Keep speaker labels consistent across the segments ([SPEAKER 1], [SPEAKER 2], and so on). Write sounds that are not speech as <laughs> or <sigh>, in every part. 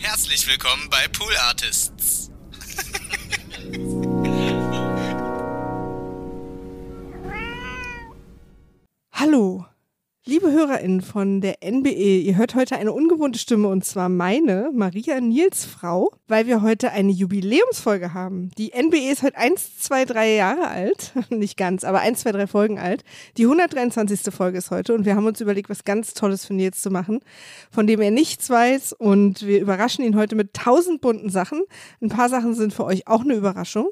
[SPEAKER 1] Herzlich willkommen bei Pool Artists.
[SPEAKER 2] Hallo, liebe HörerInnen von der NBE. Ihr hört heute eine ungewohnte Stimme und zwar meine, Maria Niels Frau, weil wir heute eine Jubiläumsfolge haben. Die NBE ist heute 1, 2, 3 Jahre alt. <laughs> Nicht ganz, aber 1, 2, 3 Folgen alt. Die 123. Folge ist heute und wir haben uns überlegt, was ganz Tolles für Nils zu machen, von dem er nichts weiß und wir überraschen ihn heute mit tausend bunten Sachen. Ein paar Sachen sind für euch auch eine Überraschung,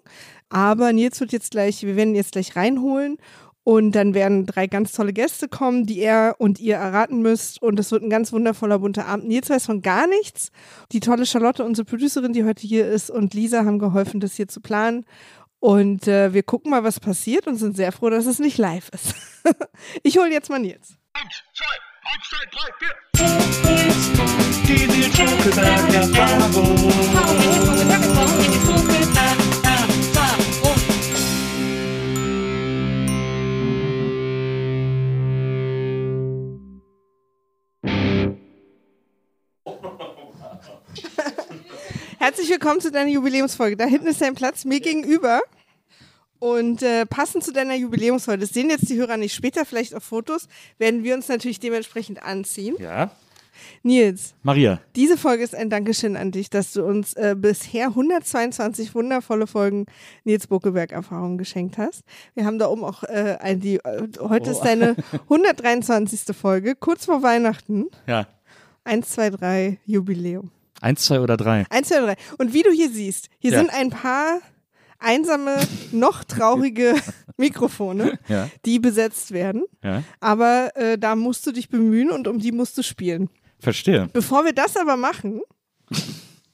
[SPEAKER 2] aber Nils wird jetzt gleich, wir werden ihn jetzt gleich reinholen und dann werden drei ganz tolle Gäste kommen, die er und ihr erraten müsst. Und es wird ein ganz wundervoller bunter Abend. Nils weiß von gar nichts. Die tolle Charlotte, unsere Producerin, die heute hier ist, und Lisa haben geholfen, das hier zu planen. Und äh, wir gucken mal, was passiert und sind sehr froh, dass es nicht live ist. <laughs> ich hole jetzt mal Nils.
[SPEAKER 3] Die wir talk about
[SPEAKER 2] Herzlich willkommen zu deiner Jubiläumsfolge. Da hinten ist dein Platz mir gegenüber. Und äh, passend zu deiner Jubiläumsfolge, das sehen jetzt die Hörer nicht später, vielleicht auf Fotos, werden wir uns natürlich dementsprechend anziehen.
[SPEAKER 4] Ja.
[SPEAKER 2] Nils,
[SPEAKER 4] Maria,
[SPEAKER 2] Diese Folge ist ein Dankeschön an dich, dass du uns äh, bisher 122 wundervolle Folgen Nils Buckelberg-Erfahrung geschenkt hast. Wir haben da oben auch äh, ein, die, äh, heute
[SPEAKER 4] Oh.
[SPEAKER 2] ist deine 123. Folge, kurz vor Weihnachten.
[SPEAKER 4] ja.
[SPEAKER 2] 1, 2, 3, Jubiläum.
[SPEAKER 4] Eins, zwei oder drei.
[SPEAKER 2] 1, 2, 3. Und wie du hier siehst, hier
[SPEAKER 4] Ja.
[SPEAKER 2] sind ein paar einsame, noch
[SPEAKER 4] <laughs>
[SPEAKER 2] traurige Mikrofone,
[SPEAKER 4] Ja.
[SPEAKER 2] die besetzt werden.
[SPEAKER 4] Ja.
[SPEAKER 2] Aber äh, da musst du dich bemühen und um die musst du spielen.
[SPEAKER 4] Verstehe.
[SPEAKER 2] Bevor wir das aber machen,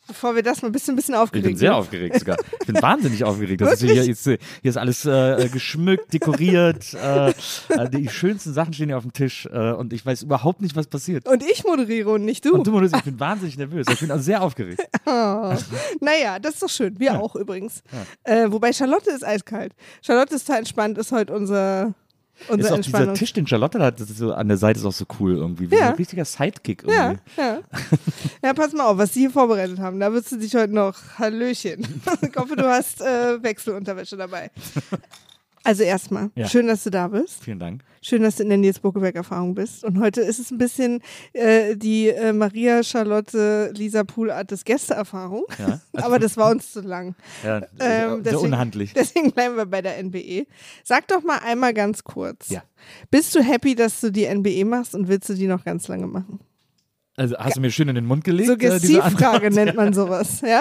[SPEAKER 2] bevor wir das mal bist du ein bisschen
[SPEAKER 4] Ich
[SPEAKER 2] aufgeregt.
[SPEAKER 4] bin sehr
[SPEAKER 2] ne?
[SPEAKER 4] aufgeregt sogar. Ich bin wahnsinnig aufgeregt. Das ist hier,
[SPEAKER 2] Wirklich?
[SPEAKER 4] jetzt, hier ist alles äh, geschmückt, dekoriert. Äh, äh, die schönsten Sachen stehen hier auf dem Tisch äh, und ich weiß überhaupt nicht, was passiert.
[SPEAKER 2] Und ich moderiere und nicht du.
[SPEAKER 4] Und du, Modus, ich bin wahnsinnig nervös. Ich bin also sehr aufgeregt.
[SPEAKER 2] Naja, das ist doch schön. Wir auch übrigens. Äh, wobei Charlotte ist eiskalt. Charlotte ist total entspannt, ist heute unser,
[SPEAKER 4] Ist
[SPEAKER 2] unser
[SPEAKER 4] auch dieser
[SPEAKER 2] Entspannung.
[SPEAKER 4] Tisch, den Charlotte hat, das ist so, an der Seite ist auch so cool irgendwie. Wie so
[SPEAKER 2] Ja.
[SPEAKER 4] ein richtiger Sidekick
[SPEAKER 2] ja,
[SPEAKER 4] irgendwie. <laughs>
[SPEAKER 2] ja. ja, pass mal auf, was sie hier vorbereitet haben. Da wirst du dich heute noch.
[SPEAKER 4] <laughs>
[SPEAKER 2] Hallöchen. Ich hoffe, du hast äh, Wechselunterwäsche dabei. Also erstmal,
[SPEAKER 4] Ja.
[SPEAKER 2] schön, dass du da bist.
[SPEAKER 4] Vielen Dank.
[SPEAKER 2] Schön, dass du in der Nils Buckeberg-Erfahrung bist. Und heute ist es ein bisschen äh, die äh, Maria Charlotte Lisa Poolart des Gästeerfahrung.
[SPEAKER 4] Ja.
[SPEAKER 2] <laughs> Aber das war uns zu lang.
[SPEAKER 4] Ja,
[SPEAKER 2] Ähm,
[SPEAKER 4] sehr unhandlich.
[SPEAKER 2] <laughs> Deswegen bleiben wir bei der NBE. Sag doch mal einmal ganz kurz.
[SPEAKER 4] Ja.
[SPEAKER 2] Bist du happy, dass du die NBE machst und willst du die noch ganz lange machen?
[SPEAKER 4] Also hast du mir schön in den Mund gelegt, äh, diese
[SPEAKER 2] Suggestivfrage
[SPEAKER 4] Antwort?
[SPEAKER 2] nennt man sowas, ja?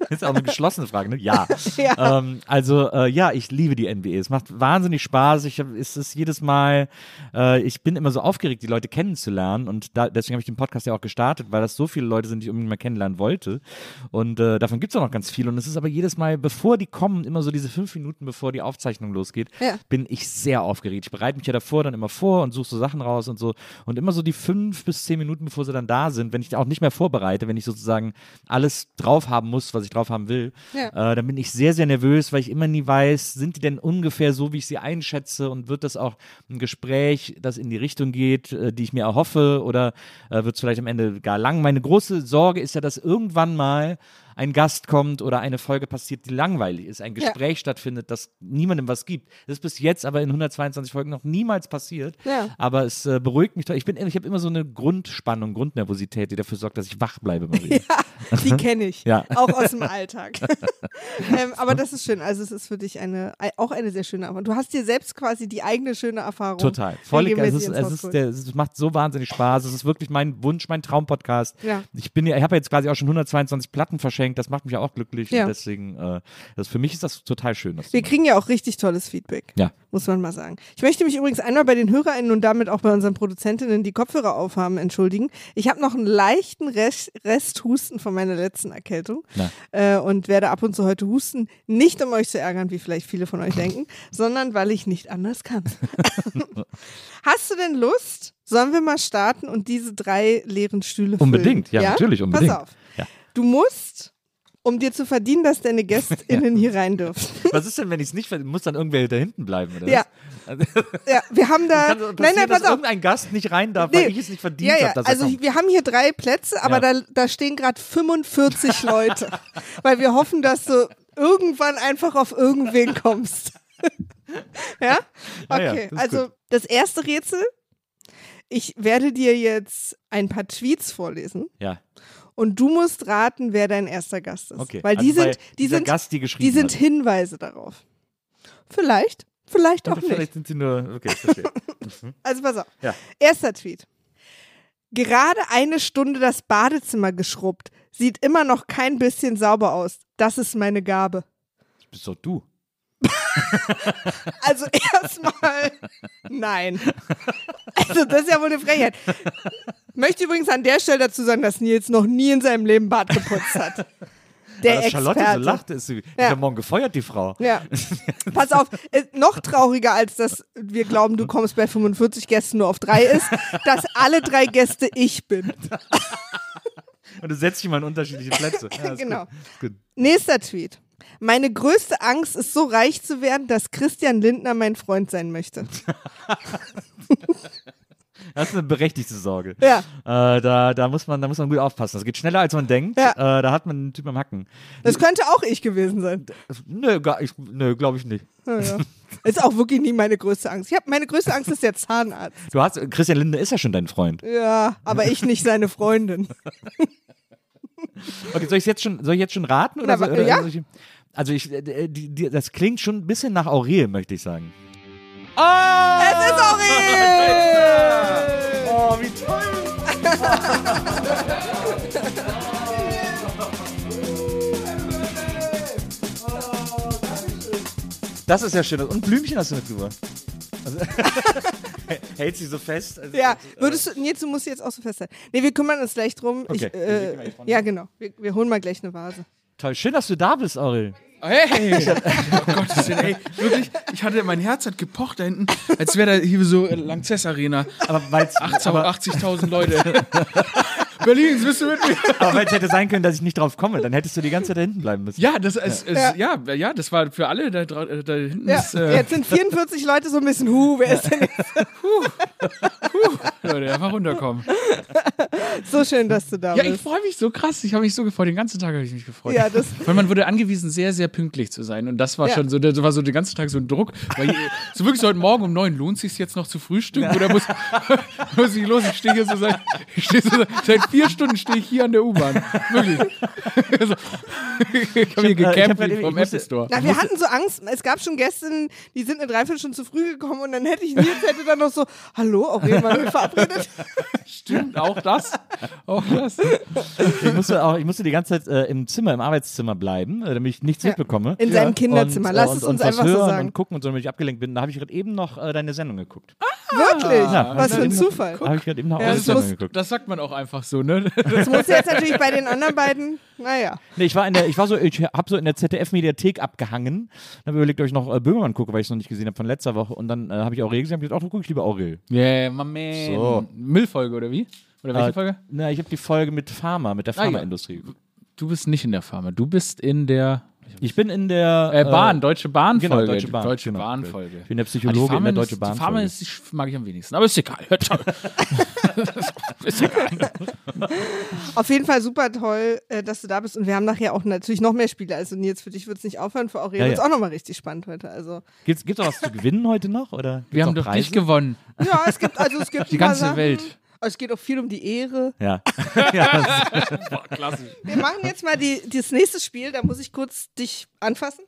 [SPEAKER 4] Das ist auch eine geschlossene Frage, ne? Ja.
[SPEAKER 2] <laughs> Ja.
[SPEAKER 4] Ähm, also, äh, ja, ich liebe die NBA. Es macht wahnsinnig Spaß. Ich, hab- es ist jedes Mal, äh, ich bin immer so aufgeregt, die Leute kennenzulernen. Und da, deswegen habe ich den Podcast ja auch gestartet, weil das so viele Leute sind, die ich unbedingt mal kennenlernen wollte. Und äh, davon gibt es auch noch ganz viele. Und es ist aber jedes Mal, bevor die kommen, immer so diese fünf Minuten, bevor die Aufzeichnung losgeht,
[SPEAKER 2] Ja.
[SPEAKER 4] bin ich sehr aufgeregt. Ich bereite mich ja davor dann immer vor und suche so Sachen raus und so. Und immer so die fünf bis zehn Minuten, bevor sie dann da sind, wenn ich auch nicht mehr vorbereite, wenn ich sozusagen alles drauf haben muss, was ich drauf haben will,
[SPEAKER 2] Ja.
[SPEAKER 4] äh, dann bin ich sehr, sehr nervös, weil ich immer nie weiß, sind die denn ungefähr so, wie ich sie einschätze und wird das auch ein Gespräch, das in die Richtung geht, äh, die ich mir erhoffe oder äh, wird es vielleicht am Ende gar lang. Meine große Sorge ist ja, dass irgendwann mal ein Gast kommt oder eine Folge passiert, die langweilig ist, ein
[SPEAKER 2] Ja.
[SPEAKER 4] Gespräch stattfindet, das niemandem was gibt. Das ist bis jetzt aber in 122 Folgen noch niemals passiert.
[SPEAKER 2] Ja.
[SPEAKER 4] Aber es äh, beruhigt mich. doch. Ich, bin- ich habe immer so eine Grundspannung, Grundnervosität, die dafür sorgt, dass ich wach
[SPEAKER 2] <laughs>
[SPEAKER 4] bleibe, Maria. <laughs>
[SPEAKER 2] Die kenne ich.
[SPEAKER 4] Ja.
[SPEAKER 2] Auch aus dem
[SPEAKER 4] <laughs>
[SPEAKER 2] Alltag. ähm, aber das ist schön. Also es ist für dich eine, ei- auch eine sehr schöne Erfahrung. Du hast dir selbst quasi die eigene schöne Erfahrung.
[SPEAKER 4] Total. Voll, es,
[SPEAKER 2] regelmäßig
[SPEAKER 4] ist,
[SPEAKER 2] ins
[SPEAKER 4] es,
[SPEAKER 2] Haus
[SPEAKER 4] ist
[SPEAKER 2] geholt.
[SPEAKER 4] der, es macht so wahnsinnig Spaß. Es ist wirklich mein Wunsch, mein Traumpodcast.
[SPEAKER 2] Ja.
[SPEAKER 4] Ich bin ja, ich habe ja jetzt quasi auch schon 122 Platten verschenkt. Das macht mich ja auch glücklich.
[SPEAKER 2] Ja.
[SPEAKER 4] Und deswegen, äh, das, für mich ist das total schön. was du
[SPEAKER 2] Wir
[SPEAKER 4] machst.
[SPEAKER 2] kriegen ja auch richtig tolles Feedback.
[SPEAKER 4] Ja.
[SPEAKER 2] <laughs> Muss man mal sagen. Ich möchte mich übrigens einmal bei den HörerInnen und damit auch bei unseren Produzentinnen, die Kopfhörer aufhaben, entschuldigen. Ich habe noch einen leichten Rest, Resthusten von meiner letzten Erkältung
[SPEAKER 4] Na.
[SPEAKER 2] äh, und werde ab und zu heute husten. Nicht, um euch zu ärgern, wie vielleicht viele von
[SPEAKER 4] <laughs>
[SPEAKER 2] euch denken, sondern weil ich nicht anders kann. <laughs> Hast du denn Lust? Sollen wir mal starten und diese drei leeren Stühle füllen?
[SPEAKER 4] Unbedingt, ja, natürlich, unbedingt.
[SPEAKER 2] Pass auf.
[SPEAKER 4] Ja.
[SPEAKER 2] Du musst, um dir zu verdienen, dass deine
[SPEAKER 4] <laughs>
[SPEAKER 2] GästInnen hier rein dürfen.
[SPEAKER 4] Was ist denn, wenn ich es nicht ver- Muss dann irgendwer da hinten bleiben? Oder?
[SPEAKER 2] Ja.
[SPEAKER 4] was? Also, <laughs>
[SPEAKER 2] Ja, wir haben
[SPEAKER 4] es
[SPEAKER 2] da.
[SPEAKER 4] kann so passieren,
[SPEAKER 2] Nein, nein,
[SPEAKER 4] dass
[SPEAKER 2] pass auf.
[SPEAKER 4] irgendein Gast nicht rein darf,
[SPEAKER 2] Nee.
[SPEAKER 4] weil ich es nicht verdient
[SPEAKER 2] Ja, ja.
[SPEAKER 4] habe. dass er
[SPEAKER 2] Also
[SPEAKER 4] kommt.
[SPEAKER 2] wir haben hier drei Plätze, aber
[SPEAKER 4] Ja.
[SPEAKER 2] da, da stehen gerade
[SPEAKER 4] <laughs>
[SPEAKER 2] 45 Leute, weil wir hoffen, dass du irgendwann einfach auf irgendwen kommst. <laughs> ja?
[SPEAKER 4] Ja, ja,
[SPEAKER 2] Okay,
[SPEAKER 4] das ist
[SPEAKER 2] also
[SPEAKER 4] gut.
[SPEAKER 2] das erste Rätsel. Ich werde dir jetzt ein paar Tweets vorlesen
[SPEAKER 4] ja.
[SPEAKER 2] und du musst raten, wer dein erster Gast ist.
[SPEAKER 4] Okay.
[SPEAKER 2] Weil die
[SPEAKER 4] Also, weil
[SPEAKER 2] sind, die
[SPEAKER 4] dieser
[SPEAKER 2] sind,
[SPEAKER 4] Gast, die
[SPEAKER 2] die
[SPEAKER 4] geschrieben
[SPEAKER 2] sind
[SPEAKER 4] hat.
[SPEAKER 2] Hinweise darauf. Vielleicht, vielleicht auch
[SPEAKER 4] Oder
[SPEAKER 2] nicht.
[SPEAKER 4] Vielleicht sind sie nur. Okay, ich
[SPEAKER 2] <laughs>
[SPEAKER 4] verstehe.
[SPEAKER 2] Also pass auf.
[SPEAKER 4] Ja.
[SPEAKER 2] Erster Tweet. Gerade eine Stunde das Badezimmer geschrubbt. Sieht immer noch kein bisschen sauber aus. Das ist meine Gabe.
[SPEAKER 4] Das bist doch du. <laughs>
[SPEAKER 2] Also erstmal nein. Also das ist ja wohl eine Frechheit. Möchte übrigens an der Stelle dazu sagen, dass Nils noch nie in seinem Leben Bad geputzt hat. Der
[SPEAKER 4] Weil das Charlotte
[SPEAKER 2] Experte.
[SPEAKER 4] so lachte, ist sie. Ich
[SPEAKER 2] Ja.
[SPEAKER 4] hab morgen gefeuert, die Frau. <laughs>
[SPEAKER 2] Ja. Pass auf, äh, noch trauriger als dass wir glauben, du kommst bei 45 Gästen nur auf drei ist, dass alle drei Gäste ich bin.
[SPEAKER 4] Und du setzt dich mal
[SPEAKER 2] <laughs>
[SPEAKER 4] in unterschiedliche Plätze. Ja, ist
[SPEAKER 2] Genau.
[SPEAKER 4] Gut. Ist gut.
[SPEAKER 2] Nächster Tweet. Meine größte Angst ist, so reich zu werden, dass Christian Lindner mein Freund sein möchte.
[SPEAKER 4] Das ist eine berechtigte Sorge.
[SPEAKER 2] Ja.
[SPEAKER 4] Äh, da, da, muss man, da muss man gut aufpassen. Das geht schneller, als man denkt.
[SPEAKER 2] Ja.
[SPEAKER 4] Äh, da hat man einen Typen am Hacken.
[SPEAKER 2] Das könnte auch ich gewesen sein.
[SPEAKER 4] Nö, gar- ich- nö glaube ich nicht.
[SPEAKER 2] Naja. Ist auch wirklich nie meine größte Angst. Ich hab, meine größte Angst ist der Zahnarzt.
[SPEAKER 4] Du hast, Christian Lindner ist ja schon dein Freund.
[SPEAKER 2] Ja, aber ich nicht seine Freundin.
[SPEAKER 4] Okay, soll ich jetzt schon, soll ich jetzt schon raten oder,
[SPEAKER 2] Na, wa-
[SPEAKER 4] so, oder
[SPEAKER 2] ja.
[SPEAKER 4] soll ich, Also ich, äh, die, die, das klingt schon ein bisschen nach Aurel, möchte ich sagen. Ah!
[SPEAKER 2] Es ist Aurel!
[SPEAKER 4] Oh, wie toll! Das ist ja schön. Und Blümchen hast du mitgebracht. Also, <laughs> hält sie so fest. Also,
[SPEAKER 2] Ja, würdest du, Nils, du musst jetzt auch so festhalten. Nee, wir kümmern uns gleich drum.
[SPEAKER 4] Okay.
[SPEAKER 2] Ich, äh, ja, genau. Wir, wir holen mal gleich eine Vase.
[SPEAKER 4] Toll. Schön, dass du da bist, Aurel.
[SPEAKER 5] <laughs> Hey! Oh Gottes Willen, ey, wirklich, ich hatte, mein Herz hat gepocht da hinten, als wäre da hier so äh, Lanxess Arena.
[SPEAKER 4] Aber weil es
[SPEAKER 5] 80.000 Leute. <laughs> Berlin, bist du mit mir?
[SPEAKER 4] hätte sein können, dass ich nicht drauf komme, dann hättest du die ganze Zeit da hinten bleiben müssen.
[SPEAKER 5] Ja, das ist, ist ja. Ja, das war für alle da, dra- äh, da hinten.
[SPEAKER 2] Ja,
[SPEAKER 5] Ist, äh,
[SPEAKER 2] jetzt sind 44 Leute so ein bisschen, huh, wer ist denn?
[SPEAKER 5] Leute, einfach runterkommen.
[SPEAKER 2] So schön, dass du da
[SPEAKER 5] Ja, ich
[SPEAKER 2] bist.
[SPEAKER 5] freue mich so krass. Ich habe mich so gefreut. Den ganzen Tag habe ich mich gefreut.
[SPEAKER 2] Ja, das-
[SPEAKER 5] Weil man wurde angewiesen, sehr, sehr pünktlich zu sein. Und das war
[SPEAKER 2] Ja.
[SPEAKER 5] schon so, das war so den ganzen Tag so ein Druck. Weil, äh, so wirklich so heute Morgen um neun lohnt sich jetzt noch zu frühstücken oder muss, <laughs> muss ich los? Ich stehe hier so seit, ich stehe so seit, seit vier Stunden stehe ich hier an der U-Bahn. Wirklich. Also,
[SPEAKER 4] Ich
[SPEAKER 5] ich habe hier
[SPEAKER 4] hab, äh, ich hab
[SPEAKER 5] gecampt
[SPEAKER 4] grad
[SPEAKER 5] wie
[SPEAKER 4] eben- ich
[SPEAKER 5] vom
[SPEAKER 4] musste-
[SPEAKER 5] Apple Store.
[SPEAKER 2] Na, wir hatten so Angst. Es gab schon Gäste, die sind eine Dreiviertelstunde zu früh gekommen und dann hätte ich Nils hätte dann noch so, hallo, auch jemand verabredet.
[SPEAKER 5] Stimmt, auch das. Auch das.
[SPEAKER 4] Ich musste, auch, ich musste die ganze Zeit äh, im Zimmer, im Arbeitszimmer bleiben, äh, damit ich nichts mitbekomme.
[SPEAKER 2] In seinem Kinderzimmer.
[SPEAKER 4] Und, äh,
[SPEAKER 2] Lass
[SPEAKER 4] und,
[SPEAKER 2] es
[SPEAKER 4] und
[SPEAKER 2] uns
[SPEAKER 4] was
[SPEAKER 2] einfach so
[SPEAKER 4] hören
[SPEAKER 2] sagen.
[SPEAKER 4] Und gucken und so, damit ich abgelenkt bin. Da habe ich gerade eben noch äh, deine Sendung geguckt.
[SPEAKER 2] Wirklich?
[SPEAKER 4] Ja,
[SPEAKER 2] Was
[SPEAKER 4] hab
[SPEAKER 2] für ein
[SPEAKER 4] ich eben noch-
[SPEAKER 2] Zufall.
[SPEAKER 4] Habe ich gerade eben noch
[SPEAKER 2] Ja,
[SPEAKER 4] eure
[SPEAKER 2] das
[SPEAKER 4] Sendung
[SPEAKER 2] muss-
[SPEAKER 4] geguckt.
[SPEAKER 5] Das sagt man auch einfach so, ne?
[SPEAKER 2] Das muss jetzt natürlich bei den anderen beiden, naja.
[SPEAKER 4] Nee, ich war in der, ich war so, ich habe so in der ZDF-Mediathek abgehangen. Dann habe ich überlegt, ob ich noch äh, Böhmermann gucke, weil ich es noch nicht gesehen habe von letzter Woche. Und dann äh, habe ich Aurel gesehen und habe gesagt, oh, guck ich lieber Aurel.
[SPEAKER 5] <laughs> Yeah, my man.
[SPEAKER 4] So. Äh,
[SPEAKER 5] Müllfolge oder wie? Oder welche Folge?
[SPEAKER 4] Na, ich habe die Folge Ah, mit Pharma, mit der
[SPEAKER 5] ja.
[SPEAKER 4] Pharmaindustrie. geguckt.
[SPEAKER 5] Du bist nicht in der Pharma, du bist in der
[SPEAKER 4] Ich bin in der
[SPEAKER 5] äh, Bahn, Deutsche Bahn
[SPEAKER 4] genau,
[SPEAKER 5] Folge.
[SPEAKER 4] Deutsche Bahn,
[SPEAKER 5] Deutsche
[SPEAKER 4] genau.
[SPEAKER 5] Bahn Folge.
[SPEAKER 4] Ich bin der Psychologe in der Deutsche Bahn
[SPEAKER 5] Die Pharma
[SPEAKER 4] Folge.
[SPEAKER 5] ist, die
[SPEAKER 4] <laughs>
[SPEAKER 5] mag ich am wenigsten, aber ist egal. Hört schon. ist egal.
[SPEAKER 2] Auf jeden Fall super toll, äh, dass du da bist. Und wir haben nachher auch natürlich noch mehr Spiele. Also Nils, für dich wird es nicht aufhören. Für Aurelio
[SPEAKER 4] Ja, ja.
[SPEAKER 2] wird es auch nochmal richtig spannend heute. Also
[SPEAKER 4] Gibt's, gibt's auch was zu gewinnen heute noch? Oder gibt's
[SPEAKER 5] Wir haben
[SPEAKER 4] auch
[SPEAKER 5] doch
[SPEAKER 4] Preise? <laughs>
[SPEAKER 5] dich gewonnen.
[SPEAKER 2] ja, es gibt also es gibt
[SPEAKER 5] Die
[SPEAKER 2] ein paar
[SPEAKER 5] ganze
[SPEAKER 2] Sachen.
[SPEAKER 5] Welt.
[SPEAKER 2] Aber Es geht auch viel um die Ehre.
[SPEAKER 4] Ja. <laughs> ja
[SPEAKER 2] Wir machen jetzt mal die, das nächste Spiel. Da muss ich kurz dich anfassen.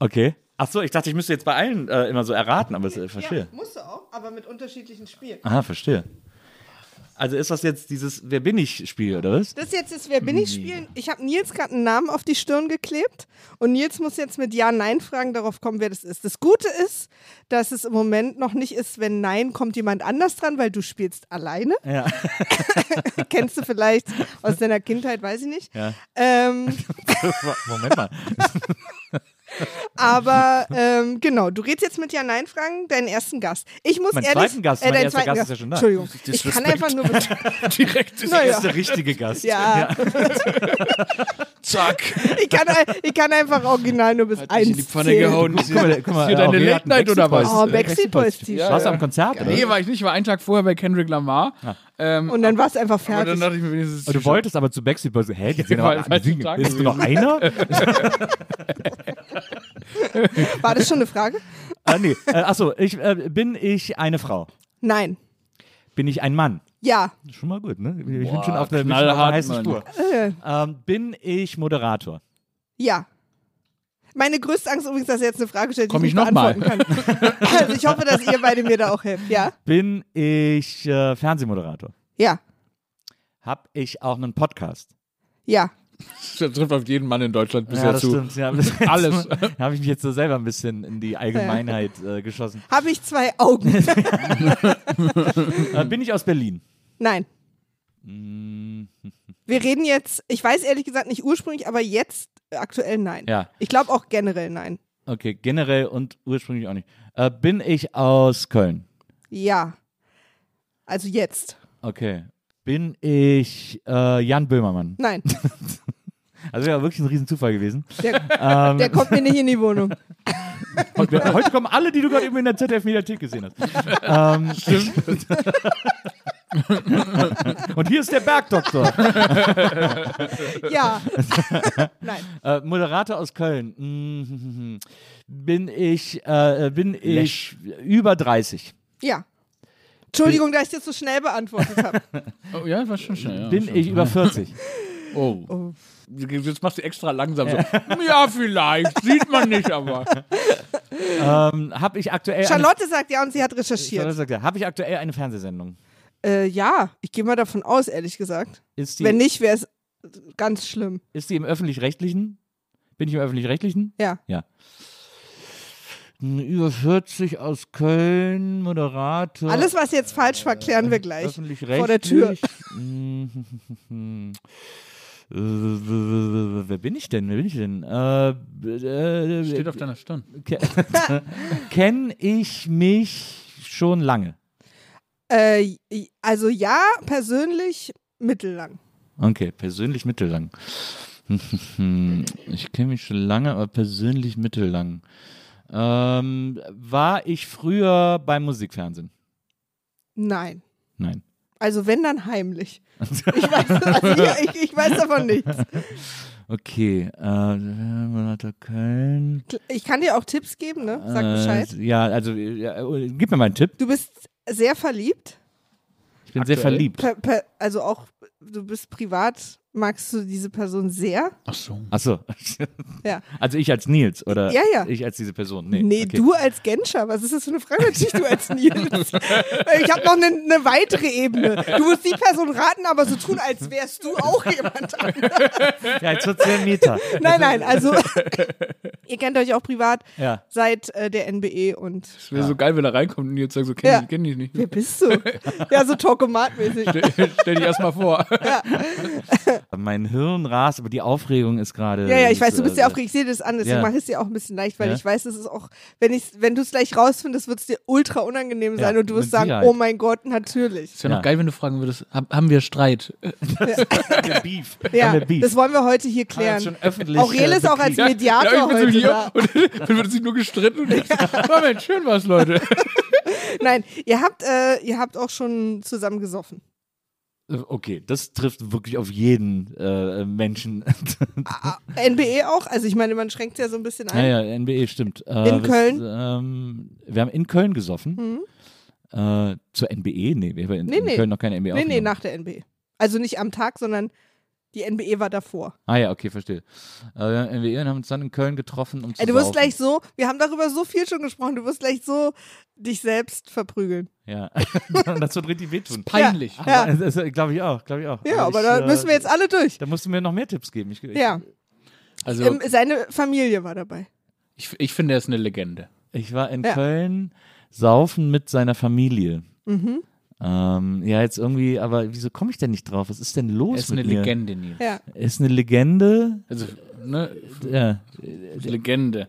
[SPEAKER 4] okay. Ach so, ich dachte, ich müsste jetzt bei allen äh, immer so erraten, aber es, äh, verstehe.
[SPEAKER 2] musst du auch, aber mit unterschiedlichen Spielen.
[SPEAKER 4] Aha, verstehe. Also ist das jetzt dieses Wer bin ich Spiel oder was?
[SPEAKER 2] Das jetzt ist Wer bin
[SPEAKER 4] Hm.
[SPEAKER 2] ich spielen. Ich habe Nils gerade einen Namen auf die Stirn geklebt und Nils muss jetzt mit Ja-Nein-Fragen darauf kommen, wer das ist. Das Gute ist, dass es im Moment noch nicht ist, wenn Nein kommt jemand anders dran, weil du spielst alleine.
[SPEAKER 4] Ja.
[SPEAKER 2] <laughs> Kennst du vielleicht aus deiner Kindheit, weiß ich nicht.
[SPEAKER 4] Ja.
[SPEAKER 2] Ähm,
[SPEAKER 4] <laughs> Moment mal.
[SPEAKER 2] aber ähm, genau, du redest jetzt mit Ja-Nein-Fragen deinen ersten Gast. Ich muss
[SPEAKER 4] Meinen
[SPEAKER 2] ehrlich.
[SPEAKER 4] zweiten Gast,
[SPEAKER 2] äh,
[SPEAKER 4] mein
[SPEAKER 2] deinen
[SPEAKER 4] erster
[SPEAKER 2] zweiten
[SPEAKER 4] Gast ist
[SPEAKER 2] Gast
[SPEAKER 4] ja schon da.
[SPEAKER 2] Entschuldigung, ich kann einfach
[SPEAKER 4] <laughs>
[SPEAKER 2] nur.
[SPEAKER 5] Direkt ist
[SPEAKER 4] Das
[SPEAKER 2] Naja.
[SPEAKER 4] ist der richtige Gast.
[SPEAKER 2] Ja,
[SPEAKER 5] zack.
[SPEAKER 2] ich kann, ein- ich kann einfach original nur bis
[SPEAKER 5] Hat dich
[SPEAKER 2] eins.
[SPEAKER 5] in die Pfanne
[SPEAKER 2] zählen.
[SPEAKER 5] gehauen.
[SPEAKER 4] Guck mal, guck mal,
[SPEAKER 5] Ist hier deine
[SPEAKER 4] Aurelio hat
[SPEAKER 5] Late Night
[SPEAKER 4] ein
[SPEAKER 5] oder was?
[SPEAKER 2] Oh,
[SPEAKER 4] Backstreet
[SPEAKER 2] Backstreet Boys T-Shirt.
[SPEAKER 4] Warst du am Konzert? oder?
[SPEAKER 5] Nee, war ich nicht, war einen Tag vorher bei Kendrick Lamar. Ähm,
[SPEAKER 4] Oh,
[SPEAKER 2] Und dann war es einfach
[SPEAKER 5] aber dann
[SPEAKER 2] fertig.
[SPEAKER 5] dachte ich mir wenigstens.
[SPEAKER 4] Ah. Du wolltest aber zu Backstreet Boys. Hä, die sind
[SPEAKER 5] war
[SPEAKER 4] aber
[SPEAKER 5] am falschen
[SPEAKER 4] singen.
[SPEAKER 5] Tag
[SPEAKER 4] Bist du noch
[SPEAKER 5] gewesen.
[SPEAKER 4] einer?
[SPEAKER 2] War das schon eine Frage?
[SPEAKER 4] ah, nee. Äh, achso, ich, äh, bin ich eine Frau?
[SPEAKER 2] Nein.
[SPEAKER 4] Bin ich ein Mann?
[SPEAKER 2] Ja.
[SPEAKER 4] Schon mal gut, ne? Ich bin
[SPEAKER 5] Boah,
[SPEAKER 4] schon auf der, bin schon auf der
[SPEAKER 5] knallhart,
[SPEAKER 4] heißen
[SPEAKER 5] Mann.
[SPEAKER 4] Spur.
[SPEAKER 5] Äh.
[SPEAKER 4] Ähm, bin ich Moderator?
[SPEAKER 2] Ja. Meine größte Angst übrigens, dass er jetzt eine Frage stellt, die
[SPEAKER 5] Komm
[SPEAKER 2] ich
[SPEAKER 5] ich
[SPEAKER 2] nicht
[SPEAKER 5] noch mal?
[SPEAKER 2] beantworten kann.
[SPEAKER 5] <laughs>
[SPEAKER 2] Also ich hoffe, dass ihr beide mir da auch helft. Ja.
[SPEAKER 4] Bin ich äh, Fernsehmoderator?
[SPEAKER 2] Ja.
[SPEAKER 4] Hab ich auch einen Podcast?
[SPEAKER 2] Ja.
[SPEAKER 5] Das trifft auf jeden Mann in Deutschland bisher zu.
[SPEAKER 4] Ja, bis
[SPEAKER 5] <laughs>
[SPEAKER 4] jetzt- <laughs>
[SPEAKER 5] Alles.
[SPEAKER 4] Habe ich mich jetzt so selber ein bisschen in die Allgemeinheit äh, geschossen.
[SPEAKER 2] Habe ich zwei
[SPEAKER 5] <laughs>
[SPEAKER 2] Augen?
[SPEAKER 4] Äh, bin ich aus Berlin?
[SPEAKER 2] Nein.
[SPEAKER 5] Mhm.
[SPEAKER 2] Wir reden jetzt, ich weiß ehrlich gesagt nicht ursprünglich, aber jetzt äh, aktuell nein.
[SPEAKER 4] Ja.
[SPEAKER 2] Ich glaube auch generell nein.
[SPEAKER 4] Okay, generell und ursprünglich auch nicht. Äh, bin ich aus Köln?
[SPEAKER 2] Ja. Also jetzt.
[SPEAKER 4] Okay. Bin ich äh, Jan Böhmermann?
[SPEAKER 2] Nein.
[SPEAKER 5] <laughs>
[SPEAKER 4] Also wäre wirklich ein Riesenzufall gewesen.
[SPEAKER 2] Der,
[SPEAKER 4] Ähm,
[SPEAKER 2] der kommt mir nicht in die Wohnung.
[SPEAKER 5] <laughs>
[SPEAKER 4] heute, heute kommen alle, die du gerade eben in der ZDF-Mediathek gesehen hast. ähm,
[SPEAKER 5] Stimmt.
[SPEAKER 4] <laughs> und hier ist der Bergdoktor.
[SPEAKER 5] <laughs>
[SPEAKER 2] Ja. nein.
[SPEAKER 4] Äh, Moderator aus Köln. Mm, <laughs> Bin ich, äh, bin ich über 30.
[SPEAKER 2] Ja. Entschuldigung, dass ich das so schnell beantwortet
[SPEAKER 4] <laughs>
[SPEAKER 2] habe.
[SPEAKER 5] Oh, ja, war schon schnell. Ja,
[SPEAKER 4] Bin
[SPEAKER 5] schon.
[SPEAKER 4] ich
[SPEAKER 5] <laughs>
[SPEAKER 4] über 40.
[SPEAKER 5] Oh. Jetzt machst du extra langsam so. ja, vielleicht. Sieht man
[SPEAKER 4] <laughs>
[SPEAKER 5] nicht, aber.
[SPEAKER 4] ähm, Habe ich aktuell.
[SPEAKER 2] Charlotte sagt ja und sie hat
[SPEAKER 4] Eine, Charlotte
[SPEAKER 2] recherchiert.
[SPEAKER 4] sagt ja. Habe ich aktuell eine Fernsehsendung?
[SPEAKER 2] Äh, ja, ich gehe mal davon aus, ehrlich gesagt.
[SPEAKER 4] Ist
[SPEAKER 2] Wenn
[SPEAKER 4] die,
[SPEAKER 2] nicht, wäre es ganz schlimm.
[SPEAKER 4] ist die im Öffentlich-Rechtlichen? Bin ich im Öffentlich-Rechtlichen?
[SPEAKER 2] Ja.
[SPEAKER 4] Ja. Ein Über 40 aus Köln, Moderator.
[SPEAKER 2] Alles, was jetzt falsch war, klären wir gleich.
[SPEAKER 4] Öffentlich-rechtlich.
[SPEAKER 2] Vor der Tür.
[SPEAKER 4] Mm, <laughs> äh, Wer bin ich denn? Wer bin ich denn? Äh, äh,
[SPEAKER 5] Steht auf deiner Stirn.
[SPEAKER 4] Ke- <laughs> Kenn ich mich schon lange.
[SPEAKER 2] Äh, also ja, persönlich mittellang.
[SPEAKER 4] Okay, persönlich mittellang. <laughs> ich kenne mich schon lange, aber persönlich mittellang. Ähm, war ich früher beim Musikfernsehen?
[SPEAKER 2] Nein.
[SPEAKER 4] Nein.
[SPEAKER 2] Also wenn, dann heimlich.
[SPEAKER 4] <laughs>
[SPEAKER 2] Ich weiß, also ich, ich, ich weiß davon nichts.
[SPEAKER 4] Okay, äh, Monate Köln.
[SPEAKER 2] Ich kann dir auch Tipps geben, ne? Sag Bescheid.
[SPEAKER 4] Äh, ja, also ja, äh, gib mir mal einen Tipp.
[SPEAKER 2] Du bist sehr verliebt.
[SPEAKER 4] Ich bin sehr
[SPEAKER 5] Aktuell?
[SPEAKER 4] verliebt.
[SPEAKER 2] Per, per, also auch, du bist privat, magst du diese Person sehr?
[SPEAKER 5] Ach so.
[SPEAKER 4] Achso.
[SPEAKER 2] Ja.
[SPEAKER 4] <laughs> Also ich als Nils oder
[SPEAKER 2] Ja, ja.
[SPEAKER 4] ich als diese Person? Nee,
[SPEAKER 2] Nee,
[SPEAKER 4] okay.
[SPEAKER 2] du als Genscher, was ist das für eine Frage? Natürlich du als Nils. Ich habe noch eine eine weitere Ebene. Du musst die Person raten, aber so tun, als wärst du auch jemand anderes.
[SPEAKER 4] Ja, jetzt wird's sehr Meter.
[SPEAKER 2] Nein, nein,
[SPEAKER 4] <laughs>
[SPEAKER 2] also ihr kennt euch auch privat
[SPEAKER 4] Ja.
[SPEAKER 2] seit äh, der NBE und
[SPEAKER 5] Es wäre so geil, wenn er reinkommt und jetzt sagt so, kenn,
[SPEAKER 2] Ja.
[SPEAKER 5] ich, kenn ich nicht.
[SPEAKER 2] wer bist du? Ja, so Talkomat-mäßig.
[SPEAKER 5] Stell dich erstmal vor.
[SPEAKER 4] Mein Hirn rast, aber die Aufregung ist gerade.
[SPEAKER 2] Ja, ja, ich weiß, du bist
[SPEAKER 4] äh,
[SPEAKER 2] ja
[SPEAKER 4] <laughs>
[SPEAKER 2] aufgeregt, ich sehe das an, deswegen
[SPEAKER 4] Ja.
[SPEAKER 2] mache ich es dir auch ein bisschen leicht, weil
[SPEAKER 4] Ja.
[SPEAKER 2] ich weiß, es ist auch, wenn, ich's, wenn du es gleich rausfindest, wird es dir ultra unangenehm sein
[SPEAKER 4] Ja,
[SPEAKER 2] und du wirst
[SPEAKER 4] mit
[SPEAKER 2] sagen,
[SPEAKER 4] Sicherheit.
[SPEAKER 2] oh mein Gott, natürlich.
[SPEAKER 5] Es wäre
[SPEAKER 4] Ja.
[SPEAKER 5] noch geil, wenn du fragen würdest, hab, haben wir Streit?
[SPEAKER 4] Der Beef.
[SPEAKER 2] <laughs> Ja,
[SPEAKER 4] der Beef.
[SPEAKER 2] das wollen wir heute hier klären.
[SPEAKER 4] schon öffentlich,
[SPEAKER 2] Aurel
[SPEAKER 4] äh,
[SPEAKER 2] ist auch als
[SPEAKER 4] bekriegt.
[SPEAKER 2] Mediator
[SPEAKER 5] ja, ich bin so
[SPEAKER 2] heute
[SPEAKER 5] hier
[SPEAKER 2] da.
[SPEAKER 5] und <laughs> dann wird sich nur gestritten und ich so, Moment, schön war's, Leute.
[SPEAKER 2] Nein, ihr habt, äh, ihr habt auch schon zusammen gesoffen.
[SPEAKER 4] Okay, das trifft wirklich auf jeden äh, Menschen. <laughs>
[SPEAKER 2] NBE auch. Also ich meine, man schränkt ja so ein bisschen ein.
[SPEAKER 4] naja, NBE stimmt. Äh,
[SPEAKER 2] In
[SPEAKER 4] was,
[SPEAKER 2] Köln?
[SPEAKER 4] Ähm, wir haben in Köln gesoffen. Äh, zur NBE? Nee, wir haben in,
[SPEAKER 2] Hm. Nee,
[SPEAKER 4] in
[SPEAKER 2] nee.
[SPEAKER 4] Köln noch keine NBE
[SPEAKER 2] Nee, nee,
[SPEAKER 4] aufgenommen.
[SPEAKER 2] nach der NBE. Also nicht am Tag, sondern die NBE war davor.
[SPEAKER 4] Ah ja, okay, verstehe. Äh, wir haben NBE und haben uns dann in Köln getroffen, um zu
[SPEAKER 2] Ey, Äh, du wirst
[SPEAKER 4] saufen.
[SPEAKER 2] gleich so, wir haben darüber so viel schon gesprochen, du wirst gleich so dich selbst verprügeln.
[SPEAKER 4] <laughs> Ja, <laughs> das wird richtig wehtun.
[SPEAKER 5] Peinlich.
[SPEAKER 2] Ja, ja,
[SPEAKER 4] <laughs> Das glaube ich auch, glaube ich auch.
[SPEAKER 2] ja aber
[SPEAKER 4] ich,
[SPEAKER 2] da
[SPEAKER 4] äh,
[SPEAKER 2] müssen wir jetzt alle durch.
[SPEAKER 4] Da musst du mir noch mehr Tipps geben. Ich, ich,
[SPEAKER 2] Ja,
[SPEAKER 5] Also,
[SPEAKER 2] ähm, seine Familie war dabei.
[SPEAKER 5] ich, ich finde, er ist eine Legende.
[SPEAKER 4] ich war in
[SPEAKER 2] Ja.
[SPEAKER 4] Köln saufen mit seiner Familie.
[SPEAKER 2] Mhm.
[SPEAKER 4] Ähm, ja, jetzt irgendwie, aber wieso komme ich denn nicht drauf? Was ist denn
[SPEAKER 5] Er
[SPEAKER 4] los
[SPEAKER 5] ist eine
[SPEAKER 4] mit mir?
[SPEAKER 5] Legende, Nils.
[SPEAKER 4] <laughs>
[SPEAKER 2] Ja.
[SPEAKER 4] Er Ist eine Legende. Äh,
[SPEAKER 5] Also, ne,
[SPEAKER 4] Ja.
[SPEAKER 5] Legende.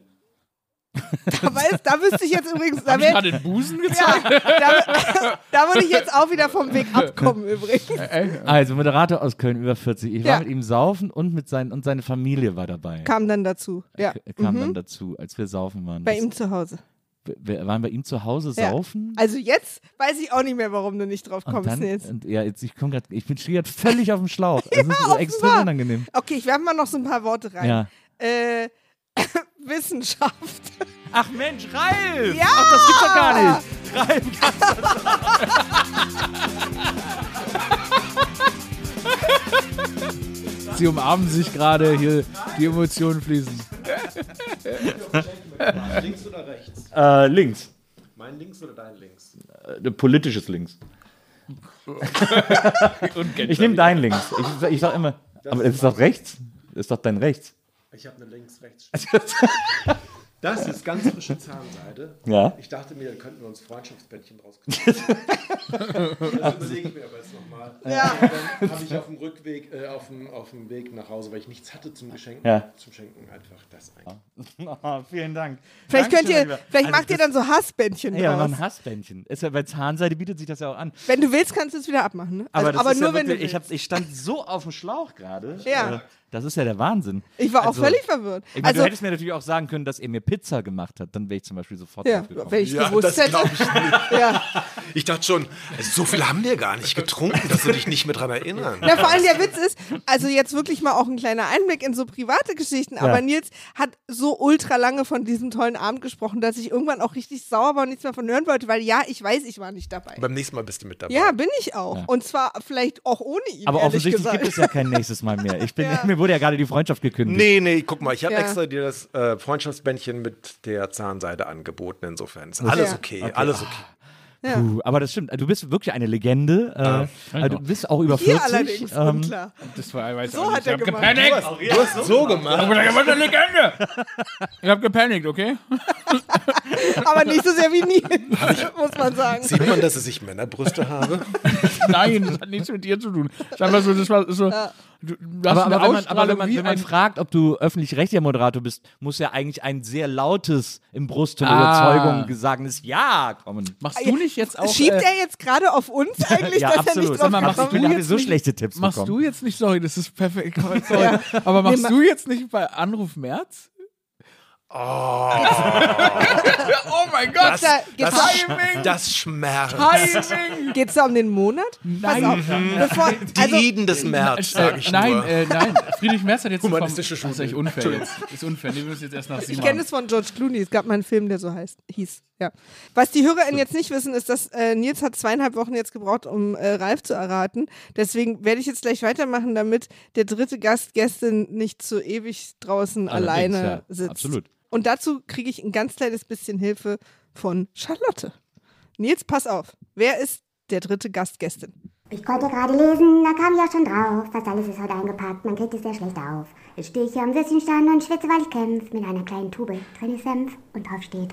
[SPEAKER 2] Da, weiß, da wüsste ich jetzt übrigens, da,
[SPEAKER 5] Hab ich
[SPEAKER 2] wär,
[SPEAKER 5] gerade den Busen gezeigt?
[SPEAKER 2] <laughs> ja, da, <laughs> da würde ich jetzt auch wieder vom Weg abkommen übrigens.
[SPEAKER 4] <laughs> Also Moderator aus Köln über 40. Ich war
[SPEAKER 2] Ja.
[SPEAKER 4] mit ihm saufen und mit seinen und seine Familie war dabei.
[SPEAKER 2] Kam dann dazu, ja.
[SPEAKER 4] K- Äh, kam
[SPEAKER 2] mhm.
[SPEAKER 4] dann dazu, als wir saufen waren.
[SPEAKER 2] Bei
[SPEAKER 4] Das-
[SPEAKER 2] ihm zu Hause.
[SPEAKER 4] wir waren bei ihm zu Hause
[SPEAKER 2] Ja.
[SPEAKER 4] saufen.
[SPEAKER 2] Also jetzt weiß ich auch nicht mehr, warum du nicht drauf
[SPEAKER 4] Und
[SPEAKER 2] kommst
[SPEAKER 4] dann, äh,
[SPEAKER 2] jetzt.
[SPEAKER 4] Und, ja, jetzt, ich komme gerade, ich bin stehe grad völlig auf
[SPEAKER 2] <laughs>
[SPEAKER 4] dem Schlauch. Es ist so extrem
[SPEAKER 2] offenbar.
[SPEAKER 4] unangenehm.
[SPEAKER 2] Okay, ich werfe mal noch so ein paar Worte rein.
[SPEAKER 4] Ja.
[SPEAKER 2] Äh, <laughs>
[SPEAKER 6] <laughs>
[SPEAKER 2] Wissenschaft.
[SPEAKER 4] Ach Mensch, Ralf!
[SPEAKER 2] Ja!
[SPEAKER 4] Ach, das gibt's doch gar nicht! Ralf, ganz
[SPEAKER 2] <laughs>
[SPEAKER 5] Sie umarmen sich gerade, hier die Emotionen fließen.
[SPEAKER 4] äh, links.
[SPEAKER 6] Mein links oder dein links?
[SPEAKER 4] Äh, politisches <laughs> Links.
[SPEAKER 5] Und
[SPEAKER 4] Ich nehme dein Links. Ich, ich sag immer, aber es ist doch rechts. Das ist doch dein Rechts.
[SPEAKER 6] Ich habe eine
[SPEAKER 4] <laughs>
[SPEAKER 6] links-rechts. Das ist ganz frische Zahnseide.
[SPEAKER 4] Ja.
[SPEAKER 6] Ich dachte mir, da könnten wir uns Freundschaftsbändchen draus kaufen. Das überlege ich mir aber jetzt nochmal. Ja. Dann habe ich auf dem Rückweg, äh, auf, dem, auf dem Weg nach Hause, weil ich nichts hatte zum Geschenken,
[SPEAKER 4] Ja.
[SPEAKER 6] zum Schenken einfach das ein.
[SPEAKER 4] <laughs> Oh, vielen Dank.
[SPEAKER 2] Vielleicht könnt ihr, vielleicht macht ihr
[SPEAKER 4] das.
[SPEAKER 6] Also
[SPEAKER 2] dann so Hassbändchen
[SPEAKER 4] Ja, Also, aber
[SPEAKER 2] draus.
[SPEAKER 4] ein Hassbändchen. Ist ja, bei Zahnseide bietet sich das ja auch an.
[SPEAKER 2] Wenn du willst, kannst du es wieder abmachen. Ne?
[SPEAKER 4] Aber,
[SPEAKER 2] Also,
[SPEAKER 4] das
[SPEAKER 2] aber
[SPEAKER 4] ist
[SPEAKER 2] nur
[SPEAKER 4] ja
[SPEAKER 2] wenn du
[SPEAKER 4] wirklich,
[SPEAKER 2] willst.
[SPEAKER 4] ich, hab, ich stand so auf dem Schlauch gerade.
[SPEAKER 2] <laughs> Ja.
[SPEAKER 4] Äh, Das ist ja der Wahnsinn.
[SPEAKER 2] Ich war auch
[SPEAKER 4] Also-
[SPEAKER 2] völlig verwirrt.
[SPEAKER 4] Ich meine,
[SPEAKER 2] also,
[SPEAKER 4] du hättest mir natürlich auch sagen können, dass er mir Pizza gemacht hat. Dann wäre ich zum Beispiel sofort
[SPEAKER 2] ja,
[SPEAKER 4] drauf gekommen.
[SPEAKER 2] wenn ich gewusst hätte.
[SPEAKER 6] glaub ich nicht.
[SPEAKER 2] Ja.
[SPEAKER 6] Ich dachte schon, also so viel haben wir gar nicht getrunken, dass du dich nicht mehr dran erinnern.
[SPEAKER 2] ja, vor allem der Witz ist, also jetzt wirklich mal auch ein kleiner Einblick in so private Geschichten, aber Nils hat so ultra lange von diesem tollen Abend gesprochen, dass ich irgendwann auch richtig sauer war und nichts mehr von hören wollte, weil ja, ich weiß, ich war nicht dabei.
[SPEAKER 6] Beim nächsten Mal bist du mit dabei.
[SPEAKER 2] Ja, bin ich auch. Und zwar vielleicht auch ohne ihn.
[SPEAKER 4] Aber
[SPEAKER 2] ehrlich
[SPEAKER 4] offensichtlich
[SPEAKER 2] gesagt.
[SPEAKER 4] gibt es ja kein nächstes Mal mehr. Ich bin,
[SPEAKER 2] <laughs> Ja.
[SPEAKER 4] Mir wurde ja gerade die Freundschaft gekündigt.
[SPEAKER 6] Nee, nee, guck mal, ich habe
[SPEAKER 2] Ja.
[SPEAKER 6] extra dir das äh, Freundschaftsbändchen mit der Zahnseide angeboten. Insofern ist alles
[SPEAKER 2] Ja.
[SPEAKER 6] okay, alles okay.
[SPEAKER 4] Puh, aber das stimmt. Du bist wirklich eine Legende. Äh, aber du bist auch über 40.
[SPEAKER 2] <laughs> Hier allerdings
[SPEAKER 4] ähm,
[SPEAKER 2] unklar.
[SPEAKER 5] Das war, ich weiß
[SPEAKER 2] So
[SPEAKER 5] auch nicht.
[SPEAKER 2] hat
[SPEAKER 5] ich
[SPEAKER 2] er
[SPEAKER 5] hab
[SPEAKER 2] gemacht.
[SPEAKER 5] gepanikt.
[SPEAKER 6] Du hast so gemacht.
[SPEAKER 5] Ich hab eine Legende. Ich hab gepanikt, okay?
[SPEAKER 2] Aber nicht so sehr wie
[SPEAKER 4] <laughs>
[SPEAKER 2] Nils, <laughs> muss man sagen.
[SPEAKER 6] <laughs> Sieht man, dass ich Männerbrüste habe?
[SPEAKER 5] <laughs> Nein, das hat nichts mit dir zu tun. Das ist einfach so, das war so. Du, du hast
[SPEAKER 4] aber,
[SPEAKER 5] eine
[SPEAKER 4] aber, wenn man,
[SPEAKER 5] Ausstrahlung
[SPEAKER 4] aber wenn man,
[SPEAKER 5] wie
[SPEAKER 4] wenn man
[SPEAKER 5] ein-
[SPEAKER 4] fragt, ob du öffentlich-rechtlicher Moderator bist, muss ja eigentlich ein sehr lautes, im Brust von
[SPEAKER 5] Ah.
[SPEAKER 4] Überzeugung gesagenes Ja kommen.
[SPEAKER 5] Machst du nicht jetzt auch.
[SPEAKER 2] Schiebt
[SPEAKER 5] äh,
[SPEAKER 2] er jetzt gerade auf uns eigentlich,
[SPEAKER 4] <laughs> ja,
[SPEAKER 2] dass er
[SPEAKER 4] absolut.
[SPEAKER 2] nicht drauf
[SPEAKER 5] mal, machst
[SPEAKER 4] ich
[SPEAKER 2] gekommen
[SPEAKER 4] bin,
[SPEAKER 5] du
[SPEAKER 4] habe <laughs>
[SPEAKER 5] jetzt
[SPEAKER 4] so
[SPEAKER 5] nicht-
[SPEAKER 4] schlechte Tipps
[SPEAKER 5] Machst
[SPEAKER 4] bekommen.
[SPEAKER 5] du jetzt nicht, sorry, das ist perfekt.
[SPEAKER 2] <laughs>
[SPEAKER 5] Sorry. Aber machst du jetzt nicht bei Anruf März? Oh, mein Gott!
[SPEAKER 6] Das,
[SPEAKER 2] da- gibt's
[SPEAKER 6] das,
[SPEAKER 5] Timing.
[SPEAKER 6] sch- das schmerzt.
[SPEAKER 5] Timing!
[SPEAKER 2] Geht es da um den Monat? Pass auf. Bevor,
[SPEAKER 6] Die
[SPEAKER 2] also,
[SPEAKER 6] Iden des März, sag ich
[SPEAKER 5] nein,
[SPEAKER 6] nur.
[SPEAKER 5] äh, nein, Friedrich Merz hat jetzt eine
[SPEAKER 6] Humanistische
[SPEAKER 5] Form- Das ist echt
[SPEAKER 6] Schule.
[SPEAKER 5] unfair jetzt. Ist unfair. Nee, wir müssen jetzt erst nach
[SPEAKER 2] ich
[SPEAKER 5] Simon.
[SPEAKER 2] kenne es von George Clooney. Es gab mal einen Film, der so heißt, hieß. Ja. Was die HörerInnen jetzt nicht wissen, ist, dass äh, Nils hat zweieinhalb Wochen jetzt gebraucht, um äh, Ralf zu erraten. Deswegen werde ich jetzt gleich weitermachen, damit der dritte Gast Gästin nicht so ewig draußen
[SPEAKER 4] Allerdings,
[SPEAKER 2] alleine
[SPEAKER 4] ja.
[SPEAKER 2] sitzt.
[SPEAKER 4] Absolut.
[SPEAKER 2] Und dazu kriege ich ein ganz kleines bisschen Hilfe von Charlotte. Nils, pass auf. Wer ist der dritte Gast Gästin?
[SPEAKER 7] Ich konnte gerade lesen, da kam ich auch schon drauf. Fast alles ist heute eingepackt, man kriegt es sehr schlecht auf. Jetzt stehe ich hier am Sessinstand und schwitze, weil ich kämpf mit einer kleinen Tube. Drin ist Senf und drauf steht.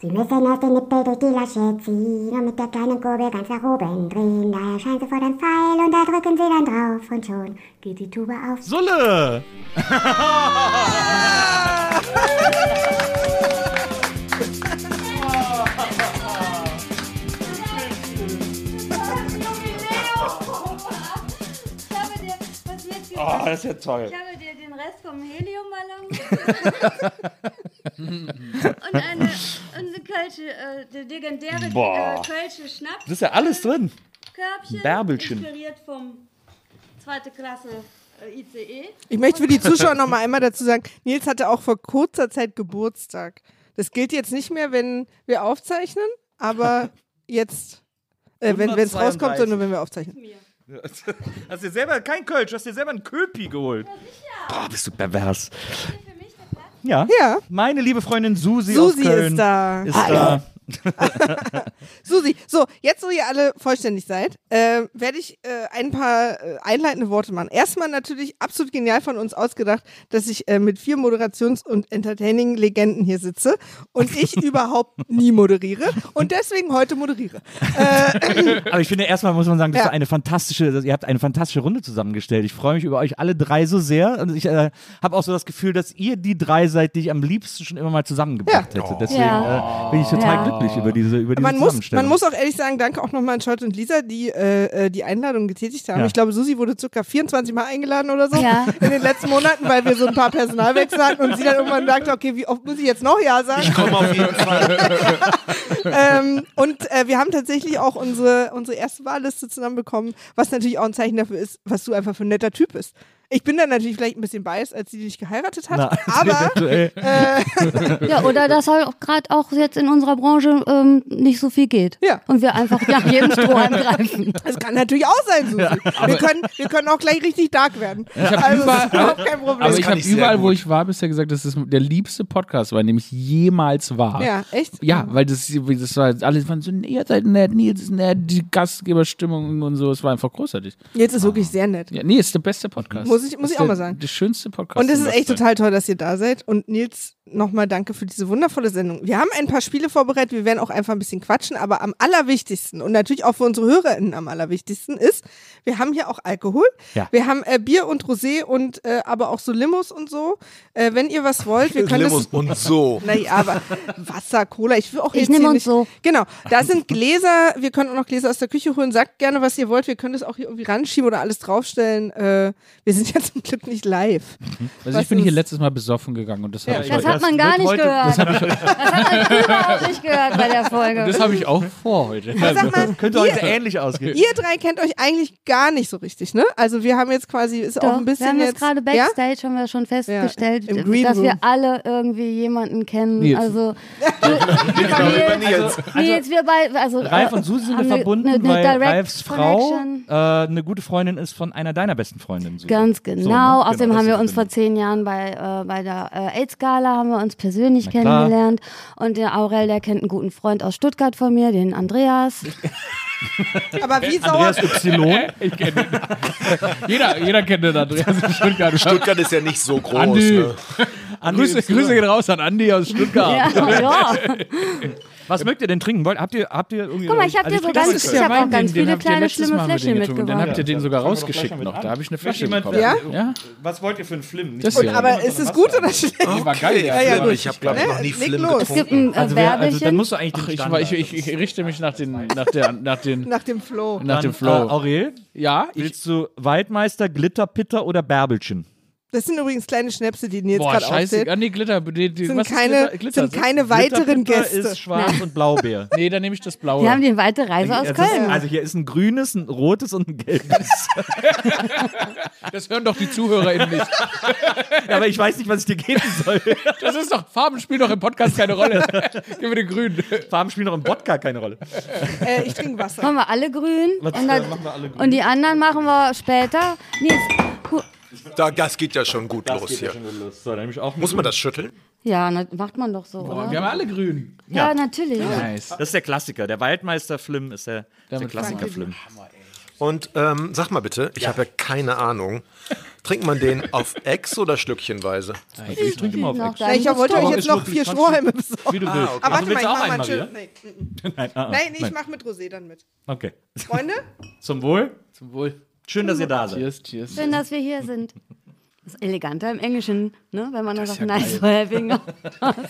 [SPEAKER 7] Sie müssen auf den Nippel durch die Lasche ziehen und mit der kleinen Kurbel ganz nach oben drehen. Da erscheint sofort ein Pfeil und da drücken sie dann drauf und schon geht die Tube auf.
[SPEAKER 4] Sulle!
[SPEAKER 8] <laughs> Oh,
[SPEAKER 4] ist ja toll.
[SPEAKER 8] ich habe dir den Rest vom Heliumballon und eine, und eine kölsche, äh, die legendäre äh,
[SPEAKER 4] Boah.
[SPEAKER 8] kölsche Schnaps.
[SPEAKER 4] Das ist ja alles drin.
[SPEAKER 8] Körbchen,
[SPEAKER 4] Bärbelchen.
[SPEAKER 8] inspiriert vom zweite Klasse äh, ICE.
[SPEAKER 2] Ich möchte für die Zuschauer noch mal einmal dazu sagen, Nils hatte auch vor kurzer Zeit Geburtstag. Das gilt jetzt nicht mehr, wenn wir aufzeichnen, aber jetzt, äh, wenn es rauskommt, sondern wenn wir aufzeichnen.
[SPEAKER 4] <laughs> Hast dir selber kein Kölsch, hast dir selber einen Köpi geholt. Boah, bist du pervers. Ja.
[SPEAKER 2] ja.
[SPEAKER 4] Meine liebe Freundin Susi, aus
[SPEAKER 2] Susi
[SPEAKER 4] Köln
[SPEAKER 2] ist da.
[SPEAKER 4] Ist
[SPEAKER 2] Hallo.
[SPEAKER 4] da.
[SPEAKER 2] Susi, so, jetzt, wo ihr alle vollständig seid, äh, werde ich äh, ein paar äh, einleitende Worte machen. Erstmal natürlich absolut genial von uns ausgedacht, dass ich äh, mit vier Moderations- und Entertaining-Legenden hier sitze und
[SPEAKER 4] <laughs>
[SPEAKER 2] ich überhaupt nie moderiere und deswegen heute moderiere. Äh,
[SPEAKER 4] <laughs> Aber ich finde, erstmal muss man sagen, das
[SPEAKER 2] Ja.
[SPEAKER 4] war eine fantastische, ihr habt eine fantastische Runde zusammengestellt. Ich freue mich über euch alle drei so sehr und ich äh, habe auch so das Gefühl, dass ihr die drei seid, die ich am liebsten schon immer mal zusammengebracht hätte. Deswegen
[SPEAKER 2] Ja.
[SPEAKER 4] äh, bin ich total
[SPEAKER 2] Ja.
[SPEAKER 4] glücklich über diese, über diese
[SPEAKER 2] Man muss,
[SPEAKER 4] Zusammenstellung.
[SPEAKER 2] man muss auch ehrlich sagen, danke auch nochmal an Schott und Lisa, die äh, äh, die Einladung getätigt haben.
[SPEAKER 4] Ja.
[SPEAKER 2] Ich glaube, Susi wurde circa 24 Mal eingeladen oder so
[SPEAKER 9] Ja.
[SPEAKER 2] in den letzten Monaten, weil wir so ein paar Personalwechsel hatten und sie dann irgendwann sagte, okay, wie oft muss ich jetzt noch Ja sagen? ähm, und äh, wir haben tatsächlich auch unsere, unsere erste Wahlliste zusammenbekommen, was natürlich auch ein Zeichen dafür ist, was du einfach für ein netter Typ bist. Ich bin da natürlich vielleicht ein bisschen biased, als die dich geheiratet hat,
[SPEAKER 4] Na, <laughs>
[SPEAKER 2] aber
[SPEAKER 4] eventuell.
[SPEAKER 2] äh,
[SPEAKER 9] Ja, oder dass halt auch gerade auch jetzt in unserer Branche ähm, nicht so viel geht. Ja. Und wir einfach nach jedem
[SPEAKER 2] <laughs>
[SPEAKER 9] Strohhalm greifen.
[SPEAKER 2] Das kann natürlich auch sein, Susi. wir, können, wir können auch gleich richtig dark werden.
[SPEAKER 5] Ich hab
[SPEAKER 2] also das
[SPEAKER 5] überall,
[SPEAKER 2] ist überhaupt kein Problem.
[SPEAKER 5] aber Also ich habe überall, wo ich war, bisher gesagt, dass es der liebste Podcast war, den ich jemals war.
[SPEAKER 2] Ja, echt?
[SPEAKER 5] Ja, weil das, das war alles waren so, nee, ihr seid nett, Nils ist nett, die Gastgeberstimmung und so, es war einfach großartig.
[SPEAKER 2] Jetzt ist wirklich sehr nett.
[SPEAKER 5] Ja, nee, ist der beste Podcast.
[SPEAKER 2] Muss ich- muss
[SPEAKER 5] Ist
[SPEAKER 2] ich auch
[SPEAKER 5] der-
[SPEAKER 2] mal sagen.
[SPEAKER 5] Der schönste Podcast.
[SPEAKER 2] Und es
[SPEAKER 5] den
[SPEAKER 2] ist
[SPEAKER 5] wir
[SPEAKER 2] echt
[SPEAKER 5] hatten.
[SPEAKER 2] total toll, dass ihr da seid. Und Nils, nochmal danke für diese wundervolle Sendung. Wir haben ein paar Spiele vorbereitet. Wir werden auch einfach ein bisschen quatschen. Aber am allerwichtigsten und natürlich auch für unsere HörerInnen am allerwichtigsten ist, wir haben hier auch Alkohol.
[SPEAKER 4] Ja.
[SPEAKER 2] Wir haben äh, Bier und Rosé und äh, aber auch so Limos und so. Äh, wenn ihr was wollt,
[SPEAKER 5] <laughs>
[SPEAKER 2] wir können
[SPEAKER 10] Limos
[SPEAKER 2] das.
[SPEAKER 10] und so.
[SPEAKER 2] Naja, aber Wasser, Cola, ich will auch
[SPEAKER 9] Ich
[SPEAKER 2] jetzt
[SPEAKER 9] nehme
[SPEAKER 2] hier
[SPEAKER 9] uns
[SPEAKER 2] nicht.
[SPEAKER 9] so.
[SPEAKER 2] Genau, da sind Gläser, wir können auch noch Gläser aus der Küche holen, sagt gerne, was ihr wollt, wir können das auch hier irgendwie ranschieben oder alles draufstellen. Äh, wir sind ja zum Glück nicht live.
[SPEAKER 5] Also ich
[SPEAKER 2] Was
[SPEAKER 5] bin hier
[SPEAKER 2] ist-
[SPEAKER 5] letztes Mal besoffen gegangen und das
[SPEAKER 2] Ja,
[SPEAKER 5] habe ich
[SPEAKER 9] Das
[SPEAKER 5] heute-
[SPEAKER 9] hat man gar
[SPEAKER 5] wird
[SPEAKER 9] nicht
[SPEAKER 5] heute-
[SPEAKER 9] gehört.
[SPEAKER 5] Das habe ich,
[SPEAKER 9] hat man überhaupt nicht gehört bei der Folge.
[SPEAKER 5] das habe ich auch vor heute.
[SPEAKER 2] Aber Also sag mal,
[SPEAKER 4] <laughs> Könnte
[SPEAKER 2] ihr-
[SPEAKER 4] heute ähnlich ausgehen.
[SPEAKER 2] Ihr drei kennt euch eigentlich gar nicht so richtig, ne? Also wir haben jetzt quasi, ist auch
[SPEAKER 9] Doch,
[SPEAKER 2] ein bisschen
[SPEAKER 9] wir haben
[SPEAKER 2] jetzt,
[SPEAKER 9] jetzt gerade
[SPEAKER 2] ja?
[SPEAKER 9] Backstage haben wir schon festgestellt,
[SPEAKER 2] im Green
[SPEAKER 9] dass wir
[SPEAKER 2] Room.
[SPEAKER 9] alle irgendwie jemanden kennen.
[SPEAKER 4] Nils.
[SPEAKER 9] Also
[SPEAKER 4] Also,
[SPEAKER 9] nee, jetzt wir bei also
[SPEAKER 4] Ralf und Susi sind wir verbunden, weil Ralfs Frau äh, eine gute Freundin ist von einer deiner besten Freundinnen. Susi.
[SPEAKER 9] Ganz
[SPEAKER 4] So,
[SPEAKER 9] genau.
[SPEAKER 4] ne?
[SPEAKER 9] Außerdem
[SPEAKER 4] das
[SPEAKER 9] haben
[SPEAKER 4] ist
[SPEAKER 9] wir
[SPEAKER 4] die
[SPEAKER 9] uns
[SPEAKER 4] Verbindung.
[SPEAKER 9] vor zehn Jahren bei, äh, bei der äh, AIDS-Gala haben wir uns persönlich
[SPEAKER 4] Na klar.
[SPEAKER 9] kennengelernt. Und der Aurel, der kennt einen guten Freund aus Stuttgart von mir, den Andreas.
[SPEAKER 2] Aber wie sauer,
[SPEAKER 4] Andreas
[SPEAKER 5] <laughs>
[SPEAKER 4] Y.
[SPEAKER 5] ich kenne den. Jeder, jeder kennt den Andreas in Stuttgart.
[SPEAKER 10] Stuttgart ist ja nicht so groß.
[SPEAKER 5] Andi.
[SPEAKER 10] Ne?
[SPEAKER 5] Grüße,
[SPEAKER 4] Y.
[SPEAKER 5] Grüße gehen raus an Andi aus Stuttgart.
[SPEAKER 9] ja.
[SPEAKER 5] <laughs>
[SPEAKER 4] Was mögt ihr denn trinken? Wollt, habt ihr, habt ihr irgendwie. Also,
[SPEAKER 9] Guck mal, ich hab dir so
[SPEAKER 4] trinke
[SPEAKER 9] ganz-
[SPEAKER 4] das
[SPEAKER 9] ich
[SPEAKER 4] nicht.
[SPEAKER 9] hab auch ganz
[SPEAKER 5] den
[SPEAKER 9] viele
[SPEAKER 5] habt ihr
[SPEAKER 9] kleine,
[SPEAKER 5] letztes
[SPEAKER 9] schlimme
[SPEAKER 5] Mal mit
[SPEAKER 9] Flaschen
[SPEAKER 5] denen getrunken und Dann
[SPEAKER 9] mitgebracht.
[SPEAKER 5] habt ihr den sogar
[SPEAKER 4] Fangen wir doch
[SPEAKER 5] rausgeschickt
[SPEAKER 4] gleich mal
[SPEAKER 5] noch.
[SPEAKER 4] mit
[SPEAKER 5] Da
[SPEAKER 4] an.
[SPEAKER 5] habe ich eine
[SPEAKER 4] Möchte
[SPEAKER 5] Flasche
[SPEAKER 4] jemand-
[SPEAKER 5] bekommen. Ja?
[SPEAKER 4] Was wollt ihr für einen Flim?
[SPEAKER 5] Das
[SPEAKER 2] und,
[SPEAKER 5] hier.
[SPEAKER 2] aber ist es gut oder schlecht?
[SPEAKER 5] Die war geil.
[SPEAKER 2] Ja, ja, gut.
[SPEAKER 10] Ich habe, glaube ich,
[SPEAKER 2] Ne?
[SPEAKER 10] noch nie
[SPEAKER 2] Leg
[SPEAKER 10] Flim
[SPEAKER 2] los.
[SPEAKER 9] Es
[SPEAKER 10] getrunken.
[SPEAKER 9] gibt ein äh,
[SPEAKER 4] Also wer- also dann
[SPEAKER 9] Werbchen.
[SPEAKER 4] musst du eigentlich
[SPEAKER 5] Ach,
[SPEAKER 4] den
[SPEAKER 5] ich,
[SPEAKER 4] Standard.
[SPEAKER 5] ich, ich, ich richte mich nach den, nach der, nach den,
[SPEAKER 2] Nach dem Flo.
[SPEAKER 5] nach dem
[SPEAKER 4] Dann,
[SPEAKER 5] Flow.
[SPEAKER 4] Äh, Aurel?
[SPEAKER 5] Ja,
[SPEAKER 4] Willst du Waldmeister, Glitterpitter oder Bärbelchen?
[SPEAKER 2] Das sind übrigens kleine Schnäpse, die Nils
[SPEAKER 5] Boah,
[SPEAKER 2] gerade
[SPEAKER 5] scheiße.
[SPEAKER 2] aufzählt.
[SPEAKER 5] Ah, nee, Glitter. Die, die,
[SPEAKER 2] Sind
[SPEAKER 5] was ist
[SPEAKER 2] keine-
[SPEAKER 5] Glitter? Glitter
[SPEAKER 2] sind keine weiteren
[SPEAKER 4] Glitterpitter
[SPEAKER 2] Gäste.
[SPEAKER 4] ist schwarz und
[SPEAKER 9] <laughs>
[SPEAKER 4] Blaubeer.
[SPEAKER 5] Nee, dann nehme ich das Blaue.
[SPEAKER 9] Wir haben die weite Reise aus
[SPEAKER 4] Also,
[SPEAKER 9] Köln.
[SPEAKER 4] also hier ist ein grünes, ein rotes und ein gelbes.
[SPEAKER 5] das hören doch die ZuhörerInnen nicht.
[SPEAKER 4] ja, aber ich weiß nicht, was ich dir geben soll.
[SPEAKER 5] Das ist doch, Farben spielen doch im Podcast keine Rolle. Gib mir den Grünen.
[SPEAKER 4] <laughs> Farben spielen noch im Wodka keine Rolle.
[SPEAKER 2] Äh, ich trinke Wasser.
[SPEAKER 9] Machen wir alle grün.
[SPEAKER 4] Was,
[SPEAKER 9] und,
[SPEAKER 4] äh, machen wir alle grün?
[SPEAKER 9] und die anderen machen wir später. Nils, hu-
[SPEAKER 10] Da, das geht ja schon gut los hier.
[SPEAKER 4] So, dann nehme ich auch
[SPEAKER 10] Muss man das schütteln?
[SPEAKER 9] ja, na, macht man doch so, oder?
[SPEAKER 5] Wir haben alle Grün.
[SPEAKER 9] ja, natürlich.
[SPEAKER 5] Nice.
[SPEAKER 4] Das ist der Klassiker. Der Waldmeister-Flim ist der, der
[SPEAKER 5] Damit
[SPEAKER 4] Klassiker-Flim.
[SPEAKER 10] Und ähm, sag mal bitte, ich habe ja keine Ahnung. Trinkt man den auf Ex oder schlückchenweise?
[SPEAKER 4] Ich trinke immer auf
[SPEAKER 9] Noch
[SPEAKER 4] Ex.
[SPEAKER 9] dein
[SPEAKER 2] ich wollte euch
[SPEAKER 4] Aber
[SPEAKER 2] jetzt
[SPEAKER 4] ist
[SPEAKER 2] noch
[SPEAKER 4] wirklich
[SPEAKER 2] vier
[SPEAKER 4] ganz
[SPEAKER 2] Strohhalme besorgen.
[SPEAKER 4] Wie du willst.
[SPEAKER 2] Aber warte mal, ich
[SPEAKER 4] willst du auch
[SPEAKER 2] mach mal
[SPEAKER 4] einen,
[SPEAKER 2] einen schönen.
[SPEAKER 4] Maria?
[SPEAKER 2] Nee, mm, mm.
[SPEAKER 4] Ah, Nein, ah, ah,
[SPEAKER 2] Nein, ich
[SPEAKER 4] nein.
[SPEAKER 2] mach mit Rosé dann mit.
[SPEAKER 4] Okay.
[SPEAKER 2] Freunde?
[SPEAKER 4] Zum Wohl.
[SPEAKER 5] Zum Wohl.
[SPEAKER 4] Schön, dass ihr da seid.
[SPEAKER 5] Cheers, cheers.
[SPEAKER 9] Schön, dass wir hier sind. Das ist eleganter im Englischen, ne? wenn man das, auf
[SPEAKER 5] ja
[SPEAKER 9] nice for
[SPEAKER 5] geil.
[SPEAKER 9] having.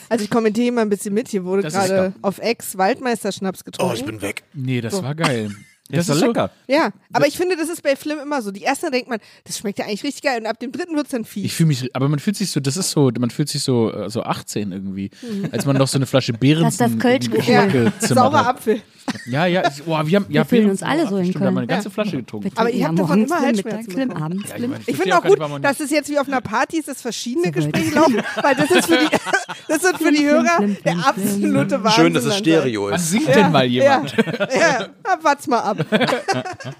[SPEAKER 2] Also ich kommentiere mal ein bisschen mit. Hier wurde
[SPEAKER 5] Das ist
[SPEAKER 2] gerade auf Ex Waldmeisterschnaps
[SPEAKER 10] <laughs> Oh,
[SPEAKER 2] getrunken.
[SPEAKER 10] ich bin weg.
[SPEAKER 5] Nee, das war geil.
[SPEAKER 4] Das, ist doch lecker.
[SPEAKER 2] Ja, aber ich finde, das ist bei Flim immer so. Die ersten denkt man, das schmeckt ja eigentlich richtig geil und ab dem dritten wird es dann viel.
[SPEAKER 5] Ich fühle mich, aber man fühlt sich so, das ist so, man fühlt sich so, äh, so 18 irgendwie,
[SPEAKER 2] Mhm.
[SPEAKER 5] als man noch so eine Flasche Beeren
[SPEAKER 9] Das darf Kölsch
[SPEAKER 5] irgendwie
[SPEAKER 9] sein.
[SPEAKER 2] <laughs>
[SPEAKER 5] geschmackgezimmert
[SPEAKER 2] Saurer
[SPEAKER 5] hat.
[SPEAKER 2] Apfel.
[SPEAKER 5] Ja, ja, es- boah, wir haben, ja,
[SPEAKER 9] Wir fühlen
[SPEAKER 5] Beeren-
[SPEAKER 9] uns alle
[SPEAKER 5] boah,
[SPEAKER 9] so in
[SPEAKER 5] stimmt, wir haben eine
[SPEAKER 9] Köln.
[SPEAKER 5] ganze
[SPEAKER 9] Ja.
[SPEAKER 5] Flasche getrunken.
[SPEAKER 2] Aber ich habe davon
[SPEAKER 9] morgens
[SPEAKER 2] immer
[SPEAKER 9] Flim,
[SPEAKER 2] Halsschmerzen.
[SPEAKER 9] mittags Flim,
[SPEAKER 2] bekommen.
[SPEAKER 9] abends Ja, ich Flim. meine,
[SPEAKER 2] ich
[SPEAKER 5] verstehe
[SPEAKER 2] finde
[SPEAKER 5] auch
[SPEAKER 2] auch
[SPEAKER 5] gar nicht,
[SPEAKER 2] gut,
[SPEAKER 5] warum man-
[SPEAKER 2] dass es jetzt wie auf einer Party ist, dass verschiedene Gespräche laufen, weil das ist
[SPEAKER 9] <laughs>
[SPEAKER 2] für die, <laughs> das sind für die Hörer der absolute Wahnsinn.
[SPEAKER 10] Schön, dass es
[SPEAKER 9] also,
[SPEAKER 10] Stereo ist.
[SPEAKER 5] singt denn mal jemand?
[SPEAKER 2] Ja, <laughs> ja, ja wart's mal ab.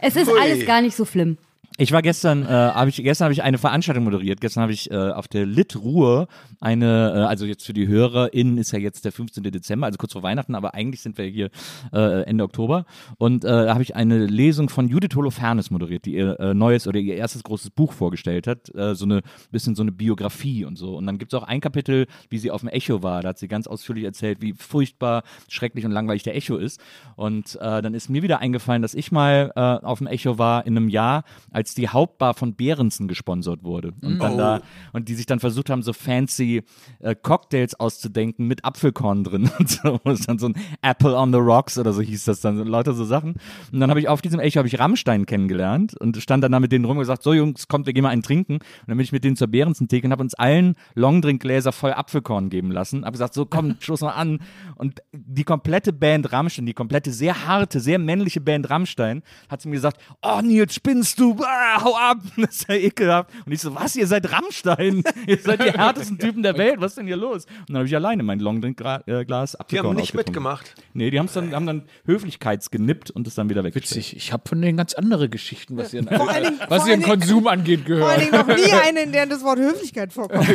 [SPEAKER 9] Es ist
[SPEAKER 10] Ui.
[SPEAKER 9] alles gar nicht so schlimm.
[SPEAKER 4] Ich war gestern, äh, hab ich, gestern habe ich eine Veranstaltung moderiert. Gestern habe ich äh, auf der Lit Ruhr eine, äh, also jetzt für die HörerInnen ist ja jetzt der 15. Dezember, also kurz vor Weihnachten, aber eigentlich sind wir hier äh, Ende Oktober. Und äh, da habe ich eine Lesung von Judith Holofernes moderiert, die ihr äh, neues oder ihr erstes großes Buch vorgestellt hat. Äh, so eine bisschen so eine Biografie und so. Und dann gibt es auch ein Kapitel, wie sie auf dem Echo war. Da hat sie ganz ausführlich erzählt, wie furchtbar, schrecklich und langweilig der Echo ist. Und äh, dann ist mir wieder eingefallen, dass ich mal äh, auf dem Echo war in einem Jahr, als die Hauptbar von Behrensen gesponsert wurde. Und,
[SPEAKER 10] Mm.
[SPEAKER 4] dann
[SPEAKER 10] Oh.
[SPEAKER 4] da, und die sich dann versucht haben, so fancy äh, Cocktails auszudenken mit Apfelkorn drin. <laughs> Und so, wo es dann so ein Apple on the Rocks oder so hieß das dann. So, lauter so Sachen. Und dann habe ich auf diesem Echo habe ich Rammstein kennengelernt und stand dann da mit denen rum und gesagt, so Jungs, kommt, wir gehen mal einen trinken. Und dann bin ich mit denen zur Behrensen-Theke und habe uns allen Longdrinkgläser voll Apfelkorn geben lassen. Habe gesagt, so
[SPEAKER 10] <laughs>
[SPEAKER 4] komm, stoß mal an. Und die komplette Band Rammstein, die komplette sehr harte, sehr männliche Band Rammstein, hat zu mir gesagt, oh Nils, spinnst du, ah, hau ab, <laughs> das ist ja ekelhaft. Und ich so, was, ihr seid Rammstein? <laughs> ihr seid
[SPEAKER 10] <laughs>
[SPEAKER 4] die härtesten Typen der Welt, was ist denn hier los? Und dann habe ich alleine mein Longdrinkglas Apfelkorn
[SPEAKER 10] Die haben nicht
[SPEAKER 4] ausgetrunken.
[SPEAKER 10] mitgemacht.
[SPEAKER 4] Nee, die haben's dann, haben dann Höflichkeitsgenippt und es dann wieder weggestellt.
[SPEAKER 5] Witzig, ich habe von denen ganz andere Geschichten, was ihren,
[SPEAKER 2] Vor allen Dingen-
[SPEAKER 5] was
[SPEAKER 2] vor
[SPEAKER 5] ihren
[SPEAKER 2] allen Dingen-
[SPEAKER 5] Konsum angeht,
[SPEAKER 2] Vor allen
[SPEAKER 5] gehört.
[SPEAKER 2] Dingen noch nie eine, in der das Wort Höflichkeit vorkommt.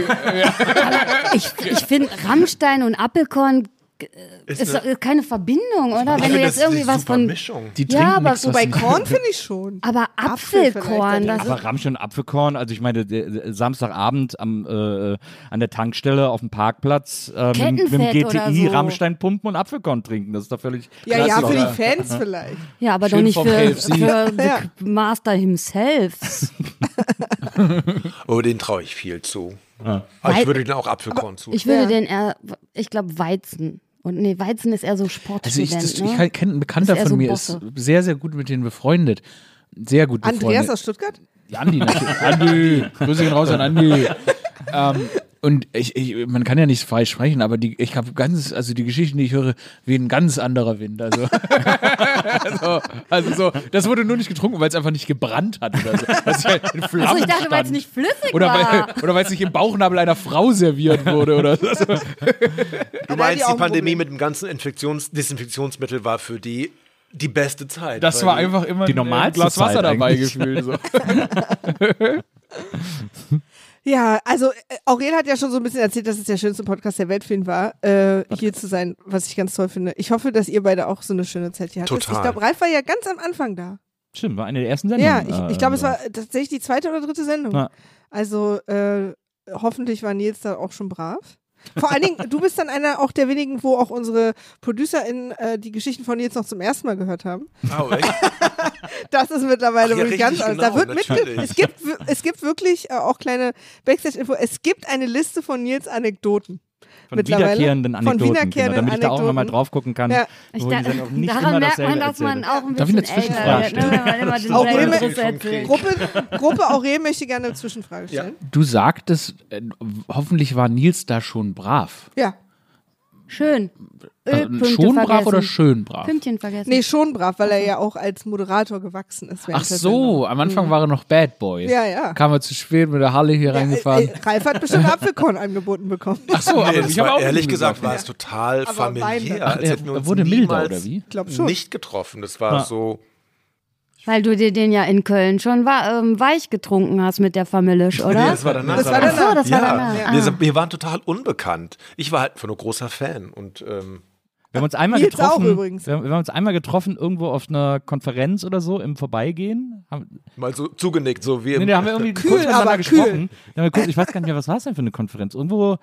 [SPEAKER 9] Ich, ich finde Rammstein und Appelkorn äh,
[SPEAKER 10] Ist
[SPEAKER 9] ist,
[SPEAKER 10] eine-
[SPEAKER 9] doch keine Verbindung, oder? Wenn
[SPEAKER 10] Ich
[SPEAKER 9] du
[SPEAKER 10] finde, das
[SPEAKER 9] jetzt
[SPEAKER 10] ist
[SPEAKER 9] irgendwie
[SPEAKER 10] die
[SPEAKER 9] was
[SPEAKER 10] super
[SPEAKER 9] von.
[SPEAKER 10] Mischung.
[SPEAKER 5] Die
[SPEAKER 9] ja,
[SPEAKER 5] trinken
[SPEAKER 9] aber
[SPEAKER 5] nichts, was
[SPEAKER 9] wobei
[SPEAKER 5] sie-
[SPEAKER 9] Korn
[SPEAKER 2] finde ich schon.
[SPEAKER 9] Aber
[SPEAKER 2] Apfel
[SPEAKER 9] Apfelkorn,
[SPEAKER 2] vielleicht,
[SPEAKER 9] das
[SPEAKER 4] Aber Rammstein und Apfelkorn, also ich meine, der- der Samstagabend am, äh, an der Tankstelle auf dem Parkplatz äh, mit, mit dem
[SPEAKER 9] Kettenfett
[SPEAKER 4] GTI
[SPEAKER 9] oder so.
[SPEAKER 4] Rammstein pumpen und Apfelkorn trinken. Das ist doch völlig.
[SPEAKER 2] Ja, ja,
[SPEAKER 4] klassisch.
[SPEAKER 2] für die Fans vielleicht.
[SPEAKER 9] Ja, aber
[SPEAKER 4] Schön
[SPEAKER 9] doch nicht
[SPEAKER 4] vom
[SPEAKER 9] für,
[SPEAKER 4] KFC.
[SPEAKER 9] für the
[SPEAKER 2] Ja.
[SPEAKER 9] Master himself.
[SPEAKER 10] <laughs> Oh, den traue ich viel zu. Aber
[SPEAKER 9] Weil-
[SPEAKER 10] ich würde den auch Apfelkorn zu.
[SPEAKER 9] Ich würde den eher, ich glaube, Weizen. Und nee, Weizen ist eher so
[SPEAKER 5] Also ich,
[SPEAKER 9] Sportstudent.
[SPEAKER 5] das,
[SPEAKER 9] ne?
[SPEAKER 5] ich kenne ein Bekannter
[SPEAKER 9] Ist eher
[SPEAKER 5] von
[SPEAKER 9] so
[SPEAKER 5] mir,
[SPEAKER 9] Bosse.
[SPEAKER 5] ist sehr, sehr gut mit denen befreundet. Sehr gut befreundet.
[SPEAKER 2] Andreas aus Stuttgart?
[SPEAKER 5] Ja,
[SPEAKER 2] <laughs>
[SPEAKER 5] Andi natürlich. Andi. Grüße gehen raus an Andi. ähm, und ich, ich, man kann ja nicht frei sprechen, aber die, ich habe ganz, also die Geschichten, die ich höre, wie ein ganz anderer Wind. Also, <laughs> also, also so, das wurde nur nicht getrunken, weil es einfach nicht gebrannt hat oder so. Weil es halt in Flammen
[SPEAKER 9] Achso, ich dachte, weil es
[SPEAKER 5] stand.
[SPEAKER 9] nicht flüssig
[SPEAKER 5] oder
[SPEAKER 9] war.
[SPEAKER 5] weil, oder weil es nicht im Bauchnabel einer Frau serviert wurde oder so.
[SPEAKER 10] Du meinst, die Pandemie mit dem ganzen Infektions Desinfektionsmittel war für die die beste Zeit.
[SPEAKER 5] Das
[SPEAKER 10] weil
[SPEAKER 5] war einfach immer
[SPEAKER 4] Die
[SPEAKER 5] ein, äh,
[SPEAKER 4] normalste
[SPEAKER 5] Glas Wasser
[SPEAKER 4] Zeit
[SPEAKER 5] dabei
[SPEAKER 4] eigentlich.
[SPEAKER 5] gefühlt. So.
[SPEAKER 2] Ja, also äh, Aurel hat ja schon so ein bisschen erzählt, dass es der schönste Podcast der Welt für ihn war, äh, hier zu sein, was ich ganz toll finde. Ich hoffe, dass ihr beide auch so eine schöne Zeit hier hattet.
[SPEAKER 4] Total.
[SPEAKER 2] Ich glaube, Ralf war ja ganz am Anfang da.
[SPEAKER 4] Stimmt, war eine der ersten Sendungen.
[SPEAKER 2] ja,
[SPEAKER 4] äh,
[SPEAKER 2] ich, ich glaube, es war tatsächlich die zweite oder dritte Sendung.
[SPEAKER 4] Ja.
[SPEAKER 2] Also äh, hoffentlich war Nils da auch schon brav. Vor allen Dingen, du bist dann einer auch der wenigen, wo auch unsere ProducerInnen äh, die Geschichten von Nils noch zum ersten Mal gehört haben.
[SPEAKER 10] Oh, echt?
[SPEAKER 2] Das ist mittlerweile
[SPEAKER 10] Ach ja,
[SPEAKER 2] wirklich ganz
[SPEAKER 10] richtig,
[SPEAKER 2] anders. Da
[SPEAKER 10] genau,
[SPEAKER 2] wird mitge
[SPEAKER 10] natürlich.
[SPEAKER 2] es, gibt, w- es gibt wirklich äh, auch kleine Backstage-Info. Es gibt eine Liste von Nils Anekdoten.
[SPEAKER 4] Von
[SPEAKER 2] mittlerweile.
[SPEAKER 4] wiederkehrenden Anekdoten,
[SPEAKER 2] Von wiederkehrenden
[SPEAKER 4] genau, damit ich da auch nochmal
[SPEAKER 2] Anekdoten.
[SPEAKER 4] drauf gucken kann.
[SPEAKER 2] Ja.
[SPEAKER 9] Ich
[SPEAKER 4] wo die
[SPEAKER 9] da,
[SPEAKER 4] dann auch nicht
[SPEAKER 9] daran
[SPEAKER 4] immer
[SPEAKER 9] merkt
[SPEAKER 4] dasselbe
[SPEAKER 9] man, dass man
[SPEAKER 4] erzählt.
[SPEAKER 9] auch ein
[SPEAKER 4] Darf ich
[SPEAKER 9] bisschen
[SPEAKER 4] eine Zwischenfrage
[SPEAKER 9] älter wird, ne, wenn man immer denselben
[SPEAKER 4] stellen?
[SPEAKER 2] Aurel,
[SPEAKER 9] Scheiß erzählt.
[SPEAKER 2] Gruppe, Gruppe Aurel möchte gerne eine Zwischenfrage stellen.
[SPEAKER 5] Du sagtest, äh, hoffentlich war Nils da schon brav.
[SPEAKER 2] Ja.
[SPEAKER 9] Schön.
[SPEAKER 2] Äh,
[SPEAKER 5] Also,
[SPEAKER 9] Ölpünktchen
[SPEAKER 5] schon brav
[SPEAKER 9] vergessen.
[SPEAKER 5] oder schön brav?
[SPEAKER 9] Pünktchen vergessen.
[SPEAKER 2] Nee, schon brav, weil er ja auch als Moderator gewachsen ist. während
[SPEAKER 5] Ach
[SPEAKER 2] der
[SPEAKER 5] so, am Anfang war er noch Bad Boy.
[SPEAKER 2] Mhm. Ja, ja.
[SPEAKER 5] Kam er zu spät mit der Halle hier
[SPEAKER 2] Sendung.
[SPEAKER 5] reingefahren.
[SPEAKER 2] Äh, Ralf hat bestimmt Apfelkorn angeboten bekommen.
[SPEAKER 5] Ach so, aber
[SPEAKER 10] Nee,
[SPEAKER 5] ich
[SPEAKER 10] das
[SPEAKER 5] habe
[SPEAKER 10] war,
[SPEAKER 5] auch
[SPEAKER 10] ehrlich
[SPEAKER 5] nicht
[SPEAKER 10] gesagt
[SPEAKER 5] gesoffen.
[SPEAKER 10] war es total
[SPEAKER 2] Aber Wein-
[SPEAKER 10] familiär.
[SPEAKER 2] Ach,
[SPEAKER 10] als
[SPEAKER 5] er
[SPEAKER 10] hätten wir uns
[SPEAKER 5] wurde milder,
[SPEAKER 10] niemals
[SPEAKER 5] oder wie?
[SPEAKER 2] Glaub schon.
[SPEAKER 10] Nicht getroffen. Das war
[SPEAKER 4] Ja.
[SPEAKER 10] so.
[SPEAKER 9] Weil du dir den ja in Köln schon wa ähm, weich getrunken hast mit der Familisch, oder?
[SPEAKER 10] Nee, das war danach.
[SPEAKER 2] Das war danach.
[SPEAKER 9] Ach so, das war
[SPEAKER 10] ja.
[SPEAKER 9] danach.
[SPEAKER 10] Wir,
[SPEAKER 9] Ah.
[SPEAKER 10] sind, wir waren total unbekannt. Ich war halt einfach nur großer Fan. Und ähm,
[SPEAKER 4] Wir haben uns einmal
[SPEAKER 2] Nils auch
[SPEAKER 4] getroffen.
[SPEAKER 2] übrigens.
[SPEAKER 4] Wir, haben, wir haben uns einmal getroffen irgendwo auf einer Konferenz oder so im Vorbeigehen. Haben,
[SPEAKER 10] mal so zugenickt, so wie im-
[SPEAKER 4] Nee, da haben wir irgendwie
[SPEAKER 2] Kühl,
[SPEAKER 4] kurz miteinander
[SPEAKER 2] aber
[SPEAKER 4] gesprochen. Da haben wir kurz, ich weiß gar nicht mehr, was war es denn für eine Konferenz? Irgendwo, ah,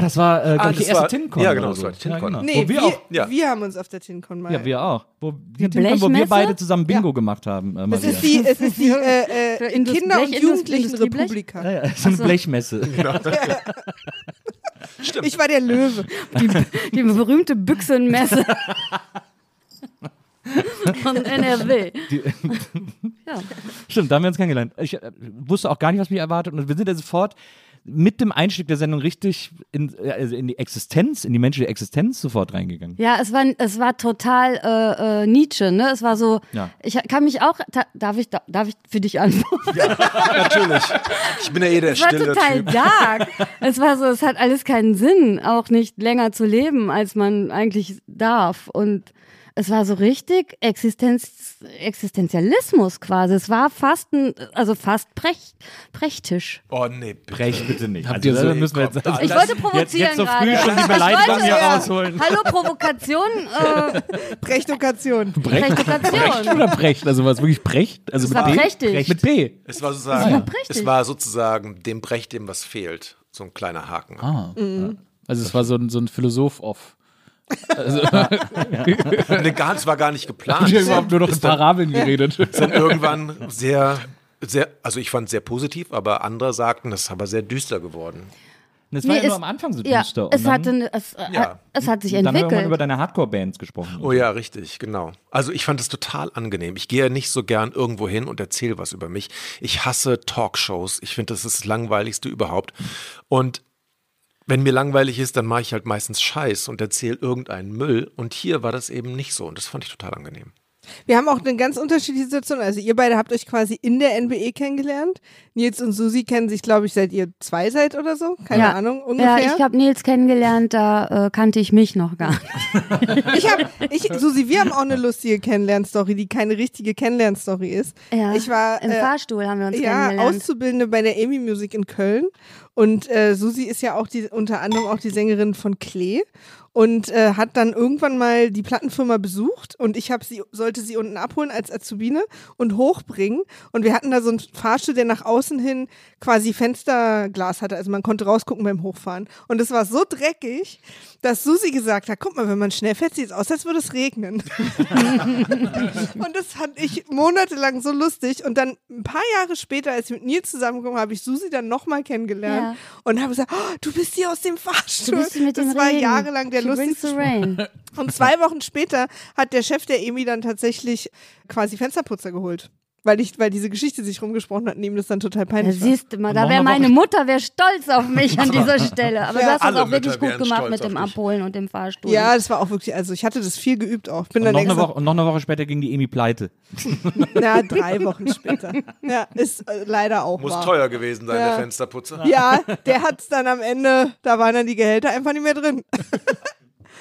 [SPEAKER 4] das war äh,
[SPEAKER 10] Ah,
[SPEAKER 4] glaub ich, die
[SPEAKER 10] das war-
[SPEAKER 4] erste TinCon.
[SPEAKER 10] ja, genau,
[SPEAKER 4] oder
[SPEAKER 10] das
[SPEAKER 4] so.
[SPEAKER 10] war die TinCon.
[SPEAKER 4] Ja, genau.
[SPEAKER 2] Nee,
[SPEAKER 4] wo wir, auch,
[SPEAKER 10] ja.
[SPEAKER 2] wir haben uns auf der TinCon mal.
[SPEAKER 4] ja, wir auch. Wo, die
[SPEAKER 9] Eine
[SPEAKER 4] TinCon, wo wir
[SPEAKER 9] Blechmesse?
[SPEAKER 4] beide zusammen Bingo gemacht haben, äh,
[SPEAKER 2] es
[SPEAKER 4] Maria.
[SPEAKER 2] ist die,
[SPEAKER 9] <laughs>
[SPEAKER 2] es ist die äh,
[SPEAKER 9] Für
[SPEAKER 2] äh,
[SPEAKER 9] Indust-
[SPEAKER 2] Kinder- und
[SPEAKER 9] Blech- Indust-
[SPEAKER 2] Jugendlichen-Republika.
[SPEAKER 4] ja, ja, <laughs> so eine
[SPEAKER 10] <laughs>
[SPEAKER 4] Blechmesse.
[SPEAKER 10] Genau.
[SPEAKER 2] Ich war der Löwe.
[SPEAKER 9] Die, die berühmte Büchsenmesse. Von NRW.
[SPEAKER 4] Die,
[SPEAKER 9] Ja.
[SPEAKER 4] Stimmt, da haben wir uns kennengelernt. Ich äh, wusste auch gar nicht, was mich erwartet. Und wir sind ja sofort mit dem Einstieg der Sendung richtig in, äh, also in die Existenz, in die menschliche Existenz sofort reingegangen.
[SPEAKER 9] Ja, es war, es war total äh, äh, Nietzsche, ne? Es war so,
[SPEAKER 4] Ja.
[SPEAKER 9] ich kann mich auch, ta- darf ich, da- darf ich für dich antworten?
[SPEAKER 10] Natürlich. Ich bin ja eh der
[SPEAKER 9] Es war
[SPEAKER 10] stille
[SPEAKER 9] total
[SPEAKER 10] Typ.
[SPEAKER 9] dark. Es war so, es hat alles keinen Sinn, auch nicht länger zu leben, als man eigentlich darf. Und es war so richtig Existenz, Existenzialismus quasi. Es war fast ein, also fast precht, prächtisch.
[SPEAKER 10] Oh nee, bitte.
[SPEAKER 4] Brech bitte nicht.
[SPEAKER 5] Habt ihr so-
[SPEAKER 4] da müssen wir jetzt, also
[SPEAKER 9] Ich wollte provozieren
[SPEAKER 4] Jetzt, jetzt so früh
[SPEAKER 9] gerade.
[SPEAKER 4] schon die
[SPEAKER 9] Ich
[SPEAKER 4] Beleidigung
[SPEAKER 9] wollte-
[SPEAKER 4] hier
[SPEAKER 9] ja.
[SPEAKER 4] rausholen.
[SPEAKER 9] Hallo Provokation, äh,
[SPEAKER 2] Rechtokation.
[SPEAKER 9] Provokation.
[SPEAKER 4] oder Brecht? Also war es wirklich Brecht? Also
[SPEAKER 9] Es war prächtig.
[SPEAKER 4] Mit B.
[SPEAKER 10] Es war
[SPEAKER 9] Es war
[SPEAKER 10] sozusagen,
[SPEAKER 9] prächtig.
[SPEAKER 10] es war sozusagen dem Brecht, dem was fehlt. So ein kleiner Haken.
[SPEAKER 5] Ah.
[SPEAKER 9] Mhm.
[SPEAKER 5] Also es war so ein, so ein Philosoph-Off. Also,
[SPEAKER 10] Eine ganz war gar
[SPEAKER 5] <laughs>
[SPEAKER 10] nicht geplant.
[SPEAKER 5] Habt ihr überhaupt nur noch in Parabeln geredet?
[SPEAKER 10] Ist
[SPEAKER 5] <laughs>
[SPEAKER 10] dann irgendwann sehr, sehr, also ich fand es sehr positiv, aber andere sagten, das ist aber sehr düster geworden.
[SPEAKER 4] Das
[SPEAKER 9] Nee, es- ja, Es, hatte, eine- es, äh,
[SPEAKER 10] Ja.
[SPEAKER 9] es hat sich
[SPEAKER 4] Dann haben wir mal über
[SPEAKER 9] entwickelt.
[SPEAKER 4] deine Hardcore-Bands gesprochen.
[SPEAKER 10] Oh ja, richtig, genau. Also ich fand es total angenehm. Ich gehe ja nicht so gern irgendwo hin und erzähle was über mich. Ich hasse Talkshows. Ich finde, das ist das Langweiligste überhaupt. Und wenn mir langweilig ist, dann mache ich halt meistens Scheiß und erzähle irgendeinen Müll. Und hier war das eben nicht so. Und das fand ich total angenehm.
[SPEAKER 2] Wir haben auch eine ganz unterschiedliche Situation. Also ihr beide habt euch quasi in der NBE kennengelernt. Nils und Susi kennen sich, glaube ich, seit ihr zwei seid oder so. Keine
[SPEAKER 9] ja.
[SPEAKER 2] Ahnung, ungefähr.
[SPEAKER 9] Ja, ich habe Nils kennengelernt, da äh, kannte ich mich noch gar nicht.
[SPEAKER 2] Ich hab,
[SPEAKER 9] <laughs>
[SPEAKER 2] ich, Susi, wir haben auch eine lustige Kennenlernstory, die keine richtige Kennenlernstory ist.
[SPEAKER 9] Ja,
[SPEAKER 2] ich war
[SPEAKER 9] im
[SPEAKER 2] äh,
[SPEAKER 9] Fahrstuhl haben wir uns
[SPEAKER 2] ja,
[SPEAKER 9] kennengelernt.
[SPEAKER 2] Auszubildende bei der Amy Music in Köln. Und äh, Susi ist ja auch die, unter anderem auch die Sängerin von Klee und äh, hat dann irgendwann mal die Plattenfirma besucht und ich hab sie, sollte sie unten abholen als Azubine und hochbringen. Und wir hatten da so einen Fahrstuhl, der nach außen hin quasi Fensterglas hatte. Also man konnte rausgucken beim Hochfahren. Und es war so dreckig, dass Susi gesagt hat, guck mal, wenn man schnell fährt, sieht es aus, als würde es regnen. Und das fand ich monatelang so lustig. Und dann ein paar Jahre später, als ich mit Nils zusammengekommen habe ich Susi dann nochmal kennengelernt und habe gesagt, oh, du bist die aus dem Fahrstuhl.
[SPEAKER 9] Du bist die mit
[SPEAKER 2] das
[SPEAKER 9] dem
[SPEAKER 2] war
[SPEAKER 9] Regen.
[SPEAKER 2] jahrelang der
[SPEAKER 9] She brings
[SPEAKER 2] lustigste.
[SPEAKER 9] the rain.
[SPEAKER 2] Und zwei Wochen später hat der Chef der Emi dann tatsächlich quasi Fensterputzer geholt. Weil, ich, weil diese Geschichte sich rumgesprochen hat und ihm das dann total
[SPEAKER 9] Ja,
[SPEAKER 2] peinlich war.
[SPEAKER 9] siehst du mal, da wäre meine Mutter wär stolz auf mich an dieser Stelle. Aber du
[SPEAKER 2] Ja.
[SPEAKER 9] hast das
[SPEAKER 2] Alle
[SPEAKER 9] auch wirklich
[SPEAKER 2] Mütter
[SPEAKER 9] gut
[SPEAKER 2] wären
[SPEAKER 9] gemacht
[SPEAKER 2] stolz
[SPEAKER 9] mit
[SPEAKER 2] auf
[SPEAKER 9] dem
[SPEAKER 2] dich.
[SPEAKER 9] Abholen und dem Fahrstuhl.
[SPEAKER 2] Ja, das war auch wirklich, also ich hatte das viel geübt auch. Bin
[SPEAKER 4] Und
[SPEAKER 2] dann
[SPEAKER 4] noch, eine
[SPEAKER 2] extra-
[SPEAKER 4] Woche, und noch eine Woche später ging die Emi pleite.
[SPEAKER 2] Na, drei Wochen
[SPEAKER 4] <laughs>
[SPEAKER 2] später. Ja, ist äh, leider auch
[SPEAKER 10] Muss
[SPEAKER 2] wahr.
[SPEAKER 10] teuer gewesen sein,
[SPEAKER 2] Ja.
[SPEAKER 10] der Fensterputzer. <laughs>
[SPEAKER 2] Ja, der hat's dann am Ende, da waren dann die Gehälter einfach nicht mehr drin.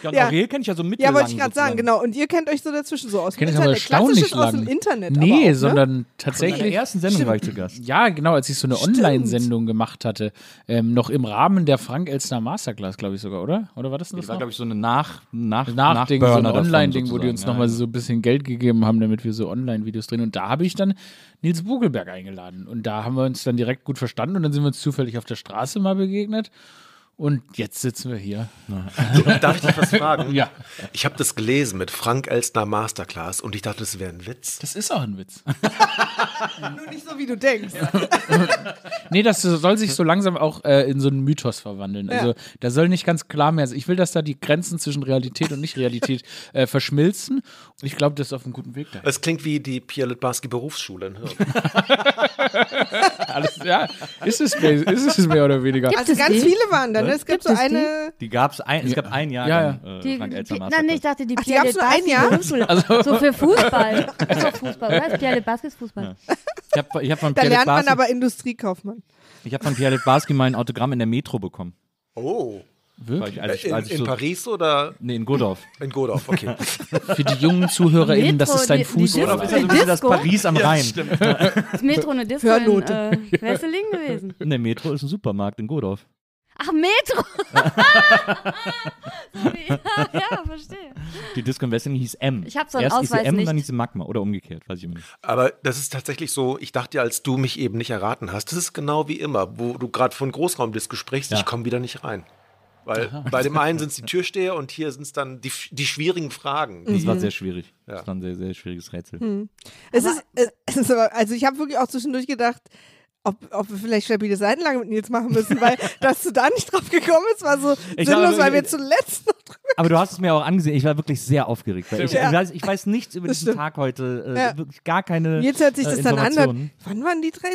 [SPEAKER 4] Ja, und
[SPEAKER 2] Ja.
[SPEAKER 4] Aurel kenne ich ja so mittellang.
[SPEAKER 2] Ja, wollte ich gerade sagen,
[SPEAKER 4] sozusagen.
[SPEAKER 2] genau. Und ihr kennt euch so dazwischen so aus dem
[SPEAKER 5] kenne ich aber
[SPEAKER 2] Internet. Klassisches
[SPEAKER 5] erstaunlich
[SPEAKER 2] aus
[SPEAKER 5] lang.
[SPEAKER 2] dem Internet.
[SPEAKER 5] Nee,
[SPEAKER 2] aber auch,
[SPEAKER 5] sondern
[SPEAKER 2] Ne?
[SPEAKER 5] tatsächlich.
[SPEAKER 4] In der ersten Sendung war ich zu Gast.
[SPEAKER 5] Ja, genau, als ich so eine Online-Sendung gemacht hatte. Ähm, noch im Rahmen der Frank Elstner Masterclass, glaube ich sogar, oder? Oder war das denn das?
[SPEAKER 4] Das war,
[SPEAKER 5] noch?
[SPEAKER 4] glaube ich, so eine Nach, nach,
[SPEAKER 5] Nachding, so ein
[SPEAKER 4] Nachburner davon
[SPEAKER 5] Online-Ding, wo die
[SPEAKER 4] sozusagen.
[SPEAKER 5] uns
[SPEAKER 4] Ja,
[SPEAKER 5] nochmal
[SPEAKER 4] ja.
[SPEAKER 5] so ein bisschen Geld gegeben haben, damit wir so Online-Videos drehen. Und da habe ich dann Nils Bogelberg eingeladen. Und da haben wir uns dann direkt gut verstanden und dann sind wir uns zufällig auf der Straße mal begegnet. Und jetzt sitzen wir hier.
[SPEAKER 10] Darf ich dich was fragen?
[SPEAKER 5] Ja.
[SPEAKER 10] Ich habe das gelesen mit Frank Elstner Masterclass und ich dachte, das wäre ein Witz.
[SPEAKER 5] Das ist auch ein Witz.
[SPEAKER 2] Nur nicht so, wie du denkst. Also
[SPEAKER 5] Nee, das soll sich so langsam auch äh, in so einen Mythos verwandeln. Also
[SPEAKER 2] Ja.
[SPEAKER 5] da soll nicht ganz klar mehr sein. Ich will, dass da die Grenzen zwischen Realität und Nicht-Realität äh, verschmilzen. Ich glaube, das ist auf einem guten Weg da.
[SPEAKER 10] Es klingt wie die Pia Litbarski Berufsschule in Hürth.
[SPEAKER 5] Alles, ja, ist es, mehr, ist es mehr oder weniger.
[SPEAKER 2] Also ganz
[SPEAKER 9] die?
[SPEAKER 2] viele waren da, ne? Es gab
[SPEAKER 9] Gibt
[SPEAKER 2] so
[SPEAKER 9] es die?
[SPEAKER 2] eine.
[SPEAKER 4] Die gab's ein, es gab ein Jahr
[SPEAKER 5] Ja,
[SPEAKER 4] lang, äh,
[SPEAKER 9] Die,
[SPEAKER 4] Frank
[SPEAKER 9] die,
[SPEAKER 4] Elstner
[SPEAKER 9] nein,
[SPEAKER 4] Masterclass.
[SPEAKER 9] ich dachte, die
[SPEAKER 2] Ach, die
[SPEAKER 9] Pierre
[SPEAKER 2] gab's
[SPEAKER 9] de
[SPEAKER 2] nur ein
[SPEAKER 9] Basque-
[SPEAKER 2] Jahr?
[SPEAKER 9] Berufsschule. So für <laughs> Fußball. Das ist doch Fußball, oder? Pierre de Basque ist Fußball.
[SPEAKER 4] Ich habe ich hab von
[SPEAKER 2] Da
[SPEAKER 4] Pierre
[SPEAKER 2] lernt man
[SPEAKER 4] Litbarski-
[SPEAKER 2] aber Industriekaufmann.
[SPEAKER 4] ich hab von Pierre Litbarski mal ein Autogramm in der Metro bekommen.
[SPEAKER 10] <laughs> Oh.
[SPEAKER 4] Weil ich- als ich-
[SPEAKER 10] in
[SPEAKER 4] als ich
[SPEAKER 10] in
[SPEAKER 4] so-
[SPEAKER 10] Paris oder
[SPEAKER 4] Nee, in Godorf.
[SPEAKER 10] in Godorf? Okay.
[SPEAKER 5] Für die jungen ZuhörerInnen, das ist dein
[SPEAKER 9] Metro, die- die
[SPEAKER 5] Fuß.
[SPEAKER 4] Godorf ist ja so ein
[SPEAKER 9] Disco?
[SPEAKER 4] bisschen das Paris am Rhein.
[SPEAKER 9] Das Metro eine Disco in
[SPEAKER 2] Hörnote.
[SPEAKER 9] äh, Wesseling gewesen.
[SPEAKER 4] <laughs> In der Metro ist ein Supermarkt in Godorf.
[SPEAKER 9] Ach, Metro! Sorry. <laughs> ja, verstehe.
[SPEAKER 4] Die Disco in Wesseling hieß M.
[SPEAKER 9] Ich hab so einen
[SPEAKER 4] Erst hieß sie
[SPEAKER 9] Ausweis
[SPEAKER 4] M,
[SPEAKER 9] nicht.
[SPEAKER 4] dann hieß sie Magma. Oder umgekehrt, weiß ich immer nicht.
[SPEAKER 10] <laughs> Aber das ist tatsächlich so, ich dachte ja, als du mich eben nicht erraten hast, das ist genau wie immer, wo du gerade von Großraumdisco sprichst,
[SPEAKER 4] Ja.
[SPEAKER 10] ich komme wieder nicht rein. Weil bei dem einen sind es die Türsteher und hier sind es dann die, die schwierigen Fragen. Die,
[SPEAKER 4] Das
[SPEAKER 2] Mhm.
[SPEAKER 4] war sehr schwierig.
[SPEAKER 10] Ja.
[SPEAKER 4] Das war ein sehr, sehr schwieriges Rätsel.
[SPEAKER 2] Es ist, es- es ist aber, also ich habe wirklich auch zwischendurch gedacht, ob, ob wir vielleicht stabile Seitenlage mit Nils machen müssen, weil dass du da nicht drauf gekommen bist, war so
[SPEAKER 4] Ich
[SPEAKER 2] sinnlos,
[SPEAKER 4] habe-
[SPEAKER 2] weil wir zuletzt noch drüber
[SPEAKER 4] Aber du hast es mir auch angesehen. Ich war wirklich sehr aufgeregt. Weil ich,
[SPEAKER 2] Ja.
[SPEAKER 4] ich, weiß, ich weiß nichts über
[SPEAKER 2] Das
[SPEAKER 4] diesen
[SPEAKER 2] stimmt.
[SPEAKER 4] Tag heute. Äh,
[SPEAKER 2] Ja.
[SPEAKER 4] Wirklich gar keine.
[SPEAKER 2] Nils hört sich
[SPEAKER 4] äh,
[SPEAKER 2] das dann an.
[SPEAKER 4] Informationen.
[SPEAKER 2] dann- Wann waren die drei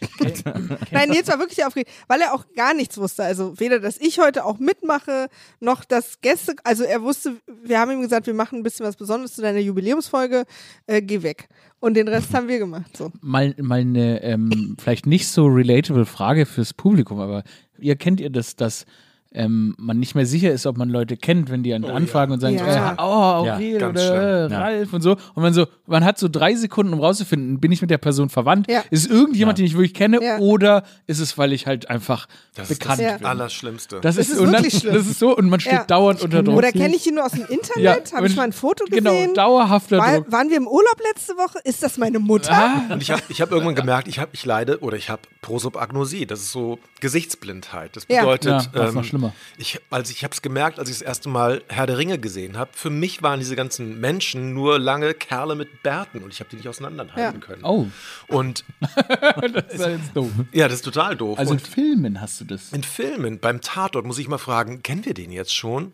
[SPEAKER 5] <laughs>
[SPEAKER 2] da? <laughs> Nein, Nils war wirklich sehr aufgeregt, weil er auch gar nichts wusste. Also weder, dass ich heute auch mitmache, noch dass Gäste. Also er wusste, wir haben ihm gesagt, wir machen ein bisschen was Besonderes zu deiner Jubiläumsfolge. Äh, geh weg. Und den Rest haben wir gemacht.
[SPEAKER 5] <laughs>
[SPEAKER 2] So.
[SPEAKER 5] Mal, mal eine ähm, vielleicht nicht so relatable Frage fürs Publikum, aber ihr kennt ihr das, dass ähm, man nicht mehr sicher ist, ob man Leute kennt, wenn die einen anfragen und sagen,
[SPEAKER 4] Ja.
[SPEAKER 5] so, oh, okay,
[SPEAKER 4] Ja, ganz
[SPEAKER 5] oder
[SPEAKER 4] schlimm.
[SPEAKER 5] äh,
[SPEAKER 4] Ja.
[SPEAKER 5] Ralf und so. Und man so, man hat so drei Sekunden, um rauszufinden, bin ich mit der Person verwandt? Ist es irgendjemand, den ich wirklich kenne? Oder ist es, weil ich halt einfach bekannt
[SPEAKER 2] das
[SPEAKER 5] bin?
[SPEAKER 10] Allerschlimmste.
[SPEAKER 5] Das
[SPEAKER 2] Das
[SPEAKER 5] ist,
[SPEAKER 2] ist
[SPEAKER 5] und dann,
[SPEAKER 2] wirklich schlimm.
[SPEAKER 5] Das ist so und man steht
[SPEAKER 2] Ja.
[SPEAKER 5] dauernd unter Druck.
[SPEAKER 2] Oder kenne ich ihn nur aus dem Internet?
[SPEAKER 5] <laughs> Ja,
[SPEAKER 2] Habe ich
[SPEAKER 5] wenn-
[SPEAKER 2] mal ein Foto gesehen?
[SPEAKER 5] genau, dauerhafter
[SPEAKER 2] War,
[SPEAKER 5] Druck. Ah.
[SPEAKER 2] waren wir im Urlaub letzte Woche? Ist das meine Mutter?
[SPEAKER 10] Und ich habe ich hab irgendwann gemerkt, ich, hab, ich leide oder ich habe Prosopagnosie. Das ist so Gesichtsblindheit. Das
[SPEAKER 2] Ja.
[SPEAKER 10] bedeutet,
[SPEAKER 5] Ja, das ist noch
[SPEAKER 10] ähm,
[SPEAKER 5] schlimmer.
[SPEAKER 10] Ich, also ich habe es gemerkt, als ich das erste Mal Herr der Ringe gesehen habe. Für mich waren diese ganzen Menschen nur lange Kerle mit Bärten und ich habe die nicht auseinanderhalten
[SPEAKER 5] Ja.
[SPEAKER 10] können.
[SPEAKER 5] Oh.
[SPEAKER 10] Und
[SPEAKER 5] <laughs> das ist jetzt doof.
[SPEAKER 10] ja, das ist total doof.
[SPEAKER 5] Also in
[SPEAKER 10] und
[SPEAKER 5] Filmen hast du das.
[SPEAKER 10] in Filmen, beim Tatort muss ich mal fragen, kennen wir den jetzt schon?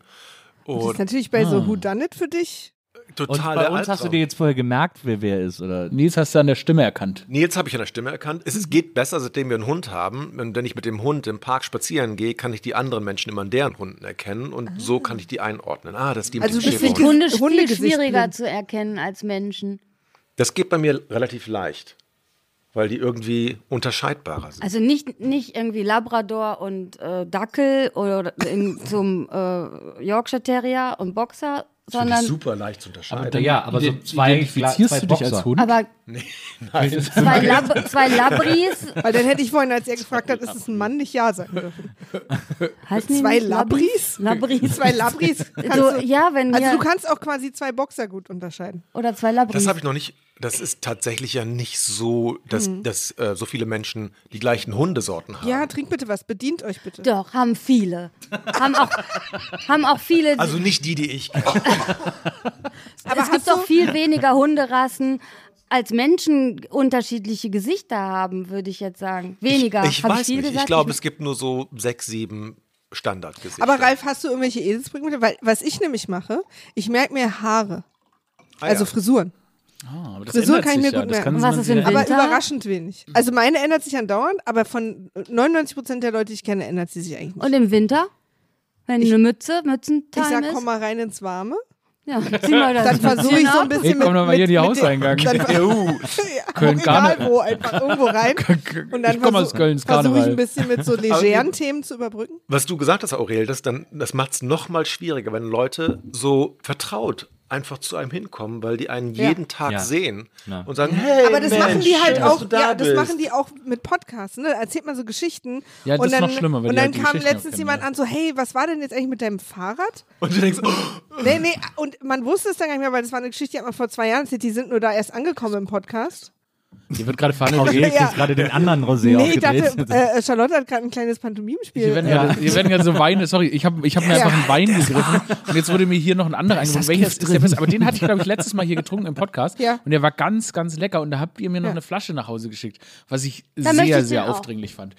[SPEAKER 2] Das ist
[SPEAKER 10] Und
[SPEAKER 2] natürlich
[SPEAKER 5] Ah.
[SPEAKER 2] bei so Who Done It für dich.
[SPEAKER 4] Und
[SPEAKER 10] total
[SPEAKER 4] bei
[SPEAKER 10] der
[SPEAKER 4] uns hast du
[SPEAKER 10] Albtraum.
[SPEAKER 4] dir jetzt vorher gemerkt, wer wer ist, oder?
[SPEAKER 5] Nils hast du an der Stimme erkannt.
[SPEAKER 10] Nils habe ich an der Stimme erkannt. Es ist- geht besser, seitdem wir einen Hund haben. Und wenn ich mit dem Hund im Park spazieren gehe, kann ich die anderen Menschen immer an deren Hunden erkennen und so kann ich die einordnen. Ah, das ist die mit
[SPEAKER 2] Also
[SPEAKER 10] dem
[SPEAKER 2] bist du
[SPEAKER 10] Schäferhund.
[SPEAKER 2] nicht
[SPEAKER 9] Hunde ist viel
[SPEAKER 2] Hundegesicht
[SPEAKER 9] schwieriger
[SPEAKER 2] blind.
[SPEAKER 9] zu erkennen als Menschen.
[SPEAKER 10] Das geht bei mir relativ leicht, weil die irgendwie unterscheidbarer sind.
[SPEAKER 9] Also nicht, nicht irgendwie Labrador und äh, Dackel oder in, zum äh, Yorkshire Terrier und Boxer, sondern.
[SPEAKER 10] super leicht zu unterscheiden.
[SPEAKER 4] Aber dann- ja, aber so zwei-
[SPEAKER 5] identifizierst
[SPEAKER 4] zwei
[SPEAKER 5] du dich
[SPEAKER 4] Boxer.
[SPEAKER 5] als Hund?
[SPEAKER 9] Aber
[SPEAKER 10] <laughs> Nein.
[SPEAKER 9] zwei, Lab zwei Labris.
[SPEAKER 2] Weil dann hätte ich vorhin, als er gefragt hat, ist es ein Mann, nicht Ja sagen dürfen.
[SPEAKER 9] Heißen die
[SPEAKER 2] Zwei
[SPEAKER 9] nicht
[SPEAKER 2] Labris?
[SPEAKER 9] Labris.
[SPEAKER 2] Zwei Labris.
[SPEAKER 9] So,
[SPEAKER 2] Kannst du-
[SPEAKER 9] ja, wenn
[SPEAKER 2] Also
[SPEAKER 9] ja,
[SPEAKER 2] du kannst auch quasi zwei Boxer gut unterscheiden.
[SPEAKER 9] Oder zwei Labris.
[SPEAKER 10] Das habe ich noch nicht. Das ist tatsächlich ja nicht so, dass,
[SPEAKER 2] Mhm.
[SPEAKER 10] dass äh, so viele Menschen die gleichen Hundesorten haben.
[SPEAKER 2] Ja, trink bitte was, bedient euch bitte.
[SPEAKER 9] Doch, haben viele. haben, auch, haben auch viele.
[SPEAKER 10] Also nicht die, die ich kenne.
[SPEAKER 9] es gibt doch viel weniger Hunderassen, als Menschen unterschiedliche Gesichter haben, würde ich jetzt sagen. Weniger.
[SPEAKER 10] Ich
[SPEAKER 9] Hab
[SPEAKER 10] weiß
[SPEAKER 9] viel
[SPEAKER 10] nicht. Ich
[SPEAKER 9] gesagt?
[SPEAKER 10] glaube, es gibt nur so sechs, sieben Standardgesichter.
[SPEAKER 2] Aber Ralf, hast du irgendwelche Eselsbrückmittel? Weil was ich nämlich mache, ich merke mir Haare.
[SPEAKER 10] Ah,
[SPEAKER 2] also
[SPEAKER 10] ja.
[SPEAKER 2] Frisuren.
[SPEAKER 5] Ah, aber das
[SPEAKER 2] Frisur
[SPEAKER 5] ändert
[SPEAKER 2] kann ich mir
[SPEAKER 5] sich ja.
[SPEAKER 2] gut
[SPEAKER 5] Das kann
[SPEAKER 2] merken.
[SPEAKER 5] man sich ja-
[SPEAKER 2] aber überraschend wenig. Also meine ändert sich andauernd, aber von 99% der Leute, die ich kenne, ändert sie sich eigentlich nicht.
[SPEAKER 9] Und im Winter, wenn eine Mütze, Mützentime
[SPEAKER 2] ich sag,
[SPEAKER 9] ist,
[SPEAKER 2] komm mal rein ins Warme.
[SPEAKER 9] ja, zieh mal das
[SPEAKER 2] Dann versuche ich so
[SPEAKER 9] bisschen. ab.
[SPEAKER 2] ein bisschen
[SPEAKER 5] Ey, komm
[SPEAKER 2] mit-
[SPEAKER 5] doch mal hier
[SPEAKER 2] mit-
[SPEAKER 5] die E
[SPEAKER 2] mit dem-
[SPEAKER 5] Hauseingang.
[SPEAKER 2] dann-
[SPEAKER 10] EU.
[SPEAKER 2] <laughs> Ja,
[SPEAKER 5] Köln
[SPEAKER 2] egal
[SPEAKER 5] Karne-
[SPEAKER 2] wo, einfach irgendwo rein. Und dann
[SPEAKER 5] Ich <laughs> komm aus
[SPEAKER 2] versuch-
[SPEAKER 5] Köln, ist
[SPEAKER 2] versuche ich
[SPEAKER 5] Karneval.
[SPEAKER 2] ein bisschen mit so legeren Themen zu überbrücken.
[SPEAKER 10] Was du gesagt hast, Aurel, das, dann- das macht es noch mal schwieriger, wenn Leute so vertraut einfach zu einem hinkommen, weil die einen
[SPEAKER 2] Ja.
[SPEAKER 10] jeden Tag
[SPEAKER 4] Ja.
[SPEAKER 10] sehen
[SPEAKER 4] Ja.
[SPEAKER 10] und sagen, hey,
[SPEAKER 2] Aber das
[SPEAKER 10] Mensch,
[SPEAKER 2] machen die halt
[SPEAKER 10] schön, dass
[SPEAKER 2] auch,
[SPEAKER 10] du da
[SPEAKER 2] ja, das
[SPEAKER 10] bist.
[SPEAKER 2] machen die auch mit Podcasts, ne? Da erzählt man so Geschichten.
[SPEAKER 5] Ja, das
[SPEAKER 2] und
[SPEAKER 5] ist
[SPEAKER 2] dann,
[SPEAKER 5] noch schlimmer, wenn
[SPEAKER 2] Und
[SPEAKER 5] die
[SPEAKER 2] dann
[SPEAKER 5] halt die
[SPEAKER 2] kam
[SPEAKER 5] Geschichten auch
[SPEAKER 2] letztens
[SPEAKER 5] kennen,
[SPEAKER 2] jemand
[SPEAKER 5] ja.
[SPEAKER 2] an, so, hey, was war denn jetzt eigentlich mit deinem Fahrrad?
[SPEAKER 10] Und du denkst, oh,
[SPEAKER 2] Nee, nee, und man wusste es dann gar nicht mehr, weil das war eine Geschichte, die hat man vor zwei Jahren erzählt, die sind nur da erst angekommen im Podcast.
[SPEAKER 5] Hier wird gerade verhandelt.
[SPEAKER 2] <laughs>
[SPEAKER 4] Aurel
[SPEAKER 2] Ja.
[SPEAKER 4] kriegt gerade den anderen Rosé
[SPEAKER 2] nee, ich dachte,
[SPEAKER 4] aufgedreht.
[SPEAKER 2] äh, Charlotte hat gerade ein kleines
[SPEAKER 5] Hier
[SPEAKER 2] Pantomimenspiel.
[SPEAKER 5] werden,
[SPEAKER 2] äh,
[SPEAKER 5] ja. hier werden ja so Weine, sorry, ich habe ich hab mir
[SPEAKER 2] Ja.
[SPEAKER 5] einfach einen Wein gegriffen und jetzt wurde mir hier noch ein anderer
[SPEAKER 4] ist
[SPEAKER 5] eingebracht.
[SPEAKER 4] das
[SPEAKER 5] Welches
[SPEAKER 4] Gift
[SPEAKER 5] ist der
[SPEAKER 4] drin?
[SPEAKER 5] beste? Aber den hatte ich, glaube ich, letztes Mal hier getrunken im Podcast
[SPEAKER 2] Ja.
[SPEAKER 5] und der war ganz, ganz lecker und da habt ihr mir noch
[SPEAKER 2] Ja.
[SPEAKER 5] eine Flasche nach Hause geschickt, was ich
[SPEAKER 9] Da möchte ich
[SPEAKER 5] sehr,
[SPEAKER 9] den
[SPEAKER 5] sehr
[SPEAKER 9] auch.
[SPEAKER 5] aufdringlich fand.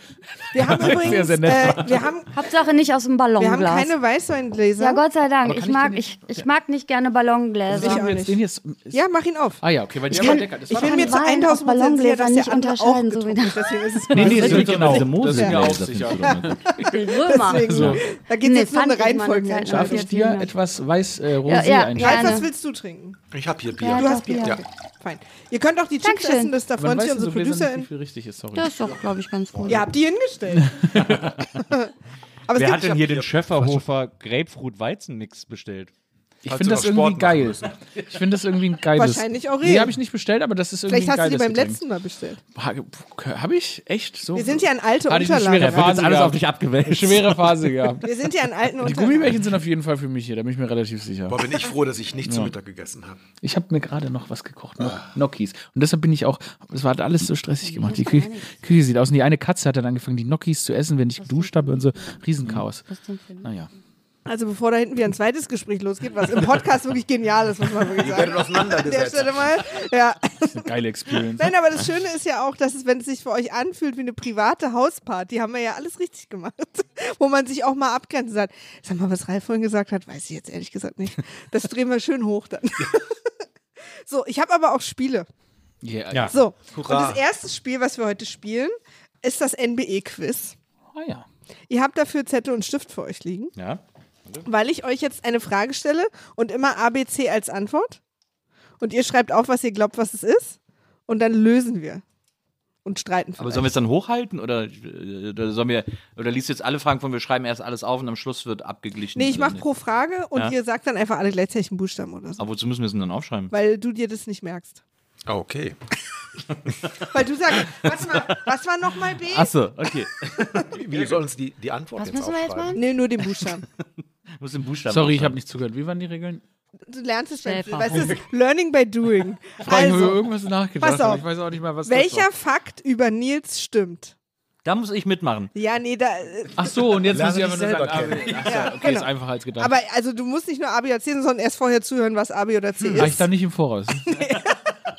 [SPEAKER 2] Wir haben
[SPEAKER 5] Sehr,
[SPEAKER 2] übrigens,
[SPEAKER 5] sehr nett.
[SPEAKER 2] äh, wir haben,
[SPEAKER 9] Hauptsache nicht aus dem
[SPEAKER 2] wir haben
[SPEAKER 9] Ballonglas.
[SPEAKER 2] keine Weißweingläser.
[SPEAKER 9] ja, Gott sei Dank.
[SPEAKER 5] kann
[SPEAKER 9] Ich
[SPEAKER 5] ich
[SPEAKER 9] mag,
[SPEAKER 5] den
[SPEAKER 9] ich, ich mag nicht gerne Ballongläser.
[SPEAKER 2] Ich auch
[SPEAKER 5] Jetzt
[SPEAKER 2] nicht.
[SPEAKER 5] den hier ist, ist,
[SPEAKER 2] Ja, mach ihn auf.
[SPEAKER 5] Ah ja, okay, weil der war
[SPEAKER 9] kann-
[SPEAKER 5] lecker. Das
[SPEAKER 2] Ich
[SPEAKER 5] war
[SPEAKER 2] bin
[SPEAKER 9] kann
[SPEAKER 2] mir zu
[SPEAKER 9] Wein
[SPEAKER 2] 1000
[SPEAKER 9] aus
[SPEAKER 2] Prozent sicher, dass
[SPEAKER 9] Ballongläsern
[SPEAKER 2] der
[SPEAKER 9] nicht
[SPEAKER 2] andere auch
[SPEAKER 9] unterscheiden, so
[SPEAKER 2] getrunken
[SPEAKER 9] wie
[SPEAKER 2] hat. Deswegen ist es quasi-
[SPEAKER 4] nee, nee,
[SPEAKER 5] Das
[SPEAKER 4] das sind
[SPEAKER 5] sind
[SPEAKER 4] genau
[SPEAKER 5] auch-
[SPEAKER 4] diese
[SPEAKER 5] das sind ja auch
[SPEAKER 4] Mosel-Gläser. finde
[SPEAKER 5] sicher.
[SPEAKER 4] ich immer gut.
[SPEAKER 9] Römer.
[SPEAKER 2] Deswegen.
[SPEAKER 5] So.
[SPEAKER 2] Da geht
[SPEAKER 9] Nee, fand
[SPEAKER 2] es jetzt nur um eine
[SPEAKER 9] ich mal eine Zeit
[SPEAKER 2] Reihenfolge.
[SPEAKER 9] lang.
[SPEAKER 5] Darf ich
[SPEAKER 9] Jetzt
[SPEAKER 5] dir
[SPEAKER 9] nicht mehr.
[SPEAKER 5] etwas weiß äh, Rosé
[SPEAKER 9] Ja, ja,
[SPEAKER 5] einschenken?
[SPEAKER 2] Ralf,
[SPEAKER 9] Gerne.
[SPEAKER 2] was willst du trinken?
[SPEAKER 10] ich habe hier Bier.
[SPEAKER 9] Ja,
[SPEAKER 2] Du
[SPEAKER 9] doch,
[SPEAKER 2] hast Bier.
[SPEAKER 9] ja.
[SPEAKER 2] Okay, fein. Ihr könnt auch die Chips
[SPEAKER 9] Dankeschön.
[SPEAKER 2] essen, das darf
[SPEAKER 5] Man
[SPEAKER 2] freuen
[SPEAKER 5] weiß
[SPEAKER 2] sich
[SPEAKER 5] in so
[SPEAKER 2] unsere
[SPEAKER 5] Gläsern nicht, wie
[SPEAKER 2] Producerin.
[SPEAKER 5] viel richtig ist, sorry.
[SPEAKER 9] Das ist doch, glaube ich, ganz gut.
[SPEAKER 2] Ihr habt die hingestellt. Aber es
[SPEAKER 4] Wer
[SPEAKER 2] gibt
[SPEAKER 4] hat denn hier
[SPEAKER 10] Bier.
[SPEAKER 4] den Schöfferhofer Grapefruit-Weizen-Mix bestellt?
[SPEAKER 5] Ich
[SPEAKER 10] Falls
[SPEAKER 5] finde
[SPEAKER 10] wir
[SPEAKER 5] das
[SPEAKER 10] noch
[SPEAKER 5] irgendwie
[SPEAKER 10] Sport machen
[SPEAKER 5] geil.
[SPEAKER 10] müssen.
[SPEAKER 5] Ich finde das irgendwie ein geiles.
[SPEAKER 2] Wahrscheinlich Aurel.
[SPEAKER 5] Nee, habe ich nicht bestellt, aber das ist irgendwie
[SPEAKER 2] Vielleicht
[SPEAKER 5] ein
[SPEAKER 2] hast du die
[SPEAKER 5] geiles
[SPEAKER 2] beim
[SPEAKER 5] Getränk.
[SPEAKER 2] letzten Mal bestellt.
[SPEAKER 5] Habe ich? Echt? So?
[SPEAKER 2] Wir sind ja an alte
[SPEAKER 5] Hatte ich eine
[SPEAKER 2] Unterlagen.
[SPEAKER 5] schwere
[SPEAKER 2] ran.
[SPEAKER 5] Phase.
[SPEAKER 4] Jetzt alles
[SPEAKER 5] gehabt.
[SPEAKER 4] auf dich abgewälzt.
[SPEAKER 5] Schwere Phase gehabt.
[SPEAKER 2] Wir sind ja an alten
[SPEAKER 5] Die
[SPEAKER 2] Unterlagen.
[SPEAKER 5] Gummibärchen sind auf jeden Fall für mich hier, da bin ich mir relativ sicher.
[SPEAKER 10] Boah, bin ich froh, dass ich nicht zu Mittag gegessen
[SPEAKER 2] <laughs>
[SPEAKER 10] habe.
[SPEAKER 5] Ich habe mir gerade noch was gekocht, no Nokis. Und deshalb bin ich auch, es war alles so stressig gemacht. Die Küche, Küche sieht aus und die eine Katze hat dann angefangen, die Nokis zu essen, wenn ich geduscht habe und so. Riesenchaos. Naja.
[SPEAKER 2] Also bevor da hinten wieder ein zweites Gespräch losgeht, was im Podcast wirklich genial ist, muss man wirklich
[SPEAKER 10] Ihr
[SPEAKER 2] sagen.
[SPEAKER 10] werdet auseinandergesetzt.
[SPEAKER 2] An der Stelle mal. Ja. <laughs>
[SPEAKER 5] Das ist eine geile Experience.
[SPEAKER 2] Nein, aber das Schöne ist ja auch, dass es, wenn es sich für euch anfühlt wie eine private Hausparty, haben wir ja alles richtig gemacht, <laughs> wo man sich auch mal abgrenzen sagt. Sag mal, was Ralf vorhin gesagt hat, weiß ich jetzt ehrlich gesagt nicht. Das drehen wir schön hoch dann. So, ich habe aber auch Spiele.
[SPEAKER 5] Yeah.
[SPEAKER 2] So, und das erste Spiel, was wir heute spielen, ist das NBE-Quiz.
[SPEAKER 5] Ah ja.
[SPEAKER 2] Ihr habt dafür Zettel und Stift für euch liegen.
[SPEAKER 4] Ja.
[SPEAKER 2] Weil ich euch jetzt eine Frage stelle und immer ABC als Antwort. Und ihr schreibt auf, was ihr glaubt, was es ist. Und dann lösen wir. Und streiten
[SPEAKER 4] Aber
[SPEAKER 2] vielleicht.
[SPEAKER 4] sollen wir es dann hochhalten oder, äh, oder sollen wir oder liest du jetzt alle Fragen von wir schreiben erst alles auf und am Schluss wird abgeglichen?
[SPEAKER 2] nee, ich mache pro Frage und
[SPEAKER 4] Ja.
[SPEAKER 2] ihr sagt dann einfach alle gleichzeitig einen Buchstaben oder so.
[SPEAKER 4] Aber wozu müssen wir es denn dann aufschreiben?
[SPEAKER 2] Weil du dir das nicht merkst.
[SPEAKER 10] Okay.
[SPEAKER 2] Weil du sagst, was war, was war nochmal B?
[SPEAKER 4] Achso, <laughs> okay.
[SPEAKER 10] Wie sollen uns die, die Antwort jetzt aufschreiben?
[SPEAKER 2] Nee, nur den Buchstaben.
[SPEAKER 4] Muss den Buchstaben.
[SPEAKER 5] Sorry, ich
[SPEAKER 4] aufschreiben.
[SPEAKER 5] habe nicht zugehört. Wie waren die Regeln?
[SPEAKER 2] Du lernst es, wenn,
[SPEAKER 5] Schnell
[SPEAKER 2] weißt du, es ist
[SPEAKER 5] fragen.
[SPEAKER 2] Learning by Doing.
[SPEAKER 5] Ich habe über
[SPEAKER 2] Also,
[SPEAKER 5] irgendwas nachgedacht,
[SPEAKER 2] pass
[SPEAKER 5] aber
[SPEAKER 2] auf.
[SPEAKER 5] ich weiß auch nicht mehr, was das
[SPEAKER 2] Welcher
[SPEAKER 5] war.
[SPEAKER 2] Fakt über Nils stimmt?
[SPEAKER 4] Da muss ich mitmachen.
[SPEAKER 2] Ja, nee, da. äh,
[SPEAKER 5] Ach so, und jetzt
[SPEAKER 4] Lerne
[SPEAKER 5] muss ich
[SPEAKER 4] dich
[SPEAKER 5] einfach nur
[SPEAKER 4] selber
[SPEAKER 5] sagen, ah,
[SPEAKER 4] kennen.
[SPEAKER 5] ach so,
[SPEAKER 4] Ja,
[SPEAKER 5] okay,
[SPEAKER 4] genau.
[SPEAKER 5] ist einfacher als gedacht.
[SPEAKER 2] Aber also du musst nicht nur A, B oder C, sondern erst vorher zuhören, was A, B oder
[SPEAKER 4] Hm.
[SPEAKER 2] C
[SPEAKER 5] War ich
[SPEAKER 2] ist.
[SPEAKER 5] da nicht im <laughs> Voraus?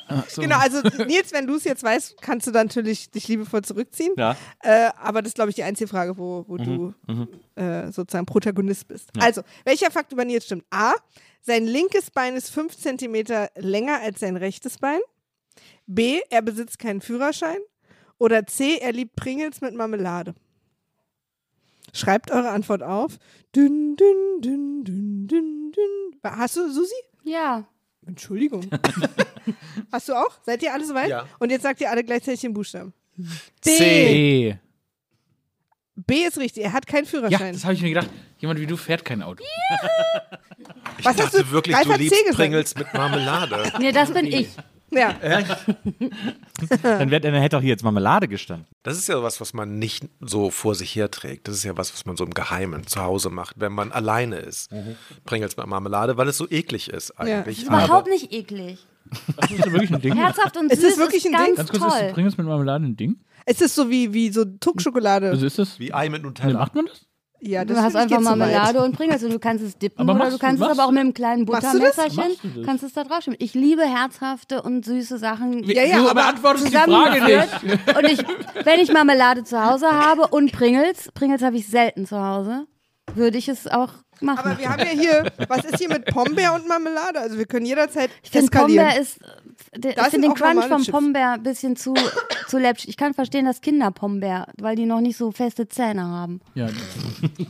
[SPEAKER 5] Ach so.
[SPEAKER 2] Genau, also Nils, wenn du es jetzt weißt, kannst du dann natürlich dich liebevoll zurückziehen.
[SPEAKER 5] Ja.
[SPEAKER 2] Äh, aber das ist, glaube ich, die einzige Frage, wo, wo
[SPEAKER 4] Mhm, mhm.
[SPEAKER 2] du äh, sozusagen Protagonist bist.
[SPEAKER 4] Ja.
[SPEAKER 2] Also, welcher Fakt über Nils stimmt? A, sein linkes Bein ist 5 cm länger als sein rechtes Bein. B, er besitzt keinen Führerschein. Oder C, er liebt Pringles mit Marmelade. Schreibt eure Antwort auf. Dün, dün, dün, dün, dün, dün. Hast du, Susi?
[SPEAKER 9] Ja.
[SPEAKER 4] <laughs>
[SPEAKER 2] Entschuldigung. Hast du auch? Seid ihr alle soweit?
[SPEAKER 5] Ja.
[SPEAKER 2] Und jetzt sagt ihr alle gleichzeitig den Buchstaben.
[SPEAKER 5] C.
[SPEAKER 2] B ist richtig. Er hat keinen
[SPEAKER 5] Ja,
[SPEAKER 2] Führerschein.
[SPEAKER 5] das habe ich mir gedacht. Jemand wie du fährt kein Auto.
[SPEAKER 10] Ich
[SPEAKER 2] Was hast
[SPEAKER 10] dachte
[SPEAKER 2] du-
[SPEAKER 10] wirklich,
[SPEAKER 2] Ralf
[SPEAKER 10] du
[SPEAKER 2] hat C
[SPEAKER 10] liebst
[SPEAKER 2] gesagt.
[SPEAKER 10] Pringles mit Marmelade.
[SPEAKER 9] Nee, das bin ich.
[SPEAKER 2] Ja.
[SPEAKER 5] Äh,
[SPEAKER 4] Dann, wär, dann hätte auch hier jetzt Marmelade gestanden.
[SPEAKER 10] Das ist ja was, was man nicht so vor sich herträgt. Das ist ja was, was man so im Geheimen zu Hause macht, wenn man alleine ist.
[SPEAKER 5] Mhm.
[SPEAKER 10] Pringles mit Marmelade, weil es so eklig ist eigentlich.
[SPEAKER 9] Ist
[SPEAKER 10] Aber
[SPEAKER 9] überhaupt nicht eklig.
[SPEAKER 5] Das ist wirklich
[SPEAKER 2] <laughs>
[SPEAKER 5] ein Ding.
[SPEAKER 9] Herzhaft und
[SPEAKER 2] Es ist
[SPEAKER 9] süß
[SPEAKER 2] wirklich ein
[SPEAKER 9] ganz
[SPEAKER 2] Ding.
[SPEAKER 5] Ganz kurz, ist
[SPEAKER 9] toll.
[SPEAKER 5] die Pringles mit Marmelade ein Ding?
[SPEAKER 2] Es ist so wie, wie so Tuckschokolade.
[SPEAKER 5] Also ist das?
[SPEAKER 10] Wie Ei mit Nutella.
[SPEAKER 5] macht man das?
[SPEAKER 2] ja,
[SPEAKER 9] Du
[SPEAKER 2] das
[SPEAKER 9] hast
[SPEAKER 2] finde ich
[SPEAKER 9] einfach
[SPEAKER 2] geht zu weit.
[SPEAKER 9] Marmelade und Pringles und also, du kannst es dippen
[SPEAKER 2] Aber
[SPEAKER 9] oder
[SPEAKER 2] machst
[SPEAKER 9] du
[SPEAKER 2] du-
[SPEAKER 9] kannst es
[SPEAKER 2] machst
[SPEAKER 9] aber auch mit einem kleinen
[SPEAKER 2] Machst du das? Machst
[SPEAKER 9] Buttermesserchen, kannst es da drauf schieben. Ich liebe herzhafte und süße Sachen.
[SPEAKER 5] Ja, ja, Du aber beantwortest die Frage
[SPEAKER 9] nicht. Und ich, wenn ich Marmelade zu Hause habe und Pringles, Pringles habe ich selten zu Hause, würde ich es auch machen.
[SPEAKER 2] Aber wir haben ja hier, was ist hier mit Pombeer und Marmelade? Also wir können jederzeit
[SPEAKER 9] Ich finde
[SPEAKER 2] eskalieren.
[SPEAKER 9] Pombeer ist. Der,
[SPEAKER 2] Das
[SPEAKER 9] ich
[SPEAKER 2] sind
[SPEAKER 9] finde den
[SPEAKER 2] auch
[SPEAKER 9] Crunch
[SPEAKER 2] normale
[SPEAKER 9] vom
[SPEAKER 2] Chips.
[SPEAKER 9] Pombeer ein bisschen zu, zu läppisch. Ich kann verstehen, dass Kinder Pombeer, weil die noch nicht so feste Zähne haben.
[SPEAKER 5] Ja.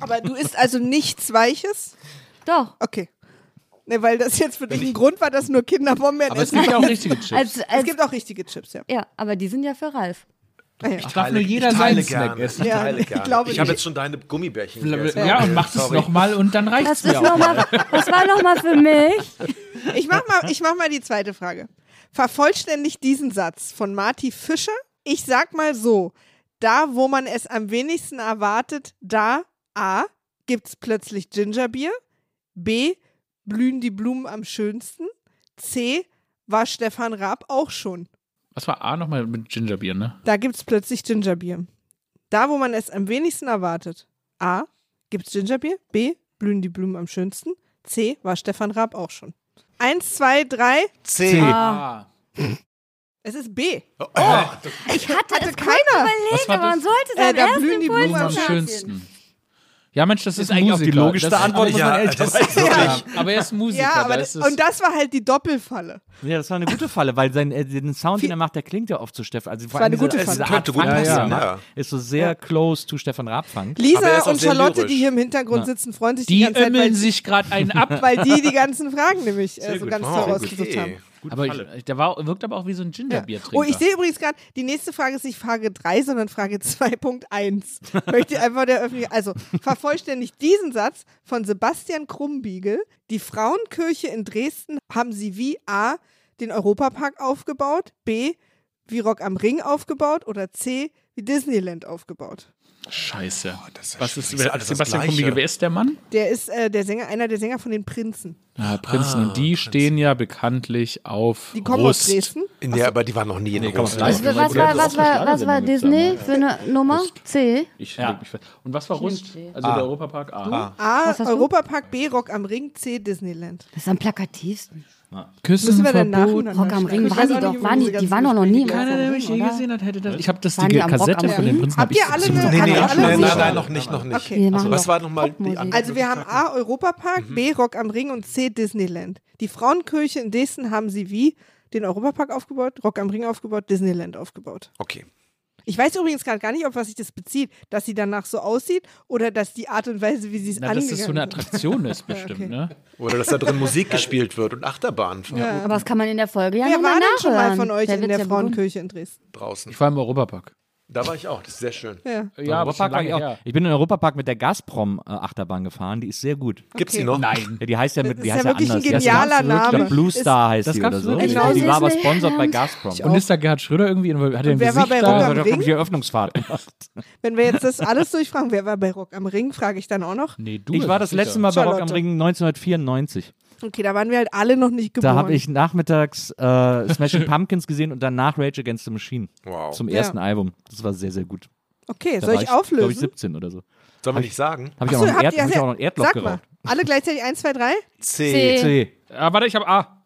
[SPEAKER 2] Aber du isst also nichts Weiches?
[SPEAKER 9] Doch.
[SPEAKER 2] Okay. Ne, weil das jetzt für dich ein Grund war, dass nur Kinder Pombeeren
[SPEAKER 5] Aber es
[SPEAKER 2] essen.
[SPEAKER 5] gibt ja auch richtige Chips.
[SPEAKER 9] Als-
[SPEAKER 2] es
[SPEAKER 9] als-
[SPEAKER 2] gibt auch richtige Chips, ja.
[SPEAKER 9] Ja, aber die sind ja für Ralf.
[SPEAKER 2] Ah, ja.
[SPEAKER 5] Darf nur jeder
[SPEAKER 10] ich teile
[SPEAKER 5] seinen Snack
[SPEAKER 10] gerne.
[SPEAKER 5] essen.
[SPEAKER 10] Ich
[SPEAKER 2] Ja,
[SPEAKER 10] teile
[SPEAKER 2] ich
[SPEAKER 10] gerne.
[SPEAKER 2] glaube
[SPEAKER 10] Ich, habe
[SPEAKER 2] nicht.
[SPEAKER 10] jetzt schon deine Gummibärchen gegessen.
[SPEAKER 5] Ja, und mach es
[SPEAKER 10] Sorry.
[SPEAKER 5] nochmal und dann reicht
[SPEAKER 9] Das
[SPEAKER 5] es
[SPEAKER 9] ist
[SPEAKER 5] mir auch.
[SPEAKER 9] nochmal, was war nochmal für mich?
[SPEAKER 2] Ich mach, mal, ich mach mal die zweite Frage. Vervollständigt diesen Satz von Marty Fischer. Ich sag mal so: Da, wo man es am wenigsten erwartet, da A. gibt's plötzlich Gingerbier. B. Blühen die Blumen am schönsten. C. War Stefan Raab auch schon.
[SPEAKER 5] Was war A nochmal mit Gingerbier, ne?
[SPEAKER 2] Da gibt's plötzlich Gingerbier. Da, wo man es am wenigsten erwartet. A. Gibt's Gingerbier? B. Blühen die Blumen am schönsten. C. War Stefan Raab auch schon. Eins, zwei, drei.
[SPEAKER 10] C.
[SPEAKER 5] Ah.
[SPEAKER 2] Es ist B.
[SPEAKER 9] Oh, Ich hatte,
[SPEAKER 2] Hatte
[SPEAKER 9] es
[SPEAKER 2] keiner.
[SPEAKER 9] kurz
[SPEAKER 5] Was
[SPEAKER 9] überlegt,
[SPEAKER 5] war
[SPEAKER 9] aber man
[SPEAKER 5] das?
[SPEAKER 9] sollte
[SPEAKER 2] Äh,
[SPEAKER 9] seinen
[SPEAKER 2] da
[SPEAKER 9] ersten
[SPEAKER 2] blühen die
[SPEAKER 9] Impuls
[SPEAKER 5] Blumen am
[SPEAKER 9] nachgehen.
[SPEAKER 5] schönsten. Ja, Mensch, das ist,
[SPEAKER 4] ist eigentlich auch die
[SPEAKER 5] Musiker.
[SPEAKER 4] logischste
[SPEAKER 5] Das-
[SPEAKER 4] Antwort, muss
[SPEAKER 10] Ja,
[SPEAKER 4] man ehrlich
[SPEAKER 10] das
[SPEAKER 4] dabei
[SPEAKER 10] ist wirklich.
[SPEAKER 5] <laughs> Ja, aber er ist Musiker.
[SPEAKER 2] Ja, aber
[SPEAKER 5] da
[SPEAKER 2] das,
[SPEAKER 5] ist es-
[SPEAKER 2] und das war halt die Doppelfalle.
[SPEAKER 4] Ja, das war eine gute Falle, weil sein, äh, den Sound, den er macht, der klingt ja oft zu Stefan. Also vor
[SPEAKER 2] war
[SPEAKER 4] allem
[SPEAKER 2] eine gute
[SPEAKER 4] diese-
[SPEAKER 2] Falle.
[SPEAKER 4] diese
[SPEAKER 10] Könnte
[SPEAKER 4] Art
[SPEAKER 10] gut
[SPEAKER 4] Funk, die er
[SPEAKER 10] passen,
[SPEAKER 4] macht,
[SPEAKER 10] ja.
[SPEAKER 4] Ist so sehr close to Stefan Raab Funk.
[SPEAKER 10] Aber er ist
[SPEAKER 2] Lisa
[SPEAKER 10] auch
[SPEAKER 2] und
[SPEAKER 10] sehr
[SPEAKER 2] Charlotte, die
[SPEAKER 10] lyrisch.
[SPEAKER 2] hier im Hintergrund
[SPEAKER 4] Ja.
[SPEAKER 2] sitzen, freuen sich die,
[SPEAKER 5] die
[SPEAKER 2] ganze Zeit, weil,
[SPEAKER 5] ömmeln sich gerade einen
[SPEAKER 9] <laughs>
[SPEAKER 5] ab.
[SPEAKER 2] weil die die ganzen Fragen nämlich äh, so ganz
[SPEAKER 10] Wow,
[SPEAKER 2] toll
[SPEAKER 10] Oh, okay.
[SPEAKER 2] rausgesucht haben.
[SPEAKER 5] aber ich, der war, wirkt aber auch wie so ein Gingerbier-Trinker.
[SPEAKER 2] Oh, ich sehe übrigens gerade, die nächste Frage ist nicht Frage 3, sondern Frage 2.1. Möchte ich einfach der Öffentlich Also, vervollständigt diesen Satz von Sebastian Krumbiegel. Die Frauenkirche in Dresden haben sie wie A. den Europapark aufgebaut, B. wie Rock am Ring aufgebaut oder C, wie Disneyland aufgebaut.
[SPEAKER 5] Scheiße.
[SPEAKER 10] ist ja
[SPEAKER 5] Was ist,
[SPEAKER 10] scheiße,
[SPEAKER 5] wer,
[SPEAKER 10] alles Oh, das
[SPEAKER 5] Sebastian
[SPEAKER 10] Gleiche.
[SPEAKER 5] Kumbige, wer ist der Mann?
[SPEAKER 2] Der ist äh, der Sänger, einer der Sänger von den Prinzen.
[SPEAKER 5] Ah, Prinzen, und die stehen ja bekanntlich auf
[SPEAKER 2] Die kommen aus
[SPEAKER 5] Rust.
[SPEAKER 2] Dresden?
[SPEAKER 10] Nee, aber die waren noch nie in
[SPEAKER 5] Nee,
[SPEAKER 10] Russland.
[SPEAKER 5] kommen aus Leipzig.
[SPEAKER 9] Was war, was war, was war Disney für eine Nummer? C.
[SPEAKER 5] Ich ja. mich fest. Und was war Rust? Also
[SPEAKER 10] Ah.
[SPEAKER 5] der Europapark A.
[SPEAKER 10] Ah.
[SPEAKER 2] A,
[SPEAKER 9] Was hast du?
[SPEAKER 2] Europapark, B, Rock am Ring, C, Disneyland.
[SPEAKER 9] Das ist am plakativsten.
[SPEAKER 2] Müssen wir dann
[SPEAKER 5] verboten.
[SPEAKER 2] nacheinander
[SPEAKER 9] Rock am
[SPEAKER 2] schreiben.
[SPEAKER 9] Ring
[SPEAKER 2] Ich
[SPEAKER 9] waren
[SPEAKER 2] weiß
[SPEAKER 9] die
[SPEAKER 2] auch
[SPEAKER 9] doch,
[SPEAKER 2] nicht,
[SPEAKER 9] waren die,
[SPEAKER 2] wo diese
[SPEAKER 9] die
[SPEAKER 2] ganzen
[SPEAKER 9] waren doch noch nie im
[SPEAKER 2] Gespräche-
[SPEAKER 9] Keiner, der mich je gesehen
[SPEAKER 5] hat, hätte das. Ich
[SPEAKER 9] habe
[SPEAKER 5] das
[SPEAKER 9] Waren
[SPEAKER 5] die,
[SPEAKER 9] die am Rock
[SPEAKER 5] Kassette
[SPEAKER 9] am
[SPEAKER 5] von den
[SPEAKER 9] Ring?
[SPEAKER 5] Prinzen.
[SPEAKER 2] Habt
[SPEAKER 5] hab ich
[SPEAKER 2] ihr alle eine-
[SPEAKER 10] Nee, nee,
[SPEAKER 2] Alle
[SPEAKER 10] nein,
[SPEAKER 2] sicher?
[SPEAKER 10] nein, nein, noch nicht, noch nicht. Also,
[SPEAKER 2] Okay. Wir
[SPEAKER 9] machen
[SPEAKER 10] Was
[SPEAKER 9] doch
[SPEAKER 10] war nochmal die
[SPEAKER 9] Popmusik.
[SPEAKER 10] andere?
[SPEAKER 2] Also wir haben A, Europapark,
[SPEAKER 5] Mhm.
[SPEAKER 2] B, Rock am Ring und C, Disneyland. Die Frauenkirche in Dresden haben sie wie den Europapark aufgebaut, Rock am Ring aufgebaut, Disneyland aufgebaut.
[SPEAKER 10] Okay.
[SPEAKER 2] Ich weiß übrigens gerade gar nicht, auf was sich das bezieht, dass sie danach so aussieht oder dass die Art und Weise, wie sie es
[SPEAKER 5] Na, dass
[SPEAKER 2] angegangen
[SPEAKER 5] das so eine
[SPEAKER 2] sind.
[SPEAKER 5] Attraktion ist,
[SPEAKER 2] Ja,
[SPEAKER 5] bestimmt,
[SPEAKER 2] okay.
[SPEAKER 5] ne?
[SPEAKER 10] Oder dass da
[SPEAKER 5] <laughs>
[SPEAKER 10] drin Musik gespielt wird und Achterbahn
[SPEAKER 2] Ja.
[SPEAKER 9] Aber das kann man in der Folge ja
[SPEAKER 2] Wer
[SPEAKER 9] nochmal
[SPEAKER 2] war denn schon mal
[SPEAKER 9] nachhören.
[SPEAKER 2] von euch
[SPEAKER 9] Der
[SPEAKER 2] in
[SPEAKER 9] wird's
[SPEAKER 2] der
[SPEAKER 9] ja begründen.
[SPEAKER 2] Frauenkirche in Dresden?
[SPEAKER 10] draußen.
[SPEAKER 5] Ich war im Europapark.
[SPEAKER 10] Da war ich auch, das ist sehr schön.
[SPEAKER 2] Ja.
[SPEAKER 4] Ja,
[SPEAKER 5] aber schon
[SPEAKER 4] Europapark war
[SPEAKER 5] lange
[SPEAKER 4] ich, auch.
[SPEAKER 5] her.
[SPEAKER 4] ich bin in den Europapark mit der Gazprom-Achterbahn gefahren, die ist sehr gut.
[SPEAKER 10] Gibt's
[SPEAKER 2] Okay.
[SPEAKER 10] die noch?
[SPEAKER 5] Nein.
[SPEAKER 4] Ja, die heißt ja, mit,
[SPEAKER 2] Das
[SPEAKER 4] die
[SPEAKER 2] ist
[SPEAKER 4] heißt
[SPEAKER 2] ja
[SPEAKER 4] ja
[SPEAKER 2] wirklich
[SPEAKER 4] anders.
[SPEAKER 2] ein
[SPEAKER 4] Die heißt
[SPEAKER 2] genialer
[SPEAKER 4] ja
[SPEAKER 2] Name.
[SPEAKER 4] Ich glaub, Blue
[SPEAKER 2] Ist-
[SPEAKER 4] Star heißt
[SPEAKER 5] Das
[SPEAKER 4] die
[SPEAKER 5] gab's
[SPEAKER 4] oder so.
[SPEAKER 5] wirklich?
[SPEAKER 2] Genau,
[SPEAKER 4] die war aber
[SPEAKER 9] siehst du?
[SPEAKER 4] sponsert bei
[SPEAKER 9] Ja.
[SPEAKER 4] Gazprom.
[SPEAKER 5] Und ist da Gerhard Schröder irgendwie? involviert? Hat er ein
[SPEAKER 2] wer
[SPEAKER 5] Gesicht
[SPEAKER 2] war bei Rock
[SPEAKER 5] da?
[SPEAKER 2] am
[SPEAKER 4] da
[SPEAKER 2] Ring?
[SPEAKER 4] die Eröffnungsfahrt gemacht.
[SPEAKER 2] Wenn wir jetzt das alles durchfragen, wer war bei Rock am Ring, frage ich dann auch noch.
[SPEAKER 5] Nee, du.
[SPEAKER 4] Ich war das
[SPEAKER 5] sicher.
[SPEAKER 4] letzte Mal bei Rock am
[SPEAKER 2] Charlotte.
[SPEAKER 4] Ring 1994.
[SPEAKER 2] Okay, da waren wir halt alle noch nicht geboren.
[SPEAKER 4] Da habe ich nachmittags äh,
[SPEAKER 2] <laughs>
[SPEAKER 4] Smashing Pumpkins gesehen und danach Rage Against the Machine.
[SPEAKER 10] Wow.
[SPEAKER 4] Zum
[SPEAKER 2] Ja.
[SPEAKER 4] ersten Album. Das war sehr, sehr gut.
[SPEAKER 2] Okay,
[SPEAKER 4] Da
[SPEAKER 2] soll
[SPEAKER 4] war
[SPEAKER 2] ich
[SPEAKER 4] Glaube ich
[SPEAKER 2] auflösen?
[SPEAKER 4] 17 oder so.
[SPEAKER 10] Soll man nicht sagen?
[SPEAKER 4] Habe ich, auch
[SPEAKER 2] Achso,
[SPEAKER 4] noch ein
[SPEAKER 2] habt
[SPEAKER 4] Erd-
[SPEAKER 2] ihr- also
[SPEAKER 4] hab ich auch noch ein Erdloch
[SPEAKER 2] Sag mal,
[SPEAKER 4] geraucht.
[SPEAKER 2] alle gleichzeitig 1, 2,
[SPEAKER 4] <laughs>
[SPEAKER 2] 3?
[SPEAKER 10] C.
[SPEAKER 4] C.
[SPEAKER 5] Ah, warte, ich habe A.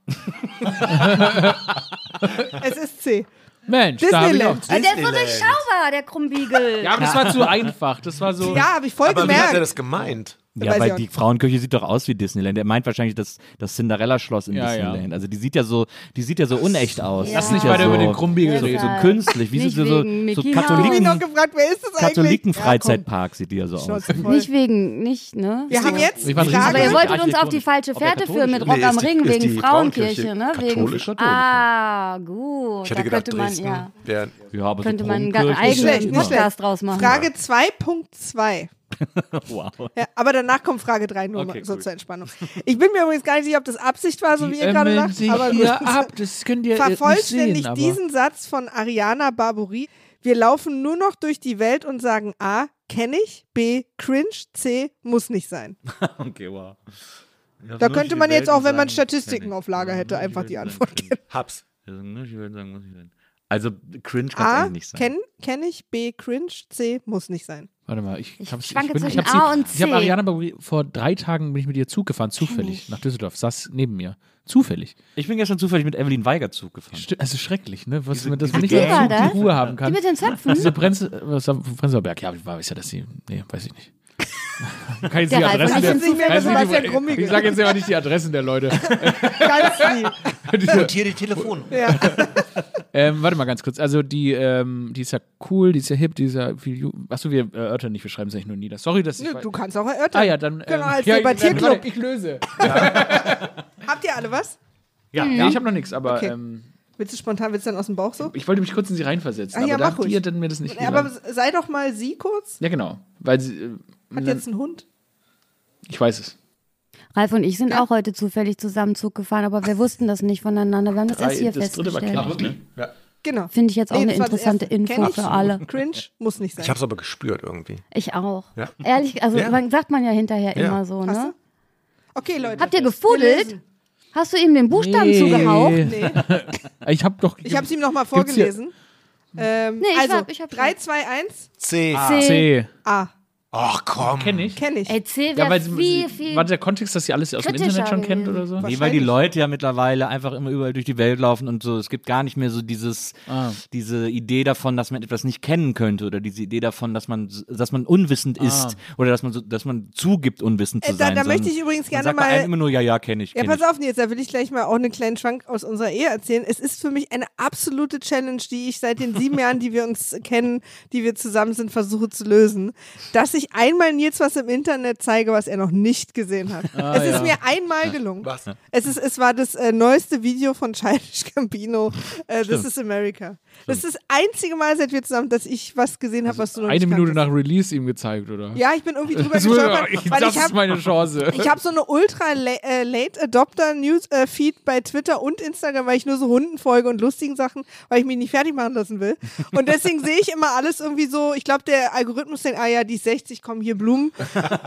[SPEAKER 2] Es ist C.
[SPEAKER 5] Mensch, da habe ich auch.
[SPEAKER 2] Disneyland.
[SPEAKER 9] Äh, Der ist so durchschaubar, der Krummbiegel.
[SPEAKER 5] Ja, aber das war zu einfach. Das war so.
[SPEAKER 2] Ja, habe ich voll
[SPEAKER 10] Aber wie hat er
[SPEAKER 2] gemerkt.
[SPEAKER 10] das gemeint?
[SPEAKER 2] Weiß
[SPEAKER 4] Ja,
[SPEAKER 2] ich auch
[SPEAKER 4] weil die
[SPEAKER 2] nicht.
[SPEAKER 4] Frauenkirche sieht doch aus wie Disneyland. Er meint wahrscheinlich das, das Cinderella-Schloss in
[SPEAKER 5] Ja,
[SPEAKER 4] Disneyland. Also die sieht ja so, die sieht ja so unecht aus.
[SPEAKER 9] Lass
[SPEAKER 4] Die
[SPEAKER 9] nicht
[SPEAKER 4] sieht
[SPEAKER 5] weiter
[SPEAKER 4] ja so,
[SPEAKER 5] über den Krummbigel
[SPEAKER 4] so,
[SPEAKER 5] reden.
[SPEAKER 4] so künstlich, wie
[SPEAKER 9] Nicht
[SPEAKER 4] sie so,
[SPEAKER 9] wegen
[SPEAKER 4] so
[SPEAKER 9] Mickey
[SPEAKER 2] Ich habe mich
[SPEAKER 4] Katholiken,
[SPEAKER 2] noch gefragt, wer ist das eigentlich?
[SPEAKER 4] Katholiken-Freizeitpark sieht die ja <laughs> so aus.
[SPEAKER 2] Schnauze voll.
[SPEAKER 9] Nicht wegen, nicht, ne?
[SPEAKER 2] Wir haben jetzt
[SPEAKER 5] Ich war ein
[SPEAKER 9] Aber ihr
[SPEAKER 5] Riesen-
[SPEAKER 2] Frage.
[SPEAKER 9] wolltet uns auf die falsche
[SPEAKER 4] Ob er
[SPEAKER 9] Fährte führen mit
[SPEAKER 4] katholisch
[SPEAKER 9] Rock am
[SPEAKER 10] ist? Nee, ist
[SPEAKER 9] Ring
[SPEAKER 10] die- ist
[SPEAKER 9] wegen
[SPEAKER 10] die
[SPEAKER 9] Frauenkirche,
[SPEAKER 10] Frauenkirche
[SPEAKER 9] ne? Wegen,
[SPEAKER 10] katholisch?
[SPEAKER 9] ah, gut.
[SPEAKER 10] Ich hätte
[SPEAKER 9] da
[SPEAKER 10] gedacht,
[SPEAKER 9] könnte man,
[SPEAKER 10] Dresden
[SPEAKER 9] ja,
[SPEAKER 10] wäre
[SPEAKER 4] Ja, aber
[SPEAKER 9] könnte
[SPEAKER 4] so
[SPEAKER 9] man einen ganz
[SPEAKER 4] Brummkirche-
[SPEAKER 2] Nicht schlecht,
[SPEAKER 9] eigenen
[SPEAKER 2] nicht schlecht.
[SPEAKER 9] Podcast draus machen.
[SPEAKER 2] Frage 2.2.
[SPEAKER 4] <laughs> Wow.
[SPEAKER 2] Ja, aber danach kommt Frage 3 nur
[SPEAKER 4] Okay,
[SPEAKER 2] mal, so
[SPEAKER 4] cool.
[SPEAKER 2] zur Entspannung. Ich bin mir übrigens gar nicht sicher, ob das Absicht war, so wie ihr gerade lacht. Aber gut.
[SPEAKER 5] Das könnt ihr
[SPEAKER 2] Vervollständigt diesen Satz von Ariana Barbouri. Wir laufen nur noch durch die Welt und sagen A, kenne ich, B, cringe, C, muss nicht sein.
[SPEAKER 4] Okay, wow.
[SPEAKER 2] Da könnte man jetzt auch, wenn man Statistiken auf Lager hätte, einfach die Antwort kennen.
[SPEAKER 10] Hab's.
[SPEAKER 4] Also cringe kann es
[SPEAKER 2] A,
[SPEAKER 4] eigentlich nicht sein.
[SPEAKER 2] kenne kenn ich, B, cringe, C, muss nicht sein.
[SPEAKER 5] Warte mal, ich,
[SPEAKER 9] Ich
[SPEAKER 5] hab's-
[SPEAKER 9] schwanke
[SPEAKER 5] bin-
[SPEAKER 9] zwischen
[SPEAKER 5] hab's
[SPEAKER 9] A
[SPEAKER 5] sie-
[SPEAKER 9] und
[SPEAKER 5] Ich habe
[SPEAKER 9] C.
[SPEAKER 5] Ariana Barbouri vor drei Tagen bin ich mit ihr Zug gefahren, zufällig nach Düsseldorf. Saß neben mir, zufällig.
[SPEAKER 4] Ich bin gestern zufällig mit Evelyn Weiger Zug gefahren.
[SPEAKER 5] St also schrecklich, ne? Was
[SPEAKER 4] Diese-
[SPEAKER 5] man das
[SPEAKER 4] diese
[SPEAKER 5] nicht
[SPEAKER 9] Ach, die
[SPEAKER 5] mal
[SPEAKER 9] war
[SPEAKER 5] die Ruhe haben
[SPEAKER 9] Die
[SPEAKER 5] kann.
[SPEAKER 9] mit den Zöpfen?
[SPEAKER 5] Diese Brenz, was war- Prenzlauer Berg. Ja, ich weiß ja, dass sie. Nee, weiß ich nicht. Kann ich
[SPEAKER 9] Der Ralf weiß
[SPEAKER 5] der-
[SPEAKER 9] nicht mehr,
[SPEAKER 5] weiß
[SPEAKER 9] wer
[SPEAKER 5] nicht,
[SPEAKER 2] Sebastian
[SPEAKER 5] die-
[SPEAKER 2] Grummig
[SPEAKER 5] Ich
[SPEAKER 2] ist.
[SPEAKER 5] sage jetzt aber nicht die Adressen der
[SPEAKER 9] <laughs>
[SPEAKER 5] Leute.
[SPEAKER 2] Ganz
[SPEAKER 5] <laughs>
[SPEAKER 2] nie.
[SPEAKER 5] Diese-
[SPEAKER 10] Notiere die Telefon.
[SPEAKER 2] Ja.
[SPEAKER 5] Ähm, warte mal ganz kurz. Also die, ähm, die ist ja cool, die ist ja hip, die ist ja viel. Ju- Achso, wir äh, erörtern nicht, wir schreiben es eigentlich nur nieder. Sorry, dass ich.
[SPEAKER 2] Nö, Du kannst auch erörtern.
[SPEAKER 5] ah ja, dann.
[SPEAKER 2] Genau, als
[SPEAKER 5] <laughs> ja,
[SPEAKER 2] Debattierclub.
[SPEAKER 5] warte, Ich löse.
[SPEAKER 2] Habt ihr alle was?
[SPEAKER 5] Ja, nee, ich habe noch nichts, aber
[SPEAKER 2] Mhm. Okay.
[SPEAKER 5] ähm,
[SPEAKER 2] Willst du spontan, willst du dann aus dem Bauch so?
[SPEAKER 5] ich wollte mich kurz in sie reinversetzen.
[SPEAKER 2] Ah, ja,
[SPEAKER 5] aber
[SPEAKER 2] mach
[SPEAKER 5] da habt
[SPEAKER 2] ruhig.
[SPEAKER 5] ihr dann mir das nicht
[SPEAKER 2] Aber
[SPEAKER 5] gesagt.
[SPEAKER 2] sei doch mal sie kurz.
[SPEAKER 5] Ja, genau. Weil sie. äh,
[SPEAKER 2] Hat
[SPEAKER 5] dann-
[SPEAKER 2] jetzt einen Hund.
[SPEAKER 5] ich weiß es.
[SPEAKER 9] Ralf und ich sind auch heute zufällig zusammen Zug gefahren, aber wir wussten das nicht voneinander. Wir haben das erst hier
[SPEAKER 5] das dritte war
[SPEAKER 9] festgestellt.
[SPEAKER 5] klar. Ne?
[SPEAKER 2] Genau.
[SPEAKER 9] Finde ich jetzt auch
[SPEAKER 2] Nee,
[SPEAKER 9] eine
[SPEAKER 2] das war das
[SPEAKER 9] interessante
[SPEAKER 2] Erste. Kenn
[SPEAKER 9] Info
[SPEAKER 2] ich.
[SPEAKER 9] für alle.
[SPEAKER 2] Cringe muss nicht sein.
[SPEAKER 10] Ich hab's aber gespürt irgendwie.
[SPEAKER 9] Ich auch.
[SPEAKER 10] Ja.
[SPEAKER 9] Ehrlich, also
[SPEAKER 10] Ja.
[SPEAKER 9] man- sagt man ja hinterher
[SPEAKER 10] Ja.
[SPEAKER 9] immer so, ne?
[SPEAKER 2] okay, Leute.
[SPEAKER 9] Habt ihr
[SPEAKER 2] Wir
[SPEAKER 9] gefudelt?
[SPEAKER 2] lesen.
[SPEAKER 9] Hast du ihm den Buchstaben
[SPEAKER 5] Nee.
[SPEAKER 9] zugehaucht? <laughs>
[SPEAKER 2] Nee.
[SPEAKER 5] Ich habe doch.
[SPEAKER 2] Ich habe es ihm nochmal
[SPEAKER 5] Gibt's hier-
[SPEAKER 2] vorgelesen. Ähm,
[SPEAKER 9] Nee, ich
[SPEAKER 2] also,
[SPEAKER 9] hab- ich hab-
[SPEAKER 2] 3, 2, 1,
[SPEAKER 10] Ah, C.
[SPEAKER 5] C.
[SPEAKER 2] A.
[SPEAKER 10] Ach komm.
[SPEAKER 5] Kenn ich.
[SPEAKER 2] Kenne Ah, ich.
[SPEAKER 9] Ey, C
[SPEAKER 5] Ja,
[SPEAKER 9] wäre
[SPEAKER 5] weil sie,
[SPEAKER 9] viel,
[SPEAKER 5] sie-
[SPEAKER 9] viel.
[SPEAKER 5] War der Kontext, dass sie alles aus dem
[SPEAKER 9] kritischer
[SPEAKER 5] Internet schon kennt
[SPEAKER 9] gewesen.
[SPEAKER 5] oder so?
[SPEAKER 4] Nee, weil die
[SPEAKER 2] Wahrscheinlich.
[SPEAKER 4] Leute ja mittlerweile einfach immer überall durch die Welt laufen und so. Es gibt gar nicht mehr so dieses,
[SPEAKER 2] Ah.
[SPEAKER 4] diese Idee davon, dass man etwas nicht kennen könnte oder diese Idee davon, dass man, dass man unwissend ist oder dass man, so, dass man zugibt, unwissend zu
[SPEAKER 2] Ah. Äh, da-
[SPEAKER 4] sein.
[SPEAKER 2] da möchte
[SPEAKER 4] sondern
[SPEAKER 2] ich übrigens
[SPEAKER 4] man
[SPEAKER 2] gerne
[SPEAKER 4] sagt bei
[SPEAKER 2] mal-
[SPEAKER 4] Einem immer nur, ja, ja, kenne ich.
[SPEAKER 2] Ja,
[SPEAKER 4] Kenn
[SPEAKER 2] pass auf, Nils, da will ich gleich mal auch einen kleinen Schwank aus unserer Ehe erzählen. Es ist für mich eine absolute
[SPEAKER 5] <laughs>
[SPEAKER 2] Challenge, die ich seit den sieben Jahren, die wir uns kennen, die wir zusammen sind, versuche zu lösen, dass ich ich einmal Nils was im Internet zeige, was er noch nicht gesehen hat.
[SPEAKER 3] Ah,
[SPEAKER 2] es ist
[SPEAKER 3] ja.
[SPEAKER 2] mir einmal gelungen.
[SPEAKER 3] Was?
[SPEAKER 2] Es, ist, es war das äh, neueste Video von Childish Gambino, äh, This
[SPEAKER 5] Stimmt.
[SPEAKER 2] is America. Das ist das einzige Mal, seit wir zusammen, dass ich was gesehen habe, was du noch
[SPEAKER 5] Eine
[SPEAKER 2] nicht
[SPEAKER 5] Minute
[SPEAKER 2] kanntest.
[SPEAKER 5] nach Release ihm gezeigt, oder?
[SPEAKER 2] Ja, ich bin irgendwie drüber
[SPEAKER 5] Das wurde-
[SPEAKER 2] gestolpert.
[SPEAKER 5] ich-
[SPEAKER 2] weil
[SPEAKER 5] das
[SPEAKER 2] ich hab,
[SPEAKER 5] ist meine Chance.
[SPEAKER 2] Ich habe so eine ultra la- äh, late adopter news äh, feed bei Twitter und Instagram, weil ich nur so Hunden folge und lustigen Sachen, weil ich mich nicht fertig machen lassen will. Und deswegen sehe ich immer alles irgendwie so, ich glaube, der Algorithmus denkt, ah ja, die ist 60, kommen hier Blumen.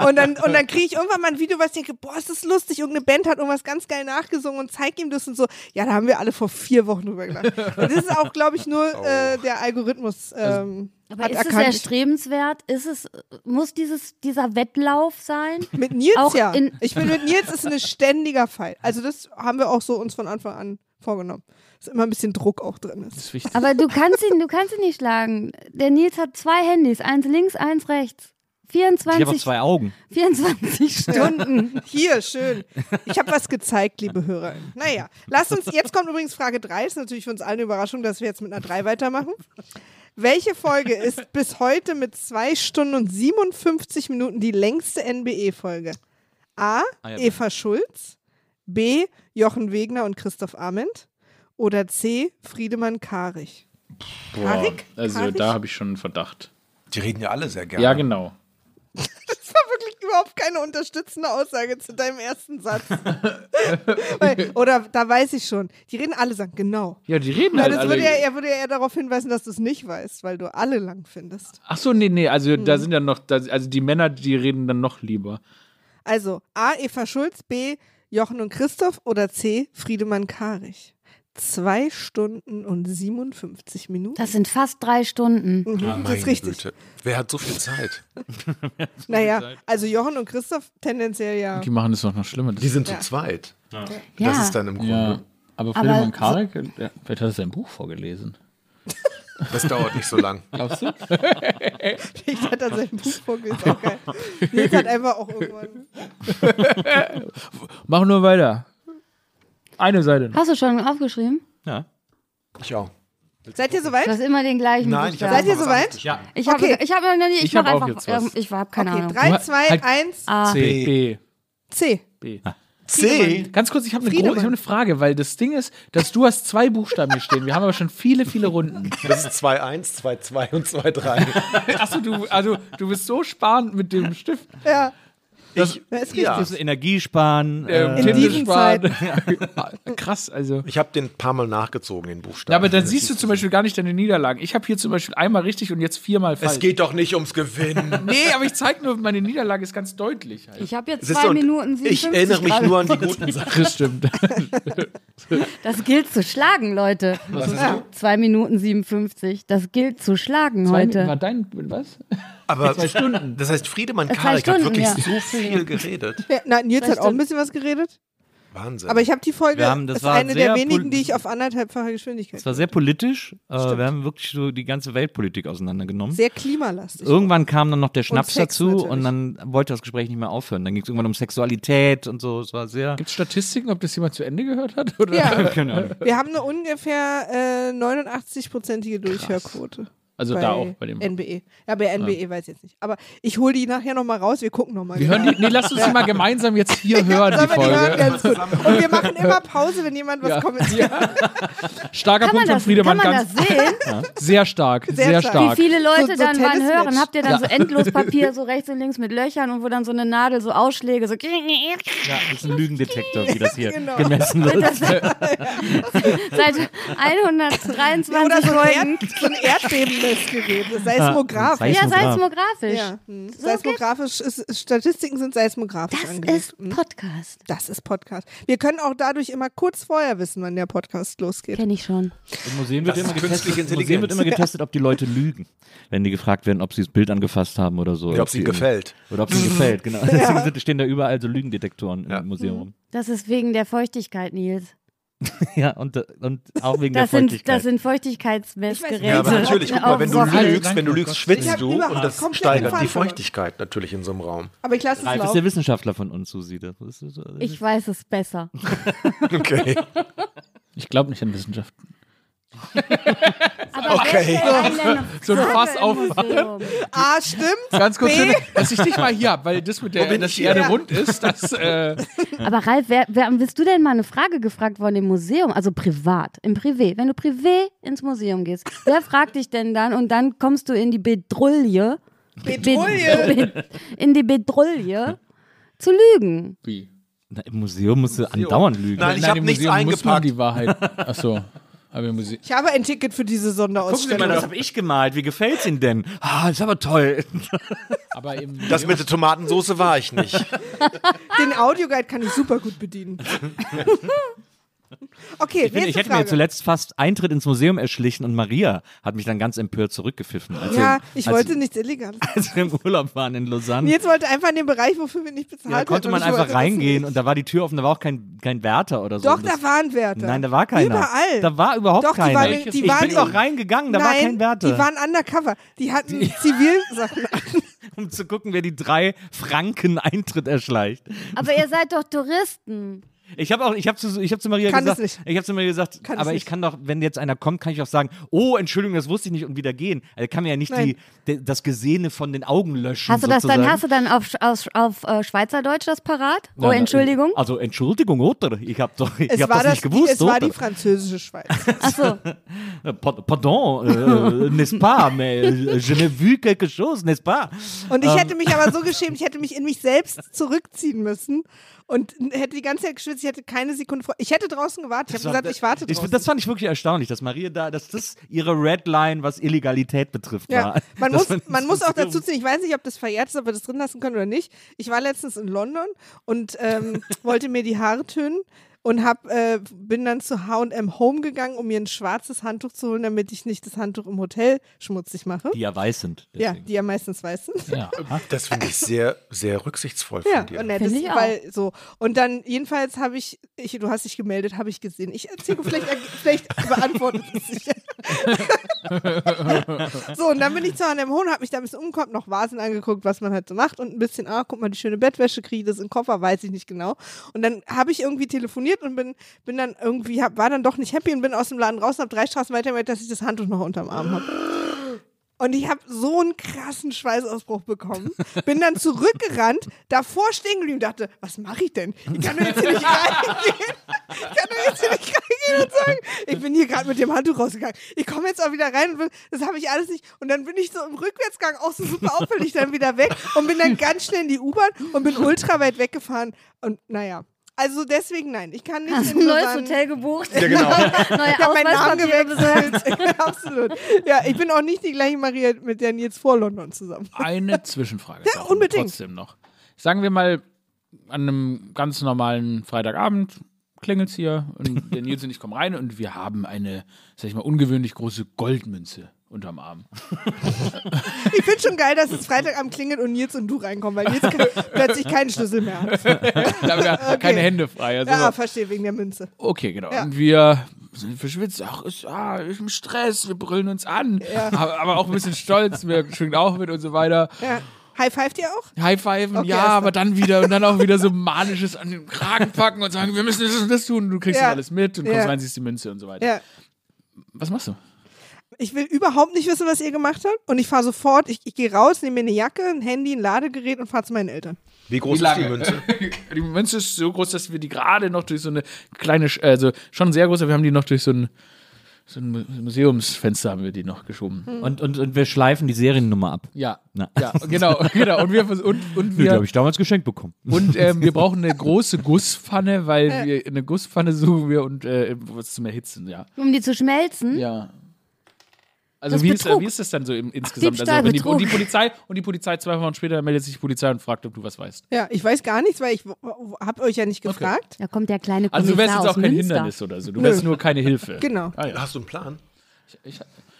[SPEAKER 2] Und dann, und dann kriege ich irgendwann mal ein Video, was ich denke, boah, ist das lustig, irgendeine Band hat irgendwas ganz geil nachgesungen und zeig ihm das und so. Ja, da haben wir alle vor vier Wochen drüber gelacht. Und das ist auch, glaube ich, nur äh, der Algorithmus. Ähm,
[SPEAKER 9] Aber
[SPEAKER 2] hat
[SPEAKER 9] ist
[SPEAKER 2] erkannt,
[SPEAKER 9] es
[SPEAKER 2] ich-
[SPEAKER 9] erstrebenswert? Ist es, muss dieses, dieser Wettlauf sein?
[SPEAKER 2] Mit Nils
[SPEAKER 9] Auch
[SPEAKER 2] ja.
[SPEAKER 9] in-
[SPEAKER 2] ich bin mit Nils ist ein ständiger Fall. Also das haben wir auch so uns von Anfang an vorgenommen. Dass immer ein bisschen Druck auch drin ist.
[SPEAKER 5] ist wichtig.
[SPEAKER 9] Aber du kannst ihn, du kannst ihn nicht schlagen. Der Nils hat zwei Handys, eins links, eins rechts.
[SPEAKER 4] Ich habe auch
[SPEAKER 9] 24,
[SPEAKER 4] zwei Augen.
[SPEAKER 9] 24 Stunden.
[SPEAKER 2] Hier, schön. Ich habe was gezeigt, liebe Hörer. Naja, lasst uns, jetzt kommt übrigens Frage 3, ist natürlich für uns alle eine Überraschung, dass wir jetzt mit einer 3 weitermachen. Welche Folge ist bis heute mit 2 Stunden und 57 Minuten die längste NBE-Folge? A.
[SPEAKER 3] Ah, ja,
[SPEAKER 2] Eva Schulz. B. Jochen Wegner und Christoph Ament. Oder C. Friedemann Karich.
[SPEAKER 5] Boah,
[SPEAKER 2] Karik?
[SPEAKER 5] also
[SPEAKER 2] Karik?
[SPEAKER 5] da habe ich schon einen Verdacht.
[SPEAKER 10] Die reden ja alle sehr
[SPEAKER 5] gerne. Ja, genau.
[SPEAKER 2] Das war wirklich überhaupt keine unterstützende Aussage zu deinem ersten Satz.
[SPEAKER 5] <laughs>
[SPEAKER 2] Weil, oder da weiß ich schon. Die reden alle sagen, genau.
[SPEAKER 5] Ja, die reden
[SPEAKER 2] Na,
[SPEAKER 5] halt
[SPEAKER 2] das
[SPEAKER 5] alle-
[SPEAKER 2] würde ja, er würde ja eher darauf hinweisen, dass du es nicht weißt, weil du alle lang findest.
[SPEAKER 5] Ach so, nee, nee, also da
[SPEAKER 2] Mhm.
[SPEAKER 5] sind ja noch, da, also die Männer, die reden dann noch lieber.
[SPEAKER 2] Also A. Eva Schulz, B. Jochen und Christoph oder C. Friedemann Karich. Zwei Stunden und 57 Minuten.
[SPEAKER 9] Das sind fast drei Stunden.
[SPEAKER 2] Mhm, das ist richtig.
[SPEAKER 10] Ah, Güte. Wer hat so viel Zeit?
[SPEAKER 2] Naja, also Jochen und Christoph tendenziell ja.
[SPEAKER 5] Die machen es doch noch schlimmer.
[SPEAKER 10] Die sind
[SPEAKER 2] Ja.
[SPEAKER 10] zu zweit.
[SPEAKER 2] Ja.
[SPEAKER 10] Das ist dann im Grunde.
[SPEAKER 5] Ja. Aber
[SPEAKER 2] Aber-
[SPEAKER 5] Friedemann Karek, ja, vielleicht hat er sein Buch vorgelesen.
[SPEAKER 10] Das dauert nicht
[SPEAKER 9] <laughs>
[SPEAKER 10] so lang.
[SPEAKER 5] Glaubst du?
[SPEAKER 2] Vielleicht hat er sein Buch vorgelesen. Ist auch
[SPEAKER 5] <laughs>
[SPEAKER 2] geil. Nils hat einfach auch irgendwann.
[SPEAKER 5] Mach nur weiter. Eine Seite.
[SPEAKER 9] Hast du schon aufgeschrieben?
[SPEAKER 4] Ja.
[SPEAKER 10] Ich auch.
[SPEAKER 2] Seid ihr soweit?
[SPEAKER 9] Du hast immer den gleichen.
[SPEAKER 10] Nein, ich hab
[SPEAKER 9] Buchstaben.
[SPEAKER 10] jetzt mal was anderes
[SPEAKER 4] Ja.
[SPEAKER 9] Ich habe,
[SPEAKER 2] Okay.
[SPEAKER 9] ich habe noch nie, ich,
[SPEAKER 5] Ich
[SPEAKER 9] mach
[SPEAKER 5] hab auch
[SPEAKER 9] einfach,
[SPEAKER 5] jetzt was.
[SPEAKER 9] ähm, ich habe keine
[SPEAKER 2] Okay,
[SPEAKER 9] Ahnung.
[SPEAKER 2] drei, zwei,
[SPEAKER 5] Halt-
[SPEAKER 2] eins.
[SPEAKER 9] Ah.
[SPEAKER 5] C. B.
[SPEAKER 2] C.
[SPEAKER 5] B.
[SPEAKER 10] C.
[SPEAKER 5] Ganz kurz, ich habe eine, gro-
[SPEAKER 2] Friedemann.
[SPEAKER 5] ich hab eine Frage, weil das Ding ist, dass du hast zwei Buchstaben hier stehen. Wir haben aber schon viele, viele <laughs> Runden.
[SPEAKER 10] Das ist 2-1, 2-2 und 2-3.
[SPEAKER 5] Achso, du, also, du bist so sparend mit dem Stift.
[SPEAKER 2] Ja.
[SPEAKER 10] Ich,
[SPEAKER 2] Das ist
[SPEAKER 10] ja.
[SPEAKER 4] Das ist Energie sparen.
[SPEAKER 5] Ähm,
[SPEAKER 4] äh,
[SPEAKER 5] Tinte
[SPEAKER 2] diesen
[SPEAKER 5] sparen. <laughs> Krass, also.
[SPEAKER 10] ich habe den paar Mal nachgezogen, den Buchstaben.
[SPEAKER 5] Ja, aber dann siehst du zum Beispiel gar nicht deine Niederlagen. Ich habe hier zum Beispiel einmal richtig und jetzt viermal falsch.
[SPEAKER 10] Es geht doch nicht
[SPEAKER 5] <laughs>
[SPEAKER 10] ums Gewinnen.
[SPEAKER 5] Nee, aber ich zeige nur, meine Niederlage ist ganz deutlich. Halt.
[SPEAKER 9] Ich habe jetzt
[SPEAKER 10] Siehst
[SPEAKER 9] zwei
[SPEAKER 10] du, und
[SPEAKER 9] Minuten
[SPEAKER 10] Ich
[SPEAKER 9] 57
[SPEAKER 10] erinnere mich
[SPEAKER 9] gerade.
[SPEAKER 10] nur an die guten Sachen.
[SPEAKER 5] Das stimmt.
[SPEAKER 9] Das gilt zu schlagen, Leute. Was
[SPEAKER 10] ist
[SPEAKER 9] Zwei Minuten 57. Das gilt zu schlagen
[SPEAKER 5] War
[SPEAKER 9] heute.
[SPEAKER 5] dein, was?
[SPEAKER 10] Aber
[SPEAKER 5] Zwei Stunden.
[SPEAKER 10] das heißt, Friedemann
[SPEAKER 9] Zwei
[SPEAKER 10] Karek hat
[SPEAKER 9] Stunden,
[SPEAKER 10] wirklich
[SPEAKER 9] ja.
[SPEAKER 10] so viel geredet.
[SPEAKER 2] Ja, na, Nils hat auch ein
[SPEAKER 9] Stunden.
[SPEAKER 2] bisschen was geredet.
[SPEAKER 10] Wahnsinn.
[SPEAKER 2] Aber ich habe die Folge,
[SPEAKER 4] Wir haben- das
[SPEAKER 2] ist
[SPEAKER 4] war
[SPEAKER 2] eine der
[SPEAKER 4] sehr
[SPEAKER 2] wenigen,
[SPEAKER 4] pol-
[SPEAKER 2] die ich auf anderthalbfacher Geschwindigkeit.
[SPEAKER 4] Es war sehr politisch. Äh, wir haben wirklich so die ganze Weltpolitik auseinandergenommen.
[SPEAKER 2] Sehr klimalastig.
[SPEAKER 4] Irgendwann kam dann noch der Schnaps
[SPEAKER 2] Sex
[SPEAKER 4] dazu
[SPEAKER 2] natürlich.
[SPEAKER 4] und dann wollte das Gespräch nicht mehr aufhören. Dann ging es irgendwann um Sexualität und so. Es war sehr.
[SPEAKER 5] Gibt es Statistiken, ob das jemand zu Ende gehört hat? Oder? <laughs>
[SPEAKER 2] Ja.
[SPEAKER 4] Keine Ahnung.
[SPEAKER 2] Wir haben eine ungefähr äh, 89-prozentige Durchhörquote.
[SPEAKER 5] Also
[SPEAKER 2] bei
[SPEAKER 5] da auch bei dem.
[SPEAKER 2] NBE. Ja, bei NBE weiß ich jetzt nicht. Aber ich hole die nachher nochmal raus, wir gucken nochmal.
[SPEAKER 5] Wir hören die, nee, lass uns die mal gemeinsam jetzt hier hören, die
[SPEAKER 2] Sollen wir die hören? Ja,
[SPEAKER 5] Folge.
[SPEAKER 2] ist gut. Und wir machen immer Pause, wenn jemand was
[SPEAKER 5] <laughs> Ja.
[SPEAKER 2] kommentiert.
[SPEAKER 5] Starker
[SPEAKER 9] Kann man das,
[SPEAKER 5] Punkt von
[SPEAKER 9] kann
[SPEAKER 5] Friedemann.
[SPEAKER 9] man
[SPEAKER 5] Ganz
[SPEAKER 9] das sehen?
[SPEAKER 5] sehr stark, sehr,
[SPEAKER 2] Sehr stark.
[SPEAKER 9] Wie
[SPEAKER 5] stark.
[SPEAKER 9] viele
[SPEAKER 2] So-
[SPEAKER 9] Leute
[SPEAKER 2] so
[SPEAKER 9] dann wann
[SPEAKER 2] Tennismatch.
[SPEAKER 9] hören? Habt ihr dann so endlos Papier so rechts und links mit Löchern und wo dann so eine Nadel so Ausschläge so.
[SPEAKER 4] Ja, das ist ein Lügendetektor, wie das hier
[SPEAKER 2] Genau.
[SPEAKER 4] gemessen wird.
[SPEAKER 9] Seit 123
[SPEAKER 2] Oder so ein,
[SPEAKER 9] Folgen.
[SPEAKER 2] Erd, so ein Erdbebenmessgerät. Das ist
[SPEAKER 4] Ah,
[SPEAKER 2] seismografisch.
[SPEAKER 9] Ja,
[SPEAKER 4] Seismograph.
[SPEAKER 9] seismografisch.
[SPEAKER 2] Ja. hm. Seismografisch, ist, Statistiken sind seismografisch
[SPEAKER 9] Das
[SPEAKER 2] angelegt. Hm.
[SPEAKER 9] ist Podcast.
[SPEAKER 2] Das ist Podcast. Wir können auch dadurch immer kurz vorher wissen, wann der Podcast losgeht.
[SPEAKER 9] Kenne ich schon.
[SPEAKER 4] Im Museum wird,
[SPEAKER 10] Das
[SPEAKER 4] immer
[SPEAKER 10] ist künstliche
[SPEAKER 4] getestet, im Museum wird
[SPEAKER 10] Intelligenz.
[SPEAKER 4] immer getestet, ob die Leute lügen, wenn die gefragt werden, ob sie das Bild angefasst haben oder so.
[SPEAKER 10] Oder ob es ihnen gefällt.
[SPEAKER 4] Oder ob es ihnen gefällt, genau. Deswegen sind- stehen da überall so Lügendetektoren
[SPEAKER 10] Ja.
[SPEAKER 4] im Museum rum.
[SPEAKER 9] Das ist wegen der Feuchtigkeit, Nils.
[SPEAKER 4] Ja, und, und auch wegen
[SPEAKER 9] Das
[SPEAKER 4] der
[SPEAKER 9] sind,
[SPEAKER 4] Feuchtigkeit.
[SPEAKER 9] das sind
[SPEAKER 2] Ich weiß
[SPEAKER 9] Feuchtigkeitsmessgeräte.
[SPEAKER 2] nicht,
[SPEAKER 10] Ja, aber
[SPEAKER 2] Rätsel.
[SPEAKER 10] natürlich, guck
[SPEAKER 9] Auf
[SPEAKER 10] mal, wenn du
[SPEAKER 9] Wochen.
[SPEAKER 5] Sachen.
[SPEAKER 10] lügst, wenn du lügst,
[SPEAKER 2] Ich
[SPEAKER 10] schwitzt
[SPEAKER 2] hab
[SPEAKER 10] du und
[SPEAKER 2] überhaupt
[SPEAKER 10] das
[SPEAKER 2] komplett den
[SPEAKER 10] steigert
[SPEAKER 2] Faden
[SPEAKER 10] die
[SPEAKER 2] verloren.
[SPEAKER 10] Feuchtigkeit natürlich in so einem Raum.
[SPEAKER 2] Aber ich lasse es
[SPEAKER 4] Ralf ist der
[SPEAKER 2] laufen.
[SPEAKER 4] Wissenschaftler von uns, Susi. Das ist, das ist,
[SPEAKER 9] Ich weiß es besser.
[SPEAKER 10] Okay.
[SPEAKER 5] Ich glaube nicht an Wissenschaft.
[SPEAKER 9] Aber okay.
[SPEAKER 4] <laughs>
[SPEAKER 5] So ein Fass aufmachen.
[SPEAKER 2] A, Ah, stimmt.
[SPEAKER 5] Ganz kurz,
[SPEAKER 2] B.
[SPEAKER 5] Linda, dass ich dich mal hier habe, weil das mit
[SPEAKER 10] Wo
[SPEAKER 5] der,
[SPEAKER 10] bin
[SPEAKER 5] dass
[SPEAKER 10] Oh, ich
[SPEAKER 5] die
[SPEAKER 10] hier?
[SPEAKER 5] Erde
[SPEAKER 10] Ja.
[SPEAKER 5] rund ist, das.
[SPEAKER 10] <laughs>
[SPEAKER 5] Äh,
[SPEAKER 9] Aber Ralf, wer, wer, bist du denn mal eine Frage gefragt worden im Museum? Also privat, im Privé. Wenn du privé ins Museum gehst, wer fragt dich denn dann? Und dann kommst du in die Bedrulle.
[SPEAKER 2] Bedrulle?
[SPEAKER 9] Be- be- In die Bedrulle zu lügen.
[SPEAKER 5] Wie?
[SPEAKER 4] Na, Im Museum musst du andauernd lügen.
[SPEAKER 10] Nein, ich
[SPEAKER 5] Nein,
[SPEAKER 10] hab
[SPEAKER 5] im
[SPEAKER 10] nichts
[SPEAKER 5] Museum muss man
[SPEAKER 10] eingepackt.
[SPEAKER 5] die Wahrheit. Achso. Aber im Museum.
[SPEAKER 2] Ich habe ein Ticket für diese
[SPEAKER 4] Gucken Sie mal, das
[SPEAKER 2] Sonderausstellung.
[SPEAKER 4] habe ich gemalt. Wie gefällt's Ihnen denn? Ah, ist aber toll.
[SPEAKER 5] Aber im
[SPEAKER 10] Das mit der Tomatensoße war ich nicht.
[SPEAKER 2] Den Audioguide kann ich super gut
[SPEAKER 4] <laughs>
[SPEAKER 2] bedienen. okay,
[SPEAKER 4] Ich, bin, ich
[SPEAKER 2] nächste
[SPEAKER 4] hätte mir
[SPEAKER 2] Frage.
[SPEAKER 4] zuletzt fast Eintritt ins Museum erschlichen und Maria hat mich dann ganz empört zurückgepfiffen. Als
[SPEAKER 2] ja,
[SPEAKER 4] wir,
[SPEAKER 2] ich
[SPEAKER 4] als,
[SPEAKER 2] wollte nichts Illegales.
[SPEAKER 4] <laughs> Als wir im Urlaub waren in Lausanne.
[SPEAKER 2] Jetzt wollte einfach in den Bereich, wofür wir nicht bezahlt
[SPEAKER 4] Ja, da konnte
[SPEAKER 2] werden,
[SPEAKER 4] man
[SPEAKER 2] und ich
[SPEAKER 4] einfach
[SPEAKER 2] wollte das
[SPEAKER 4] reingehen
[SPEAKER 2] nicht.
[SPEAKER 4] und da war die Tür offen, da war auch kein, kein Wärter oder so.
[SPEAKER 2] Doch,
[SPEAKER 4] Und das-
[SPEAKER 2] da waren Werte.
[SPEAKER 4] Nein, da war keiner.
[SPEAKER 2] Überall.
[SPEAKER 4] Da war überhaupt
[SPEAKER 2] Doch, die
[SPEAKER 4] keiner.
[SPEAKER 2] waren- die
[SPEAKER 4] ich
[SPEAKER 2] waren-
[SPEAKER 4] bin doch reingegangen, da
[SPEAKER 2] Nein,
[SPEAKER 4] war kein Wärter.
[SPEAKER 2] die waren undercover. Die hatten Zivilsachen.
[SPEAKER 4] <laughs> um zu gucken, wer die drei Franken Eintritt erschleicht.
[SPEAKER 9] Aber ihr seid doch Touristen.
[SPEAKER 4] Ich habe auch, ich habe zu, ich hab zu Maria
[SPEAKER 2] Kann es
[SPEAKER 4] gesagt,
[SPEAKER 2] nicht.
[SPEAKER 4] ich habe zu Maria gesagt,
[SPEAKER 2] Kann es
[SPEAKER 4] aber ich
[SPEAKER 2] nicht.
[SPEAKER 4] kann doch, wenn jetzt einer kommt, kann ich auch sagen, oh, Entschuldigung, das wusste ich nicht und wieder gehen. Also kann mir ja nicht
[SPEAKER 2] Nein.
[SPEAKER 4] die, de, das Gesehene von den Augen löschen.
[SPEAKER 9] Hast du das
[SPEAKER 4] sozusagen.
[SPEAKER 9] dann, hast du dann auf, auf, auf äh, Schweizerdeutsch das parat?
[SPEAKER 4] Nein,
[SPEAKER 9] oh,
[SPEAKER 4] nein,
[SPEAKER 9] Entschuldigung.
[SPEAKER 4] Also Entschuldigung, oder? Ich habe doch, ich
[SPEAKER 2] Es
[SPEAKER 4] habe
[SPEAKER 2] war das,
[SPEAKER 4] das, nicht gewusst,
[SPEAKER 2] es war
[SPEAKER 4] oder?
[SPEAKER 2] die französische Schweiz.
[SPEAKER 9] Achso,
[SPEAKER 4] Äh, pard- Pardon, äh, n'est-ce pas? Mais euh, je n'ai vu quelque chose, n'est-ce pas?
[SPEAKER 2] Und
[SPEAKER 4] Ähm.
[SPEAKER 2] ich hätte mich aber so geschämt, ich hätte mich in mich selbst zurückziehen müssen und hätte die ganze Zeit geschwitzt, ich hätte keine Sekunde vor. Ich hätte draußen gewartet, ich
[SPEAKER 4] Das
[SPEAKER 2] habe
[SPEAKER 4] war-
[SPEAKER 2] gesagt, ich warte draußen.
[SPEAKER 4] das fand ich wirklich erstaunlich, dass Maria da, dass das ihre Red Line, was Illegalität betrifft,
[SPEAKER 2] ja,
[SPEAKER 4] war.
[SPEAKER 2] man
[SPEAKER 4] Das
[SPEAKER 2] muss,
[SPEAKER 4] fand ich
[SPEAKER 2] man muss
[SPEAKER 4] so
[SPEAKER 2] auch dazu ziehen, ich weiß nicht, ob das verjährt ist, ob wir das drin lassen können oder nicht. Ich war letztens in London und
[SPEAKER 4] <laughs>
[SPEAKER 2] ähm, wollte mir die Haare tönen und hab, äh, bin dann zu H&M Home gegangen, um mir ein schwarzes Handtuch zu holen, damit ich nicht das Handtuch im Hotel schmutzig mache.
[SPEAKER 4] <laughs> Die ja weiß sind.
[SPEAKER 2] ja, die ja meistens weiß sind.
[SPEAKER 4] Ja.
[SPEAKER 10] Das finde ich sehr, sehr rücksichtsvoll von
[SPEAKER 2] Ja,
[SPEAKER 10] dir.
[SPEAKER 2] und ja, das,
[SPEAKER 9] Finde ich auch.
[SPEAKER 2] weil so. Und dann jedenfalls habe ich, ich, du hast dich gemeldet, habe ich gesehen. Ich erzähle, vielleicht, vielleicht beantwortet es sich. <laughs> so, und dann bin ich zu einem Hohn, habe mich da ein bisschen umgekommen, noch Vasen angeguckt, was man halt so macht und ein bisschen, ah, guck mal, die schöne Bettwäsche kriege ich das im Koffer, weiß ich nicht genau. Und dann habe ich irgendwie telefoniert und bin, bin dann irgendwie, hab, war dann doch nicht happy und bin aus dem Laden raus und habe drei Straßen weiter gemerkt, dass ich das Handtuch noch unterm Arm habe. Und ich habe so einen krassen Schweißausbruch bekommen. Bin dann zurückgerannt, davor stehen geblieben und dachte, was mache ich denn? Ich kann doch jetzt hier nicht reingehen. Ich kann doch jetzt hier nicht reingehen und sagen, ich bin hier gerade mit dem Handtuch rausgegangen. Ich komme jetzt auch wieder rein und will, das habe ich alles nicht. Und dann bin ich so im Rückwärtsgang auch so super auffällig dann wieder weg und bin dann ganz schnell in die U-Bahn und bin ultra weit weggefahren. Und naja. Also deswegen nein, ich kann nicht
[SPEAKER 9] hast
[SPEAKER 2] in
[SPEAKER 9] du ein neues
[SPEAKER 2] Lausanne-
[SPEAKER 9] Hotel gebucht?
[SPEAKER 10] Ja, genau.
[SPEAKER 9] <laughs>
[SPEAKER 2] ich
[SPEAKER 9] Neue
[SPEAKER 2] habe meinen Namen
[SPEAKER 9] Ausweispapiere besorgt.
[SPEAKER 2] <laughs> gewechselt. Absolut. Ja, ich bin auch nicht die gleiche Maria, mit der Nils vor London zusammen.
[SPEAKER 5] Eine Zwischenfrage.
[SPEAKER 2] Ja,
[SPEAKER 5] brauchen wir
[SPEAKER 2] unbedingt.
[SPEAKER 5] Trotzdem noch. Sagen wir mal, an einem ganz normalen Freitagabend klingelt's hier
[SPEAKER 10] <laughs>
[SPEAKER 5] und der Nils und ich kommen rein und wir haben eine, sag ich mal, ungewöhnlich große Goldmünze unterm Arm. <laughs>
[SPEAKER 2] Ich finde schon geil, dass es Freitagabend klingelt und Nils und du reinkommen, weil Nils kann, plötzlich keinen Schlüssel mehr hat.
[SPEAKER 5] Da haben wir keine Hände frei. Also
[SPEAKER 2] Ja, verstehe, wegen der Münze.
[SPEAKER 5] Okay, genau.
[SPEAKER 2] Ja.
[SPEAKER 5] Und wir sind verschwitzt. Ach, ist, ah, ist im Stress, wir brüllen uns an. <laughs> Aber, aber auch ein bisschen stolz, wir schwingen auch mit und so weiter.
[SPEAKER 2] Ja. High five dir auch?
[SPEAKER 5] High-fiven,
[SPEAKER 2] Okay,
[SPEAKER 5] ja,
[SPEAKER 2] alles
[SPEAKER 5] aber dann wieder und dann auch wieder so manisches an den Kragen packen und sagen, wir müssen das und das tun. Du kriegst
[SPEAKER 2] Ja.
[SPEAKER 5] das alles mit und kommst
[SPEAKER 2] Ja.
[SPEAKER 5] rein, siehst die Münze und so weiter.
[SPEAKER 2] Ja.
[SPEAKER 5] Was machst du?
[SPEAKER 2] Ich will überhaupt nicht wissen, was ihr gemacht habt. Und ich fahre sofort, ich, ich gehe raus, nehme mir eine Jacke, ein Handy, ein Ladegerät und fahre zu meinen Eltern.
[SPEAKER 10] <laughs> Wie groß
[SPEAKER 5] Wie
[SPEAKER 10] ist die
[SPEAKER 5] lange?
[SPEAKER 10] Münze?
[SPEAKER 5] <laughs> Die Münze ist so groß, dass wir die gerade noch durch so eine kleine, Sch- also schon sehr groß, aber wir haben die noch durch so ein, so ein Mu- Museumsfenster haben wir die noch geschoben.
[SPEAKER 2] Hm. Mhm.
[SPEAKER 4] Und, und, und wir schleifen die Seriennummer ab.
[SPEAKER 5] Ja,
[SPEAKER 4] Na.
[SPEAKER 5] ja, genau, <laughs> genau. Und wir, vers- und, und
[SPEAKER 4] Nö, die
[SPEAKER 5] wir
[SPEAKER 4] habe ich damals geschenkt bekommen.
[SPEAKER 5] Und
[SPEAKER 9] <laughs>
[SPEAKER 5] ähm, wir brauchen eine große Gusspfanne, weil
[SPEAKER 9] Äh.
[SPEAKER 5] wir eine Gusspfanne suchen wir und äh, was zum Erhitzen, ja.
[SPEAKER 9] Um die zu schmelzen?
[SPEAKER 5] Ja. Also
[SPEAKER 9] Das
[SPEAKER 5] wie ist, äh,
[SPEAKER 9] Betrug.
[SPEAKER 5] wie ist das dann so im, insgesamt?
[SPEAKER 9] Diebstahl,
[SPEAKER 5] also wenn die, und die
[SPEAKER 9] Betrug.
[SPEAKER 5] Polizei und die Polizei zwei Wochen später meldet sich die Polizei und fragt, ob du was weißt.
[SPEAKER 2] Ja, ich weiß gar nichts, weil ich habe euch ja nicht gefragt.
[SPEAKER 9] Da kommt der kleine
[SPEAKER 5] Also du wärst
[SPEAKER 9] Kommissar
[SPEAKER 5] jetzt auch
[SPEAKER 9] aus
[SPEAKER 5] kein
[SPEAKER 9] Münster.
[SPEAKER 5] Hindernis oder so. Du wärst nur keine
[SPEAKER 9] <laughs>
[SPEAKER 5] Hilfe.
[SPEAKER 2] Genau.
[SPEAKER 5] Ah, ja.
[SPEAKER 10] Hast du einen Plan?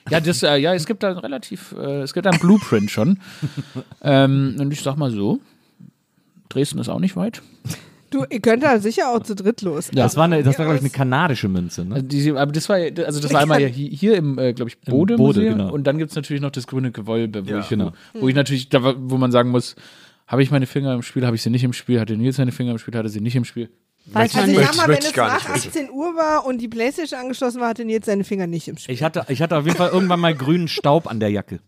[SPEAKER 5] Ja, das, äh, ja, es gibt da ein relativ, äh, es gibt da einen Blueprint
[SPEAKER 9] <laughs>
[SPEAKER 5] schon. ähm, und ich sag mal so, Dresden ist auch nicht weit.
[SPEAKER 2] Du, ihr könnt da sicher auch zu dritt los.
[SPEAKER 4] Das war, eine, das war, glaube ich, eine kanadische Münze. Ne?
[SPEAKER 5] Also diese, aber das war, also das war einmal ja hi- hier im, äh, glaube ich, Bode,
[SPEAKER 4] Bode,
[SPEAKER 5] Museum.
[SPEAKER 4] genau.
[SPEAKER 5] und dann gibt es natürlich noch das grüne Gewölbe, wo
[SPEAKER 10] Ja.
[SPEAKER 5] ich, genau. wo ich natürlich, da, war- wo man sagen muss, habe ich meine Finger im Spiel, habe ich sie nicht im Spiel, hatte Nils seine Finger im Spiel, hatte sie nicht im Spiel.
[SPEAKER 9] Weiß
[SPEAKER 2] also
[SPEAKER 9] man
[SPEAKER 2] ich
[SPEAKER 9] nicht.
[SPEAKER 2] sag mal, wenn
[SPEAKER 4] Möchte
[SPEAKER 2] es
[SPEAKER 4] ich gar
[SPEAKER 2] nach
[SPEAKER 4] nicht wissen.
[SPEAKER 2] 18 Uhr war und die Playstation angeschlossen war, hatte Nils seine Finger nicht im Spiel.
[SPEAKER 4] Ich hatte, ich hatte auf jeden Fall irgendwann mal grünen Staub an der Jacke.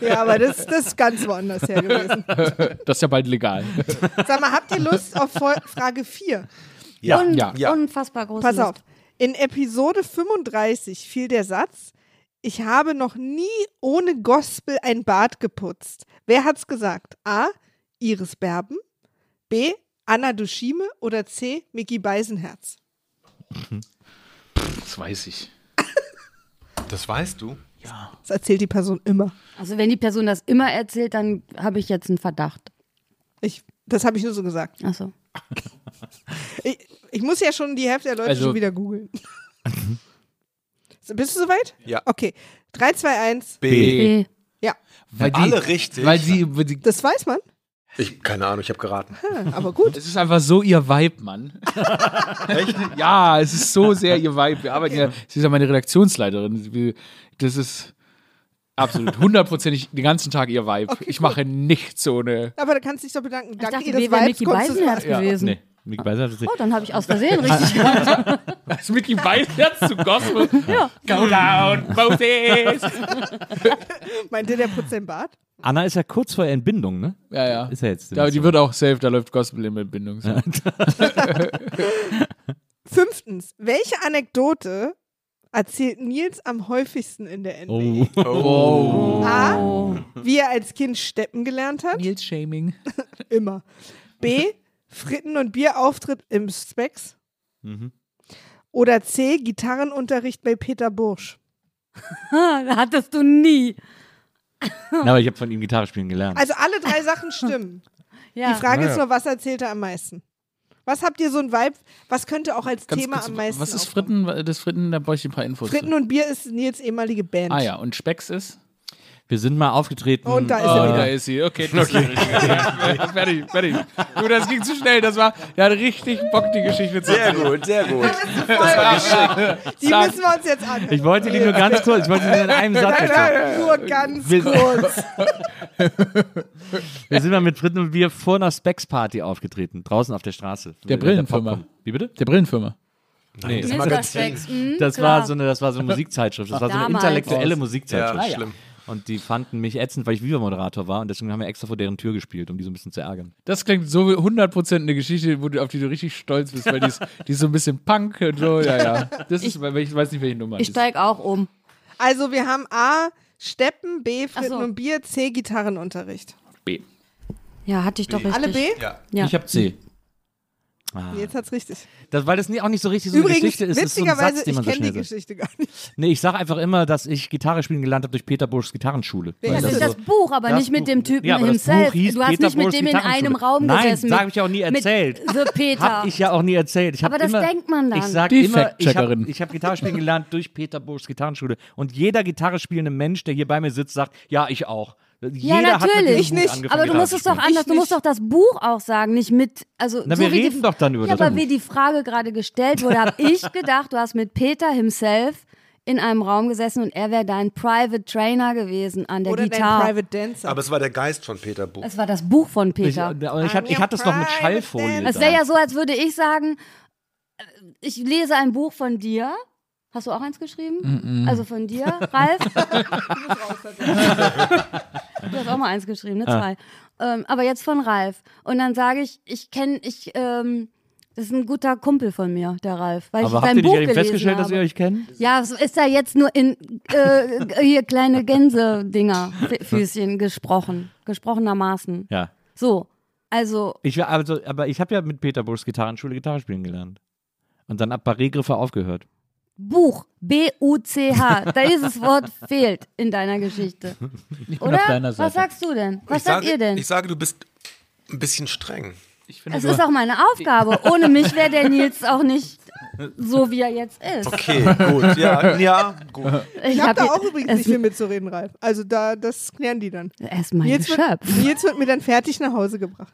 [SPEAKER 2] Ja, aber das, das ist ganz woanders her gewesen.
[SPEAKER 5] Das ist ja bald <laughs> legal.
[SPEAKER 2] Sag mal, habt ihr Lust auf Fol- Frage 4?
[SPEAKER 5] Ja. Und- Ja. ja.
[SPEAKER 9] Unfassbar große
[SPEAKER 2] Pass
[SPEAKER 9] Lust.
[SPEAKER 2] auf. In Episode 35 fiel der Satz, ich habe noch nie ohne Gospel ein Bad geputzt. Wer hat's gesagt? A. Iris Berben. B. Anna Duschime oder C. Mickey Beisenherz.
[SPEAKER 5] Das weiß ich.
[SPEAKER 10] Das weißt du?
[SPEAKER 9] Ja.
[SPEAKER 2] Das erzählt die Person immer.
[SPEAKER 9] Also wenn die Person das immer erzählt, dann habe ich jetzt einen Verdacht.
[SPEAKER 2] Ich, das habe ich nur so gesagt.
[SPEAKER 9] Ach so.
[SPEAKER 2] <laughs> Ich, ich muss ja schon die Hälfte der Leute
[SPEAKER 9] Also-
[SPEAKER 2] schon wieder googeln. <laughs> So, Bist du soweit?
[SPEAKER 10] Ja.
[SPEAKER 2] Okay. 3, 2, 1.
[SPEAKER 10] B. B.
[SPEAKER 2] Ja.
[SPEAKER 5] Weil die-
[SPEAKER 10] Alle richtig.
[SPEAKER 5] Weil sie, weil die,
[SPEAKER 2] Das weiß man.
[SPEAKER 10] Ich, keine Ahnung, ich habe geraten.
[SPEAKER 2] Hm, aber gut.
[SPEAKER 5] es ist einfach so ihr Vibe, Mann. Echt? Ja, es ist so sehr ihr Vibe. Wir arbeiten ja, sie ist ja meine Redaktionsleiterin. Wir- Das ist absolut hundertprozentig den ganzen Tag ihr Vibe. ich mache nichts ohne.
[SPEAKER 2] Aber da kannst du dich doch bedanken. Danke,
[SPEAKER 9] dachte,
[SPEAKER 2] ihr das
[SPEAKER 9] wir wären
[SPEAKER 2] Vibes,
[SPEAKER 9] Mickey
[SPEAKER 2] konntest du
[SPEAKER 9] Beisenherz
[SPEAKER 2] es machen.
[SPEAKER 9] gewesen.
[SPEAKER 4] Mickey Beisenherz ist
[SPEAKER 9] Oh, dann habe ich aus Versehen richtig gemacht.
[SPEAKER 5] Als Also Mickey Beisenherz zu Gospel.
[SPEAKER 9] Ja.
[SPEAKER 5] Go down, Moses.
[SPEAKER 2] Meinte der Putz im Bad?
[SPEAKER 4] Anna ist ja kurz vor Entbindung, ne?
[SPEAKER 5] Ja, ja.
[SPEAKER 4] Ist ja jetzt.
[SPEAKER 5] Da, die wird auch safe, da läuft Gospel in Bindung.
[SPEAKER 2] Fünftens, welche Anekdote erzählt Nils am häufigsten in der NB?
[SPEAKER 4] Oh.
[SPEAKER 5] Oh.
[SPEAKER 2] A. Wie er als Kind steppen gelernt hat.
[SPEAKER 5] Nils Shaming.
[SPEAKER 2] Immer. B. Fritten- und Bierauftritt im Specs.
[SPEAKER 4] Mhm.
[SPEAKER 2] Oder C. Gitarrenunterricht bei Peter Bursch.
[SPEAKER 9] da hattest du nie.
[SPEAKER 4] Na, aber ich habe von ihm Gitarre spielen gelernt.
[SPEAKER 2] Also alle drei Sachen stimmen.
[SPEAKER 9] Ja.
[SPEAKER 2] Die Frage
[SPEAKER 4] Ah,
[SPEAKER 2] ist
[SPEAKER 4] ja.
[SPEAKER 2] nur, was erzählt er am meisten? Was habt ihr so ein Vibe? Was könnte auch als Thema am meisten
[SPEAKER 5] was ist
[SPEAKER 2] auf-
[SPEAKER 5] Fritten? Das Fritten, da bräuchte ich ein paar Infos. zu.
[SPEAKER 2] Fritten und Bier ist Nils ehemalige Band.
[SPEAKER 5] Ah ja, und Specks ist?
[SPEAKER 4] Wir sind mal aufgetreten.
[SPEAKER 2] Und da ist
[SPEAKER 5] Ah,
[SPEAKER 2] er wieder.
[SPEAKER 5] da ist sie. Okay, das okay. ja, fertig, fertig. Du, das ging zu schnell. Das war, der hat richtig Bock, die Geschichte zu
[SPEAKER 10] Sehr gut, sehr gut.
[SPEAKER 2] Die
[SPEAKER 5] Sag-
[SPEAKER 2] müssen wir uns jetzt an.
[SPEAKER 4] Ich wollte die nur ganz kurz, ich wollte die nur in einem Satz
[SPEAKER 2] Nein,
[SPEAKER 4] erzählen.
[SPEAKER 2] nein, nur ganz
[SPEAKER 4] Wir-
[SPEAKER 2] kurz.
[SPEAKER 4] Wir sind mal mit Fritten und Bier vor einer Specs Party aufgetreten, draußen auf der Straße.
[SPEAKER 5] Äh, Der Brillenfirma.
[SPEAKER 4] Wie bitte?
[SPEAKER 5] Der Brillenfirma.
[SPEAKER 4] Nee,
[SPEAKER 9] das war Specs, mhm,
[SPEAKER 4] das
[SPEAKER 9] klar.
[SPEAKER 4] war so eine, das war so eine Musikzeitschrift, das war so eine
[SPEAKER 9] Damals.
[SPEAKER 4] intellektuelle
[SPEAKER 9] Ja,
[SPEAKER 4] Musikzeitschrift. Ah,
[SPEAKER 10] schlimm.
[SPEAKER 4] Und die fanden mich ätzend, weil ich Viva-Moderator war und deswegen haben wir extra vor deren Tür gespielt, um die so ein bisschen zu ärgern.
[SPEAKER 5] Das klingt so wie 100% eine Geschichte, wo du, auf die du richtig stolz bist, weil die ist, die ist so ein bisschen Punk und so. Ja, ja. Das ist, weil ich weiß nicht, welche Nummer
[SPEAKER 9] Ich
[SPEAKER 5] das ist.
[SPEAKER 9] steig auch um.
[SPEAKER 2] Also wir haben A, Steppen, B, Fritten
[SPEAKER 9] so.
[SPEAKER 2] und Bier, C, Gitarrenunterricht.
[SPEAKER 5] B.
[SPEAKER 9] Ja, hatte ich doch richtig.
[SPEAKER 2] Alle B?
[SPEAKER 9] Ja.
[SPEAKER 4] Ich habe C. Ah.
[SPEAKER 2] Jetzt hat's richtig.
[SPEAKER 4] Das, weil das nie, auch nicht so richtig so eine
[SPEAKER 2] Übrigens,
[SPEAKER 4] Geschichte ist. ist so ein
[SPEAKER 2] witzigerweise,
[SPEAKER 4] Satz, den
[SPEAKER 2] ich
[SPEAKER 4] man so
[SPEAKER 2] kenne
[SPEAKER 4] schnell
[SPEAKER 2] die
[SPEAKER 4] sagt.
[SPEAKER 2] Geschichte gar nicht.
[SPEAKER 4] Nee, ich sag einfach immer, dass ich Gitarre spielen gelernt habe durch Peter Burschs Gitarrenschule.
[SPEAKER 9] Ja,
[SPEAKER 4] Weil
[SPEAKER 9] durch das
[SPEAKER 4] so-
[SPEAKER 9] Buch, aber
[SPEAKER 4] das
[SPEAKER 9] nicht mit
[SPEAKER 4] Buch-
[SPEAKER 9] dem Typen
[SPEAKER 4] ja, aber das
[SPEAKER 9] himself.
[SPEAKER 4] Buch hieß
[SPEAKER 9] du hast
[SPEAKER 4] Peter
[SPEAKER 9] nicht mit
[SPEAKER 4] Burschs
[SPEAKER 9] dem in
[SPEAKER 4] Gitarrenschule.
[SPEAKER 9] einem Raum
[SPEAKER 4] Nein,
[SPEAKER 9] gesessen.
[SPEAKER 4] Nein,
[SPEAKER 9] mit-
[SPEAKER 4] habe ich ja auch nie
[SPEAKER 9] mit
[SPEAKER 4] erzählt.
[SPEAKER 9] The Peter.
[SPEAKER 4] Hab ich ja auch nie erzählt. Ich hab
[SPEAKER 9] Aber das
[SPEAKER 4] immer,
[SPEAKER 9] denkt man dann.
[SPEAKER 4] Ich sag
[SPEAKER 5] Die
[SPEAKER 4] immer, ich
[SPEAKER 5] Fact-Checkerin.
[SPEAKER 4] habe ich hab Gitarre spielen gelernt durch Peter Burschs Gitarrenschule. Und jeder Gitarre spielende Mensch, der hier bei mir sitzt, sagt, ja, ich auch.
[SPEAKER 9] ja,
[SPEAKER 4] jeder Hat mit diesem
[SPEAKER 9] natürlich.
[SPEAKER 4] Buch angefangen,
[SPEAKER 9] aber du
[SPEAKER 4] Gitarre
[SPEAKER 9] musst
[SPEAKER 4] zu
[SPEAKER 9] es doch
[SPEAKER 4] spielen.
[SPEAKER 9] anders, du musst doch das Buch auch sagen, nicht mit, also
[SPEAKER 4] Na,
[SPEAKER 9] so
[SPEAKER 4] wir
[SPEAKER 9] wie
[SPEAKER 4] reden
[SPEAKER 9] die,
[SPEAKER 4] doch dann über
[SPEAKER 9] Ja,
[SPEAKER 4] das
[SPEAKER 9] aber
[SPEAKER 4] Buch.
[SPEAKER 9] wie die Frage gerade gestellt wurde,
[SPEAKER 4] <laughs>
[SPEAKER 9] habe ich gedacht, du hast mit Peter himself in einem Raum gesessen und er wäre dein Private Trainer gewesen an der
[SPEAKER 2] Oder dein
[SPEAKER 9] Gitarre.
[SPEAKER 2] Private Dancer.
[SPEAKER 10] Aber es war der Geist von Peter Buch.
[SPEAKER 9] Es war das Buch von
[SPEAKER 4] Ich,
[SPEAKER 9] Peter.
[SPEAKER 4] aber ich, hab, ich hatte es noch mit Schallfolie.
[SPEAKER 9] Es
[SPEAKER 4] da.
[SPEAKER 9] wäre ja so, als würde ich sagen, äh, ich lese ein Buch von dir. Hast du auch eins geschrieben?
[SPEAKER 4] Mhm.
[SPEAKER 9] Also von dir, Ralf? du hast auch mal eins geschrieben, ne?
[SPEAKER 4] Ah.
[SPEAKER 9] Zwei. Ähm, aber jetzt von Ralf. Und dann sage ich, ich kenne, ich, ähm, das ist ein guter Kumpel von mir, der Ralf. Weil
[SPEAKER 4] aber
[SPEAKER 9] ich
[SPEAKER 4] habt
[SPEAKER 9] sein
[SPEAKER 4] ihr
[SPEAKER 9] Buch
[SPEAKER 4] nicht eigentlich
[SPEAKER 9] gelesen
[SPEAKER 4] festgestellt,
[SPEAKER 9] habe.
[SPEAKER 4] dass ihr euch kennt?
[SPEAKER 9] Ja, so ist da jetzt nur in äh, hier kleine Gänse-Dinger,
[SPEAKER 4] <laughs>
[SPEAKER 9] Füßchen gesprochen. Gesprochenermaßen.
[SPEAKER 4] Ja.
[SPEAKER 9] So, also
[SPEAKER 4] Ich war also, aber ich habe ja mit Peter Burschs Gitarrenschule Gitarre spielen gelernt. Und dann ab Barré-Griffe aufgehört.
[SPEAKER 9] Buch, B-U-C-H. Da dieses Wort fehlt in deiner Geschichte. Oder?
[SPEAKER 10] auf deiner Seite.
[SPEAKER 9] Was sagst du denn? Was
[SPEAKER 10] ich
[SPEAKER 9] sagt
[SPEAKER 10] sage,
[SPEAKER 9] ihr denn?
[SPEAKER 10] Ich sage, du bist ein bisschen streng.
[SPEAKER 9] Es ist auch meine Aufgabe. Ohne mich wäre der Nils auch nicht so, wie er jetzt ist. <laughs>
[SPEAKER 10] Okay, gut. Ja, ja gut.
[SPEAKER 2] Ich,
[SPEAKER 9] Ich
[SPEAKER 2] hab
[SPEAKER 9] hab
[SPEAKER 2] da
[SPEAKER 9] hier-
[SPEAKER 2] auch übrigens
[SPEAKER 9] es-
[SPEAKER 2] nicht viel mitzureden, Ralf. Also da, das klären die dann.
[SPEAKER 9] Er ist mein
[SPEAKER 2] Nils wird,
[SPEAKER 9] Geschöpf.
[SPEAKER 2] Nils wird mir dann fertig nach Hause gebracht.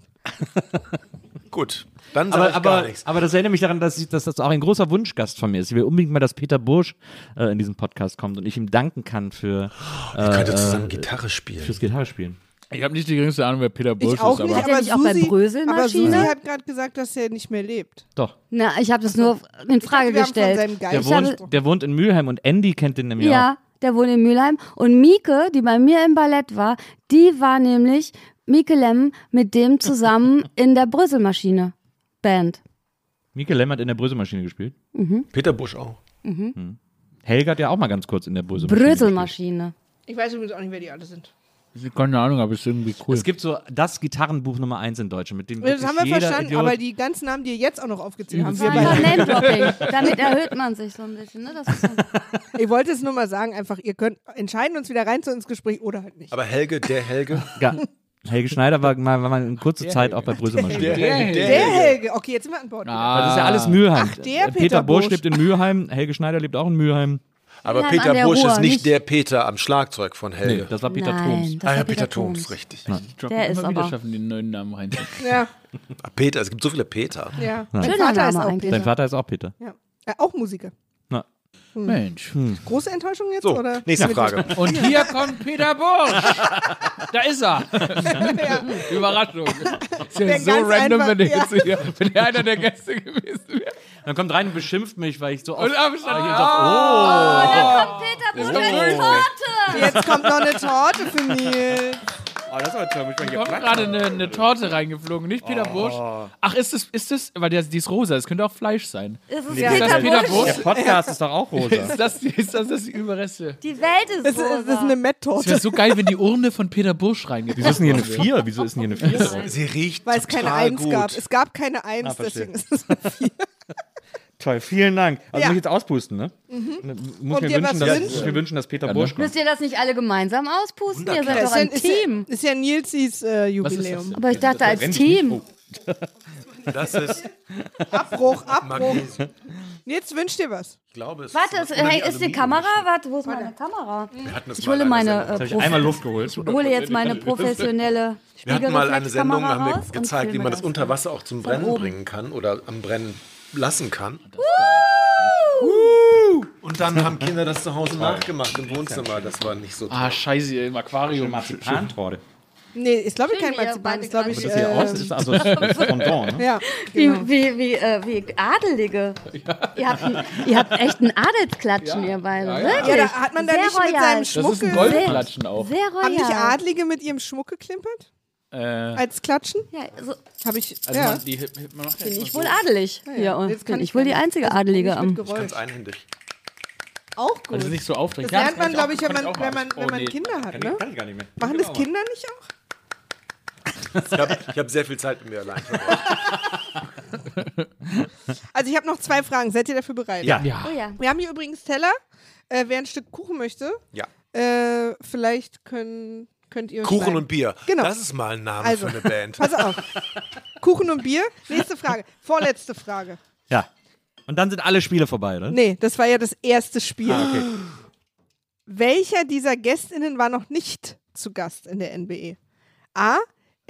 [SPEAKER 10] Gut. Dann sage
[SPEAKER 4] Aber,
[SPEAKER 10] ich gar
[SPEAKER 4] aber,
[SPEAKER 10] nichts.
[SPEAKER 4] aber das erinnert mich daran, dass, ich, dass das auch ein großer Wunschgast von mir ist. Ich will unbedingt mal, dass Peter Bursch äh, in diesen Podcast kommt und ich ihm danken kann für. Äh,
[SPEAKER 10] Ihr könntet zusammen
[SPEAKER 4] äh,
[SPEAKER 10] Gitarre spielen.
[SPEAKER 4] Fürs Gitarre spielen.
[SPEAKER 5] Ich habe nicht die geringste Ahnung, wer Peter Busch
[SPEAKER 2] Ich auch
[SPEAKER 5] ist,
[SPEAKER 2] nicht,
[SPEAKER 5] aber
[SPEAKER 9] auch
[SPEAKER 2] aber
[SPEAKER 9] bei
[SPEAKER 2] Susi, aber Susi
[SPEAKER 9] Bröselmaschine?
[SPEAKER 2] hat gerade gesagt, dass er nicht mehr lebt.
[SPEAKER 4] Doch.
[SPEAKER 9] Na, ich habe das nur in Frage
[SPEAKER 2] Ich dachte, wir haben von seinem
[SPEAKER 9] gestellt.
[SPEAKER 2] Geist
[SPEAKER 4] Der
[SPEAKER 9] Ich habe,
[SPEAKER 4] wohnt, der wohnt in Mülheim und Andy kennt den nämlich
[SPEAKER 9] ja, der wohnt in Mülheim. Und Mieke, die bei mir im Ballett war, die war nämlich Mieke Lemm mit dem zusammen in der Bröselmaschine Band.
[SPEAKER 4] auch. Mieke Lemm hat in der Bröselmaschine gespielt.
[SPEAKER 9] Mhm.
[SPEAKER 10] Peter Busch auch.
[SPEAKER 9] Mhm.
[SPEAKER 4] Helga hat ja auch mal ganz kurz in der Bröselmaschine
[SPEAKER 9] Bröselmaschine.
[SPEAKER 2] Ich weiß übrigens auch nicht, wer die alle sind.
[SPEAKER 5] Ich Keine Ahnung, aber ist irgendwie cool.
[SPEAKER 4] Es gibt so das Gitarrenbuch Nummer 1 in Deutschland, mit dem
[SPEAKER 2] Das
[SPEAKER 4] wirklich
[SPEAKER 2] haben wir
[SPEAKER 4] jeder
[SPEAKER 2] verstanden,
[SPEAKER 4] Idiot
[SPEAKER 2] aber die ganzen Namen, die ihr jetzt auch noch aufgezählt haben, wir
[SPEAKER 9] Einfach
[SPEAKER 11] é
[SPEAKER 2] beide.
[SPEAKER 9] Name-Dropping. Damit erhöht man sich so ein bisschen. Ne? Das ist so.
[SPEAKER 2] Ich wollte es nur mal sagen, einfach, ihr könnt entscheiden, uns wieder rein zu ins Gespräch oder halt nicht.
[SPEAKER 10] Aber Helge, der Helge.
[SPEAKER 4] Ja. Helge Schneider war mal, war mal in kurzer
[SPEAKER 2] Der
[SPEAKER 4] Zeit auch bei Bröselmaschine.
[SPEAKER 10] Der Helge.
[SPEAKER 2] Der, Helge. Okay, jetzt sind wir an Bord.
[SPEAKER 5] Ah.
[SPEAKER 4] Weil das ist ja alles Mülheim.
[SPEAKER 2] Ach, der
[SPEAKER 4] Peter,
[SPEAKER 2] Peter
[SPEAKER 4] Busch.
[SPEAKER 2] Busch.
[SPEAKER 4] lebt in Mülheim, Helge Schneider lebt auch in Mülheim.
[SPEAKER 10] Aber
[SPEAKER 2] Mülheim
[SPEAKER 10] Peter
[SPEAKER 2] an der
[SPEAKER 10] Busch
[SPEAKER 2] Ruhr,
[SPEAKER 10] ist nicht,
[SPEAKER 2] nicht-
[SPEAKER 10] der Peter am Schlagzeug von Helge.
[SPEAKER 4] Nee, das war Peter
[SPEAKER 9] Nein, Thoms. das
[SPEAKER 10] Ah
[SPEAKER 9] war
[SPEAKER 10] ja,
[SPEAKER 9] Peter
[SPEAKER 10] Peter Thoms,
[SPEAKER 9] Thoms.
[SPEAKER 10] richtig.
[SPEAKER 4] Ja.
[SPEAKER 5] Droppen
[SPEAKER 9] Der
[SPEAKER 5] immer
[SPEAKER 9] ist
[SPEAKER 5] wieder
[SPEAKER 9] aber-
[SPEAKER 5] schaffen, den neuen Namen rein.
[SPEAKER 2] Ja,
[SPEAKER 10] Ah, Peter, es gibt so viele Peter.
[SPEAKER 2] ja.
[SPEAKER 4] Nein.
[SPEAKER 2] Mein
[SPEAKER 9] Schöner
[SPEAKER 2] Vater ist
[SPEAKER 9] Name
[SPEAKER 2] auch
[SPEAKER 9] eigentlich.
[SPEAKER 4] Dein
[SPEAKER 2] Peter.
[SPEAKER 4] Vater ist auch Peter.
[SPEAKER 2] Ja. Äh, auch Musiker.
[SPEAKER 4] Na.
[SPEAKER 2] Hm.
[SPEAKER 5] Mensch.
[SPEAKER 2] Große Enttäuschung jetzt?
[SPEAKER 10] So,
[SPEAKER 2] oder?
[SPEAKER 10] nächste Frage.
[SPEAKER 5] Und hier kommt Peter Busch. Da ist er. Überraschung. Ist ja
[SPEAKER 2] Wär
[SPEAKER 5] so
[SPEAKER 2] ganz
[SPEAKER 5] random,
[SPEAKER 2] einfach,
[SPEAKER 5] wenn, der
[SPEAKER 2] ja.
[SPEAKER 5] jetzt hier, wenn der einer der Gäste gewesen wäre.
[SPEAKER 4] Dann kommt rein und beschimpft mich, weil ich so oft...
[SPEAKER 5] Und am Stand-
[SPEAKER 4] oh,
[SPEAKER 9] Peter
[SPEAKER 5] ist
[SPEAKER 9] Busch
[SPEAKER 5] doch
[SPEAKER 9] mit
[SPEAKER 5] so.
[SPEAKER 9] Torte.
[SPEAKER 2] <laughs> Jetzt kommt noch eine Torte für
[SPEAKER 9] <laughs>
[SPEAKER 2] Nils.
[SPEAKER 4] oh, das war toll. Muss ich mal
[SPEAKER 5] Kommt gerade eine, eine Torte reingeflogen, nicht Peter Busch? Ach, ist das, ist das, weil der, die ist rosa, das könnte auch Fleisch sein.
[SPEAKER 9] Es ist
[SPEAKER 5] Ist das
[SPEAKER 9] Peter
[SPEAKER 5] Peter
[SPEAKER 9] Busch.
[SPEAKER 5] Busch?
[SPEAKER 4] Der Podcast ist doch auch rosa.
[SPEAKER 5] Ist das, ist das das die Überreste?
[SPEAKER 9] Die Welt ist
[SPEAKER 2] Es ist,
[SPEAKER 9] rosa.
[SPEAKER 2] es ist eine
[SPEAKER 5] Es wäre
[SPEAKER 2] Met-Torte,
[SPEAKER 5] so geil, wenn die Urne von Peter Busch reingeht.
[SPEAKER 4] Wieso ist denn hier eine 4? Wieso ist denn hier eine 4?
[SPEAKER 10] Sie riecht
[SPEAKER 2] weil es keine
[SPEAKER 10] total
[SPEAKER 2] Eins
[SPEAKER 10] gut.
[SPEAKER 2] gab. Es gab keine Eins,
[SPEAKER 4] verstehe.
[SPEAKER 2] deswegen ist es <laughs> eine Vier.
[SPEAKER 4] <laughs> Toll, vielen Dank. Also
[SPEAKER 2] Ja.
[SPEAKER 4] muss ich jetzt auspusten, ne? Ne, Muss
[SPEAKER 2] Kommt
[SPEAKER 4] ich
[SPEAKER 2] dir
[SPEAKER 4] mir
[SPEAKER 2] was
[SPEAKER 4] wünschen, dass,
[SPEAKER 2] wünschen?
[SPEAKER 4] muss ich mir wünschen, dass Peter Busch kommt.
[SPEAKER 9] Müsst ihr das nicht alle gemeinsam auspusten? Ihr seid doch ein
[SPEAKER 2] Deswegen ist,
[SPEAKER 9] Team.
[SPEAKER 2] ja, ist ja Nilsis äh, Jubiläum.
[SPEAKER 9] Aber ich dachte, als Team.
[SPEAKER 10] Das ist
[SPEAKER 2] Abbruch, Abbruch.
[SPEAKER 10] Magnesium.
[SPEAKER 2] Jetzt wünsch dir was.
[SPEAKER 10] Ich glaube, es
[SPEAKER 9] Warte, ist, hey, ist die Kamera? Warte, wo ist meine Kamera? Ich hole meine, äh,
[SPEAKER 4] Ich
[SPEAKER 9] Profi-
[SPEAKER 4] habe einmal Luft geholt.
[SPEAKER 9] ich hole jetzt meine professionelle
[SPEAKER 10] Wir hatten mal eine Sendung,
[SPEAKER 9] Spiegelreflexkamera
[SPEAKER 10] haben
[SPEAKER 9] raus
[SPEAKER 10] wir
[SPEAKER 9] und
[SPEAKER 10] gezeigt, wie
[SPEAKER 9] filme
[SPEAKER 10] man das unter Wasser auch zum Brennen
[SPEAKER 9] oben.
[SPEAKER 10] bringen kann oder am Brennen lassen kann. Und dann haben Kinder das zu Hause nachgemacht im Wohnzimmer. Das war nicht so
[SPEAKER 5] Ah, scheiße, im Aquarium.
[SPEAKER 4] Marzipantorte.
[SPEAKER 2] Nee, ist glaube ich
[SPEAKER 9] Schön,
[SPEAKER 2] kein
[SPEAKER 9] wie ihr
[SPEAKER 2] Marzipan.
[SPEAKER 9] beide
[SPEAKER 2] Ist glaube ich.
[SPEAKER 4] Das hier
[SPEAKER 2] Äh,
[SPEAKER 4] aus ist <laughs> also das Pendant, ne?
[SPEAKER 2] ja, genau.
[SPEAKER 9] Wie, wie, wie, äh, wie Adelige. Ihr, habt ein, ihr habt echt einen Adelklatschen, ihr beide.
[SPEAKER 5] Ja, ja.
[SPEAKER 9] Wirklich.
[SPEAKER 2] ja, da hat man da
[SPEAKER 9] Sehr
[SPEAKER 2] nicht mit
[SPEAKER 9] royal.
[SPEAKER 2] seinem
[SPEAKER 5] Das ist ein
[SPEAKER 2] Schmuck.
[SPEAKER 5] Goldplatschen auch.
[SPEAKER 9] Sehr royal.
[SPEAKER 2] Haben nicht Adlige mit ihrem Schmuck geklimpert?
[SPEAKER 5] Äh,
[SPEAKER 2] Als Klatschen?
[SPEAKER 9] Ja, so
[SPEAKER 2] Habe ich.
[SPEAKER 5] also
[SPEAKER 2] ja.
[SPEAKER 5] man, die, man macht ja
[SPEAKER 9] bin ich
[SPEAKER 5] immer
[SPEAKER 9] wohl adelig. Ja,
[SPEAKER 2] ja,
[SPEAKER 9] und
[SPEAKER 2] jetzt kann
[SPEAKER 9] bin
[SPEAKER 2] ich
[SPEAKER 9] ich wohl die
[SPEAKER 2] gar nicht.
[SPEAKER 9] einzige Adelige
[SPEAKER 2] Mit
[SPEAKER 9] am.
[SPEAKER 2] Geräusch.
[SPEAKER 10] ganz einhändig.
[SPEAKER 2] Auch gut.
[SPEAKER 5] Das ist nicht so aufregend.
[SPEAKER 2] Das lernt man, glaube ich, wenn man, wenn man, wenn man Kinder hat, ne?
[SPEAKER 4] ich gar nicht mehr.
[SPEAKER 2] Machen das Kinder nicht auch?
[SPEAKER 10] Ich habe ich hab sehr viel Zeit mit mir allein.
[SPEAKER 2] Also ich habe noch zwei Fragen. Seid ihr dafür bereit?
[SPEAKER 4] Ja.
[SPEAKER 9] Oh ja.
[SPEAKER 2] Wir haben hier übrigens Teller. Äh, wer ein Stück Kuchen möchte,
[SPEAKER 10] Ja.
[SPEAKER 2] äh, vielleicht können, könnt ihr.
[SPEAKER 10] Kuchen
[SPEAKER 2] schneiden.
[SPEAKER 10] und Bier.
[SPEAKER 2] Genau.
[SPEAKER 10] Das ist mal ein Name
[SPEAKER 2] Also.
[SPEAKER 10] für eine
[SPEAKER 2] <laughs>
[SPEAKER 10] Band.
[SPEAKER 2] Pass auf. Kuchen und Bier. Nächste Frage. Vorletzte Frage.
[SPEAKER 4] Ja. Und dann sind alle Spiele vorbei, oder?
[SPEAKER 2] Nee, das war ja das erste Spiel.
[SPEAKER 4] Ah, okay.
[SPEAKER 2] Welcher dieser GästInnen war noch nicht zu Gast in der NBE? A.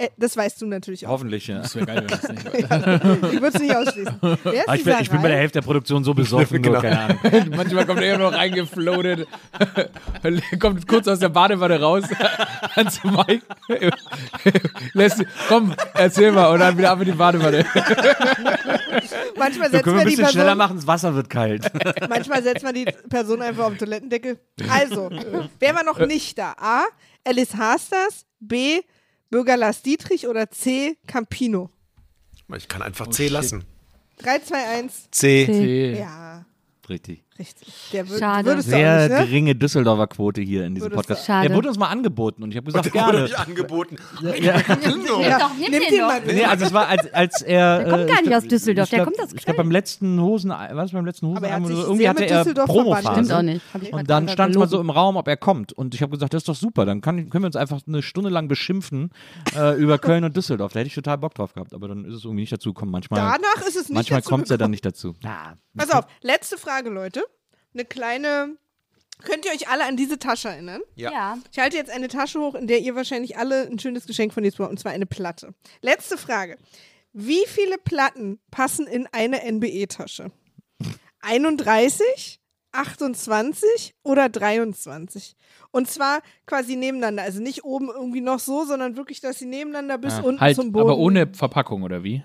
[SPEAKER 2] Äh, das weißt du natürlich auch.
[SPEAKER 4] Hoffentlich, ja.
[SPEAKER 5] Das wäre geil, wenn das
[SPEAKER 4] <laughs>
[SPEAKER 2] <laughs>
[SPEAKER 5] nicht
[SPEAKER 2] Ich würde es nicht ausschließen. Wer ist
[SPEAKER 4] Ah, ich, bin,
[SPEAKER 2] dieser
[SPEAKER 4] ich bin bei der
[SPEAKER 2] Ralf?
[SPEAKER 4] Hälfte der Produktion so <laughs> besoffen, nur,
[SPEAKER 10] Genau.
[SPEAKER 4] keine Ahnung.
[SPEAKER 5] <laughs> Manchmal kommt er immer noch reingefloatet. <laughs> kommt kurz aus der Badewanne raus. <laughs> Dann zu Mike. <laughs> Lässt, komm, erzähl mal. Und dann wieder ab in die Badewanne.
[SPEAKER 2] Manchmal
[SPEAKER 4] So,
[SPEAKER 2] setzt
[SPEAKER 4] können wir
[SPEAKER 2] man
[SPEAKER 4] ein
[SPEAKER 2] die
[SPEAKER 4] bisschen schneller
[SPEAKER 2] Person
[SPEAKER 4] machen, das Wasser wird <laughs> kalt.
[SPEAKER 2] Manchmal setzt man die Person einfach auf den Toilettendeckel. Also, wer war
[SPEAKER 4] Äh.
[SPEAKER 2] noch nicht da? A. Alice Hasters, B. Bürger Lars Dietrich oder C. Campino?
[SPEAKER 10] Ich kann einfach
[SPEAKER 5] Oh,
[SPEAKER 10] C lassen.
[SPEAKER 2] 3, 2, 1.
[SPEAKER 10] C.
[SPEAKER 5] <laughs>
[SPEAKER 2] Ja,
[SPEAKER 4] Richtig.
[SPEAKER 2] richtig. Der wür
[SPEAKER 9] Schade.
[SPEAKER 2] Würdest du
[SPEAKER 4] Sehr
[SPEAKER 2] auch nicht, ne?
[SPEAKER 4] geringe Düsseldorfer Quote hier in diesem
[SPEAKER 2] Würdest du-
[SPEAKER 4] Podcast.
[SPEAKER 9] Schade.
[SPEAKER 4] Der wurde uns mal angeboten und ich habe <laughs> gesagt,
[SPEAKER 10] Wurde
[SPEAKER 4] gerne.
[SPEAKER 10] euch angeboten.
[SPEAKER 9] Nimm doch, nimm den doch.
[SPEAKER 2] mal.
[SPEAKER 4] Nee, also es war, als, als er.
[SPEAKER 9] Der kommt
[SPEAKER 4] äh,
[SPEAKER 9] gar
[SPEAKER 4] ich
[SPEAKER 9] nicht
[SPEAKER 4] glaub-
[SPEAKER 9] aus Düsseldorf,
[SPEAKER 4] ich
[SPEAKER 9] der
[SPEAKER 4] glaub-
[SPEAKER 9] kommt aus
[SPEAKER 4] Ich glaube, beim letzten Hosen, was beim letzten Hosen
[SPEAKER 2] er hat sich
[SPEAKER 4] irgendwie
[SPEAKER 2] sehr
[SPEAKER 4] hatte
[SPEAKER 2] mit
[SPEAKER 4] er
[SPEAKER 2] Düsseldorf verbannt.
[SPEAKER 4] Promophase.
[SPEAKER 9] Stimmt auch nicht. Hab ich grad
[SPEAKER 4] Und dann
[SPEAKER 9] gesagt,
[SPEAKER 4] stand es mal
[SPEAKER 9] gelogen.
[SPEAKER 4] so im Raum, ob er kommt. Und ich habe gesagt, das ist doch super. Dann kann, können wir uns einfach eine Stunde lang beschimpfen äh,
[SPEAKER 2] <laughs>
[SPEAKER 4] über Köln und Düsseldorf. Da hätte ich total Bock drauf gehabt. Aber dann ist es irgendwie nicht dazu gekommen. Manchmal,
[SPEAKER 2] Danach ist es nicht
[SPEAKER 4] manchmal
[SPEAKER 2] dazu
[SPEAKER 4] kommt es ja
[SPEAKER 2] gekommen.
[SPEAKER 4] dann nicht dazu. Na,
[SPEAKER 2] Pass auf, letzte Frage, Leute. Eine kleine. Könnt ihr euch alle an diese Tasche erinnern?
[SPEAKER 9] Ja.
[SPEAKER 2] Ich halte jetzt eine Tasche hoch, in der ihr wahrscheinlich alle ein schönes Geschenk von Nils und zwar eine Platte. Letzte Frage. Wie viele Platten passen in eine NBE-Tasche? 31, 28 oder 23. Und zwar quasi nebeneinander. Also nicht oben irgendwie noch so, sondern wirklich, dass sie nebeneinander bis
[SPEAKER 5] Ah,
[SPEAKER 2] unten
[SPEAKER 5] halt,
[SPEAKER 2] zum Boden.
[SPEAKER 5] Aber ohne Verpackung, oder wie?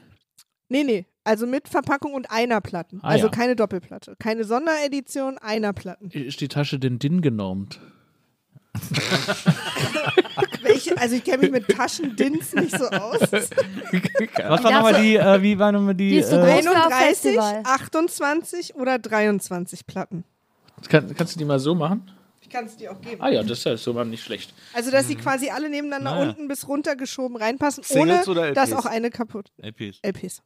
[SPEAKER 2] Nee, nee. Also mit Verpackung und einer Platten.
[SPEAKER 5] Ah,
[SPEAKER 2] also
[SPEAKER 5] ja.
[SPEAKER 2] keine Doppelplatte. Keine Sonderedition, einer Platten.
[SPEAKER 5] Ist die Tasche denn DIN genormt?
[SPEAKER 2] Welche, also ich kenne mich mit Taschendins nicht so
[SPEAKER 5] <laughs>
[SPEAKER 2] aus.
[SPEAKER 4] Was war nochmal die, äh, wie war nochmal die,
[SPEAKER 2] Die ist so
[SPEAKER 4] äh,
[SPEAKER 2] groß. 31, 28 oder 23 Platten.
[SPEAKER 5] Kann, kannst du die mal so machen?
[SPEAKER 2] Ich kann es dir auch geben.
[SPEAKER 5] Ah ja, das ist ja so mal nicht schlecht.
[SPEAKER 2] Also, dass sie quasi alle nebeneinander
[SPEAKER 5] Naja.
[SPEAKER 2] unten bis runtergeschoben reinpassen,
[SPEAKER 5] Singles
[SPEAKER 2] ohne
[SPEAKER 5] oder LPs?
[SPEAKER 2] dass auch eine kaputt.
[SPEAKER 4] LPs.
[SPEAKER 2] LPs.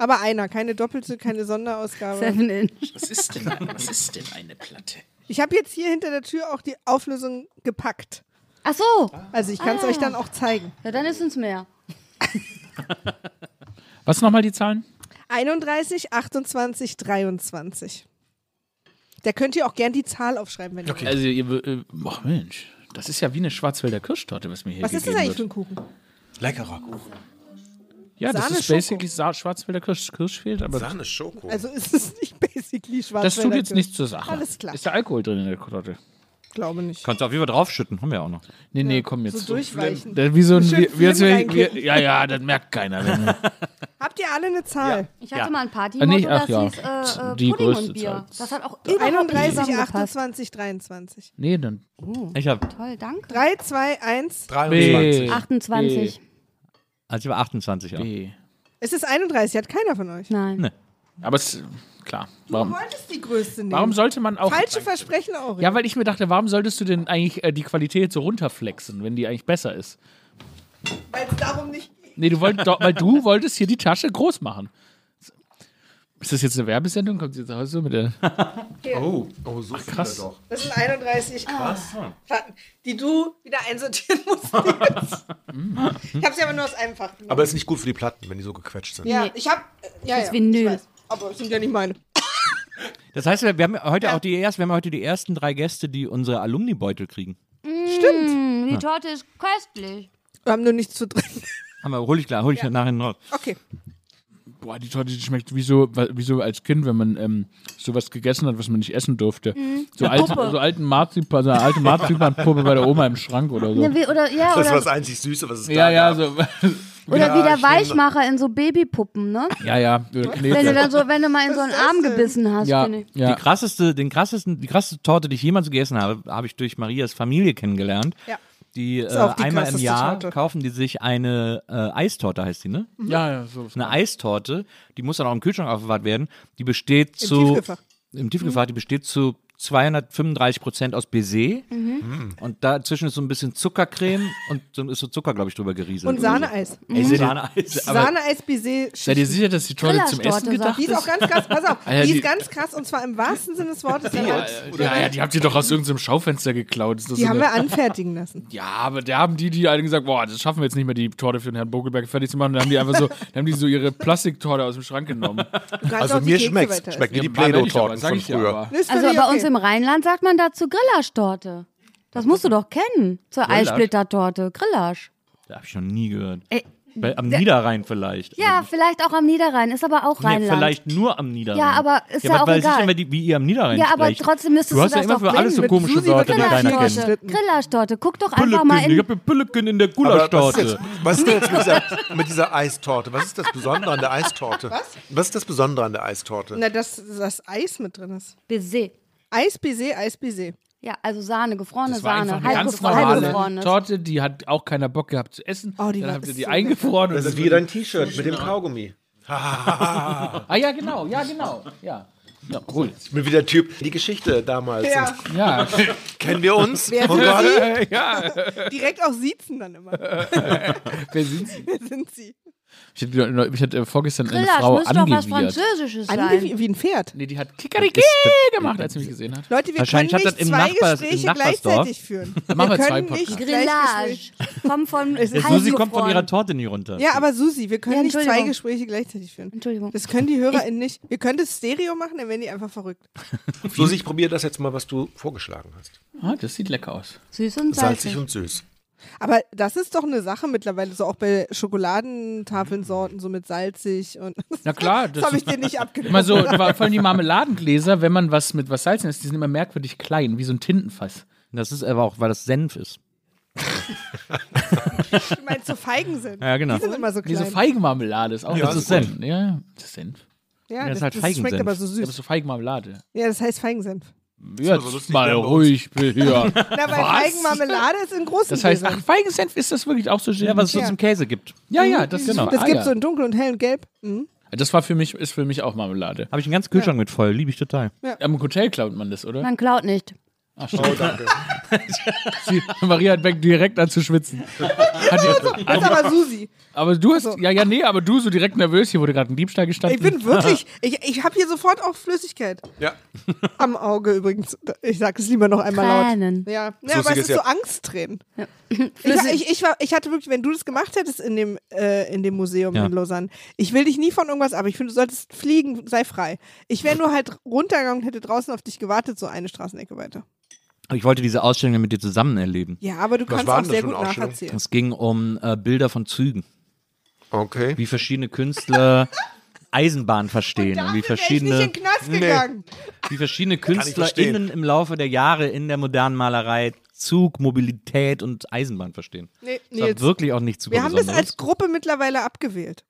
[SPEAKER 2] Aber einer, keine doppelte, keine Sonderausgabe.
[SPEAKER 9] Seven Inch.
[SPEAKER 12] Was ist denn, was ist denn eine Platte?
[SPEAKER 2] Ich habe jetzt hier hinter der Tür auch die Auflösung gepackt.
[SPEAKER 9] Ach so.
[SPEAKER 2] Also ich kann es
[SPEAKER 9] Ah.
[SPEAKER 2] euch dann auch zeigen.
[SPEAKER 9] Ja, dann ist uns mehr.
[SPEAKER 5] Was nochmal die Zahlen?
[SPEAKER 2] 31, 28, 23. Da könnt ihr auch gern die Zahl aufschreiben, wenn ihr wollt.
[SPEAKER 5] Also, ihr, äh, ach Mensch, das ist ja wie eine Schwarzwälder Kirschtorte, was mir hier
[SPEAKER 2] Was ist das
[SPEAKER 5] gegeben
[SPEAKER 2] eigentlich für
[SPEAKER 5] wird.
[SPEAKER 2] ein Kuchen?
[SPEAKER 10] Leckerer Kuchen.
[SPEAKER 5] Ja, das
[SPEAKER 2] Sahne
[SPEAKER 5] ist basically Sa Schwarzwälder Kirsch, Kirsch fehlt, aber
[SPEAKER 10] Sahne Schoko.
[SPEAKER 2] Also ist es nicht <laughs> basically schwarz.
[SPEAKER 5] das tut jetzt nichts zur Sache.
[SPEAKER 2] Alles klar.
[SPEAKER 5] Ist da Alkohol drin in der Torte?
[SPEAKER 2] Glaube nicht.
[SPEAKER 4] Kannst du auf jeden Fall draufschütten, haben wir auch noch.
[SPEAKER 5] Nee, nee, komm jetzt.
[SPEAKER 2] So durchweichen.
[SPEAKER 5] Da- Wie so ein,
[SPEAKER 2] Schön
[SPEAKER 5] wie, wie, als wär-
[SPEAKER 2] Flim
[SPEAKER 5] wie,
[SPEAKER 2] reinkippen.
[SPEAKER 5] ja, ja, das merkt keiner. Wenn,
[SPEAKER 2] Habt ihr alle eine Zahl?
[SPEAKER 9] Ich hatte
[SPEAKER 5] Ja.
[SPEAKER 9] mal ein Party,
[SPEAKER 5] Ah, nee, ach
[SPEAKER 9] das
[SPEAKER 5] ja.
[SPEAKER 9] hieß äh, äh,
[SPEAKER 5] Die
[SPEAKER 9] Pudding
[SPEAKER 5] größte
[SPEAKER 9] und Bier.
[SPEAKER 5] Zahl.
[SPEAKER 9] Das hat auch überhaupt
[SPEAKER 2] 31,
[SPEAKER 9] nicht
[SPEAKER 2] 28, 23.
[SPEAKER 5] nee, dann.
[SPEAKER 4] Ich habe
[SPEAKER 9] Toll, danke.
[SPEAKER 2] 3, 2, 1.
[SPEAKER 4] 23.
[SPEAKER 9] 28.
[SPEAKER 4] Also ich war 28 auch. B.
[SPEAKER 2] Es ist 31, hat keiner von euch.
[SPEAKER 9] Nein.
[SPEAKER 4] Nee.
[SPEAKER 5] Aber es, klar.
[SPEAKER 2] Du
[SPEAKER 5] Warum?
[SPEAKER 2] wolltest die größte nehmen.
[SPEAKER 5] Warum sollte man auch.
[SPEAKER 2] Falsche Versprechen auch.
[SPEAKER 5] Ja, weil ich mir dachte, warum solltest du denn eigentlich äh, die Qualität so runterflexen, wenn die eigentlich besser ist?
[SPEAKER 2] Weil es darum nicht.
[SPEAKER 5] Nee, du wollt, doch, weil du wolltest hier die Tasche groß machen. Ist das jetzt eine Werbesendung? Kommt sie jetzt raus so mit der.
[SPEAKER 10] Oh, oh, so viele
[SPEAKER 5] krass.
[SPEAKER 10] doch.
[SPEAKER 2] Das sind 31
[SPEAKER 10] Krass.
[SPEAKER 2] Platten, die du wieder einsortieren <laughs> musst. ich habe sie aber nur aus einem Fach genommen.
[SPEAKER 10] Aber ist nicht gut für die Platten, wenn die so gequetscht sind.
[SPEAKER 2] ja, ich habe. Ja,
[SPEAKER 9] Das
[SPEAKER 2] ja,
[SPEAKER 9] Vinyl.
[SPEAKER 2] ich weiß. Aber es sind ja nicht meine.
[SPEAKER 4] Das heißt, wir wir haben heute auch die erst, wir haben heute die ersten drei Gäste, die unsere Alumni-Beutel kriegen.
[SPEAKER 2] Stimmt.
[SPEAKER 9] Die Torte ist köstlich.
[SPEAKER 2] Wir haben nur nichts zu trinken.
[SPEAKER 4] Aber hol ich klar, hol ich nachher noch.
[SPEAKER 2] Okay.
[SPEAKER 5] Boah, die Torte die schmeckt wie so, wie so als Kind, wenn man ähm, sowas gegessen hat, was man nicht essen durfte.
[SPEAKER 9] Mhm.
[SPEAKER 5] So,
[SPEAKER 9] Eine
[SPEAKER 5] alt,
[SPEAKER 9] Puppe.
[SPEAKER 5] so alten Marzipan, so eine alte Marzipanpuppe bei der Oma im Schrank oder so.
[SPEAKER 9] Ne, wie, oder ja,
[SPEAKER 10] Das
[SPEAKER 9] oder,
[SPEAKER 10] war das einzig Süße, was es
[SPEAKER 5] Ja,
[SPEAKER 10] da
[SPEAKER 5] ja,
[SPEAKER 10] gab. <laughs>
[SPEAKER 5] so.
[SPEAKER 9] oder
[SPEAKER 10] Ja,
[SPEAKER 9] wie der
[SPEAKER 10] stimmt.
[SPEAKER 9] Weichmacher in so Babypuppen, ne?
[SPEAKER 5] Ja, ja. Oder
[SPEAKER 9] Wenn du
[SPEAKER 5] Knete.
[SPEAKER 9] dann so, wenn du mal in so einen Arm gebissen hast,
[SPEAKER 4] Ja,
[SPEAKER 9] finde ich.
[SPEAKER 5] ja.
[SPEAKER 4] Die krasseste, den krassesten, die krasseste Torte, die ich jemals gegessen habe, habe ich durch Marias Familie kennengelernt.
[SPEAKER 2] Ja.
[SPEAKER 4] Die, äh,
[SPEAKER 2] auch die
[SPEAKER 4] einmal im
[SPEAKER 2] krasseste
[SPEAKER 4] Jahr
[SPEAKER 2] Torte.
[SPEAKER 4] kaufen die sich eine äh, Eistorte, heißt die, ne?
[SPEAKER 5] Ja, ja, so.
[SPEAKER 4] Eine Eistorte, die muss dann auch im Kühlschrank aufbewahrt werden. Die besteht
[SPEAKER 2] Im
[SPEAKER 4] zu
[SPEAKER 2] Tiefkühlfach.
[SPEAKER 4] im Tiefkühlfach, die besteht zu 235 Prozent aus Baiser
[SPEAKER 2] Mhm.
[SPEAKER 4] und dazwischen ist so ein
[SPEAKER 2] <laughs>
[SPEAKER 4] bisschen Zuckercreme und dann ist so Zucker, glaube ich, drüber gerieselt. Also,
[SPEAKER 2] Und Sahneeis.
[SPEAKER 4] Ey,
[SPEAKER 2] Mhm.
[SPEAKER 4] Sahneeis. aber-
[SPEAKER 2] Sahne-Eis-Bisee.
[SPEAKER 5] Seid ihr sicher, dass die Torte zum
[SPEAKER 9] Grillertorte,
[SPEAKER 5] Essen gedacht
[SPEAKER 2] Die ist auch ganz krass, pass auf,
[SPEAKER 5] Ah, ja,
[SPEAKER 2] die
[SPEAKER 5] die-
[SPEAKER 2] ist ganz krass und zwar im wahrsten Sinne des Wortes.
[SPEAKER 5] Ja, ja, ja, die habt ihr doch aus irgendeinem Schaufenster geklaut. Ist das
[SPEAKER 2] Die
[SPEAKER 5] so
[SPEAKER 2] haben
[SPEAKER 5] eine-
[SPEAKER 2] wir anfertigen lassen.
[SPEAKER 5] Ja, aber da haben die, die alle gesagt, boah, das schaffen wir jetzt nicht mehr, die Torte für den Herrn Bogelberg fertig zu machen. Dann haben die einfach so, dann haben die so ihre Plastiktorte aus dem Schrank genommen.
[SPEAKER 2] kannst Also auch die mir Kekse schmeckt's. weiter essen. Schmeckt wie die
[SPEAKER 5] Ja, Mann,
[SPEAKER 10] Play-Doh-Torten
[SPEAKER 5] werd ich aber, sag
[SPEAKER 10] von
[SPEAKER 5] ich dir
[SPEAKER 10] früher.
[SPEAKER 5] aber.
[SPEAKER 2] Ist
[SPEAKER 9] Also
[SPEAKER 2] für mich
[SPEAKER 9] bei
[SPEAKER 2] okay.
[SPEAKER 9] uns im Rheinland sagt man dazu Grillasch-Torte. Das musst du doch kennen. Zur
[SPEAKER 4] Grillasch?
[SPEAKER 9] Eisplittertorte. Grillasch.
[SPEAKER 4] Da habe ich noch nie gehört.
[SPEAKER 9] Ey,
[SPEAKER 4] Bei, am
[SPEAKER 9] der-
[SPEAKER 4] Niederrhein vielleicht.
[SPEAKER 9] Ja, vielleicht auch am Niederrhein. Ist aber auch
[SPEAKER 4] Nee,
[SPEAKER 9] Rheinland.
[SPEAKER 4] vielleicht nur am Niederrhein.
[SPEAKER 9] Ja, aber ist ja
[SPEAKER 4] aber
[SPEAKER 9] auch
[SPEAKER 4] weiß ich
[SPEAKER 9] egal.
[SPEAKER 4] nicht mehr, die- wie ihr am Niederrhein
[SPEAKER 9] Ja, aber
[SPEAKER 4] sprecht.
[SPEAKER 9] trotzdem müsstest
[SPEAKER 4] du
[SPEAKER 9] du
[SPEAKER 4] hast ja
[SPEAKER 9] das
[SPEAKER 4] immer
[SPEAKER 9] doch
[SPEAKER 4] für alles so
[SPEAKER 9] kennen.
[SPEAKER 4] komische
[SPEAKER 9] Susi
[SPEAKER 4] Sorten, die keiner kennt.
[SPEAKER 9] Grillasch-Torte. Grillasch-Torte. Guck doch einfach mal in.
[SPEAKER 4] habe Pülleken in der
[SPEAKER 10] Aber was ist jetzt, was ist denn jetzt mit, dieser, mit dieser Eistorte? Was ist das Besondere an der Eistorte?
[SPEAKER 2] Was?
[SPEAKER 10] Was ist das Besondere an der Eistorte?
[SPEAKER 2] Na, dass das Eis mit drin ist.
[SPEAKER 9] Baiser.
[SPEAKER 2] Eis-Bisee, Eis-Bisee.
[SPEAKER 9] Ja, also Sahne, gefrorene
[SPEAKER 5] Das war
[SPEAKER 9] Sahne.
[SPEAKER 5] einfach eine ganz
[SPEAKER 9] halbgefro-
[SPEAKER 5] normale
[SPEAKER 9] halbgefrorenes.
[SPEAKER 5] Torte, die hat auch keiner Bock gehabt zu essen.
[SPEAKER 2] Oh, die
[SPEAKER 5] dann
[SPEAKER 2] war-
[SPEAKER 5] habt ihr
[SPEAKER 2] ist
[SPEAKER 5] die
[SPEAKER 2] so
[SPEAKER 5] eingefroren.
[SPEAKER 10] Das
[SPEAKER 5] und
[SPEAKER 10] ist
[SPEAKER 5] dann-
[SPEAKER 10] wie dein T-Shirt mit dem Kaugummi.
[SPEAKER 5] Ah ja, genau, ja, genau. Ja, ja cool.
[SPEAKER 10] <laughs> Ich bin wieder Typ. Die Geschichte damals.
[SPEAKER 2] Ja.
[SPEAKER 10] Und-
[SPEAKER 5] Ja.
[SPEAKER 10] Kennen wir uns?
[SPEAKER 2] Wer
[SPEAKER 10] Oh
[SPEAKER 2] sind
[SPEAKER 10] Gott.
[SPEAKER 2] Sie?
[SPEAKER 5] ja.
[SPEAKER 2] <laughs> Direkt auch siezen dann immer.
[SPEAKER 5] Wer sind Sie?
[SPEAKER 2] Wer sind Sie?
[SPEAKER 5] Ich hatte, ich hatte vorgestern eine
[SPEAKER 9] Grillasch
[SPEAKER 5] Frau
[SPEAKER 9] müsste doch was
[SPEAKER 5] angewiesen.
[SPEAKER 9] Französisches sein.
[SPEAKER 2] Angewiesen wie ein Pferd.
[SPEAKER 5] Nee, die hat Kikariki gemacht, als sie mich gesehen hat.
[SPEAKER 2] Leute, wir können
[SPEAKER 4] Wahrscheinlich hat
[SPEAKER 2] nicht
[SPEAKER 4] das im
[SPEAKER 2] zwei
[SPEAKER 4] Nachbar- im
[SPEAKER 2] Gespräche
[SPEAKER 4] Nachbarsdorf.
[SPEAKER 2] gleichzeitig führen.
[SPEAKER 5] machen wir zwei
[SPEAKER 2] können nicht
[SPEAKER 5] Podcasts.
[SPEAKER 2] gleichzeitig-
[SPEAKER 9] Grillage. Kommt von
[SPEAKER 4] Susi kommt von
[SPEAKER 9] halbgefroren.
[SPEAKER 4] ihrer Torte nie runter.
[SPEAKER 2] Ja, aber Susi, wir können
[SPEAKER 9] Ja,
[SPEAKER 2] nicht zwei
[SPEAKER 9] Entschuldigung.
[SPEAKER 2] Gespräche gleichzeitig führen.
[SPEAKER 9] Entschuldigung.
[SPEAKER 2] Das können die HörerInnen nicht. Wir können das Stereo machen, dann werden die einfach verrückt.
[SPEAKER 10] Susi, ich probiere das jetzt mal, was du vorgeschlagen hast.
[SPEAKER 5] Ah, das sieht lecker aus.
[SPEAKER 9] Süß und
[SPEAKER 10] Salzig
[SPEAKER 9] salzig.
[SPEAKER 10] und süß.
[SPEAKER 2] Aber das ist doch eine Sache mittlerweile, so auch bei Schokoladentafelnsorten, so mit salzig und. <laughs>
[SPEAKER 5] Na klar,
[SPEAKER 2] das, habe ich dir nicht abgenommen. <laughs>
[SPEAKER 5] Immer so, vor allem die Marmeladengläser, wenn man was mit was salzen ist, die sind immer merkwürdig klein, wie so ein Tintenfass.
[SPEAKER 4] Das ist aber auch, weil das Senf ist.
[SPEAKER 2] Du meinst so Feigen sind.
[SPEAKER 4] Ja, genau.
[SPEAKER 2] Die sind immer so
[SPEAKER 5] Diese
[SPEAKER 2] klein.
[SPEAKER 5] Feigenmarmelade ist auch
[SPEAKER 4] Ja, das
[SPEAKER 5] so
[SPEAKER 4] ist
[SPEAKER 5] gut.
[SPEAKER 4] Senf.
[SPEAKER 5] Ja, ja, das ist Senf.
[SPEAKER 2] Ja, das- das schmeckt aber so süß.
[SPEAKER 5] Das ist so Feigenmarmelade.
[SPEAKER 2] Ja, das heißt Feigensenf.
[SPEAKER 5] Jetzt mal ruhig, hier.
[SPEAKER 2] Na, weil Feigenmarmelade ist in großen
[SPEAKER 5] Das heißt,
[SPEAKER 2] Gläsern.
[SPEAKER 5] ach, Feigensenf ist das wirklich auch so schön?
[SPEAKER 4] Ja, was es so
[SPEAKER 2] Ja.
[SPEAKER 4] zum Käse gibt.
[SPEAKER 5] Ja, ja, das ist
[SPEAKER 2] Das
[SPEAKER 5] Ah,
[SPEAKER 2] gibt
[SPEAKER 5] ja.
[SPEAKER 2] so in dunkel und hell und gelb. Mhm.
[SPEAKER 5] Das war für mich, ist für mich auch Marmelade.
[SPEAKER 4] Habe ich einen ganzen Kühlschrank mit voll, liebe ich total.
[SPEAKER 5] Am Hotel klaut man das, oder?
[SPEAKER 9] Man klaut nicht.
[SPEAKER 5] Ach, stimmt. <laughs> Sie, Maria hat weg direkt an zu schwitzen. Hat die, also,
[SPEAKER 2] Das Also, ist aber Susi.
[SPEAKER 5] aber du hast, ja, ja, nee, aber du so direkt nervös, hier wurde gerade ein Diebstahl
[SPEAKER 2] also- Ich
[SPEAKER 5] gestanden. <laughs>
[SPEAKER 2] bin wirklich, ich, ich habe hier sofort auch Flüssigkeit.
[SPEAKER 10] Ja.
[SPEAKER 2] Am Auge übrigens. Ich sag es lieber noch einmal
[SPEAKER 9] Tränen.
[SPEAKER 2] laut. Ja,
[SPEAKER 9] So
[SPEAKER 2] ja aber es
[SPEAKER 9] sieht
[SPEAKER 2] ist
[SPEAKER 9] es
[SPEAKER 2] so
[SPEAKER 9] ja-
[SPEAKER 2] Angsttränen.
[SPEAKER 9] Flüssig-
[SPEAKER 2] Ich, ich, ich, war, ich hatte wirklich, wenn du das gemacht hättest in dem, äh, in dem Museum
[SPEAKER 4] Ja.
[SPEAKER 2] in Lausanne, ich will dich nie von irgendwas ab. Ich finde, du solltest fliegen, sei frei. Ich wäre nur halt runtergegangen und hätte draußen auf dich gewartet, so eine Straßenecke weiter.
[SPEAKER 4] Ich wollte diese Ausstellung mit dir zusammen erleben.
[SPEAKER 2] Ja, aber du
[SPEAKER 4] Was
[SPEAKER 2] kannst
[SPEAKER 4] war
[SPEAKER 2] auch
[SPEAKER 4] denn
[SPEAKER 2] sehr
[SPEAKER 4] das für
[SPEAKER 2] gut
[SPEAKER 4] eine Ausstellung?
[SPEAKER 2] nacherzählen.
[SPEAKER 4] Es ging um äh, Bilder von Zügen.
[SPEAKER 10] Okay.
[SPEAKER 4] Wie verschiedene <laughs> Künstler Eisenbahn verstehen und wie
[SPEAKER 2] Ich
[SPEAKER 4] verschiedene
[SPEAKER 2] in den Knast gegangen.
[SPEAKER 4] wie verschiedene
[SPEAKER 10] ich verstehen.
[SPEAKER 4] KünstlerInnen im Laufe der Jahre in der modernen Malerei Zug, Mobilität und Eisenbahn verstehen.
[SPEAKER 2] Nee,
[SPEAKER 4] Das war
[SPEAKER 2] Nils.
[SPEAKER 4] wirklich auch nichts
[SPEAKER 2] Wir haben das
[SPEAKER 4] Besonderes.
[SPEAKER 2] als Gruppe mittlerweile
[SPEAKER 5] <laughs>
[SPEAKER 2] abgewählt.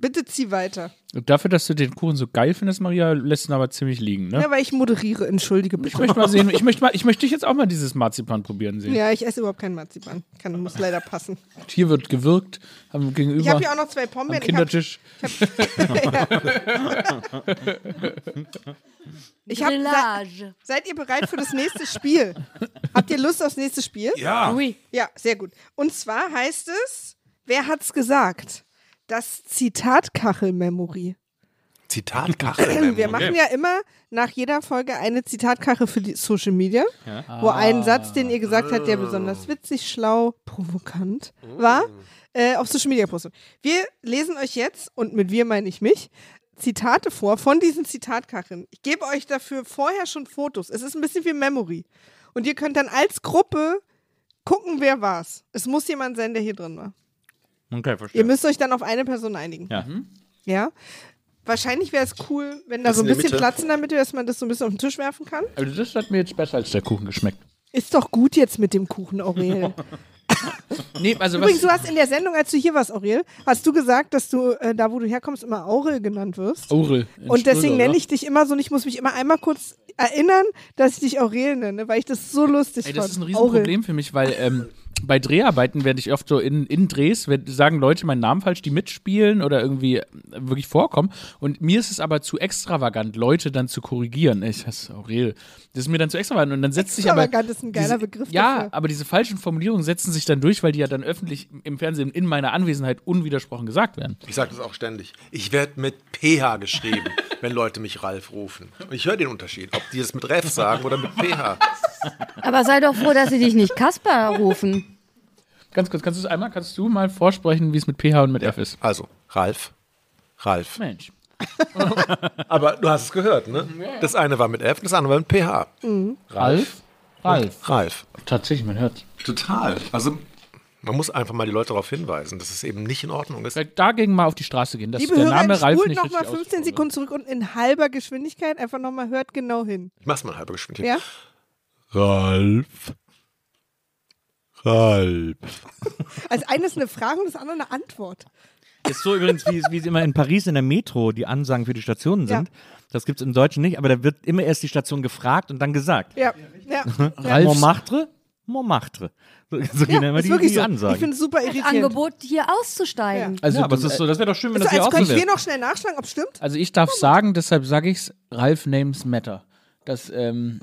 [SPEAKER 2] Bitte zieh weiter.
[SPEAKER 5] Und dafür, dass du den Kuchen so geil findest, Maria, lässt ihn aber ziemlich liegen, ne?
[SPEAKER 2] Ja, weil ich moderiere, entschuldige bitte.
[SPEAKER 5] ich möchte mal sehen, ich möchte, mal, ich möchte dich jetzt auch mal dieses Marzipan probieren sehen.
[SPEAKER 2] Ja, ich esse überhaupt keinen Marzipan. Kann, muss leider passen.
[SPEAKER 5] Und Hier wird gewirkt, haben gegenüber.
[SPEAKER 2] Ich habe hier auch noch zwei Pommes.
[SPEAKER 5] am Kindertisch.
[SPEAKER 2] Ich hab,
[SPEAKER 9] Grillage.
[SPEAKER 2] se, seid ihr bereit für das nächste Spiel? Habt ihr Lust aufs nächste Spiel?
[SPEAKER 10] Ja.
[SPEAKER 9] Oui.
[SPEAKER 2] Ja, sehr gut. Und zwar heißt es, wer hat's gesagt? Das Zitatkachel-Memory.
[SPEAKER 10] Zitatkachel.
[SPEAKER 2] Wir machen ja immer nach jeder Folge eine Zitatkachel für die Social Media,
[SPEAKER 10] Ja.
[SPEAKER 2] wo
[SPEAKER 10] Ah.
[SPEAKER 2] ein Satz, den ihr gesagt habt, der besonders witzig, schlau, provokant war, äh, auf Social Media postet. Wir lesen euch jetzt, und mit wir meine ich mich, Zitate vor von diesen Zitatkacheln. Ich gebe euch dafür vorher schon Fotos. Es ist ein bisschen wie Memory. Und ihr könnt dann als Gruppe gucken, wer war's. Es muss jemand sein, der hier drin war.
[SPEAKER 4] Okay,
[SPEAKER 2] Ihr
[SPEAKER 4] verstehe.
[SPEAKER 2] müsst euch dann auf eine Person einigen.
[SPEAKER 4] Ja.
[SPEAKER 2] Ja. Wahrscheinlich wäre es cool, wenn da
[SPEAKER 5] Das
[SPEAKER 2] so ein
[SPEAKER 5] in der
[SPEAKER 2] bisschen
[SPEAKER 5] Mitte.
[SPEAKER 2] Platz in der Mitte, dass man das so ein bisschen auf den Tisch werfen kann.
[SPEAKER 5] Also das hat mir jetzt besser als der Kuchen geschmeckt.
[SPEAKER 2] Ist doch gut jetzt mit dem Kuchen,
[SPEAKER 5] <laughs> Also
[SPEAKER 2] Aurel.
[SPEAKER 5] Nee, also
[SPEAKER 2] Übrigens, du
[SPEAKER 5] was,
[SPEAKER 2] hast in der Sendung, als du hier warst, Aurel, hast du gesagt, dass du äh, da, wo du herkommst, immer Aurel genannt wirst.
[SPEAKER 5] Aurel. Oh, in
[SPEAKER 2] Und deswegen
[SPEAKER 5] Ströger,
[SPEAKER 2] nenne
[SPEAKER 5] oder?
[SPEAKER 2] ich dich immer so und ich muss mich immer einmal kurz erinnern, dass ich dich Aurel nenne, weil ich das so lustig
[SPEAKER 5] Ey,
[SPEAKER 2] fand.
[SPEAKER 5] das ist ein Riesenproblem für mich, weil ähm, bei Dreharbeiten werde ich oft so in, in Drehs, werd- sagen Leute meinen Namen falsch, die mitspielen oder irgendwie äh, wirklich vorkommen. Und mir ist es aber zu extravagant, Leute dann zu korrigieren. Ich hasse Aurel. Das ist mir dann zu extravagant. Und dann setzt sich aber.
[SPEAKER 2] Extravagant ist ein geiler Begriff
[SPEAKER 5] Ja,
[SPEAKER 2] dafür.
[SPEAKER 5] aber diese falschen Formulierungen setzen sich dann durch, weil die ja dann öffentlich im Fernsehen in meiner Anwesenheit unwidersprochen gesagt werden.
[SPEAKER 10] Ich sage das auch ständig. Ich werde mit
[SPEAKER 9] <laughs>
[SPEAKER 10] PH geschrieben, wenn Leute mich Ralf rufen. Und ich höre den Unterschied, ob die es mit Ref sagen oder mit PH.
[SPEAKER 9] Aber sei doch froh, dass sie dich nicht Kasper rufen.
[SPEAKER 5] Ganz kurz, kannst du es einmal, kannst du mal vorsprechen, wie es mit PH und mit F ist?
[SPEAKER 10] Also, Ralf. Ralf.
[SPEAKER 5] Mensch.
[SPEAKER 10] Aber du hast es gehört, ne? Das eine war mit F, das andere war mit PH.
[SPEAKER 2] Mhm.
[SPEAKER 5] Ralf? Ralf.
[SPEAKER 10] Ralf.
[SPEAKER 5] Tatsächlich, man hört.
[SPEAKER 10] Total. Also, man muss einfach mal die Leute darauf hinweisen, dass es eben nicht in Ordnung ist.
[SPEAKER 5] Dagegen mal auf die Straße gehen, dass
[SPEAKER 2] Liebe
[SPEAKER 5] der
[SPEAKER 2] Hörer,
[SPEAKER 5] Name Ralf
[SPEAKER 2] spult
[SPEAKER 5] nicht richtig
[SPEAKER 2] nochmal
[SPEAKER 5] aus.
[SPEAKER 2] 15 Sekunden zurück und in halber Geschwindigkeit einfach nochmal hört genau hin.
[SPEAKER 10] Ich mach's mal halber Geschwindigkeit.
[SPEAKER 2] Ja?
[SPEAKER 10] Ralf. Ralf.
[SPEAKER 2] <laughs> Also eines eine Frage und das andere eine Antwort.
[SPEAKER 4] Ist so übrigens, wie, es- wie sie immer in Paris in der Metro die Ansagen für die Stationen sind. Das gibt es im Deutschen nicht, aber da wird immer erst die Station gefragt und dann gesagt.
[SPEAKER 2] Ja. ja.
[SPEAKER 4] Ralfs- Montmartre, Montmartre. So, so gehen immer
[SPEAKER 2] ist
[SPEAKER 4] die,
[SPEAKER 2] wirklich
[SPEAKER 4] die
[SPEAKER 2] so.
[SPEAKER 4] Ansagen.
[SPEAKER 2] Ich finde es super
[SPEAKER 9] Das
[SPEAKER 2] irritierend.
[SPEAKER 9] Angebot, hier auszusteigen.
[SPEAKER 5] Also
[SPEAKER 4] ja, aber
[SPEAKER 5] du-
[SPEAKER 4] es ist so, das wäre doch schön, wenn
[SPEAKER 2] so,
[SPEAKER 4] das hier
[SPEAKER 2] als
[SPEAKER 4] auch so
[SPEAKER 2] könnten wir
[SPEAKER 4] wäre.
[SPEAKER 2] noch schnell nachschlagen, ob es stimmt.
[SPEAKER 5] Also ich darf sagen, deshalb sage ich's, Ralf Names Matter. Das, ähm,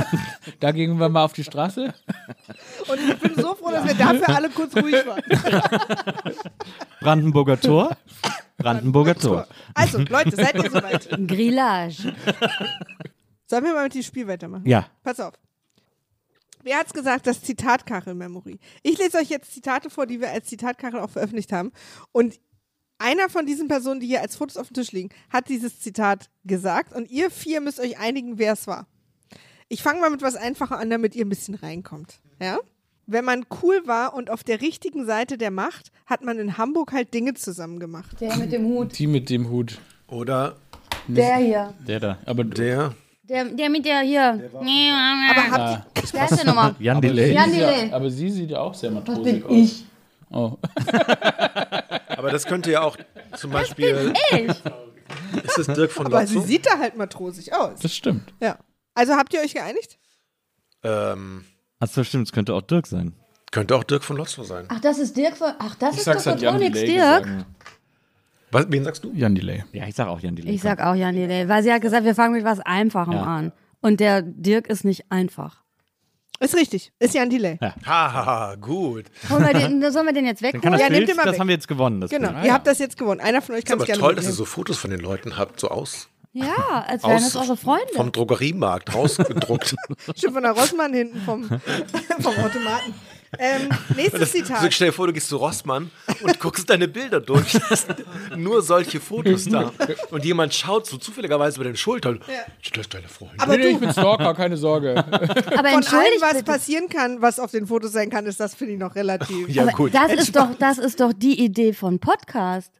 [SPEAKER 5] <laughs> da gehen wir mal auf die Straße.
[SPEAKER 2] Und ich bin so froh, dass wir dafür alle kurz ruhig waren.
[SPEAKER 4] <laughs> Brandenburger Tor, Brandenburger Tor.
[SPEAKER 2] Also, Leute, seid ihr soweit?
[SPEAKER 9] Grillage.
[SPEAKER 2] Sollen wir mal mit dem Spiel weitermachen?
[SPEAKER 4] Ja.
[SPEAKER 2] Pass auf. Wer hat's gesagt, das Zitatkachel-Memory? Ich lese euch jetzt Zitate vor, die wir als Zitatkachel auch veröffentlicht haben. Und einer von diesen Personen, die hier als Fotos auf dem Tisch liegen, hat dieses Zitat gesagt. Und ihr vier müsst euch einigen, wer es war. Ich fange mal mit was Einfachem an, damit ihr ein bisschen reinkommt. Ja? wenn man cool war und auf der richtigen Seite der Macht, hat man in Hamburg halt Dinge zusammen gemacht.
[SPEAKER 9] Der mit dem Hut.
[SPEAKER 5] Die mit dem Hut.
[SPEAKER 10] Oder
[SPEAKER 9] Der hier.
[SPEAKER 5] Der da. Aber
[SPEAKER 10] der.
[SPEAKER 9] Der, der mit der hier. Nee, aber
[SPEAKER 5] habt
[SPEAKER 9] ihr. Wer ist der nochmal?
[SPEAKER 4] Jan
[SPEAKER 9] Delay. Jan Delay.
[SPEAKER 5] aber sie sieht ja auch sehr
[SPEAKER 9] Was bin
[SPEAKER 5] matrosig aus.
[SPEAKER 9] ich?
[SPEAKER 5] Oh.
[SPEAKER 10] Aber das könnte ja auch zum Beispiel.
[SPEAKER 2] ich.
[SPEAKER 10] <laughs> Ist es Dirk von
[SPEAKER 2] Aber sie
[SPEAKER 10] Lotzo?
[SPEAKER 2] sieht da halt matrosig aus.
[SPEAKER 5] Das stimmt.
[SPEAKER 2] Ja. Also habt ihr euch geeinigt?
[SPEAKER 10] Ähm,
[SPEAKER 4] Achso, stimmt, es könnte auch Dirk sein.
[SPEAKER 10] Könnte auch Dirk von Lotzo sein.
[SPEAKER 9] Ach, das ist Dirk von. Ach, das
[SPEAKER 10] Ich
[SPEAKER 9] ist
[SPEAKER 10] sag's
[SPEAKER 9] doch
[SPEAKER 10] hat Jan
[SPEAKER 9] Patronix
[SPEAKER 10] Delay
[SPEAKER 9] Dirk.
[SPEAKER 10] Was, wen sagst du?
[SPEAKER 5] Jan Delay.
[SPEAKER 4] Ja, ich sag auch Jan Delay.
[SPEAKER 9] Ich sag auch Jan Delay, weil sie hat gesagt, wir fangen mit was Einfachem
[SPEAKER 4] Ja.
[SPEAKER 9] an. Und der Dirk ist nicht einfach.
[SPEAKER 2] Ist richtig. Ist ja ein Delay.
[SPEAKER 10] Haha, gut.
[SPEAKER 9] Wollen wir den, sollen wir den jetzt
[SPEAKER 4] Dann kann das
[SPEAKER 9] wegholen?
[SPEAKER 2] Ja,
[SPEAKER 4] Bild,
[SPEAKER 2] nehmt ihr mal
[SPEAKER 4] das
[SPEAKER 2] weg.
[SPEAKER 4] haben wir jetzt gewonnen. Das
[SPEAKER 2] Genau.
[SPEAKER 4] Bild.
[SPEAKER 2] Ihr habt das jetzt gewonnen. Einer von euch
[SPEAKER 10] Ah, Ist
[SPEAKER 2] kann es
[SPEAKER 10] aber
[SPEAKER 2] gerne
[SPEAKER 10] toll, dass ihr
[SPEAKER 2] mitnehmen.
[SPEAKER 10] so Fotos von den Leuten habt, so aus.
[SPEAKER 9] Ja, als wären es eure Freunde.
[SPEAKER 10] Vom
[SPEAKER 9] <laughs>
[SPEAKER 10] Drogeriemarkt rausgedruckt.
[SPEAKER 2] Stimmt, von der Rossmann hinten
[SPEAKER 10] <laughs>
[SPEAKER 2] vom, vom Automaten. Ähm, nächstes
[SPEAKER 10] Das,
[SPEAKER 2] Zitat.
[SPEAKER 10] so stell dir vor, du gehst zu Rossmann und guckst deine Bilder durch. <laughs> Da sind nur solche Fotos da. Und jemand schaut so zufälligerweise über den Schultern.
[SPEAKER 2] Ja.
[SPEAKER 10] Das ist deine Freundin.
[SPEAKER 2] Aber
[SPEAKER 5] nee, nee,
[SPEAKER 2] du-
[SPEAKER 5] ich bin Stalker, keine Sorge.
[SPEAKER 9] Aber
[SPEAKER 2] Von allem,
[SPEAKER 9] entschuldigt
[SPEAKER 2] was
[SPEAKER 9] bitte.
[SPEAKER 2] passieren kann, was auf den Fotos sein kann, ist das, finde ich, noch relativ.
[SPEAKER 10] Ja,
[SPEAKER 9] aber
[SPEAKER 10] gut.
[SPEAKER 5] <laughs>
[SPEAKER 9] Das ist, doch, das ist doch die Idee von Podcast.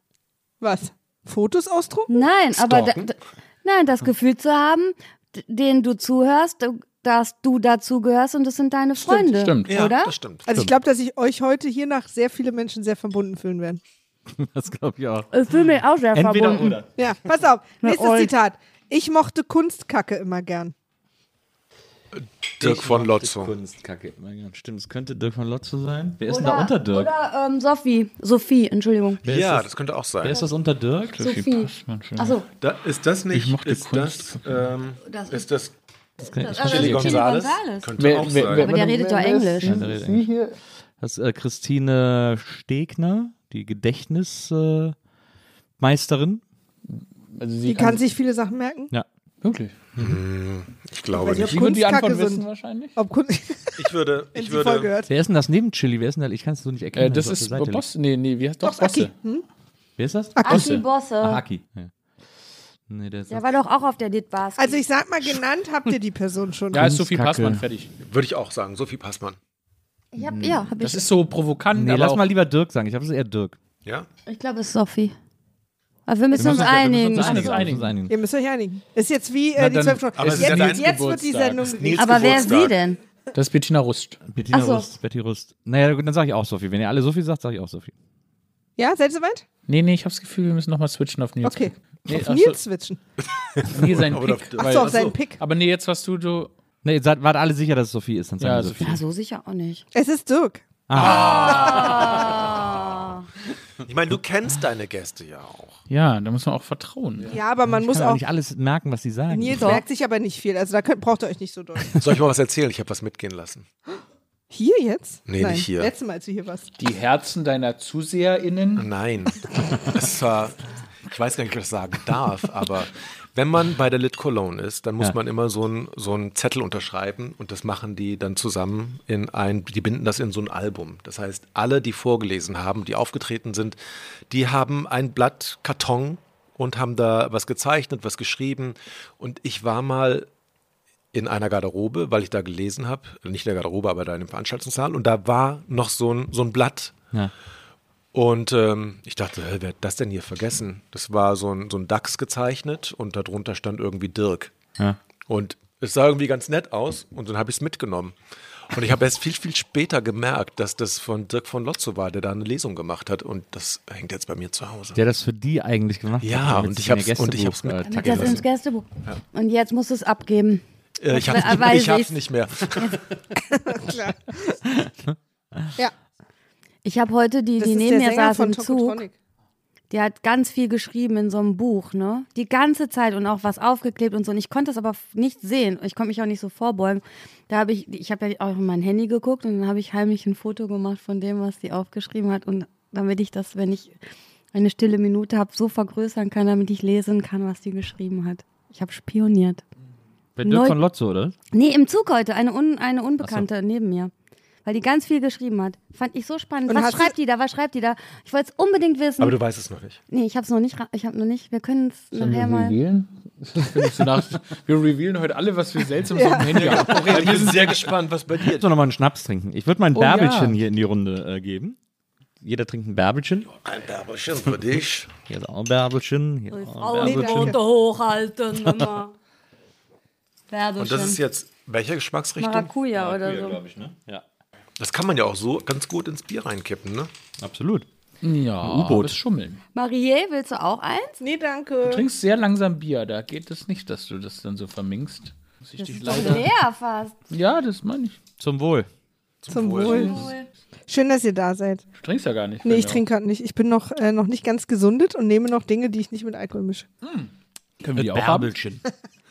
[SPEAKER 2] Was? Fotos ausdrucken?
[SPEAKER 9] Nein, aber da,
[SPEAKER 10] Stalken?
[SPEAKER 9] da, nein, das Gefühl zu haben, d- denen du zuhörst, d- dass du dazugehörst und das sind deine Freunde.
[SPEAKER 5] stimmt.
[SPEAKER 10] ja,
[SPEAKER 9] oder?
[SPEAKER 10] das stimmt.
[SPEAKER 2] Also ich glaube, dass ich euch heute hiernach sehr viele Menschen sehr verbunden fühlen werden.
[SPEAKER 4] <laughs> Das glaube ich auch.
[SPEAKER 9] Ich fühle mich auch sehr
[SPEAKER 4] Entweder
[SPEAKER 9] verbunden.
[SPEAKER 4] oder.
[SPEAKER 2] Ja, pass
[SPEAKER 9] <laughs>
[SPEAKER 2] auf. Nächstes
[SPEAKER 9] euch.
[SPEAKER 2] Zitat. Ich mochte Kunstkacke immer gern.
[SPEAKER 10] Dirk von
[SPEAKER 4] Ich
[SPEAKER 10] Lotzo.
[SPEAKER 4] mochte Kunstkacke. Mein Gott, Stimmt, es könnte Dirk von Lotzo sein. Wer ist denn
[SPEAKER 9] Oder,
[SPEAKER 4] da unter Dirk?
[SPEAKER 9] oder ähm, Sophie. Sophie, Entschuldigung.
[SPEAKER 4] Wer ist
[SPEAKER 10] Ja,
[SPEAKER 4] das-
[SPEAKER 10] das könnte auch
[SPEAKER 4] Wer
[SPEAKER 10] sein.
[SPEAKER 4] ist das unter Dirk?
[SPEAKER 9] Sophie. Achso,
[SPEAKER 10] Da, ist das nicht.
[SPEAKER 5] Ich mochte
[SPEAKER 10] ist, das,
[SPEAKER 5] Kunst.
[SPEAKER 10] ähm,
[SPEAKER 9] Das ist-
[SPEAKER 10] ist das
[SPEAKER 9] das ist
[SPEAKER 10] Chili
[SPEAKER 9] Chili
[SPEAKER 10] Gonzales?
[SPEAKER 9] Gonzales.
[SPEAKER 10] Könnte
[SPEAKER 5] Wer-
[SPEAKER 10] auch
[SPEAKER 5] wer-
[SPEAKER 10] sein.
[SPEAKER 5] wer-
[SPEAKER 9] Aber der
[SPEAKER 5] wer-
[SPEAKER 9] redet doch
[SPEAKER 5] wer-
[SPEAKER 9] Englisch.
[SPEAKER 5] wer-
[SPEAKER 4] Ja, der redet
[SPEAKER 5] Sie hier
[SPEAKER 4] Das ist äh, Christine Stegner, die Gedächtnismeisterin. Äh, Meisterin.
[SPEAKER 5] Also sie
[SPEAKER 2] Die kann sich viele Sachen merken.
[SPEAKER 4] ja.
[SPEAKER 5] Wirklich.
[SPEAKER 10] ich glaube
[SPEAKER 2] Weil
[SPEAKER 10] nicht.
[SPEAKER 2] die-
[SPEAKER 5] Sie wird die
[SPEAKER 2] Kunstkacke
[SPEAKER 5] Antwort wissen
[SPEAKER 2] sind.
[SPEAKER 5] wahrscheinlich.
[SPEAKER 2] Ob <laughs> Kun
[SPEAKER 10] Ich würde.
[SPEAKER 2] wenn
[SPEAKER 10] Ich
[SPEAKER 2] sie voll
[SPEAKER 10] würde
[SPEAKER 2] gehört.
[SPEAKER 4] Wer ist denn das neben Chili? Wer ist denn da? Ich kann es so nicht erkennen.
[SPEAKER 5] Äh, das
[SPEAKER 4] Also auf
[SPEAKER 5] ist
[SPEAKER 4] der Seite
[SPEAKER 5] Boss. Nee, nee, wie heißt doch
[SPEAKER 2] Doch, Aki.
[SPEAKER 5] Bosse?
[SPEAKER 2] Hm?
[SPEAKER 4] liegt- Wer ist das?
[SPEAKER 9] Aki
[SPEAKER 5] Bosse.
[SPEAKER 9] Bosse.
[SPEAKER 4] Ach, Aki. Ja. Nee, der ist
[SPEAKER 9] Der war doch auch auf der Litbas.
[SPEAKER 2] Also ich sag mal, genannt habt ihr die Person schon.
[SPEAKER 5] Da ist Sophie
[SPEAKER 4] Kunstkacke.
[SPEAKER 5] Passmann fertig.
[SPEAKER 10] Würde ich auch sagen, Sophie Passmann.
[SPEAKER 9] ich hab, ja, hab
[SPEAKER 5] Das
[SPEAKER 9] ich.
[SPEAKER 5] ist so provokant.
[SPEAKER 4] nee,
[SPEAKER 5] aber
[SPEAKER 4] lass
[SPEAKER 5] auch-
[SPEAKER 4] mal lieber Dirk sagen. Ich habe es eher Dirk.
[SPEAKER 10] Ja?
[SPEAKER 9] Ich glaube, es ist Sophie. Aber wir müssen
[SPEAKER 4] Wir
[SPEAKER 9] uns
[SPEAKER 4] müssen wir
[SPEAKER 9] einigen.
[SPEAKER 4] müssen
[SPEAKER 5] einigen.
[SPEAKER 4] uns einigen.
[SPEAKER 2] Ihr müsst euch einigen. Ist jetzt wie äh,
[SPEAKER 5] Na
[SPEAKER 2] die
[SPEAKER 5] dann-
[SPEAKER 2] zwölf Stunden.
[SPEAKER 10] aber es ist ja
[SPEAKER 2] jetzt
[SPEAKER 10] dein
[SPEAKER 2] jetzt wird die
[SPEAKER 5] Geburtstag.
[SPEAKER 2] Sendung.
[SPEAKER 10] Nils
[SPEAKER 9] Aber wer ist sie
[SPEAKER 10] Geburtstag.
[SPEAKER 9] denn?
[SPEAKER 5] Das ist Bettina Rust.
[SPEAKER 4] Bettina
[SPEAKER 9] Ach so.
[SPEAKER 4] Rust. Betty Rust. Naja, gut, dann sage ich auch Sophie. Wenn ihr alle Sophie sagt, sage ich auch Sophie.
[SPEAKER 2] Ja, seid ihr soweit?
[SPEAKER 5] Nee, nee, ich habe das Gefühl, wir müssen nochmal switchen auf Nils.
[SPEAKER 2] Okay.
[SPEAKER 5] Nee,
[SPEAKER 2] Auf
[SPEAKER 5] ach
[SPEAKER 2] Nils switchen.
[SPEAKER 5] so, nee, sein
[SPEAKER 10] <laughs> Oder
[SPEAKER 5] Pick.
[SPEAKER 10] auf-
[SPEAKER 2] Achso,
[SPEAKER 5] weil-
[SPEAKER 2] auf seinen Pick.
[SPEAKER 5] aber nee, jetzt hast du, du
[SPEAKER 4] Nee, ihr seid, wart alle sicher, dass es Sophie ist. Dann sagen
[SPEAKER 5] Ja,
[SPEAKER 4] wir
[SPEAKER 5] Sophie.
[SPEAKER 9] Ja, so sicher auch nicht.
[SPEAKER 2] Es ist Dirk.
[SPEAKER 10] Ich meine, du kennst deine Gäste ja auch.
[SPEAKER 5] Ja, da muss man auch vertrauen.
[SPEAKER 2] Ja, aber man
[SPEAKER 4] Ich
[SPEAKER 2] muss
[SPEAKER 4] kann auch
[SPEAKER 2] auch.
[SPEAKER 4] nicht alles merken, was sie sagen.
[SPEAKER 2] Nils merkt sich aber nicht viel. Also da könnt, braucht ihr euch nicht so doll.
[SPEAKER 10] Soll ich mal was erzählen? Ich habe was mitgehen lassen.
[SPEAKER 2] Hier jetzt?
[SPEAKER 10] Nee,
[SPEAKER 2] Nein,
[SPEAKER 10] nicht hier.
[SPEAKER 2] Letztes Mal, als du hier warst.
[SPEAKER 5] Die Herzen deiner ZuseherInnen.
[SPEAKER 10] Nein. Es war, ich weiß gar nicht, ob ich das sagen darf, aber wenn man bei der Lit Cologne ist, dann muss
[SPEAKER 4] Ja.
[SPEAKER 10] man immer so einen so einen Zettel unterschreiben und das machen die dann zusammen in ein, die binden das in so ein Album. Das heißt, alle, die vorgelesen haben, die aufgetreten sind, die haben ein Blatt Karton und haben da was gezeichnet, was geschrieben. Und ich war mal in einer Garderobe, weil ich da gelesen habe, nicht in der Garderobe, aber da in dem Veranstaltungssaal und da war noch so ein, so ein Blatt
[SPEAKER 4] Ja.
[SPEAKER 10] und ähm, ich dachte, hä, wer hat das denn hier vergessen? Das war so ein, so ein Dachs gezeichnet und darunter stand irgendwie Dirk.
[SPEAKER 4] Ja.
[SPEAKER 10] Und es sah irgendwie ganz nett aus und dann habe ich es mitgenommen. Und ich habe erst viel, viel später gemerkt, dass das von Dirk von Lotzo war, der da eine Lesung gemacht hat. Und das hängt jetzt bei mir zu Hause.
[SPEAKER 4] Der das für die eigentlich gemacht
[SPEAKER 10] Ja,
[SPEAKER 4] hat. damit
[SPEAKER 10] und
[SPEAKER 4] sie
[SPEAKER 10] ich
[SPEAKER 4] in ihr
[SPEAKER 10] hab's- und ich hab's
[SPEAKER 4] Gästebuch,
[SPEAKER 10] mit-
[SPEAKER 4] äh,
[SPEAKER 9] Damit
[SPEAKER 4] tacken
[SPEAKER 9] das
[SPEAKER 4] lassen.
[SPEAKER 9] ins Gästebuch. Und jetzt musst du es abgeben.
[SPEAKER 10] Äh, ich
[SPEAKER 9] we-
[SPEAKER 10] habe
[SPEAKER 9] weiß
[SPEAKER 10] ich hab's
[SPEAKER 9] ich's.
[SPEAKER 10] nicht mehr.
[SPEAKER 2] Klar. ja,
[SPEAKER 9] Ich habe heute die,
[SPEAKER 2] das
[SPEAKER 9] die
[SPEAKER 2] ist
[SPEAKER 9] neben
[SPEAKER 2] der
[SPEAKER 9] mir
[SPEAKER 2] Sänger
[SPEAKER 9] saß
[SPEAKER 2] von
[SPEAKER 9] im Zug.
[SPEAKER 2] Tokotronic.
[SPEAKER 9] Die hat ganz viel geschrieben in so einem Buch, ne? Die ganze Zeit und auch was aufgeklebt und so. Und ich konnte es aber f- nicht sehen. Ich konnte mich auch nicht so vorbeugen. Da habe ich, ich habe ja auch in mein Handy geguckt und dann habe ich heimlich ein Foto gemacht von dem, was sie aufgeschrieben hat. Und damit ich das, wenn ich eine stille Minute habe, so vergrößern kann, damit ich lesen kann, was sie geschrieben hat. Ich habe spioniert.
[SPEAKER 4] Bei Dirk
[SPEAKER 9] Neu-
[SPEAKER 4] von Lotzo, oder?
[SPEAKER 9] Nee, im Zug heute. Eine, un, eine Unbekannte neben mir. weil die ganz viel geschrieben hat. Fand ich so spannend.
[SPEAKER 10] Und
[SPEAKER 9] was
[SPEAKER 10] hast
[SPEAKER 9] schreibt die da? Was schreibt die da? Ich wollte es unbedingt wissen.
[SPEAKER 10] <laughs> Aber du weißt es noch <laughs> nicht.
[SPEAKER 9] Nee, ich habe es noch nicht. ra- Ich habe noch nicht. Wir können es
[SPEAKER 5] Sollen wir
[SPEAKER 9] nachher mal.
[SPEAKER 5] revealen? So nach, wir revealen heute alle, was wir seltsam so
[SPEAKER 9] Ja.
[SPEAKER 5] im Handy haben.
[SPEAKER 10] Ich bin <laughs> sehr gespannt, was bei dir
[SPEAKER 4] So nochmal einen Schnaps trinken. Ich würde mal ein
[SPEAKER 5] Oh,
[SPEAKER 4] Bärbelchen
[SPEAKER 5] ja.
[SPEAKER 4] hier in die Runde äh, geben. Jeder trinkt ein Bärbelchen.
[SPEAKER 10] Ein Bärbelchen für dich.
[SPEAKER 4] Hier ist auch ein Bärbelchen. Hier ist auch
[SPEAKER 9] Frau
[SPEAKER 4] ein Bärbelchen.
[SPEAKER 9] hochhalten, Mama. Werbelchen.
[SPEAKER 10] Und das ist jetzt welche Geschmacksrichtung?
[SPEAKER 9] Maracuja, oder so.
[SPEAKER 4] Ja.
[SPEAKER 10] Das kann man ja auch so ganz gut ins Bier reinkippen, ne?
[SPEAKER 4] Absolut.
[SPEAKER 5] Ja,
[SPEAKER 10] Ein U-Boot.
[SPEAKER 5] das Schummeln.
[SPEAKER 9] Marie, willst du auch eins?
[SPEAKER 2] Nee, danke.
[SPEAKER 5] Du trinkst sehr langsam Bier, da geht es nicht, dass du das dann so vermingst. Muss ich
[SPEAKER 9] das
[SPEAKER 5] dich
[SPEAKER 9] ist doch
[SPEAKER 5] leider.
[SPEAKER 9] leer fast.
[SPEAKER 5] Ja, das meine ich.
[SPEAKER 4] Zum Wohl.
[SPEAKER 2] Zum Wohl. Schön, dass ihr da seid.
[SPEAKER 5] Du trinkst ja gar nicht.
[SPEAKER 2] Nee, ich
[SPEAKER 5] Genau.
[SPEAKER 2] trinke gerade nicht. Ich bin noch, äh, noch nicht ganz gesundet und nehme noch Dinge, die ich nicht mit Alkohol mische.
[SPEAKER 5] Können wir
[SPEAKER 4] Mit
[SPEAKER 5] die auch haben?
[SPEAKER 4] Bärbelchen.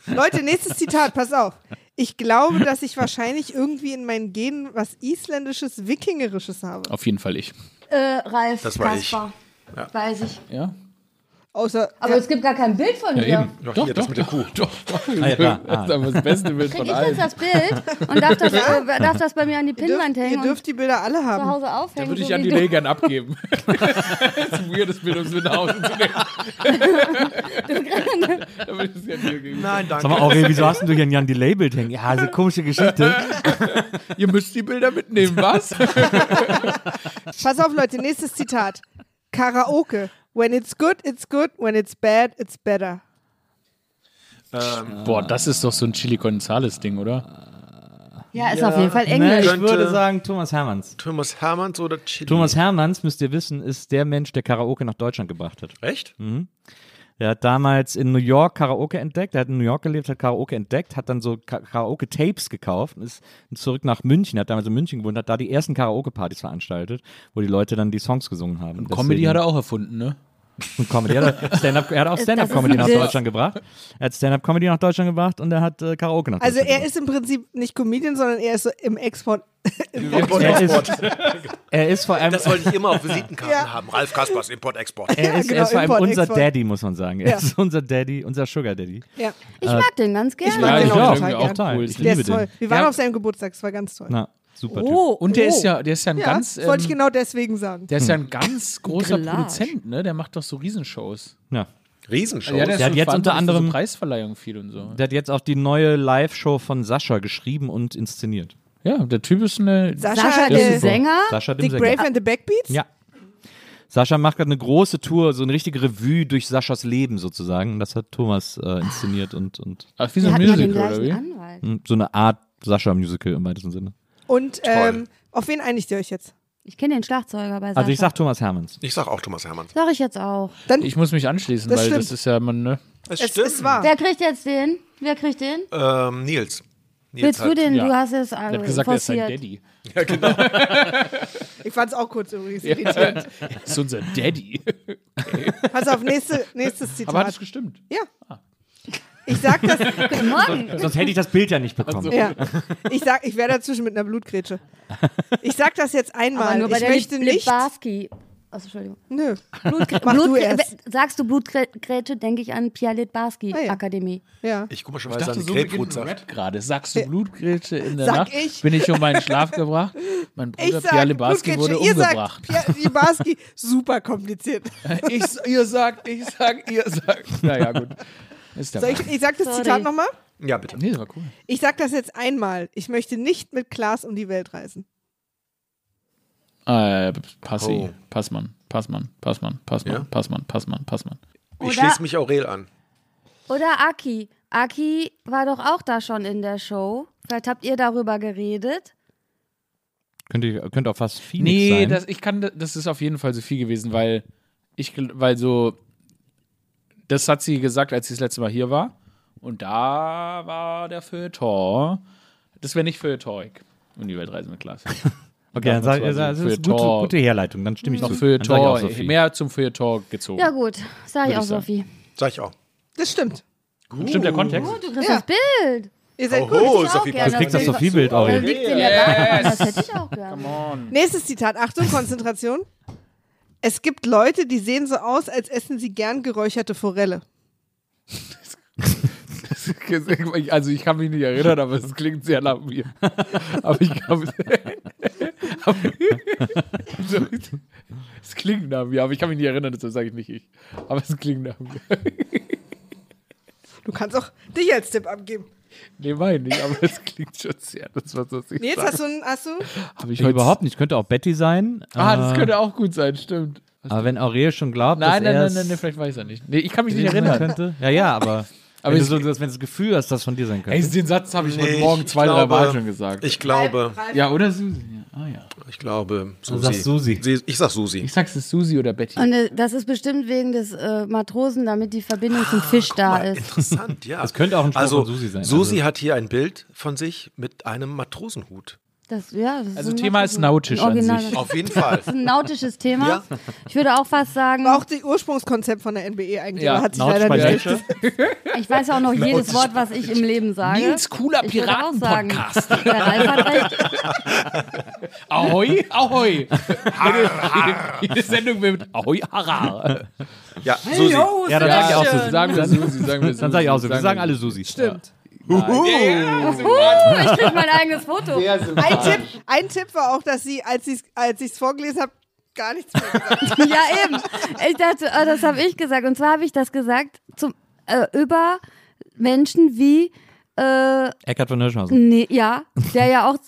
[SPEAKER 2] Leute, nächstes Zitat, pass auf. Ich glaube, dass ich wahrscheinlich irgendwie in meinen Genen was Isländisches, Wikingerisches habe.
[SPEAKER 5] Auf jeden Fall ich.
[SPEAKER 9] Äh, Ralf,
[SPEAKER 5] Das war ich.
[SPEAKER 9] Kaspar.
[SPEAKER 5] Ja.
[SPEAKER 9] Weiß ich.
[SPEAKER 5] Ja?
[SPEAKER 2] Außer.
[SPEAKER 9] Aber es gibt gar kein Bild von
[SPEAKER 5] Ja,
[SPEAKER 9] dir.
[SPEAKER 5] eben. Ah, Doch, hier, das mit der Kuh. Doch, doch.
[SPEAKER 4] ja, klar.
[SPEAKER 5] Das ist aber das beste Bild
[SPEAKER 9] Krieg
[SPEAKER 5] von
[SPEAKER 9] ich jetzt
[SPEAKER 5] allen.
[SPEAKER 9] das Bild und darf das, äh, darf das bei mir an die Pinnwand hängen?
[SPEAKER 2] Ihr dürft die Bilder alle haben.
[SPEAKER 9] Zu Hause aufhängen.
[SPEAKER 5] Dann würde ich
[SPEAKER 9] so
[SPEAKER 5] an
[SPEAKER 9] wie
[SPEAKER 5] die
[SPEAKER 9] du-
[SPEAKER 5] Lay
[SPEAKER 9] <laughs>
[SPEAKER 5] gern abgeben. das ist ein weirdes Bild, um es mit nach Hause zu nehmen. Dann würde ich es ja dir geben.
[SPEAKER 10] Nein, danke.
[SPEAKER 4] Sag mal, Aurel, wieso hast denn du hier ein Jan die Label hängen? Ja, so komische Geschichte.
[SPEAKER 5] Ihr müsst die Bilder mitnehmen, was?
[SPEAKER 2] Pass auf, Leute, nächstes Zitat. Karaoke. When it's good, it's good. When it's bad, it's better.
[SPEAKER 5] <laughs> Boah, das ist doch so ein Chili Gonzales Ding, oder?
[SPEAKER 9] Ja, ist auf jeden Fall
[SPEAKER 4] Nee,
[SPEAKER 9] Englisch.
[SPEAKER 4] ich würde sagen Thomas Hermanns.
[SPEAKER 10] Thomas Hermanns oder Chili?
[SPEAKER 4] Thomas Hermanns, müsst ihr wissen, ist der Mensch, der Karaoke nach Deutschland gebracht hat.
[SPEAKER 10] Echt?
[SPEAKER 5] Hm.
[SPEAKER 4] Mhm. Er hat damals in New York Karaoke entdeckt, er hat in New York gelebt, hat Karaoke entdeckt, hat dann so Ka Karaoke-Tapes gekauft und ist zurück nach München, hat damals in München gewohnt, hat da die ersten Karaoke-Partys veranstaltet, wo die Leute dann die Songs gesungen haben.
[SPEAKER 5] Und Comedy hat
[SPEAKER 4] Deswegen-
[SPEAKER 5] er auch erfunden, ne?
[SPEAKER 4] Und Comedy. Er hat, Stand-up, er hat auch
[SPEAKER 9] Das ist
[SPEAKER 4] Stand-up-Comedy
[SPEAKER 9] ein
[SPEAKER 4] nach
[SPEAKER 9] Witz.
[SPEAKER 4] Deutschland gebracht. Er hat Stand-up-Comedy nach Deutschland gebracht und er hat äh, Karaoke nach
[SPEAKER 2] Also
[SPEAKER 4] Deutschland
[SPEAKER 2] er ist im Prinzip nicht Comedian, sondern er ist so im
[SPEAKER 4] <laughs>
[SPEAKER 2] Export.
[SPEAKER 4] gebracht. er, ist, er ist vor allem.
[SPEAKER 10] Das wollte ich immer auf Visitenkarten
[SPEAKER 2] Ja.
[SPEAKER 10] haben. Ralf Kaspers, Import-Export.
[SPEAKER 4] Er ist,
[SPEAKER 2] genau,
[SPEAKER 4] er ist vor allem
[SPEAKER 2] Import,
[SPEAKER 4] unser
[SPEAKER 2] Export.
[SPEAKER 4] Daddy, muss man sagen. Er
[SPEAKER 2] Ja.
[SPEAKER 4] ist unser Daddy, unser Sugar Daddy.
[SPEAKER 2] Ja.
[SPEAKER 9] Ich
[SPEAKER 4] Äh,
[SPEAKER 9] mag den ganz gerne.
[SPEAKER 2] Ich mag den
[SPEAKER 4] ich
[SPEAKER 2] auch
[SPEAKER 4] auch,
[SPEAKER 2] total
[SPEAKER 4] auch
[SPEAKER 2] gern.
[SPEAKER 4] total. Ich
[SPEAKER 2] Der
[SPEAKER 4] liebe
[SPEAKER 2] ist toll.
[SPEAKER 4] den.
[SPEAKER 2] Wir waren
[SPEAKER 5] Ja.
[SPEAKER 2] auf seinem Geburtstag, es war ganz toll.
[SPEAKER 4] Na, super
[SPEAKER 2] Oh,
[SPEAKER 5] Und der
[SPEAKER 2] oh.
[SPEAKER 5] ist ja, der ist ja ein
[SPEAKER 2] Ja,
[SPEAKER 5] ganz.
[SPEAKER 2] das wollte ich
[SPEAKER 5] ähm,
[SPEAKER 2] genau deswegen sagen.
[SPEAKER 5] Der ist ja ein ganz großer
[SPEAKER 9] Collage.
[SPEAKER 5] Produzent, ne? Der macht doch so Riesenshows.
[SPEAKER 4] Typ. Ja.
[SPEAKER 10] Riesenshow.
[SPEAKER 5] der,
[SPEAKER 4] Der hat
[SPEAKER 5] so
[SPEAKER 4] jetzt unter
[SPEAKER 5] verantwortlich für
[SPEAKER 4] anderem-
[SPEAKER 5] so Preisverleihung viel und so.
[SPEAKER 4] Der hat jetzt auch die neue Live-Show von Sascha geschrieben und inszeniert.
[SPEAKER 5] Ja, der Typ ist eine.
[SPEAKER 2] Sascha,
[SPEAKER 9] Sascha,
[SPEAKER 2] der
[SPEAKER 9] der
[SPEAKER 2] ist-
[SPEAKER 5] Ah,
[SPEAKER 9] Sänger.
[SPEAKER 4] Sascha dem
[SPEAKER 2] Dick
[SPEAKER 4] Sänger.
[SPEAKER 2] Brave and the Backbeats?
[SPEAKER 4] Ja. Sascha macht gerade eine große Tour, so eine richtige Revue durch Saschas Leben sozusagen. Das hat Thomas äh, inszeniert und, und
[SPEAKER 5] Ach, wie so
[SPEAKER 9] Wir
[SPEAKER 5] ein
[SPEAKER 9] hatten den
[SPEAKER 5] Musical, oder
[SPEAKER 9] gleichen
[SPEAKER 5] wie?
[SPEAKER 9] Anwalt.
[SPEAKER 4] mh, so eine Art Sascha-Musical im weitesten Sinne.
[SPEAKER 2] Und ähm,
[SPEAKER 10] Toll.
[SPEAKER 2] auf wen einigt ihr euch jetzt?
[SPEAKER 9] Ich kenne den Schlagzeuger bei Sascha.
[SPEAKER 4] Also ich sag Thomas Hermanns.
[SPEAKER 10] Ich sag auch Thomas Hermanns.
[SPEAKER 9] Sag ich jetzt auch.
[SPEAKER 2] Dann,
[SPEAKER 5] Ich muss mich anschließen,
[SPEAKER 2] Das
[SPEAKER 5] weil
[SPEAKER 2] stimmt.
[SPEAKER 5] das ist ja man, ne?
[SPEAKER 2] es ist wahr.
[SPEAKER 9] Wer kriegt jetzt den? Wer kriegt den?
[SPEAKER 10] Ähm, Nils. Nils
[SPEAKER 9] Willst du
[SPEAKER 10] hat-
[SPEAKER 9] den?
[SPEAKER 5] ja.
[SPEAKER 9] Du hast es
[SPEAKER 5] Der
[SPEAKER 9] äh,
[SPEAKER 5] hat gesagt, er ist sein
[SPEAKER 9] forciert.
[SPEAKER 5] Daddy.
[SPEAKER 2] Ich fand es auch kurz übrigens irritierend.
[SPEAKER 5] Er ist unser Daddy.
[SPEAKER 2] Pass auf, nächste, nächstes Zitat.
[SPEAKER 5] Aber ah. hat es gestimmt?
[SPEAKER 2] ja. Ich sag das,
[SPEAKER 9] <laughs> Mann,
[SPEAKER 4] Sonst hätte ich das Bild ja nicht bekommen.
[SPEAKER 2] ja. Ich sag, ich wäre dazwischen mit einer Blutgrätsche. Ich sag das jetzt
[SPEAKER 9] aber
[SPEAKER 2] einmal.
[SPEAKER 9] nur bei
[SPEAKER 2] ich
[SPEAKER 9] der
[SPEAKER 2] möchte nicht.
[SPEAKER 9] Libarski. Also, Entschuldigung.
[SPEAKER 2] Nö.
[SPEAKER 9] Blutgrä-
[SPEAKER 2] <laughs> Mach du
[SPEAKER 9] Blutgrä-
[SPEAKER 2] erst.
[SPEAKER 9] we- Sagst du Blutgrätsche, denke ich an Pia Litbarski
[SPEAKER 2] Ah, ja.
[SPEAKER 9] Akademie.
[SPEAKER 2] Ja.
[SPEAKER 10] Ich
[SPEAKER 5] Ich
[SPEAKER 10] komischerweise
[SPEAKER 5] dachte,
[SPEAKER 10] an
[SPEAKER 5] so
[SPEAKER 10] so
[SPEAKER 5] beginnt ein
[SPEAKER 10] Grapefruitsaft.
[SPEAKER 5] Rap gerade. Sagst du Blutgrätsche in der
[SPEAKER 2] Sag
[SPEAKER 5] Nacht?
[SPEAKER 2] ich.
[SPEAKER 5] Bin ich um meinen Schlaf <laughs> gebracht? Mein
[SPEAKER 2] Ich
[SPEAKER 5] Bruder
[SPEAKER 2] sag,
[SPEAKER 5] Pia Lebarski
[SPEAKER 2] Blutgrätsche,
[SPEAKER 5] wurde
[SPEAKER 2] ihr
[SPEAKER 5] umgebracht.
[SPEAKER 2] sagt, Pia Libarski, super
[SPEAKER 5] <laughs>
[SPEAKER 2] kompliziert.
[SPEAKER 5] <laughs> ich, ihr sagt, ich sag, ihr sagt. Naja, gut. Ist der
[SPEAKER 2] Soll ich,
[SPEAKER 5] Wahnsinn.
[SPEAKER 2] ich sag das
[SPEAKER 9] Sorry.
[SPEAKER 2] Zitat nochmal.
[SPEAKER 10] Ja, bitte.
[SPEAKER 5] Nee, das war cool.
[SPEAKER 2] Ich sag das jetzt einmal. Ich möchte nicht mit Klaas um die Welt reisen.
[SPEAKER 5] Äh, Passi.
[SPEAKER 10] Oh.
[SPEAKER 5] Passmann, Passmann, Passmann, Passmann,
[SPEAKER 10] Ja?
[SPEAKER 5] Passmann, Passmann, Passmann.
[SPEAKER 10] Ich
[SPEAKER 9] Oder-
[SPEAKER 10] schließe mich Aurel an.
[SPEAKER 9] Oder Aki. Aki war doch auch da schon in der Show. Vielleicht habt ihr darüber geredet.
[SPEAKER 4] Könnte, könnte auch fast Phoenix
[SPEAKER 5] Nee,
[SPEAKER 4] sein.
[SPEAKER 5] das, ich kann, das ist auf jeden Fall so viel gewesen, weil ich, gel- weil so, das hat sie gesagt, als sie das letzte Mal hier war. Und da war der Feuilleton. Das wäre nicht Feuilletonig. Um die Welt reisen mit Klaas.
[SPEAKER 4] <laughs> okay, dann sag, das ist eine gute, gute Herleitung, dann stimme ich
[SPEAKER 5] Noch
[SPEAKER 4] zu. Dann sag ich auch
[SPEAKER 5] Feuilleton,
[SPEAKER 4] Sophie.
[SPEAKER 5] mehr zum Feuilleton gezogen.
[SPEAKER 9] Ja, gut. Sag ich
[SPEAKER 5] Würde
[SPEAKER 9] auch,
[SPEAKER 5] ich sagen.
[SPEAKER 9] Sophie.
[SPEAKER 10] Sag ich auch.
[SPEAKER 2] Das stimmt.
[SPEAKER 5] Stimmt der Kontext?
[SPEAKER 9] Du kriegst
[SPEAKER 2] Ja.
[SPEAKER 9] das Bild.
[SPEAKER 2] Ihr seid gut.
[SPEAKER 10] Oho,
[SPEAKER 9] Ich auch
[SPEAKER 10] Sophie
[SPEAKER 9] gerne.
[SPEAKER 4] Oh, Du kriegst das
[SPEAKER 9] Also,
[SPEAKER 4] Sophie-Bild,
[SPEAKER 9] Da
[SPEAKER 4] Aurel.
[SPEAKER 9] liegt in der Badewanne. Das hätte ich auch gerne.
[SPEAKER 2] Nächstes Zitat. Achtung, Konzentration. Es gibt Leute, die sehen so aus, als essen sie gern geräucherte Forelle.
[SPEAKER 5] Also ich kann mich nicht erinnern, aber es klingt sehr nach mir. Aber ich glaube, haben. es klingt nach mir, aber ich kann mich nicht erinnern, deshalb sage ich nicht ich. Aber es klingt nach mir.
[SPEAKER 2] Du kannst auch dich als Tipp abgeben.
[SPEAKER 5] Nee, meine ich, aber es klingt schon sehr. Das war so
[SPEAKER 2] Nee, jetzt hast du, einen- hast du
[SPEAKER 5] Hab
[SPEAKER 4] Ich
[SPEAKER 5] ich
[SPEAKER 4] ich
[SPEAKER 5] heute
[SPEAKER 4] überhaupt nicht. Könnte auch Betty sein.
[SPEAKER 5] Ah, das
[SPEAKER 4] Äh,
[SPEAKER 5] könnte auch gut sein, stimmt.
[SPEAKER 4] Aber wenn Aurel schon glaubt,
[SPEAKER 5] Nein,
[SPEAKER 4] dass
[SPEAKER 5] nein,
[SPEAKER 4] er
[SPEAKER 5] nein,
[SPEAKER 4] es
[SPEAKER 5] nein, nein, vielleicht weiß er nicht. Nee, ich kann mich nicht
[SPEAKER 4] gewesen sein
[SPEAKER 5] erinnern.
[SPEAKER 4] Könnte. Ja, ja, aber, wenn,
[SPEAKER 5] Aber
[SPEAKER 4] du
[SPEAKER 5] ich-
[SPEAKER 4] so, dass, wenn du das Gefühl hast, dass es von dir sein könnte.
[SPEAKER 5] Ey, den Satz habe ich heute Morgen zwei, drei Mal schon gesagt.
[SPEAKER 13] Ich glaube.
[SPEAKER 5] Ja, oder Susi? Ja. Ah, ja.
[SPEAKER 13] Ich glaube,
[SPEAKER 4] Du
[SPEAKER 13] Susi.
[SPEAKER 4] Also sagst Susi.
[SPEAKER 13] Sie- Ich sag Susi.
[SPEAKER 5] Ich sag's, es ist Susi oder Betty.
[SPEAKER 10] Und
[SPEAKER 9] Ne,
[SPEAKER 10] äh, das ist bestimmt wegen des äh, Matrosen, damit die Verbindung zum Fisch da ist.
[SPEAKER 13] Ah, Interessant, ja.
[SPEAKER 4] Das könnte auch ein Spruch
[SPEAKER 13] also,
[SPEAKER 4] von Susi sein.
[SPEAKER 13] Susi
[SPEAKER 4] Also-
[SPEAKER 13] hat hier ein Bild von sich mit einem Matrosenhut.
[SPEAKER 10] Das, ja, das
[SPEAKER 4] Also
[SPEAKER 10] ein
[SPEAKER 4] Thema
[SPEAKER 10] Matrosen-
[SPEAKER 4] ist nautisch
[SPEAKER 10] ein
[SPEAKER 4] an sich.
[SPEAKER 10] originales-
[SPEAKER 13] Auf jeden Fall.
[SPEAKER 10] Das ist ein nautisches Thema. Ich würde auch fast sagen,
[SPEAKER 2] war auch das Ursprungskonzept von der NBE eigentlich,
[SPEAKER 4] Ja,
[SPEAKER 2] aber hat sich
[SPEAKER 4] Nautsch
[SPEAKER 2] leider
[SPEAKER 4] bei
[SPEAKER 2] nicht.
[SPEAKER 4] Nature.
[SPEAKER 10] ich weiß auch noch jedes Wort, was ich im Leben sage.
[SPEAKER 5] Nils cooler
[SPEAKER 10] Ich würde auch sagen,
[SPEAKER 5] Piraten-Podcast.
[SPEAKER 10] Der Ralf hat recht.
[SPEAKER 5] Ahoi, ahoi. Jede- Jede Sendung wird mit Ahoi, harar.
[SPEAKER 13] Ja,
[SPEAKER 5] Susi.
[SPEAKER 4] Ja, dann sage ich auch Susi.
[SPEAKER 5] Sagen wir Susi, sagen wir Susi.
[SPEAKER 4] Dann sage ich auch Susi. Wir sagen alle
[SPEAKER 5] Susi.
[SPEAKER 4] Susi.
[SPEAKER 2] Stimmt.
[SPEAKER 5] Nein.
[SPEAKER 10] Uh, ich krieg mein eigenes Foto.
[SPEAKER 2] Ein Tipp, ein Tipp war auch, dass sie, als ich es vorgelesen habe, gar nichts mehr
[SPEAKER 10] ja, eben. Ich dachte, oh, das habe ich gesagt. Und zwar habe ich das gesagt zum, äh, über Menschen wie, äh,
[SPEAKER 4] Eckart von Hirschhausen.
[SPEAKER 10] nee, ja, der ja auch,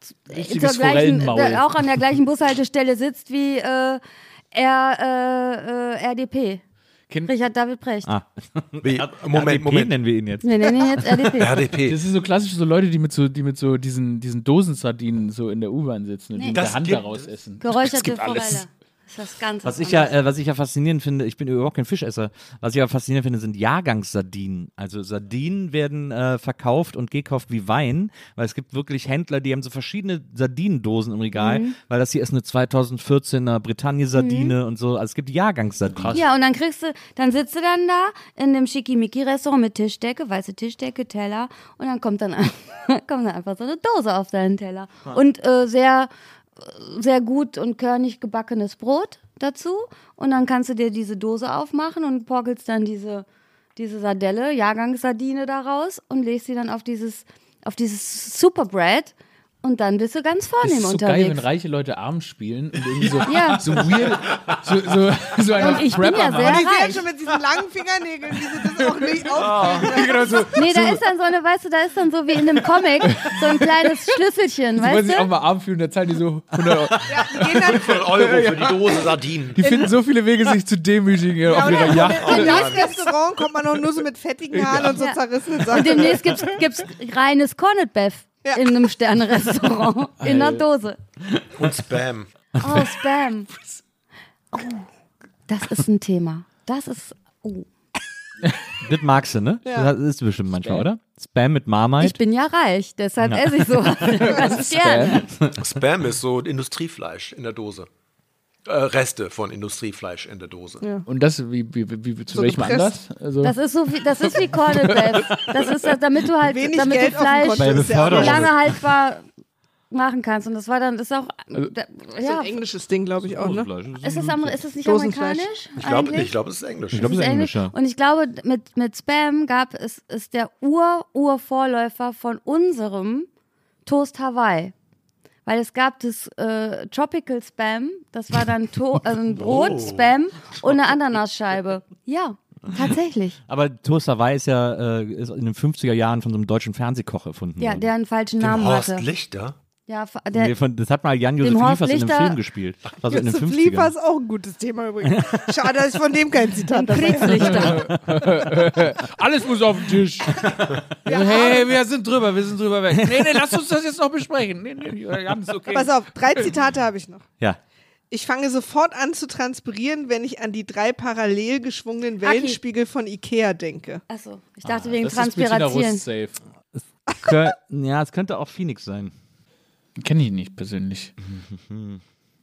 [SPEAKER 10] zur
[SPEAKER 4] Richtiges
[SPEAKER 10] gleichen,
[SPEAKER 4] Forellenmaul.
[SPEAKER 10] der auch an der gleichen Bushaltestelle sitzt wie äh, R, äh, äh, RDP.
[SPEAKER 5] Kind-
[SPEAKER 10] Richard David Precht.
[SPEAKER 4] Ah.
[SPEAKER 13] Wie,
[SPEAKER 4] RDP
[SPEAKER 13] Moment, Moment.
[SPEAKER 4] nennen wir ihn jetzt.
[SPEAKER 10] Wir nennen ihn jetzt RDP.
[SPEAKER 13] RDP.
[SPEAKER 5] Das sind so klassisch so Leute, die mit so, die mit so diesen, diesen Dosensardinen so in der U-Bahn sitzen und die mit
[SPEAKER 13] Das
[SPEAKER 5] der Hand
[SPEAKER 13] gibt
[SPEAKER 5] daraus
[SPEAKER 13] es.
[SPEAKER 5] essen.
[SPEAKER 10] Geräucherte
[SPEAKER 13] gibt alles.
[SPEAKER 10] Forelle. Ist das Ganze.
[SPEAKER 4] Was ich, ja, äh, was ich ja faszinierend finde, ich bin überhaupt kein Fischesser, was ich aber faszinierend finde, sind Jahrgangssardinen. Also Sardinen werden äh, verkauft und gekauft wie Wein, weil es gibt wirklich Händler, die haben so verschiedene Sardinendosen im Regal,
[SPEAKER 10] Mhm.
[SPEAKER 4] weil das hier ist eine 2014er Bretagne-Sardine und so. Also es gibt Jahrgangssardinen.
[SPEAKER 10] Ja, und dann kriegst du, dann sitzt du dann da in dem Schickimicki-Restaurant mit Tischdecke, weiße Tischdecke, Teller und dann kommt dann, <laughs> ein- kommt dann einfach so eine Dose auf deinen Teller. Und äh, sehr, äh, sehr gut und körnig gebackenes Brot dazu und dann kannst du dir diese Dose aufmachen und porkelst dann diese, diese Sardelle, Jahrgangssardine daraus und legst sie dann auf dieses, auf dieses Superbread und dann bist du ganz
[SPEAKER 5] Das
[SPEAKER 10] vornehm
[SPEAKER 5] ist so geil, wenn
[SPEAKER 10] unterwegs.
[SPEAKER 5] reiche Leute arm spielen und irgendwie so,
[SPEAKER 10] Ja.
[SPEAKER 5] so weird, so, so, so eine
[SPEAKER 10] Und ich bin ja
[SPEAKER 5] Prepper
[SPEAKER 10] sehr
[SPEAKER 5] machen.
[SPEAKER 2] Die sehen
[SPEAKER 10] reich.
[SPEAKER 2] schon mit diesen langen Fingernägeln, die sie das auch nicht aufkriegen.
[SPEAKER 5] <laughs> Genau so,
[SPEAKER 10] Nee, da ist dann so eine, weißt du, da ist dann so wie in einem Comic so ein <laughs> kleines Schlüsselchen,
[SPEAKER 5] die wollen
[SPEAKER 10] weißt
[SPEAKER 5] sich auch
[SPEAKER 10] du?
[SPEAKER 5] mal arm fühlen, da zahlen die so 100 Euro.
[SPEAKER 2] Ja, die gehen dann
[SPEAKER 13] 500 Euro für die Dose Sardinen.
[SPEAKER 5] Die finden so viele Wege, sich zu demütigen auf
[SPEAKER 2] und
[SPEAKER 5] ihrer
[SPEAKER 2] genau dann
[SPEAKER 5] Yacht.
[SPEAKER 2] in das Restaurant kommt man auch nur so mit fettigen Haaren und so
[SPEAKER 10] Ja.
[SPEAKER 2] zerrissenen
[SPEAKER 10] Und
[SPEAKER 2] Sachen.
[SPEAKER 10] demnächst gibt's, gibt's reines Cornet Beef in einem
[SPEAKER 5] <laughs>
[SPEAKER 10] Sternenrestaurant in einer Dose.
[SPEAKER 13] Und Spam. <laughs>
[SPEAKER 10] Oh, Spam. Oh, das ist ein Thema. Das ist, oh.
[SPEAKER 4] Das magst du, ne?
[SPEAKER 2] Ja.
[SPEAKER 4] Das ist bestimmt manchmal, oder? Spam mit Marmite.
[SPEAKER 10] Ich bin ja reich, deshalb esse ich
[SPEAKER 4] <laughs>
[SPEAKER 10] sowas ganz gerne.
[SPEAKER 13] Spam ist so Industriefleisch in der Dose. Äh, Reste von Industriefleisch in der Dose.
[SPEAKER 5] Und das, wie, wie, wie, wie zu
[SPEAKER 2] So
[SPEAKER 5] welchem
[SPEAKER 2] gepresst.
[SPEAKER 5] Anlass? Also,
[SPEAKER 10] Das
[SPEAKER 5] <laughs>
[SPEAKER 10] ist so wie, das ist wie Cornet Beef. Das ist, das, damit du halt,
[SPEAKER 2] Wenig
[SPEAKER 10] damit
[SPEAKER 2] Geld
[SPEAKER 10] du
[SPEAKER 2] auf dem
[SPEAKER 10] Fleisch
[SPEAKER 2] Konto ist ja auch
[SPEAKER 4] Bei
[SPEAKER 2] nicht-
[SPEAKER 4] Beförderung.
[SPEAKER 10] lange haltbar machen kannst. Und das war dann, das ist auch, da,
[SPEAKER 2] Das ist
[SPEAKER 10] ja,
[SPEAKER 2] ein englisches Ding, glaube ich auch, ne?
[SPEAKER 10] Ist das, am- ist das nicht
[SPEAKER 2] Dosenfleisch.
[SPEAKER 10] amerikanisch?
[SPEAKER 13] Ich glaube,
[SPEAKER 10] eigentlich?
[SPEAKER 13] ich glaub, es ist Englisch.
[SPEAKER 4] glaub, es
[SPEAKER 10] Das
[SPEAKER 4] ist
[SPEAKER 10] ist
[SPEAKER 4] Englisch, ja.
[SPEAKER 10] Englisch. Und ich glaube, mit, mit Spam gab es ist der Ur-Ur-Vorläufer von unserem Toast Hawaii. Weil es gab das äh, Tropical Spam, das war dann to also ein Brot-Spam und eine Ananasscheibe. Ja, tatsächlich.
[SPEAKER 4] Aber Toast Hawaii ist ja äh, ist in den 50er Jahren von so einem deutschen Fernsehkoch erfunden
[SPEAKER 10] Ja,
[SPEAKER 4] worden.
[SPEAKER 10] der einen falschen Namen
[SPEAKER 13] Dem Horst
[SPEAKER 10] hatte.
[SPEAKER 13] Lichter?
[SPEAKER 10] Ja, fa-
[SPEAKER 4] Nee,
[SPEAKER 10] der,
[SPEAKER 4] von, das hat mal Jan-Josef
[SPEAKER 10] Dem Horst
[SPEAKER 4] Liefers in einem
[SPEAKER 10] Lichter-
[SPEAKER 4] Film gespielt. Das
[SPEAKER 9] Also
[SPEAKER 4] war so in den
[SPEAKER 2] Josef
[SPEAKER 4] 50ern.
[SPEAKER 2] Liefer ist auch ein gutes Thema übrigens. Schade, dass ich von dem kein Zitat dabei habe.
[SPEAKER 4] <laughs>
[SPEAKER 5] alles muss auf den Tisch. hey, wir sind drüber, wir sind drüber weg. Nee, nee, lass uns das jetzt noch besprechen. Nee, nee, ganz okay.
[SPEAKER 2] Pass auf, drei Zitate habe ich noch.
[SPEAKER 4] Ja.
[SPEAKER 2] Ich fange sofort an zu transpirieren, wenn ich an die drei parallel geschwungenen Wellenspiegel von Ikea denke.
[SPEAKER 10] achso, ich
[SPEAKER 4] Ah,
[SPEAKER 10] dachte wegen
[SPEAKER 5] Das ist Bettina
[SPEAKER 10] Transpiration.
[SPEAKER 5] Rust safe.
[SPEAKER 4] Kö ja, es könnte auch Phoenix sein.
[SPEAKER 5] Kenne ich nicht persönlich.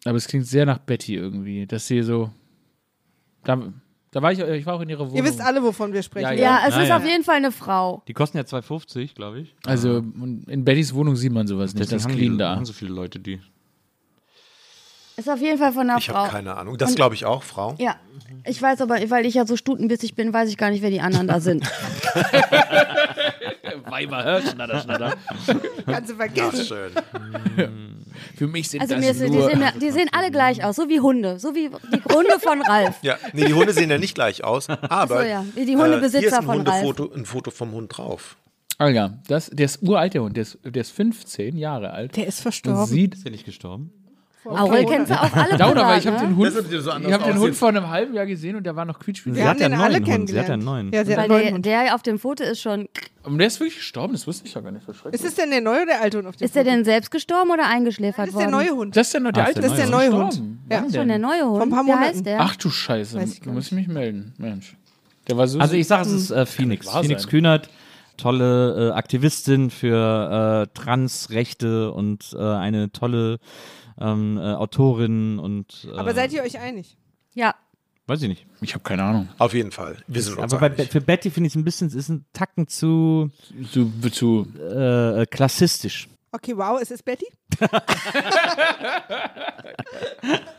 [SPEAKER 5] Aber es klingt sehr nach Betty irgendwie, dass sie so. Da, da war ich, ich war auch in ihrer Wohnung.
[SPEAKER 2] Ihr wisst alle, wovon wir sprechen.
[SPEAKER 5] Ja,
[SPEAKER 10] Ja, es
[SPEAKER 4] Ah,
[SPEAKER 10] ist
[SPEAKER 4] Oh. ja. <laughs>
[SPEAKER 10] auf jeden Fall eine Frau.
[SPEAKER 4] Die kosten ja 2,50, glaube ich.
[SPEAKER 5] Also und in Bettys Wohnung sieht man sowas nicht. Das ist clean da.
[SPEAKER 4] haben so viele Leute, die.
[SPEAKER 10] Ist auf jeden Fall von einer
[SPEAKER 13] Ich
[SPEAKER 10] Frau.
[SPEAKER 13] habe keine Ahnung. Das glaube ich auch, Frau.
[SPEAKER 10] Ja, ich weiß aber, weil ich ja so stutenbissig bin, weiß ich gar nicht, wer die anderen da sind.
[SPEAKER 13] <laughs>
[SPEAKER 5] Weiber, hör, schnatter, schnatter.
[SPEAKER 2] Kannst du
[SPEAKER 13] Ach,
[SPEAKER 2] vergessen.
[SPEAKER 13] schön.
[SPEAKER 5] Für mich sind
[SPEAKER 9] Also
[SPEAKER 5] das
[SPEAKER 9] mir ist, die,
[SPEAKER 5] nur...
[SPEAKER 9] sehen, ja- die sehen alle gleich aus, so wie Hunde, so wie die Hunde von Ralf.
[SPEAKER 10] Ja, nee, die Hunde sehen ja nicht gleich aus, aber äh,
[SPEAKER 9] Ach so, ja, wie die
[SPEAKER 10] hier ist
[SPEAKER 9] Hundebesitzer
[SPEAKER 10] ein,
[SPEAKER 9] von Ralf.
[SPEAKER 10] Hundefoto, ein Foto vom Hund drauf.
[SPEAKER 5] Alter, das, der ist uralt, der Hund. Der ist, der ist 15 Jahre alt.
[SPEAKER 2] Der ist verstorben.
[SPEAKER 5] Und Sieht,
[SPEAKER 4] ist ja nicht gestorben.
[SPEAKER 9] Aurel kennt sie auch alle
[SPEAKER 5] Dauer, aber
[SPEAKER 9] privat,
[SPEAKER 5] ich habe
[SPEAKER 9] ne?
[SPEAKER 5] den Hund,
[SPEAKER 6] Deshalb sieht er so anders
[SPEAKER 5] ich hab den
[SPEAKER 6] aus
[SPEAKER 5] Hund
[SPEAKER 6] jetzt.
[SPEAKER 5] vor einem halben Jahr gesehen und der war noch quietschwierig.
[SPEAKER 4] Sie hat ja einen neuen Hund. Sie hat ja einen neuen.
[SPEAKER 2] Ja, sie hat
[SPEAKER 9] Weil
[SPEAKER 2] einen neuen
[SPEAKER 9] der,
[SPEAKER 2] Hund.
[SPEAKER 9] der auf dem Foto ist schon.
[SPEAKER 5] Und der ist wirklich gestorben, das wusste ich ja gar nicht.
[SPEAKER 2] Ist es denn der neue oder der alte Hund auf dem
[SPEAKER 9] Ist der
[SPEAKER 2] Foto?
[SPEAKER 9] denn selbst gestorben oder eingeschläfert
[SPEAKER 2] Das ist der
[SPEAKER 9] worden?
[SPEAKER 2] neue Hund.
[SPEAKER 5] Das ist der, der
[SPEAKER 2] Ach,
[SPEAKER 5] alte
[SPEAKER 2] das ist der neue Hund.
[SPEAKER 5] gestorben.
[SPEAKER 2] Ja.
[SPEAKER 5] Wann
[SPEAKER 2] Ist
[SPEAKER 9] Schon der
[SPEAKER 5] denn?
[SPEAKER 9] neue Hund.
[SPEAKER 2] Vor ein paar
[SPEAKER 9] Wie
[SPEAKER 2] Monaten.
[SPEAKER 9] heißt der?
[SPEAKER 5] Ach du Scheiße, da muss ich mich melden. Mensch. Der war so
[SPEAKER 4] Also ich sage, es
[SPEAKER 5] Hm.
[SPEAKER 4] ist äh, Phoenix.
[SPEAKER 5] Kann nicht wahr
[SPEAKER 4] Phoenix
[SPEAKER 5] sein.
[SPEAKER 4] Kühnert, tolle äh, Aktivistin für äh, Transrechte und äh, eine tolle ähm, äh, Autorin und äh,
[SPEAKER 2] Aber seid ihr euch einig?
[SPEAKER 9] Ja.
[SPEAKER 4] weiß ich nicht.
[SPEAKER 5] Ich habe keine Ahnung.
[SPEAKER 10] Auf jeden Fall. Wir sind uns
[SPEAKER 4] Aber bei,
[SPEAKER 10] einig.
[SPEAKER 4] Be- für Betty finde ich es ein bisschen, es ist ein Tacken zu,
[SPEAKER 5] zu,
[SPEAKER 4] äh, äh, klassistisch.
[SPEAKER 2] Okay, wow, ist es Betty?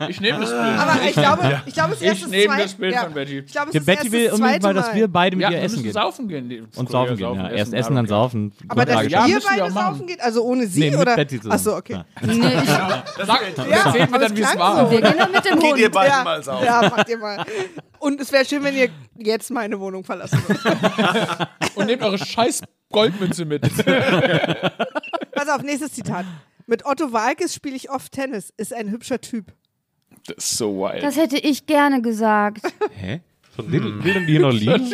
[SPEAKER 5] Ich nehme das Bild.
[SPEAKER 2] Aber ich glaube, ich glaube, es ist erst
[SPEAKER 5] Ich
[SPEAKER 2] das
[SPEAKER 5] nehme
[SPEAKER 2] zweite-
[SPEAKER 5] das Bild
[SPEAKER 2] ja.
[SPEAKER 5] von Betty.
[SPEAKER 2] Ich glaube, es
[SPEAKER 4] Ja,
[SPEAKER 2] ist
[SPEAKER 4] Betty
[SPEAKER 2] erst
[SPEAKER 4] will
[SPEAKER 2] das
[SPEAKER 4] unbedingt
[SPEAKER 2] zweite
[SPEAKER 4] mal, dass wir beide mit
[SPEAKER 5] <laughs> Ja,
[SPEAKER 4] ihr
[SPEAKER 5] wir
[SPEAKER 4] essen
[SPEAKER 5] müssen
[SPEAKER 4] gehen.
[SPEAKER 5] saufen gehen. die-
[SPEAKER 4] Und
[SPEAKER 5] Korea
[SPEAKER 4] saufen gehen, ja. Erst essen,
[SPEAKER 5] ja,
[SPEAKER 4] dann
[SPEAKER 5] okay.
[SPEAKER 4] saufen.
[SPEAKER 2] Aber dass
[SPEAKER 4] Grundlage
[SPEAKER 5] Ja,
[SPEAKER 2] ihr
[SPEAKER 5] müssen wir
[SPEAKER 2] beide
[SPEAKER 5] auch machen.
[SPEAKER 2] saufen geht, also ohne sie
[SPEAKER 4] Nee, mit
[SPEAKER 2] oder?
[SPEAKER 4] Betty zusammen.
[SPEAKER 2] Achso, okay.
[SPEAKER 4] Ja.
[SPEAKER 9] Nee, ich,
[SPEAKER 5] <laughs> Sag, erzählen wir
[SPEAKER 2] aber
[SPEAKER 5] dann,
[SPEAKER 2] es
[SPEAKER 5] wie es
[SPEAKER 2] klang
[SPEAKER 5] war.
[SPEAKER 2] so.
[SPEAKER 9] wir gehen doch mit dem
[SPEAKER 10] Geht ihr
[SPEAKER 9] Hund.
[SPEAKER 10] beide
[SPEAKER 2] ja,
[SPEAKER 10] mal saufen.
[SPEAKER 2] ja, macht ihr mal. Und es wäre schön, wenn ihr jetzt meine Wohnung verlassen würdet.
[SPEAKER 5] Und nehmt eure scheiß Goldmünze mit.
[SPEAKER 2] <laughs> Pass auf, nächstes Zitat. Mit Otto Walkes spiele ich oft Tennis. Ist ein hübscher Typ.
[SPEAKER 5] Das ist so wild.
[SPEAKER 9] Das hätte ich gerne gesagt.
[SPEAKER 4] Hä? Von denen, denen, die hier noch liegen?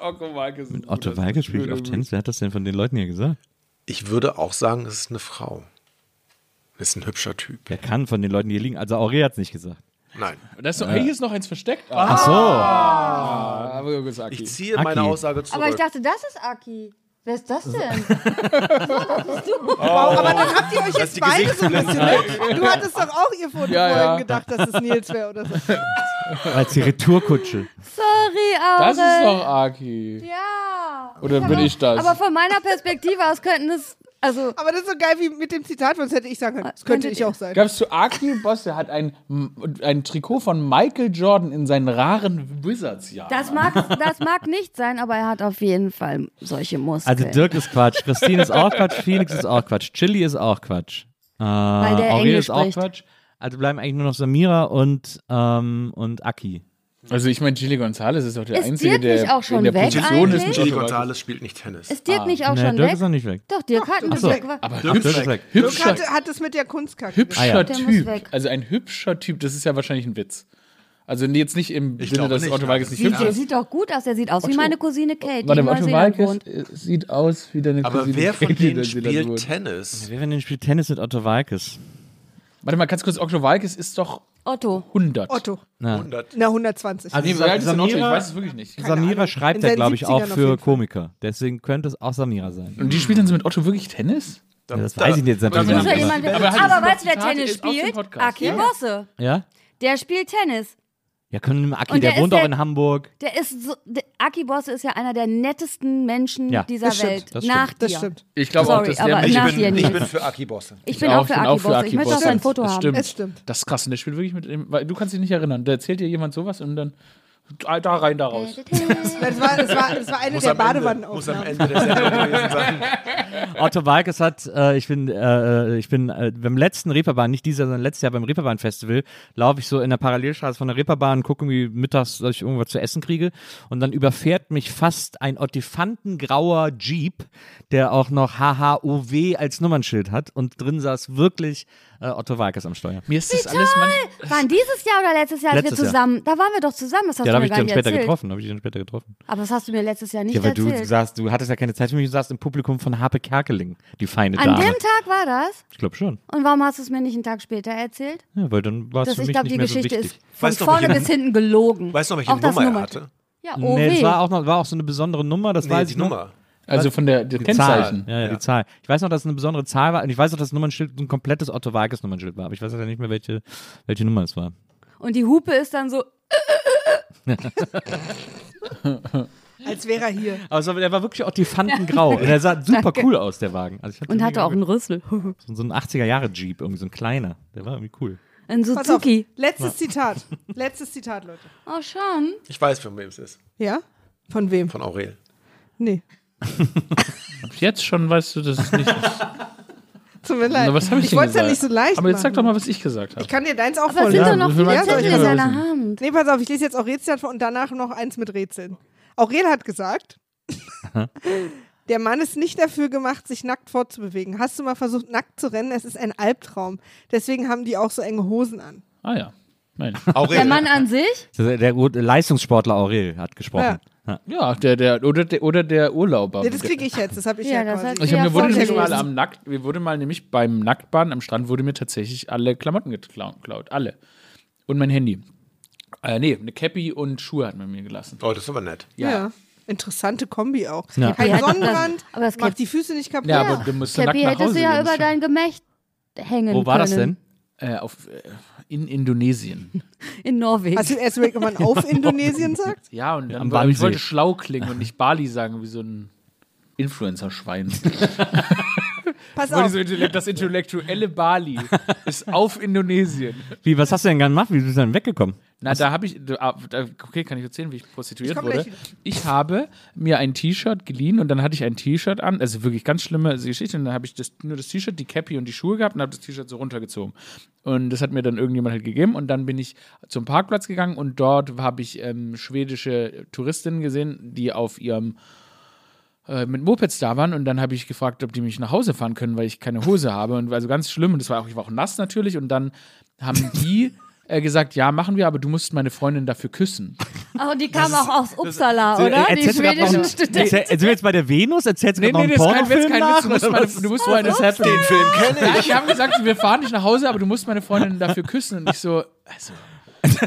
[SPEAKER 5] Otto Walkes. ist gut.
[SPEAKER 4] Otto Walke spielt auf Tennis. Wer hat das denn von den Leuten hier gesagt?
[SPEAKER 10] Ich würde auch sagen, es ist eine Frau. Ist ein hübscher Typ.
[SPEAKER 4] Wer kann von den Leuten die hier liegen? Also Aurea hat es nicht gesagt.
[SPEAKER 10] Nein.
[SPEAKER 5] Das ist noch, hey, hier ist noch eins versteckt.
[SPEAKER 4] Ach so.
[SPEAKER 5] Ah, aber ich gesagt,
[SPEAKER 10] Ich ziehe
[SPEAKER 4] Aki.
[SPEAKER 10] meine Aussage zurück.
[SPEAKER 9] Aber ich dachte, das ist Aki. Wer ist das denn?
[SPEAKER 2] Wow, aber dann habt ihr euch
[SPEAKER 10] Dass
[SPEAKER 2] jetzt
[SPEAKER 10] Oh. die
[SPEAKER 2] beide so ein bisschen. ne?
[SPEAKER 10] Gesichtsblende-
[SPEAKER 2] Du hattest doch auch ihr Foto
[SPEAKER 5] Ja,
[SPEAKER 2] vorhin
[SPEAKER 5] ja.
[SPEAKER 2] gedacht, dass es Nils wäre oder so.
[SPEAKER 4] Als die Retourkutsche.
[SPEAKER 9] Sorry, Aurel.
[SPEAKER 5] Das ist doch Aki.
[SPEAKER 9] Ja.
[SPEAKER 5] Oder bin ich das?
[SPEAKER 9] Aber von meiner Perspektive aus könnten es. Also,
[SPEAKER 2] Aber das ist so geil wie mit dem Zitat, sonst hätte ich sagen können. Das könnte ich auch sein.
[SPEAKER 5] Gab's zu Aki Boss, der hat ein, ein Trikot von Michael Jordan in seinen raren Wizards-Jahren.
[SPEAKER 9] das mag, das
[SPEAKER 2] <laughs>
[SPEAKER 9] mag nicht sein, aber er hat auf jeden Fall solche Muskeln.
[SPEAKER 4] Also Dirk ist Quatsch, Christine ist auch Quatsch, Felix ist auch Quatsch, Chili ist auch Quatsch. Äh, Weil
[SPEAKER 9] der Englisch
[SPEAKER 4] ist auch
[SPEAKER 9] spricht.
[SPEAKER 4] Quatsch. Also bleiben eigentlich nur noch Samira und, ähm, und Aki.
[SPEAKER 5] Also ich meine, Chili Gonzalez ist doch der
[SPEAKER 9] Ist
[SPEAKER 5] Einzige,
[SPEAKER 9] Dirk
[SPEAKER 5] der
[SPEAKER 9] nicht auch schon
[SPEAKER 5] in der
[SPEAKER 9] weg
[SPEAKER 5] Position
[SPEAKER 9] eigentlich?
[SPEAKER 5] ist. um
[SPEAKER 10] Gilly
[SPEAKER 5] Otto Walkes.
[SPEAKER 10] Gonzalez spielt nicht Tennis.
[SPEAKER 9] ist Dirk nicht auch
[SPEAKER 4] Nee,
[SPEAKER 9] schon
[SPEAKER 4] Dirk
[SPEAKER 9] weg?
[SPEAKER 4] ist noch nicht weg.
[SPEAKER 9] Doch, Dirk hatten wir.
[SPEAKER 4] Achso.
[SPEAKER 9] Dirk war-
[SPEAKER 5] Aber
[SPEAKER 4] Dirk ist
[SPEAKER 5] hübscher,
[SPEAKER 4] weg.
[SPEAKER 2] Dirk
[SPEAKER 5] hübscher,
[SPEAKER 2] hatte, hat es mit der Kunstkacke.
[SPEAKER 5] hübscher
[SPEAKER 4] Ah ja.
[SPEAKER 9] Der muss
[SPEAKER 5] Typ.
[SPEAKER 9] weg.
[SPEAKER 5] Also ein hübscher Typ, das ist ja wahrscheinlich ein Witz. Also nee, jetzt nicht im
[SPEAKER 10] Ich
[SPEAKER 5] Sinne,
[SPEAKER 10] glaube
[SPEAKER 5] dass
[SPEAKER 10] nicht,
[SPEAKER 5] Otto Walkes
[SPEAKER 10] nein.
[SPEAKER 5] nicht
[SPEAKER 9] Sieht,
[SPEAKER 5] hübsch
[SPEAKER 9] der
[SPEAKER 5] ist.
[SPEAKER 9] sieht doch gut aus. Der sieht aus wie meine Cousine Kate.
[SPEAKER 5] Warte,
[SPEAKER 9] die in
[SPEAKER 5] Otto
[SPEAKER 9] Neuseeland
[SPEAKER 5] Walkes
[SPEAKER 9] wohnt.
[SPEAKER 5] äh, sieht aus wie deine
[SPEAKER 10] Aber
[SPEAKER 5] Cousine
[SPEAKER 10] wer von
[SPEAKER 5] Katie,
[SPEAKER 10] denen
[SPEAKER 5] die da
[SPEAKER 10] spielt
[SPEAKER 5] wohnt.
[SPEAKER 10] Tennis?
[SPEAKER 4] Wer wenn denn spielt Tennis mit Otto Walkes?
[SPEAKER 5] Warte mal, ganz kurz, Otto Walkes ist doch
[SPEAKER 9] Otto.
[SPEAKER 5] 100.
[SPEAKER 2] Otto.
[SPEAKER 10] 100.
[SPEAKER 2] Na, 120.
[SPEAKER 4] Also-
[SPEAKER 5] Nee, wie alt ist er noch? Ich
[SPEAKER 4] Samira-
[SPEAKER 5] weiß es wirklich nicht.
[SPEAKER 4] Samira
[SPEAKER 2] Ahnung.
[SPEAKER 4] schreibt
[SPEAKER 2] In
[SPEAKER 4] ja,
[SPEAKER 2] seinen
[SPEAKER 4] glaube ich, auch
[SPEAKER 2] 70ern auf
[SPEAKER 4] für
[SPEAKER 2] jeden Fall.
[SPEAKER 4] Komiker. Deswegen könnte es auch Samira sein.
[SPEAKER 5] Und die spielt dann so mit Otto wirklich Tennis?
[SPEAKER 4] Ja, das weiß ich jetzt natürlich
[SPEAKER 9] Muss
[SPEAKER 4] nicht.
[SPEAKER 9] ja
[SPEAKER 4] aber-
[SPEAKER 9] jemand
[SPEAKER 5] Aber halt hat-
[SPEAKER 9] aber weißt du, wer
[SPEAKER 5] Zitat
[SPEAKER 9] Tennis
[SPEAKER 5] ist aus dem
[SPEAKER 9] spielt?
[SPEAKER 5] Podcast.
[SPEAKER 9] Aki Bosse.
[SPEAKER 4] Ja?
[SPEAKER 9] Der spielt Tennis.
[SPEAKER 4] Ja, können wir Aki,
[SPEAKER 9] Und
[SPEAKER 4] der,
[SPEAKER 9] der
[SPEAKER 4] wohnt
[SPEAKER 9] ist
[SPEAKER 4] auch
[SPEAKER 9] der-
[SPEAKER 4] in Hamburg.
[SPEAKER 9] Der ist so, der, Aki Bosse ist ja einer der nettesten Menschen
[SPEAKER 4] Ja,
[SPEAKER 9] dieser
[SPEAKER 2] das stimmt,
[SPEAKER 9] Welt.
[SPEAKER 4] das
[SPEAKER 9] nach
[SPEAKER 2] das
[SPEAKER 9] dir.
[SPEAKER 2] stimmt.
[SPEAKER 5] Ich glaube auch,
[SPEAKER 9] Sorry,
[SPEAKER 5] dass
[SPEAKER 9] aber
[SPEAKER 5] der
[SPEAKER 10] Ich
[SPEAKER 9] nach dir,
[SPEAKER 10] bin, ich
[SPEAKER 9] Nils.
[SPEAKER 10] bin für Aki Bosse.
[SPEAKER 9] Ich bin auch für
[SPEAKER 5] bin
[SPEAKER 9] Aki Bosse. Ich möchte auch
[SPEAKER 5] Bosse.
[SPEAKER 9] sein Foto
[SPEAKER 5] Das
[SPEAKER 9] haben.
[SPEAKER 5] Stimmt.
[SPEAKER 2] Das stimmt.
[SPEAKER 5] Das ist krass, und der spielt wirklich mit dem, weil du kannst dich nicht erinnern. Da erzählt dir jemand sowas und dann ah, da rein, da
[SPEAKER 9] Äh,
[SPEAKER 5] raus.
[SPEAKER 2] Das war, das war, das war eine
[SPEAKER 10] Muss
[SPEAKER 2] der
[SPEAKER 10] am Ende- Muss am
[SPEAKER 2] Badewannenaufnahmen.
[SPEAKER 10] Ende der Sendung gewesen sein.
[SPEAKER 4] Otto Walkes hat, äh, ich bin, äh, ich bin äh, beim letzten Reeperbahn, nicht dieses Jahr, sondern letztes Jahr beim Reeperbahn-Festival, laufe ich so in der Parallelstraße von der Reeperbahn, gucke irgendwie mittags, dass ich irgendwas zu essen kriege und dann überfährt mich fast ein ottifantengrauer Jeep, der auch noch HHOW als Nummernschild hat und drin saß wirklich äh, Otto Walkes am Steuer.
[SPEAKER 5] Mir ist das alles manchmal.
[SPEAKER 9] Wann dieses Jahr oder letztes Jahr, als wir
[SPEAKER 4] Letztes Jahr.
[SPEAKER 9] zusammen, da waren wir doch zusammen, das hast
[SPEAKER 4] Ja, da
[SPEAKER 9] du
[SPEAKER 4] habe
[SPEAKER 9] mir
[SPEAKER 4] ich
[SPEAKER 9] gar
[SPEAKER 4] den
[SPEAKER 9] nicht
[SPEAKER 4] später
[SPEAKER 9] erzählt.
[SPEAKER 4] getroffen, habe ich den später getroffen.
[SPEAKER 9] Aber das hast du mir letztes Jahr nicht
[SPEAKER 4] Ja, weil du
[SPEAKER 9] erzählt.
[SPEAKER 4] sagst, du hattest ja keine Zeit für mich, du saßt im Publikum von Harpe Kerkeling, die feine
[SPEAKER 9] An
[SPEAKER 4] Dame.
[SPEAKER 9] dem Tag war das?
[SPEAKER 4] ich glaube schon.
[SPEAKER 9] Und warum hast du es mir nicht einen Tag später erzählt?
[SPEAKER 4] Ja, weil dann war es
[SPEAKER 9] Dass
[SPEAKER 4] für
[SPEAKER 9] ich
[SPEAKER 4] mich
[SPEAKER 9] glaube,
[SPEAKER 4] nicht
[SPEAKER 9] die
[SPEAKER 4] mehr
[SPEAKER 9] Geschichte
[SPEAKER 4] so wichtig.
[SPEAKER 9] ist von
[SPEAKER 10] Weißt du noch,
[SPEAKER 9] vorne
[SPEAKER 10] welche-
[SPEAKER 9] bis hinten gelogen.
[SPEAKER 10] Weißt du noch, welche
[SPEAKER 9] auch das
[SPEAKER 10] Nummer er
[SPEAKER 9] Nummer.
[SPEAKER 10] hatte?
[SPEAKER 9] Ja, oh
[SPEAKER 4] Nee,
[SPEAKER 9] weh.
[SPEAKER 4] es war auch, noch, war auch so eine besondere Nummer, das
[SPEAKER 10] Nee,
[SPEAKER 4] weiß
[SPEAKER 10] die
[SPEAKER 4] ich noch.
[SPEAKER 10] Nummer.
[SPEAKER 5] Also von der, der Kennzeichen.
[SPEAKER 4] Ja, ja, die Zahl. Ich weiß noch, dass es eine besondere Zahl war und ich weiß noch, dass das Nummernschild ein komplettes Otto Walkes Nummernschild war, aber ich weiß leider nicht mehr, welche, welche Nummer es war.
[SPEAKER 9] Und die Hupe ist dann so,
[SPEAKER 2] Als wäre er
[SPEAKER 5] Also
[SPEAKER 2] hier.
[SPEAKER 4] Aber es war, der war
[SPEAKER 9] <laughs>
[SPEAKER 4] wirklich ottifantengrau und der sah super cool aus, der Wagen. Also ich hatte
[SPEAKER 9] und hatte auch einen Rüssel.
[SPEAKER 4] <laughs> so, so einen 80er-Jahre-Jeep, irgendwie so ein kleiner. Der war irgendwie cool.
[SPEAKER 9] Ein
[SPEAKER 2] Pass auf,
[SPEAKER 9] Suzuki.
[SPEAKER 2] letztes Zitat. Letztes Zitat, Leute.
[SPEAKER 9] Oh, schon.
[SPEAKER 10] Ich weiß, von wem es ist.
[SPEAKER 2] Ja? Von wem?
[SPEAKER 10] Von Aurel.
[SPEAKER 2] Nee.
[SPEAKER 9] <laughs>
[SPEAKER 5] Ab Jetzt schon weißt du, dass es nicht ist.
[SPEAKER 2] Tut mir leid.
[SPEAKER 5] Na, was habe ich,
[SPEAKER 2] ich
[SPEAKER 5] denn
[SPEAKER 2] wollte es
[SPEAKER 5] gesagt?
[SPEAKER 2] ja nicht so leicht
[SPEAKER 5] Aber jetzt sag
[SPEAKER 2] machen.
[SPEAKER 5] doch mal, was ich gesagt habe.
[SPEAKER 2] Ich kann dir deins auch
[SPEAKER 5] Aber es
[SPEAKER 2] vorlesen.
[SPEAKER 5] sind doch noch Ja, viele wir wollen Zettel in gerne seiner wissen.
[SPEAKER 10] Mhm.
[SPEAKER 2] Hand. Nee, pass auf, ich lese jetzt auch Rätsel vor und danach noch eins mit Rätseln. Aurel hat gesagt, der Mann ist nicht dafür gemacht, sich nackt fortzubewegen. Hast du mal versucht, nackt zu rennen? Es ist ein Albtraum. Deswegen haben die auch so enge Hosen an.
[SPEAKER 4] Ah ja. Nein.
[SPEAKER 9] Der Mann an sich?
[SPEAKER 4] Der, der gute Leistungssportler Aurel hat gesprochen. Ja.
[SPEAKER 5] Ja, der, der, oder, der, oder der Urlauber.
[SPEAKER 2] Nee, das kriege ich jetzt, das habe ich
[SPEAKER 9] Ja,
[SPEAKER 2] ja,
[SPEAKER 9] das
[SPEAKER 2] quasi.
[SPEAKER 9] hat-
[SPEAKER 5] Ich hab, mir wurde nämlich mal
[SPEAKER 9] vorgelesen.
[SPEAKER 5] am Nackt, mir wurde mal nämlich beim Nacktbaden am Strand wurde mir tatsächlich alle Klamotten geklau- geklaut, alle. Und mein Handy. Äh, nee, eine Cappy und Schuhe hat man mir gelassen.
[SPEAKER 10] Oh, das ist aber nett.
[SPEAKER 2] Ja.
[SPEAKER 5] Ja.
[SPEAKER 2] Interessante Kombi auch.
[SPEAKER 5] Ja.
[SPEAKER 2] Kein
[SPEAKER 5] Ja, das-
[SPEAKER 2] Sonnenbrand,
[SPEAKER 9] aber das
[SPEAKER 2] macht
[SPEAKER 9] gibt-
[SPEAKER 2] die Füße nicht kaputt.
[SPEAKER 5] Ja, aber du musst so nackt
[SPEAKER 9] Käppi
[SPEAKER 5] nach
[SPEAKER 9] hättest
[SPEAKER 5] Hause
[SPEAKER 9] du ja
[SPEAKER 5] gehen.
[SPEAKER 9] über dein Gemächt hängen
[SPEAKER 5] Wo war das denn?
[SPEAKER 9] können.
[SPEAKER 5] Äh, auf, äh, in Indonesien.
[SPEAKER 9] In Norwegen.
[SPEAKER 2] Hast du erst überlegt, ob man
[SPEAKER 5] <laughs>
[SPEAKER 2] auf Indonesien sagt?
[SPEAKER 5] Ja, und dann
[SPEAKER 4] Am
[SPEAKER 5] aber ich
[SPEAKER 4] Wannsee.
[SPEAKER 5] wollte schlau klingen und nicht Bali sagen, wie so ein Influencer-Schwein.
[SPEAKER 2] Pass
[SPEAKER 5] Ich wollte
[SPEAKER 2] auf.
[SPEAKER 5] so intellekt- <laughs> das intellektuelle Bali ist auf Indonesien.
[SPEAKER 4] Wie, was hast du denn gerade gemacht? Wie bist du denn weggekommen?
[SPEAKER 5] Na, da habe ich, da, da, okay, kann ich erzählen, wie ich prostituiert
[SPEAKER 2] Ich komm
[SPEAKER 5] wurde.
[SPEAKER 2] gleich wieder.
[SPEAKER 5] Ich habe mir ein T-Shirt geliehen und dann hatte ich ein T-Shirt an, also wirklich ganz schlimme Geschichte. Und dann habe ich das, nur das T-Shirt, die Cappy und die Schuhe gehabt und habe das T-Shirt so runtergezogen. Und das hat mir dann irgendjemand halt gegeben und dann bin ich zum Parkplatz gegangen und dort habe ich ähm, schwedische Touristinnen gesehen, die auf ihrem äh, mit Mopeds da waren und dann habe ich gefragt, ob die mich nach Hause fahren können, weil ich keine Hose habe und also ganz schlimm und das war auch ich war auch nass natürlich und dann haben <laughs> die äh, gesagt, ja machen wir, aber du musst meine Freundin dafür küssen.
[SPEAKER 9] Oh, die kam auch aus Uppsala, oder? Die
[SPEAKER 4] Äh, Erzählst du grad noch
[SPEAKER 9] schwedischen
[SPEAKER 4] einen-
[SPEAKER 9] Studenten.
[SPEAKER 4] Erzähl- Sind wir jetzt bei der Venus? Erzählst du
[SPEAKER 5] Nee,
[SPEAKER 4] gerade
[SPEAKER 5] nee, das
[SPEAKER 4] noch
[SPEAKER 5] ist
[SPEAKER 4] einen
[SPEAKER 5] kein Witz,
[SPEAKER 4] Pornofilm
[SPEAKER 5] kein Witz. Du musst
[SPEAKER 4] nach?
[SPEAKER 5] meine, du musst meine
[SPEAKER 10] Den Film kenne
[SPEAKER 5] Ja,
[SPEAKER 10] ich.
[SPEAKER 5] die haben gesagt, wir fahren dich nach Hause, aber du musst meine Freundin dafür küssen. Und ich so, <laughs> also,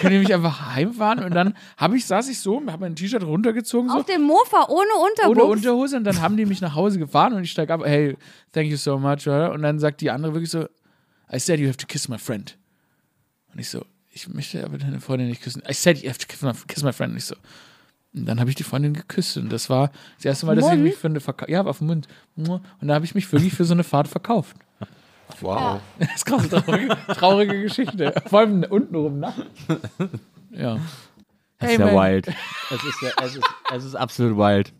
[SPEAKER 5] könnt ihr mich einfach heimfahren? Und dann hab ich, saß ich so, hab mein T-Shirt runtergezogen, so,
[SPEAKER 9] Auf dem Mofa ohne Unterbuchs.
[SPEAKER 5] ohne Unterhose. Und dann haben die mich nach Hause gefahren und ich steig ab, hey, thank you so much. oder? Und dann sagt die andere wirklich so, I said you have to kiss my friend. Und ich so, ich möchte aber deine Freundin nicht küssen. I said you have to kiss my, kiss my friend. Und ich so, und dann habe ich die Freundin geküsst und das war das erste Mal, dass ich
[SPEAKER 9] Mund?
[SPEAKER 5] mich für eine Verkauf. Ja, auf den Mund. Und da habe ich mich wirklich für so eine Fahrt verkauft. <laughs>
[SPEAKER 10] Wow.
[SPEAKER 5] Das ist krass, traurige, traurige Geschichte. Vor allem unten rum <laughs> nackt. Ja.
[SPEAKER 4] Das ist ja wild. Es ist, ja, es, ist, es ist absolut wild.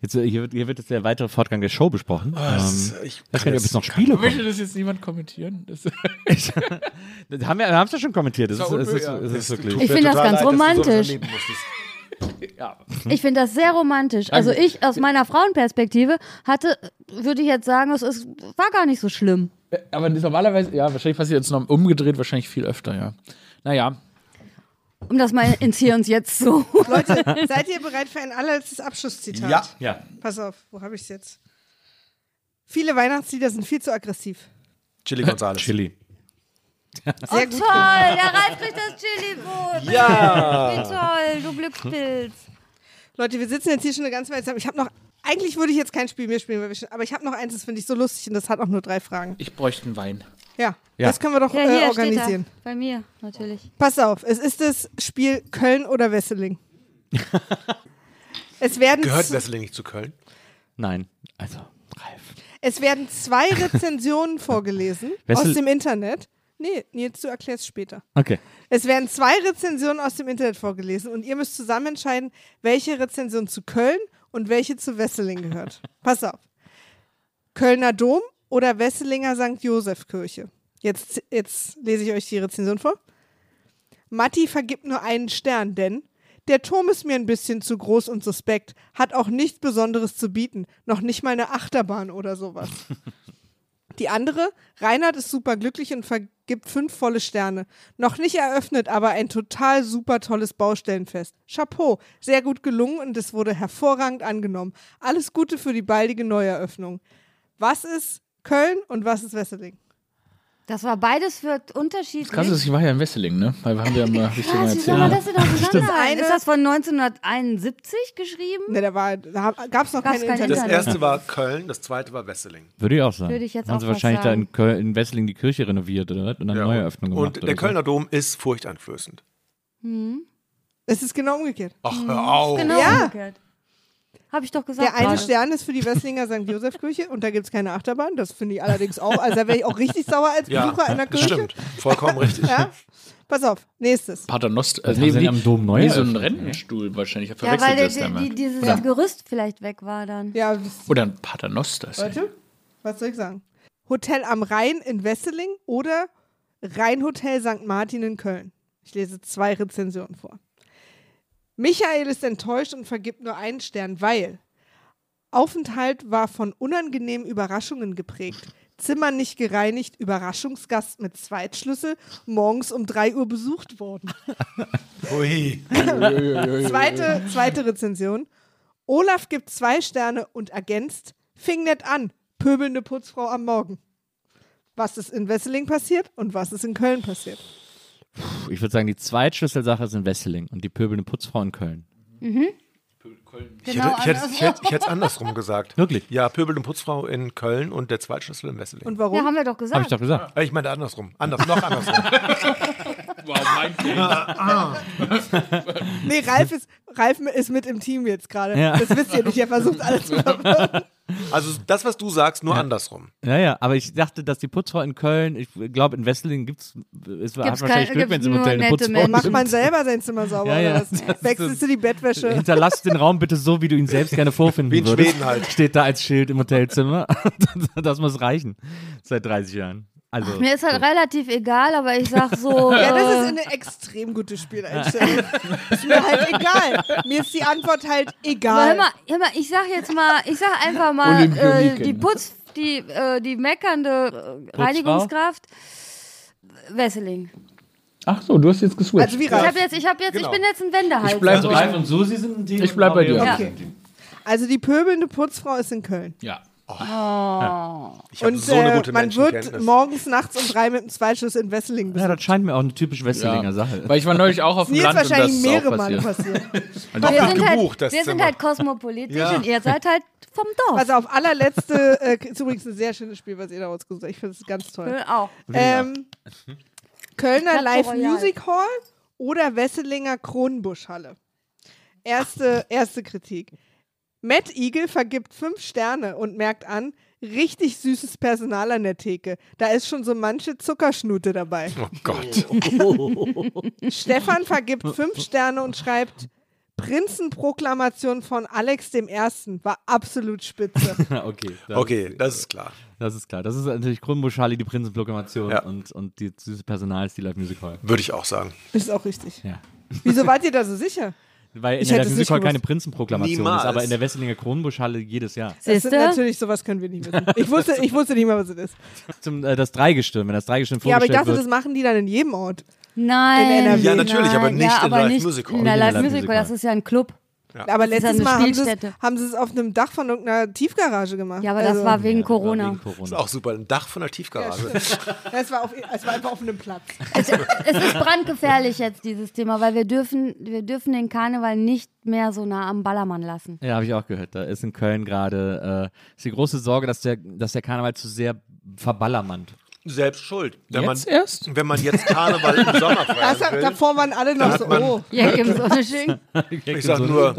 [SPEAKER 4] Jetzt, äh, hier, wird, hier wird jetzt der weitere Fortgang der Show besprochen.
[SPEAKER 10] das ist-
[SPEAKER 4] ähm,
[SPEAKER 10] ich
[SPEAKER 4] ich weiß gar
[SPEAKER 10] kann
[SPEAKER 4] nicht, ob
[SPEAKER 10] das-
[SPEAKER 4] es noch Spiele kommen.
[SPEAKER 5] Möchte das jetzt niemand kommentieren? Das
[SPEAKER 4] Das <laughs> haben wir haben es ja schon kommentiert. Das
[SPEAKER 5] Das
[SPEAKER 4] ist,
[SPEAKER 5] war
[SPEAKER 4] es ist,
[SPEAKER 5] unmöglich,
[SPEAKER 4] es ist
[SPEAKER 10] ja.
[SPEAKER 4] wirklich.
[SPEAKER 9] Ich finde das ganz romantisch.
[SPEAKER 5] ja.
[SPEAKER 9] Ich finde das sehr romantisch. Also ich aus meiner Frauenperspektive hatte, würde ich jetzt sagen, es ist, war gar nicht so schlimm.
[SPEAKER 5] Aber das normalerweise, ja, wahrscheinlich passiert jetzt noch umgedreht, wahrscheinlich viel öfter, ja. Naja.
[SPEAKER 9] Um das mal ins Hier und Jetzt
[SPEAKER 10] <laughs>
[SPEAKER 9] zu.
[SPEAKER 2] Leute, seid ihr bereit für ein allerletztes Abschlusszitat?
[SPEAKER 10] Ja.
[SPEAKER 4] Ja.
[SPEAKER 2] Pass auf, wo habe ich es jetzt? Viele Weihnachtslieder sind viel zu aggressiv.
[SPEAKER 10] Chili Gonzales.
[SPEAKER 4] Äh, Chili.
[SPEAKER 9] Oh, toll, der Ralf kriegt das Chili-Boot. Ja. Wie toll, du Glückspilz.
[SPEAKER 2] Leute, wir sitzen jetzt hier schon eine ganze Weile zusammen. Ich habe noch, eigentlich würde ich jetzt kein Spiel mehr spielen, weil wir schon, aber ich habe noch eins, das finde ich so lustig und das hat auch nur drei Fragen.
[SPEAKER 5] Ich bräuchte einen Wein.
[SPEAKER 2] Ja,
[SPEAKER 4] Ja.
[SPEAKER 2] das können wir doch
[SPEAKER 9] Ja, hier
[SPEAKER 2] äh,
[SPEAKER 9] steht er.
[SPEAKER 2] organisieren.
[SPEAKER 9] Bei mir, natürlich.
[SPEAKER 2] Pass auf, es ist das Spiel Köln oder
[SPEAKER 10] <laughs>
[SPEAKER 2] Wesseling. es, werden
[SPEAKER 10] Gehört
[SPEAKER 2] z-
[SPEAKER 10] Wesseling nicht zu Köln?
[SPEAKER 4] Nein. Also, Ralf.
[SPEAKER 2] es werden zwei Rezensionen vorgelesen
[SPEAKER 4] Wessel-
[SPEAKER 2] aus dem Internet. Nee, Nils, du erklärst später.
[SPEAKER 4] Okay.
[SPEAKER 2] Es werden zwei Rezensionen aus dem Internet vorgelesen und ihr müsst zusammen entscheiden, welche Rezension zu Köln und welche zu Wesseling gehört. Pass auf. Kölner Dom oder Wesselinger St. Josef Kirche. Jetzt, jetzt lese ich euch die Rezension vor. Matti vergibt nur einen Stern, denn der Turm ist mir ein bisschen zu groß und suspekt, hat auch nichts Besonderes zu bieten, noch nicht mal eine Achterbahn oder sowas. Die andere, Reinhard ist super glücklich und vergibt fünf volle Sterne. Noch nicht eröffnet, aber ein total super tolles Baustellenfest. Chapeau, sehr gut gelungen und es wurde hervorragend angenommen. Alles Gute für die baldige Neueröffnung. Was ist Köln und was ist Wesseling?
[SPEAKER 9] Das war beides für unterschiedlich.
[SPEAKER 5] Krass ist, ich war ja in Wesseling, ne? Weil wir haben ja mal richtig mal
[SPEAKER 9] Was, wie soll man das
[SPEAKER 5] erzählt.
[SPEAKER 9] denn auseinanderhalten?
[SPEAKER 2] Stimmt.
[SPEAKER 9] Ist das von 1971 geschrieben?
[SPEAKER 2] Ne, da, war- da gab es noch
[SPEAKER 9] Gab's
[SPEAKER 2] keine
[SPEAKER 9] kein
[SPEAKER 2] Internet.
[SPEAKER 10] Das
[SPEAKER 9] Internet.
[SPEAKER 10] erste war Köln, das zweite war Wesseling.
[SPEAKER 4] Würde ich auch sagen.
[SPEAKER 9] Würde ich jetzt
[SPEAKER 4] Haben
[SPEAKER 9] auch
[SPEAKER 4] sie
[SPEAKER 9] was
[SPEAKER 4] wahrscheinlich da
[SPEAKER 9] sagen.
[SPEAKER 4] in, Köl- in Wesseling die Kirche renoviert oder was? Und dann
[SPEAKER 10] Ja.
[SPEAKER 4] Neueröffnung gemacht.
[SPEAKER 10] Und der
[SPEAKER 4] oder so.
[SPEAKER 10] Kölner Dom ist furchteinflößend.
[SPEAKER 9] Hm.
[SPEAKER 2] Es ist genau umgekehrt.
[SPEAKER 10] Ach, hör auf.
[SPEAKER 9] Genau
[SPEAKER 2] Ja.
[SPEAKER 9] umgekehrt. Habe ich doch gesagt.
[SPEAKER 2] Der eine
[SPEAKER 9] gerade.
[SPEAKER 2] Stern ist für die Wesslinger St. Josef Kirche und da gibt es keine Achterbahn. Das finde ich allerdings auch. Also da wäre ich auch richtig sauer als
[SPEAKER 10] Ja,
[SPEAKER 2] Besucher einer
[SPEAKER 10] das
[SPEAKER 2] Kirche.
[SPEAKER 10] stimmt. Vollkommen richtig.
[SPEAKER 2] <laughs> Ja? Pass auf, nächstes.
[SPEAKER 5] Paternoster. äh,
[SPEAKER 4] Was haben sie denn am Dom neu
[SPEAKER 5] nee, so ein
[SPEAKER 4] eröffnet?
[SPEAKER 5] Rennstuhl wahrscheinlich. Ich
[SPEAKER 9] Ja,
[SPEAKER 5] verwechselt
[SPEAKER 9] weil der,
[SPEAKER 5] das
[SPEAKER 9] die,
[SPEAKER 5] damit.
[SPEAKER 9] die, dieses
[SPEAKER 5] Oder-
[SPEAKER 9] Gerüst vielleicht weg war dann.
[SPEAKER 2] Ja, das,
[SPEAKER 5] Oder ein Paternoster. ist ja-
[SPEAKER 2] Leute, was soll ich sagen? Hotel am Rhein in Wesseling oder Rheinhotel St. Martin in Köln. Ich lese zwei Rezensionen vor. Michael ist enttäuscht und vergibt nur einen Stern, weil Aufenthalt war von unangenehmen Überraschungen geprägt. Zimmer nicht gereinigt, Überraschungsgast mit Zweitschlüssel, morgens um 3 Uhr besucht worden.
[SPEAKER 10] Ui.
[SPEAKER 2] zweite, zweite Rezension. Olaf gibt zwei Sterne und ergänzt, fing nett an, pöbelnde Putzfrau am Morgen. Was ist in Wesseling passiert und was ist in Köln passiert?
[SPEAKER 4] Puh, ich würde sagen, die Zweitschlüsselsache ist in Wesseling und die pöbelnde Putzfrau in Köln.
[SPEAKER 9] Mhm.
[SPEAKER 10] Ich
[SPEAKER 9] Genau
[SPEAKER 10] hätte ich hätte-
[SPEAKER 9] andersrum.
[SPEAKER 10] ich hätte- ich hätte es andersrum gesagt.
[SPEAKER 4] Wirklich?
[SPEAKER 10] Ja, Pöbel und Putzfrau in Köln und der Zweitschlüssel in Wesseling.
[SPEAKER 2] Und warum?
[SPEAKER 9] Ja, haben wir doch gesagt.
[SPEAKER 4] Hab ich doch gesagt.
[SPEAKER 10] Äh, Ich meine andersrum. Anders, noch andersrum.
[SPEAKER 4] <laughs>
[SPEAKER 5] Wow, mein Kind.
[SPEAKER 2] Nee, Ralf ist, Ralf ist mit im Team jetzt gerade.
[SPEAKER 4] Ja.
[SPEAKER 2] Das wisst ihr nicht, er versucht alles zu verwirren.
[SPEAKER 10] Also das, was du sagst, nur andersrum.
[SPEAKER 4] Ja, ja, aber ich dachte, dass die Putzfrau in Köln, ich glaube, in Wesseling gibt es, es hat
[SPEAKER 2] Gibt's
[SPEAKER 4] wahrscheinlich
[SPEAKER 2] kein-
[SPEAKER 4] Glück, wenn
[SPEAKER 2] gibt's
[SPEAKER 4] sie im
[SPEAKER 2] nur
[SPEAKER 4] Hotel eine
[SPEAKER 2] nette
[SPEAKER 4] Putzfrau
[SPEAKER 2] Menschen. Macht man selber sein Zimmer sauber
[SPEAKER 4] Ja, ja.
[SPEAKER 2] oder was? Wechselst du die Bettwäsche?
[SPEAKER 4] Hinterlass den Raum bitte so, wie du ihn selbst gerne vorfinden
[SPEAKER 10] Wie in
[SPEAKER 4] würdest.
[SPEAKER 10] Schweden halt.
[SPEAKER 4] Steht da als Schild im Hotelzimmer. <laughs> das muss reichen. Seit 30 Jahren. Also,
[SPEAKER 9] Mir ist halt relativ egal, aber ich sag so.
[SPEAKER 2] Ja, das ist
[SPEAKER 9] äh,
[SPEAKER 2] eine extrem gute Spieleinstellung.
[SPEAKER 4] <laughs>
[SPEAKER 2] ist mir halt egal. Mir ist die Antwort halt
[SPEAKER 9] Aber hör
[SPEAKER 2] egal.
[SPEAKER 9] mal, hör mal, ich sag jetzt mal, ich sag einfach mal, äh,
[SPEAKER 2] Olympioniken.
[SPEAKER 5] ne?
[SPEAKER 9] die Putz, die, äh, die meckernde äh,
[SPEAKER 5] Putzfrau?
[SPEAKER 9] Reinigungskraft. Wesseling.
[SPEAKER 5] Ach so, du hast jetzt geswitcht.
[SPEAKER 2] Also wie
[SPEAKER 9] Ich hab jetzt, ich hab jetzt,
[SPEAKER 5] Genau.
[SPEAKER 9] ich bin jetzt ein Wendehals.
[SPEAKER 5] Ich bleib Also bei-
[SPEAKER 4] Ralf und Susi sind ein Team.
[SPEAKER 5] Ich bleib bei dir.
[SPEAKER 4] Ja.
[SPEAKER 5] Okay.
[SPEAKER 2] Also die pöbelnde Putzfrau ist in Köln.
[SPEAKER 5] Ja.
[SPEAKER 2] Oh.
[SPEAKER 10] Ich hab
[SPEAKER 2] Und
[SPEAKER 10] so eine gute
[SPEAKER 2] äh, man wird
[SPEAKER 10] Menschenkenntnis.
[SPEAKER 2] morgens, nachts um drei mit einem Zweitschuss in Wesseling
[SPEAKER 4] ja,
[SPEAKER 2] besucht.
[SPEAKER 4] das scheint mir auch eine typisch Wesselinger
[SPEAKER 5] Ja.
[SPEAKER 4] Sache.
[SPEAKER 5] Weil ich war neulich auch auf dem
[SPEAKER 2] Mir ist
[SPEAKER 5] Land und das
[SPEAKER 2] wahrscheinlich
[SPEAKER 5] ist
[SPEAKER 2] mehrere
[SPEAKER 5] auch
[SPEAKER 2] Male
[SPEAKER 5] passiert.
[SPEAKER 2] passiert.
[SPEAKER 5] Also
[SPEAKER 9] wir
[SPEAKER 5] auch
[SPEAKER 9] sind, halt,
[SPEAKER 5] gebucht, das
[SPEAKER 9] wir sind
[SPEAKER 5] Zimmer.
[SPEAKER 9] halt kosmopolitisch
[SPEAKER 5] Ja.
[SPEAKER 9] und ihr seid halt vom
[SPEAKER 2] <laughs>
[SPEAKER 9] Dorf.
[SPEAKER 2] Also auf allerletzte, äh, ist übrigens ein sehr schönes Spiel, was ihr da rausgesucht habt. Ich finde es ganz toll.
[SPEAKER 9] Will Äh, auch.
[SPEAKER 4] Will
[SPEAKER 2] Ähm, Kölner
[SPEAKER 9] Platz
[SPEAKER 2] Live
[SPEAKER 9] Royal.
[SPEAKER 2] Music Hall oder Wesselinger Kronenbuschhalle? Erste, erste Kritik. Matt Eagle vergibt fünf Sterne und merkt an, richtig süßes Personal an der Theke. Da ist schon so manche Zuckerschnute dabei.
[SPEAKER 10] Oh Gott. <laughs>
[SPEAKER 2] Stefan vergibt fünf Sterne und schreibt, Prinzenproklamation von Alex dem Ersten war absolut
[SPEAKER 10] <laughs>
[SPEAKER 2] spitze.
[SPEAKER 4] <laughs> okay, das,
[SPEAKER 10] Okay, das ist klar.
[SPEAKER 4] Das ist klar. Das ist natürlich Krummbusch, Charlie, die Prinzenproklamation
[SPEAKER 10] Ja.
[SPEAKER 4] und, und die süße Personal ist die Live Music Hall.
[SPEAKER 10] Würde ich auch sagen.
[SPEAKER 2] Ist auch richtig.
[SPEAKER 4] Ja. <laughs>
[SPEAKER 2] Wieso wart ihr da so sicher?
[SPEAKER 4] Weil in
[SPEAKER 2] Ich
[SPEAKER 4] der
[SPEAKER 2] hätte
[SPEAKER 4] Live
[SPEAKER 2] es
[SPEAKER 4] Music Hall
[SPEAKER 2] nicht
[SPEAKER 4] keine
[SPEAKER 2] gewusst.
[SPEAKER 4] Prinzenproklamation
[SPEAKER 10] Niemals.
[SPEAKER 4] ist, aber in der Wesselinger Kronenbuschhalle jedes Jahr.
[SPEAKER 2] Das sind
[SPEAKER 9] Siehste?
[SPEAKER 2] natürlich, sowas können wir nicht wissen. Ich wusste, ich wusste nicht mal, was es ist.
[SPEAKER 4] Zum, äh, das Dreigestirn, wenn das Dreigestirn
[SPEAKER 2] Ja, aber ich
[SPEAKER 4] vorgestellt
[SPEAKER 2] dachte, das
[SPEAKER 4] wird.
[SPEAKER 2] machen die dann in jedem Ort.
[SPEAKER 9] Nein.
[SPEAKER 2] In NRW.
[SPEAKER 10] Ja, natürlich,
[SPEAKER 9] nein,
[SPEAKER 10] aber nicht
[SPEAKER 9] ja,
[SPEAKER 10] in
[SPEAKER 9] aber
[SPEAKER 10] Live
[SPEAKER 9] nicht
[SPEAKER 10] Music Hall.
[SPEAKER 9] In der Live Music Hall, das ist ja ein Club.
[SPEAKER 10] Ja.
[SPEAKER 2] Aber
[SPEAKER 9] Das ist ja
[SPEAKER 2] letztes
[SPEAKER 9] eine
[SPEAKER 2] Mal haben sie, es,
[SPEAKER 9] Spielstätte.
[SPEAKER 2] haben sie es auf einem Dach von irgendeiner Tiefgarage gemacht. Also,
[SPEAKER 9] Ja, aber das war wegen Corona.
[SPEAKER 10] Das ist auch super. Ein Dach von der Tiefgarage.
[SPEAKER 2] Es war, auf, es war einfach auf einem Platz.
[SPEAKER 9] Es ist brandgefährlich jetzt, dieses Thema, weil wir dürfen, wir dürfen den Karneval nicht mehr so nah am Ballermann lassen.
[SPEAKER 4] Ja, habe ich auch gehört. Da ist in Köln gerade äh, ist die große Sorge, dass der, dass der Karneval zu sehr verballermannt.
[SPEAKER 10] Selbst schuld. Wenn
[SPEAKER 5] Jetzt
[SPEAKER 10] man,
[SPEAKER 5] erst?
[SPEAKER 10] Wenn man jetzt Karneval im Sommer
[SPEAKER 2] Das,
[SPEAKER 10] feiern will.
[SPEAKER 2] davor waren alle noch
[SPEAKER 10] hat
[SPEAKER 2] so,
[SPEAKER 10] man-
[SPEAKER 2] oh.
[SPEAKER 9] Ja, gibt's auch eine Sching.
[SPEAKER 10] Ich sag nur,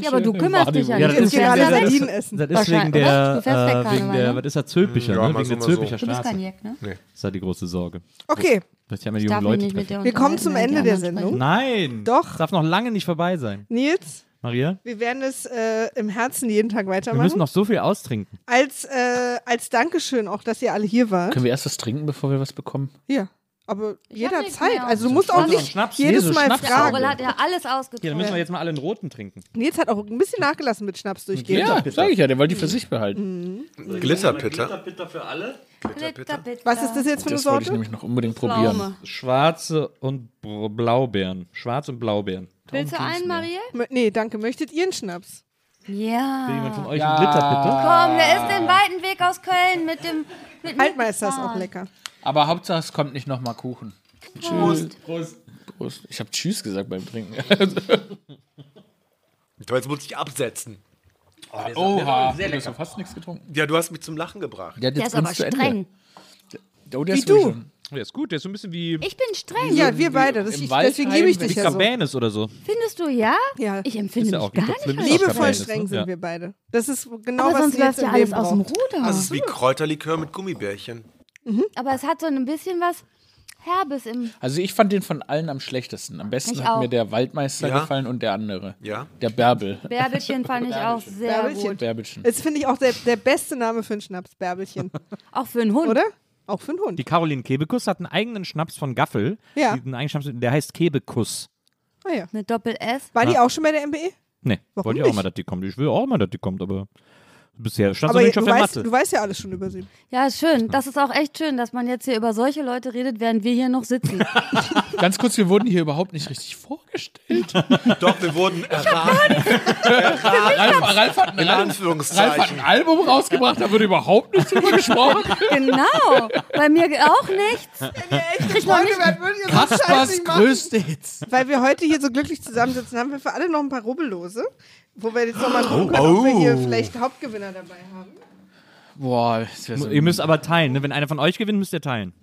[SPEAKER 9] Ja, aber du kümmerst dich ja
[SPEAKER 4] Ja,
[SPEAKER 9] nicht.
[SPEAKER 4] das ist,
[SPEAKER 9] Du fährst ja weg.
[SPEAKER 2] Sardinen essen.
[SPEAKER 4] das ist wegen
[SPEAKER 9] Wahrscheinlich, oder?
[SPEAKER 4] der,
[SPEAKER 9] Du fährst weg,
[SPEAKER 4] äh, wegen
[SPEAKER 9] Karneval,
[SPEAKER 4] der,
[SPEAKER 9] ne?
[SPEAKER 4] was ist das, Zülpicher,
[SPEAKER 10] Ja,
[SPEAKER 4] ne?
[SPEAKER 10] mal
[SPEAKER 4] Wegen
[SPEAKER 10] so,
[SPEAKER 4] der
[SPEAKER 10] mal so.
[SPEAKER 4] Zülpicher
[SPEAKER 9] Du bist
[SPEAKER 4] Straße.
[SPEAKER 9] kein Jack, ne?
[SPEAKER 10] nee.
[SPEAKER 4] ist halt die große Sorge.
[SPEAKER 2] Okay,
[SPEAKER 4] Dass die einmal die
[SPEAKER 9] Ich darf
[SPEAKER 4] jungen
[SPEAKER 9] mich
[SPEAKER 4] Leute
[SPEAKER 9] nicht mit dir
[SPEAKER 4] treffen.
[SPEAKER 2] wir kommen zum
[SPEAKER 9] unterhalten,
[SPEAKER 2] Ende
[SPEAKER 9] wenn die
[SPEAKER 2] der
[SPEAKER 9] anderen
[SPEAKER 2] Sendung.
[SPEAKER 4] Nein!
[SPEAKER 2] Hm? Doch.
[SPEAKER 4] Darf noch lange nicht vorbei sein.
[SPEAKER 2] Nils,
[SPEAKER 4] Maria?
[SPEAKER 2] wir werden es äh, im Herzen jeden Tag
[SPEAKER 4] Wir müssen
[SPEAKER 2] weitermachen.
[SPEAKER 4] noch so viel austrinken.
[SPEAKER 2] Als, äh, als Dankeschön auch, dass ihr alle hier wart.
[SPEAKER 5] Können wir erst was trinken, bevor wir was bekommen?
[SPEAKER 2] Ja, aber
[SPEAKER 9] hab nichts
[SPEAKER 2] jederzeit.
[SPEAKER 9] mehr.
[SPEAKER 2] Also du musst auch
[SPEAKER 9] Schnaps.
[SPEAKER 2] nicht
[SPEAKER 4] Schnaps.
[SPEAKER 2] jedes
[SPEAKER 4] Nee, so
[SPEAKER 2] Mal
[SPEAKER 4] Schnaps.
[SPEAKER 9] Der
[SPEAKER 2] fragen.
[SPEAKER 9] Aurel hat ja alles
[SPEAKER 4] Hier, dann müssen wir
[SPEAKER 9] ausgetrunken.
[SPEAKER 4] jetzt mal alle einen roten trinken.
[SPEAKER 2] Nils hat auch ein bisschen nachgelassen mit Schnaps durchgehen.
[SPEAKER 5] Ja, Hm. sag ich ja, der wollte die für sich behalten.
[SPEAKER 10] Glitterpitter.
[SPEAKER 4] Bitter für alle.
[SPEAKER 2] Was ist das jetzt für eine
[SPEAKER 5] Das wollte ich
[SPEAKER 2] Sorte?
[SPEAKER 5] nämlich noch unbedingt probieren.
[SPEAKER 9] Pflaume.
[SPEAKER 4] Schwarze und Br- Blaubeeren. Schwarz und Blaubeeren.
[SPEAKER 9] Willst du einen, Marielle?
[SPEAKER 2] Mö- Nee, danke. Möchtet ihr einen Schnaps?
[SPEAKER 4] Will
[SPEAKER 9] Ja.
[SPEAKER 4] jemand von euch einen Glitterbitter?
[SPEAKER 9] Komm, der ist den weiten Weg aus Köln mit dem. Mit
[SPEAKER 2] Altmaier ist das auch lecker.
[SPEAKER 5] Aber Hauptsache, es kommt nicht nochmal Kuchen. Tschüss. Prost. Prost. Ich habe Tschüss gesagt beim
[SPEAKER 10] <laughs>
[SPEAKER 5] Trinken.
[SPEAKER 10] Jetzt muss ich absetzen.
[SPEAKER 5] Oha, du hast ja fast nichts getrunken.
[SPEAKER 10] Ja, du hast mich zum Lachen gebracht.
[SPEAKER 5] Der, hat
[SPEAKER 9] Der
[SPEAKER 5] jetzt
[SPEAKER 9] ist aber
[SPEAKER 5] ganz zu Ende.
[SPEAKER 9] streng.
[SPEAKER 5] Oh, der
[SPEAKER 2] Wie
[SPEAKER 5] ist wirklich
[SPEAKER 2] du.
[SPEAKER 5] schon-
[SPEAKER 4] Der ist gut, der ist so ein bisschen wie
[SPEAKER 9] Ich bin streng.
[SPEAKER 2] Ja, wir beide. Das
[SPEAKER 5] Im
[SPEAKER 2] ich,
[SPEAKER 5] Wald
[SPEAKER 2] deswegen liebe ich
[SPEAKER 5] heim,
[SPEAKER 2] dich
[SPEAKER 5] wenn
[SPEAKER 2] ja so.
[SPEAKER 4] Cabanes oder so.
[SPEAKER 9] Findest du ja?
[SPEAKER 2] Ja.
[SPEAKER 9] Ich empfinde
[SPEAKER 4] ja
[SPEAKER 9] mich
[SPEAKER 4] auch-
[SPEAKER 9] gar
[SPEAKER 4] ich glaub,
[SPEAKER 9] nicht.
[SPEAKER 4] Slim
[SPEAKER 9] als-
[SPEAKER 4] ist auch
[SPEAKER 2] Liebevoll
[SPEAKER 4] Cabanes, ne?
[SPEAKER 2] streng sind
[SPEAKER 4] Ja.
[SPEAKER 2] wir beide. Das ist genau,
[SPEAKER 9] Aber
[SPEAKER 2] was
[SPEAKER 9] sonst
[SPEAKER 2] wir jetzt
[SPEAKER 9] läuft
[SPEAKER 2] im
[SPEAKER 9] ja alles
[SPEAKER 2] Leben
[SPEAKER 9] aus dem
[SPEAKER 10] Also
[SPEAKER 2] braucht. Mhm.
[SPEAKER 9] Ruder.
[SPEAKER 10] Das ist wie Kräuterlikör mit Gummibärchen.
[SPEAKER 9] Aber es hat so ein bisschen was Herbes im.
[SPEAKER 5] Also ich fand den von allen am schlechtesten. Am besten
[SPEAKER 9] Ich
[SPEAKER 5] hat
[SPEAKER 9] auch.
[SPEAKER 5] mir der Waldmeister
[SPEAKER 10] Ja.
[SPEAKER 5] gefallen und der andere.
[SPEAKER 10] Ja.
[SPEAKER 5] Der Bärbel.
[SPEAKER 10] <laughs>
[SPEAKER 9] Bärbelchen fand ich auch sehr
[SPEAKER 2] Bärbelchen.
[SPEAKER 9] gut. <laughs>
[SPEAKER 5] Bärbelchen.
[SPEAKER 2] Das finde ich auch der, der beste Name für einen Schnaps, Bärbelchen.
[SPEAKER 9] Auch für einen Hund.
[SPEAKER 2] Oder? Auch für einen Hund.
[SPEAKER 4] Die Caroline Kebekus hat einen eigenen Schnaps von Gaffel.
[SPEAKER 2] Ja.
[SPEAKER 4] Die- Einen eigenen Schnaps, der heißt Kebekus.
[SPEAKER 2] Ah, ja.
[SPEAKER 9] Mit Doppel-S.
[SPEAKER 2] War die
[SPEAKER 4] Ja.
[SPEAKER 2] auch schon bei der E? MBE?
[SPEAKER 4] Nee,
[SPEAKER 2] Warum
[SPEAKER 4] wollte ich auch
[SPEAKER 2] nicht?
[SPEAKER 4] mal, dass die kommt. Ich will auch mal, dass die kommt, aber bisher stand sie
[SPEAKER 2] Aber
[SPEAKER 4] noch
[SPEAKER 2] du
[SPEAKER 4] nicht auf der
[SPEAKER 2] weißt,
[SPEAKER 4] Matte.
[SPEAKER 2] du weißt ja alles schon über sie.
[SPEAKER 9] Ja, schön. Das ist auch echt schön, dass man jetzt hier über solche Leute redet, während wir hier noch sitzen.
[SPEAKER 5] Ganz kurz, wir wurden hier überhaupt nicht richtig <laughs> vorgestellt.
[SPEAKER 10] Doch, wir wurden erraten.
[SPEAKER 5] Ralf, Ralf, hat, ein
[SPEAKER 10] In
[SPEAKER 5] Al- Ralf hat
[SPEAKER 10] Anführungszeichen.
[SPEAKER 5] ein Album rausgebracht, da wurde überhaupt nicht drüber gesprochen.
[SPEAKER 9] <laughs> genau. Bei mir auch nichts. Krieg noch nicht.
[SPEAKER 5] Kaspers größte Hits.
[SPEAKER 2] Weil wir heute hier so glücklich zusammensitzen, haben wir für alle noch ein paar Rubbellose, wo wir jetzt nochmal gucken können, ob wir
[SPEAKER 4] Oh.
[SPEAKER 2] hier vielleicht Hauptgewinner dabei haben.
[SPEAKER 5] Boah, das wär so
[SPEAKER 4] Ihr müsst aber teilen, ne? Wenn einer von euch gewinnt, müsst ihr teilen.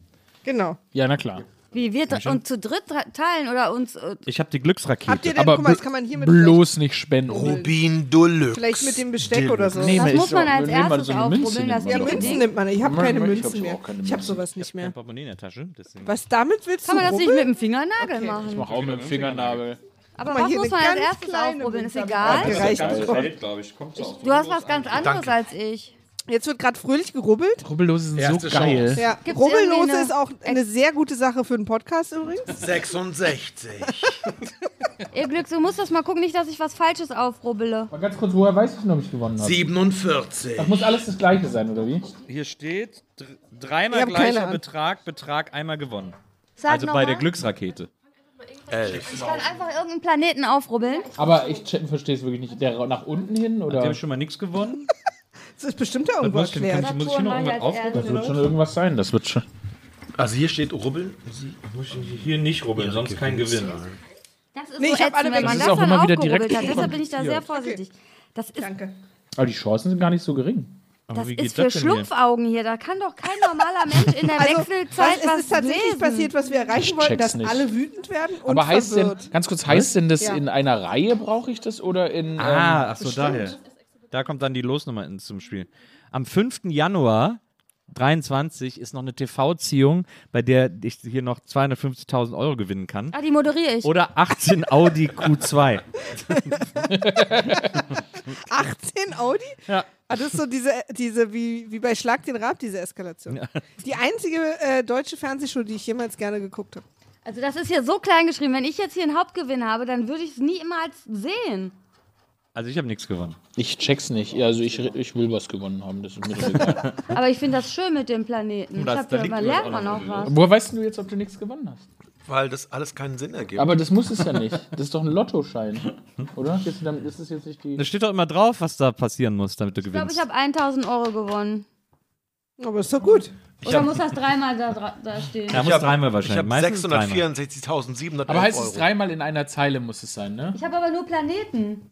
[SPEAKER 2] Genau.
[SPEAKER 5] Ja, na klar.
[SPEAKER 9] Wie wir dr- uns zu dritt dre- teilen oder uns. äh,
[SPEAKER 4] Ich habe die Glücksrakete.
[SPEAKER 9] Habt ihr denn-
[SPEAKER 5] aber
[SPEAKER 9] guck mal, das
[SPEAKER 5] bl-
[SPEAKER 9] kann man hier mit
[SPEAKER 5] bloß nicht spenden.
[SPEAKER 10] Rubin Deluxe.
[SPEAKER 2] Vielleicht mit dem Besteck oder so.
[SPEAKER 5] Nee,
[SPEAKER 2] Das
[SPEAKER 5] ist
[SPEAKER 2] muss
[SPEAKER 5] so-
[SPEAKER 2] man als
[SPEAKER 5] nee, man
[SPEAKER 2] erstes
[SPEAKER 5] so eine
[SPEAKER 2] aufrubbeln,
[SPEAKER 5] Münze
[SPEAKER 2] dass
[SPEAKER 5] nimmt
[SPEAKER 2] die
[SPEAKER 5] man doch.
[SPEAKER 2] Münzen nimmt man. Ich hab
[SPEAKER 5] Moment,
[SPEAKER 2] keine
[SPEAKER 5] Moment, ich
[SPEAKER 2] Münzen
[SPEAKER 5] hab
[SPEAKER 2] mehr.
[SPEAKER 5] auch keine
[SPEAKER 2] Ich hab
[SPEAKER 5] Münzen.
[SPEAKER 2] sowas nicht mehr.
[SPEAKER 4] Portemonnaie in der Tasche. Deswegen.
[SPEAKER 2] Was damit willst
[SPEAKER 9] Kann
[SPEAKER 2] du
[SPEAKER 9] man das nicht mit
[SPEAKER 2] rubbeln?
[SPEAKER 9] dem Fingernagel machen?
[SPEAKER 5] Ich mach auch mit dem Fingernagel.
[SPEAKER 9] Aber
[SPEAKER 2] Guck mal,
[SPEAKER 9] was
[SPEAKER 2] hier
[SPEAKER 9] muss
[SPEAKER 2] eine
[SPEAKER 9] man als
[SPEAKER 2] ganz
[SPEAKER 9] erstes
[SPEAKER 2] kleine
[SPEAKER 9] aufprobieren? Ist
[SPEAKER 2] Münze
[SPEAKER 9] egal.
[SPEAKER 2] habe ich Gereicht bekommen.
[SPEAKER 14] glaube ich. Kommt so
[SPEAKER 9] Du hast was ganz anderes als ich.
[SPEAKER 2] Jetzt wird gerade fröhlich gerubbelt.
[SPEAKER 5] Rubbellose sind
[SPEAKER 10] Erste
[SPEAKER 5] so geil.
[SPEAKER 10] Chance.
[SPEAKER 2] Ja.
[SPEAKER 9] Gibt's
[SPEAKER 2] Rubbellose
[SPEAKER 9] irgendwie eine-
[SPEAKER 2] ist auch eine sehr gute Sache für einen Podcast übrigens.
[SPEAKER 10] 66.
[SPEAKER 9] Ihr Glück, du musst das mal gucken, nicht, dass ich was Falsches aufrubbele.
[SPEAKER 5] Mal ganz kurz, woher weiß ich denn, ob ich gewonnen habe?
[SPEAKER 10] 47.
[SPEAKER 5] Das muss alles das gleiche sein, oder wie?
[SPEAKER 4] Hier steht dr- dreimal
[SPEAKER 5] Ich hab keine
[SPEAKER 4] gleicher
[SPEAKER 5] Ahnung.
[SPEAKER 4] Betrag, Betrag einmal gewonnen.
[SPEAKER 9] Sag
[SPEAKER 4] also
[SPEAKER 9] noch
[SPEAKER 4] bei
[SPEAKER 9] mal.
[SPEAKER 4] der Glücksrakete.
[SPEAKER 9] Ich kann einfach irgendeinen Planeten aufrubbeln.
[SPEAKER 5] Aber ich verstehe es wirklich nicht. Der nach unten hin, oder?
[SPEAKER 4] Die haben schon mal
[SPEAKER 9] <laughs>
[SPEAKER 4] nichts gewonnen.
[SPEAKER 2] Das ist bestimmt ja irgendwo
[SPEAKER 4] Was muss ich denn-
[SPEAKER 2] erklärt.
[SPEAKER 4] kann ich- muss ich hier noch irgendwas aufrubbeln?
[SPEAKER 5] Das wird schon irgendwas sein, das wird schon.
[SPEAKER 10] Also hier steht rubbeln.
[SPEAKER 4] Hier nicht rubbeln, sonst kein Gewinn.
[SPEAKER 9] Das ist
[SPEAKER 2] Nee,
[SPEAKER 9] so
[SPEAKER 2] ich hab
[SPEAKER 9] ätzend,
[SPEAKER 2] alle
[SPEAKER 9] wenn man
[SPEAKER 2] weg.
[SPEAKER 5] Das
[SPEAKER 9] das
[SPEAKER 5] ist auch
[SPEAKER 9] dann Also
[SPEAKER 5] immer wieder
[SPEAKER 9] aufgerubbelt
[SPEAKER 5] direkt
[SPEAKER 9] hat. Deshalb bin ich da sehr
[SPEAKER 5] kontrolliert.
[SPEAKER 9] vorsichtig. Das
[SPEAKER 5] Also,
[SPEAKER 9] ist,
[SPEAKER 5] Aber die Chancen sind gar nicht so gering.
[SPEAKER 9] das ist für Schlumpfaugen hier. Da kann doch kein normaler Mensch in der
[SPEAKER 2] was,
[SPEAKER 9] Wechselzeit
[SPEAKER 2] Also, es
[SPEAKER 9] was
[SPEAKER 2] ist tatsächlich
[SPEAKER 9] lesen.
[SPEAKER 2] passiert, was wir erreichen wollten,
[SPEAKER 5] check's
[SPEAKER 2] dass
[SPEAKER 5] nicht.
[SPEAKER 2] alle wütend werden und
[SPEAKER 5] Aber heißt denn,
[SPEAKER 2] verwirrt.
[SPEAKER 5] ganz kurz, heißt denn das
[SPEAKER 2] Ja.
[SPEAKER 5] in einer Reihe brauche ich das oder in.
[SPEAKER 4] Ah,
[SPEAKER 5] ähm,
[SPEAKER 4] ach so, daher. Da kommt dann die Losnummer ins- zum Spiel. Am 5. Januar 23 ist noch eine TV-Ziehung, bei der ich hier noch 250.000 Euro gewinnen kann.
[SPEAKER 9] Ah, die moderiere ich.
[SPEAKER 4] Oder 18 Audi
[SPEAKER 9] <laughs>
[SPEAKER 4] Q2.
[SPEAKER 2] 18 Audi?
[SPEAKER 4] Ja.
[SPEAKER 2] Ah, das ist so diese, diese wie, wie bei Schlag den Rab, diese Eskalation. Die einzige äh, deutsche Fernsehshow, die ich jemals gerne geguckt habe.
[SPEAKER 9] Also das ist hier so klein geschrieben. Wenn ich jetzt hier einen Hauptgewinn habe, dann würde ich es nie immer als sehen.
[SPEAKER 4] Also ich habe nichts gewonnen.
[SPEAKER 5] Ich check's nicht. Also ich, ich will was gewonnen haben. Das
[SPEAKER 9] <laughs>
[SPEAKER 5] ist mir doch egal.
[SPEAKER 9] Aber ich finde das schön mit dem Planeten.
[SPEAKER 4] Und
[SPEAKER 9] Ich
[SPEAKER 4] das-
[SPEAKER 9] hab
[SPEAKER 4] da
[SPEAKER 9] ja,
[SPEAKER 4] liegt
[SPEAKER 9] man
[SPEAKER 4] mir das
[SPEAKER 9] lernt
[SPEAKER 4] auch
[SPEAKER 9] man
[SPEAKER 4] noch
[SPEAKER 9] auch was.
[SPEAKER 5] Woher weißt du jetzt, ob du nichts gewonnen hast?
[SPEAKER 10] Weil das alles keinen Sinn ergibt.
[SPEAKER 5] Aber das muss es ja nicht. Das ist doch ein Lottoschein. Oder? Jetzt, dann ist es jetzt nicht die.
[SPEAKER 4] Da steht doch immer drauf, was da passieren muss, damit du
[SPEAKER 9] Ich glaube,
[SPEAKER 4] gewinnst.
[SPEAKER 9] ich habe 1000 Euro gewonnen.
[SPEAKER 2] Aber ist doch gut.
[SPEAKER 9] Oder muss das dreimal da, dra- da stehen?
[SPEAKER 4] Da muss dreimal
[SPEAKER 10] Ich habe
[SPEAKER 4] wahrscheinlich. Meistens dreimal.
[SPEAKER 10] 664.700
[SPEAKER 5] Aber heißt
[SPEAKER 10] Euro.
[SPEAKER 5] es dreimal in einer Zeile muss es sein, ne?
[SPEAKER 9] Ich habe aber nur Planeten.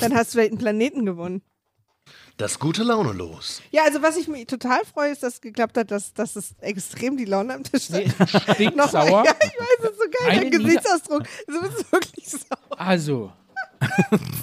[SPEAKER 2] Dann hast du vielleicht einen Planeten gewonnen.
[SPEAKER 10] Das gute Laune los.
[SPEAKER 2] Ja, also was ich mich total freue, ist, dass es geklappt hat, dass, dass es extrem die Laune am Tisch hat.
[SPEAKER 5] <laughs>
[SPEAKER 2] Nochmal, <laughs>
[SPEAKER 5] Stinksauer.
[SPEAKER 2] Ja, ich weiß, es ist so geil, dein
[SPEAKER 5] Eine Liga-
[SPEAKER 2] Gesichtsausdruck. Du bist wirklich sauer.
[SPEAKER 5] Also.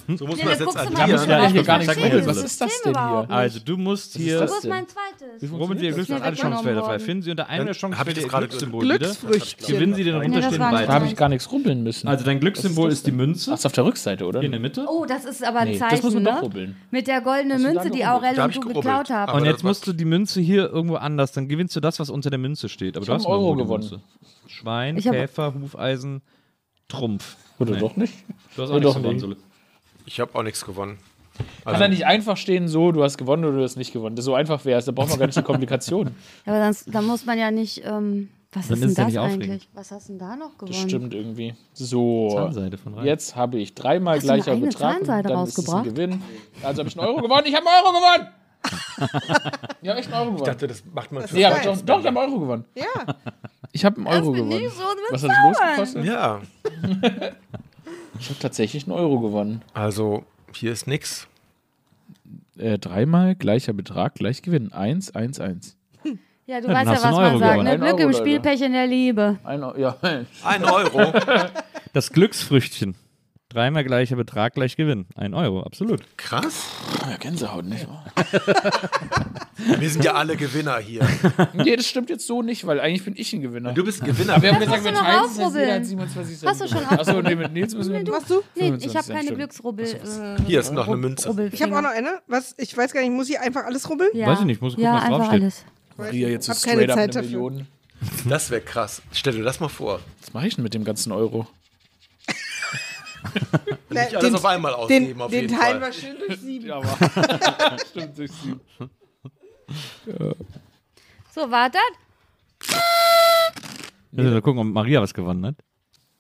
[SPEAKER 10] So
[SPEAKER 9] Nee,
[SPEAKER 10] muss man
[SPEAKER 9] da
[SPEAKER 10] das jetzt
[SPEAKER 9] guckst du mal
[SPEAKER 10] addieren.
[SPEAKER 5] Da muss man
[SPEAKER 4] Ja,
[SPEAKER 5] hier gar
[SPEAKER 4] ich
[SPEAKER 5] nicht
[SPEAKER 4] sag mal
[SPEAKER 5] googeln.
[SPEAKER 4] hier
[SPEAKER 5] Was
[SPEAKER 4] so.
[SPEAKER 5] ist das denn
[SPEAKER 9] System
[SPEAKER 5] hier?
[SPEAKER 9] überhaupt nicht.
[SPEAKER 4] Also du musst hier,
[SPEAKER 9] Wo ist mein
[SPEAKER 5] Wie
[SPEAKER 9] zweites?
[SPEAKER 4] womit wir
[SPEAKER 5] funktioniert
[SPEAKER 9] das?
[SPEAKER 4] Glücksfeld
[SPEAKER 9] Ist
[SPEAKER 4] alle
[SPEAKER 9] mir
[SPEAKER 4] Chancenfelder
[SPEAKER 9] weggenommen worden.
[SPEAKER 4] verfinden Sie unter einem der
[SPEAKER 10] hab ich
[SPEAKER 4] Chancensfelder
[SPEAKER 10] das
[SPEAKER 4] ihr
[SPEAKER 10] gerade
[SPEAKER 4] Glückssymbol wieder,
[SPEAKER 2] Glücksfrüchtchen.
[SPEAKER 4] gewinnen Sie den
[SPEAKER 9] das
[SPEAKER 4] runterstehenden
[SPEAKER 9] war nicht
[SPEAKER 4] Ball.
[SPEAKER 5] Da habe ich gar nichts rubbeln müssen.
[SPEAKER 4] Also dein Glückssymbol ist die Münze.
[SPEAKER 5] Ach, ist auf der Rückseite, oder?
[SPEAKER 4] Hier in der Mitte.
[SPEAKER 9] Oh, das ist aber ein
[SPEAKER 5] Nee, das
[SPEAKER 9] Zeichen,
[SPEAKER 5] muss man doch
[SPEAKER 9] ne?
[SPEAKER 5] rubbeln.
[SPEAKER 9] Mit der goldenen
[SPEAKER 5] Hast du da
[SPEAKER 9] Münze, die
[SPEAKER 5] gerubbelt?
[SPEAKER 9] Aurel
[SPEAKER 10] Da hab
[SPEAKER 9] und
[SPEAKER 10] ich
[SPEAKER 9] du
[SPEAKER 10] gerubbelt.
[SPEAKER 9] geklaut haben.
[SPEAKER 10] Aber
[SPEAKER 4] Und
[SPEAKER 10] das
[SPEAKER 4] jetzt
[SPEAKER 10] war-
[SPEAKER 4] musst du die Münze hier irgendwo anders, dann gewinnst du das, was unter der Münze steht. Aber
[SPEAKER 5] Ich
[SPEAKER 4] du
[SPEAKER 5] hab
[SPEAKER 4] hast
[SPEAKER 5] einen Euro
[SPEAKER 4] nirgendwo die
[SPEAKER 5] gewonnen.
[SPEAKER 4] Münze. Schwein,
[SPEAKER 9] Ich hab-
[SPEAKER 4] Käfer, Hufeisen, Trumpf.
[SPEAKER 5] Oder
[SPEAKER 4] Nee.
[SPEAKER 5] doch nicht?
[SPEAKER 4] Du hast
[SPEAKER 5] Oder
[SPEAKER 4] auch nichts
[SPEAKER 5] doch
[SPEAKER 4] gewonnen,
[SPEAKER 5] nicht.
[SPEAKER 4] Sulle.
[SPEAKER 10] Ich habe auch nichts gewonnen. Also
[SPEAKER 5] Kann da nicht einfach stehen, so, du hast gewonnen oder du hast nicht gewonnen. Das so einfach wäre es, da braucht man gar nicht die <laughs> Komplikationen.
[SPEAKER 9] Ja, aber dann, dann muss man ja nicht. Ähm, was
[SPEAKER 4] Dann
[SPEAKER 9] ist denn
[SPEAKER 4] ist ja
[SPEAKER 9] das
[SPEAKER 4] nicht aufregend.
[SPEAKER 9] eigentlich? Was hast du denn da noch gewonnen?
[SPEAKER 5] Das stimmt irgendwie. So,
[SPEAKER 4] Zahnseide von rein.
[SPEAKER 5] jetzt habe ich dreimal
[SPEAKER 9] Hast du eine
[SPEAKER 5] gleicher
[SPEAKER 9] eigene
[SPEAKER 5] Betrag. und
[SPEAKER 9] Zahnseide
[SPEAKER 5] dann ist es ein
[SPEAKER 9] rausgebracht?
[SPEAKER 5] Gewinn. Also habe ich einen Euro gewonnen. Ich habe einen Euro gewonnen! <laughs> ich habe echt einen Euro
[SPEAKER 10] Ich
[SPEAKER 5] gewonnen.
[SPEAKER 10] dachte, das macht man für
[SPEAKER 5] Nee, aber doch, doch, ich habe einen Euro gewonnen.
[SPEAKER 2] Ja,
[SPEAKER 5] Ich habe einen Euro gewonnen.
[SPEAKER 9] nicht so
[SPEAKER 5] Was hat das losgekostet?
[SPEAKER 10] Ja,
[SPEAKER 5] Ich habe tatsächlich einen Euro gewonnen.
[SPEAKER 10] also hier ist nix.
[SPEAKER 5] Äh, dreimal gleicher Betrag, gleich Gewinn. Eins, eins, eins.
[SPEAKER 9] Ja, du
[SPEAKER 4] Dann
[SPEAKER 9] weißt ja,
[SPEAKER 4] hast
[SPEAKER 9] was
[SPEAKER 4] du einen
[SPEAKER 9] man
[SPEAKER 4] Euro
[SPEAKER 9] sagt.
[SPEAKER 4] gewonnen.
[SPEAKER 9] Ne?
[SPEAKER 5] Ein
[SPEAKER 9] Glück
[SPEAKER 5] Euro,
[SPEAKER 9] im
[SPEAKER 5] Leute.
[SPEAKER 9] Spiel, Pech in der Liebe.
[SPEAKER 5] Ein Euro, ja.
[SPEAKER 10] Ein Euro.
[SPEAKER 4] Das Glücksfrüchtchen. Dreimal gleicher Betrag, gleich Gewinn. Ein Euro, absolut.
[SPEAKER 10] Krass.
[SPEAKER 12] Ah, Ja, Gänsehaut, nicht wahr?
[SPEAKER 10] <laughs> Wir sind ja alle Gewinner hier.
[SPEAKER 5] Nee, das stimmt jetzt so nicht, weil eigentlich bin ich ein Gewinner.
[SPEAKER 9] <laughs>
[SPEAKER 10] Du bist ein Gewinner.
[SPEAKER 5] Aber wir haben
[SPEAKER 10] Lass
[SPEAKER 5] gesagt, wir
[SPEAKER 10] uns noch
[SPEAKER 5] teilen es jetzt
[SPEAKER 9] ausrubbeln.
[SPEAKER 5] jeder hat 27 Cent.
[SPEAKER 9] Hast du schon
[SPEAKER 5] Achso, nee, mit Nils müssen wir.
[SPEAKER 9] du, nee, ich habe keine Glücksrubbel. Äh,
[SPEAKER 10] Hier ist noch eine
[SPEAKER 9] Rub-
[SPEAKER 10] Münze.
[SPEAKER 9] Rubbelfinger.
[SPEAKER 2] Ich habe auch noch eine. Was? Ich weiß gar nicht, muss ich einfach alles rubbeln?
[SPEAKER 9] Ja. Weiß ich nicht, muss ich gucken, Ja, was einfach draufsteht. alles.
[SPEAKER 5] Maria, jetzt
[SPEAKER 2] Hab
[SPEAKER 5] ist
[SPEAKER 2] keine
[SPEAKER 5] straight up
[SPEAKER 2] Zeit
[SPEAKER 5] eine
[SPEAKER 2] dafür.
[SPEAKER 5] Million.
[SPEAKER 10] Das wäre krass. Stell dir das mal vor.
[SPEAKER 5] Was mache ich denn mit dem ganzen Euro?
[SPEAKER 2] Na,
[SPEAKER 10] Nicht alles auf einmal ausgeben,
[SPEAKER 2] den,
[SPEAKER 10] auf
[SPEAKER 2] den
[SPEAKER 10] jeden
[SPEAKER 2] teilen
[SPEAKER 10] Fall.
[SPEAKER 2] wir schön
[SPEAKER 5] <laughs>
[SPEAKER 2] durch sieben.
[SPEAKER 5] Ja, aber- Stimmt, durch sieben.
[SPEAKER 9] So, wartet.
[SPEAKER 4] Müssen wir mal gucken, ob Maria was gewonnen hat.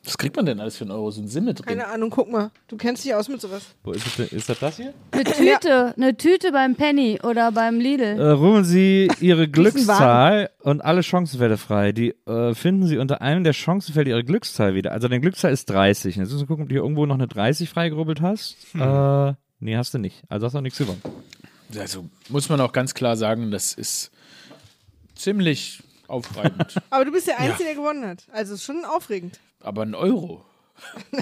[SPEAKER 5] Was kriegt man denn alles für einen Euro? So ein Simme drin.
[SPEAKER 2] Keine Ahnung, guck mal. Du kennst dich aus mit sowas.
[SPEAKER 4] Wo ist, es denn? ist das das hier?
[SPEAKER 9] Eine Tüte, eine Tüte beim Penny oder beim Lidl.
[SPEAKER 4] Äh, rubbeln Sie
[SPEAKER 9] <laughs>
[SPEAKER 4] Ihre
[SPEAKER 9] Wagen.
[SPEAKER 4] Glückszahl und alle Chancenfelder frei. Die äh, finden Sie unter einem der Chancenfelder Ihre Glückszahl wieder. Also deine Glückszahl ist 30. Jetzt müssen wir gucken, ob du hier irgendwo noch eine 30 freigerubbelt hast. Äh, nee, hast du nicht. Also hast du auch nichts gewonnen.
[SPEAKER 5] Also muss man auch ganz klar sagen, das ist ziemlich aufreibend.
[SPEAKER 2] Aber du bist der Einzige, der gewonnen hat. Also ist schon aufregend. <laughs>
[SPEAKER 5] aber ein Euro.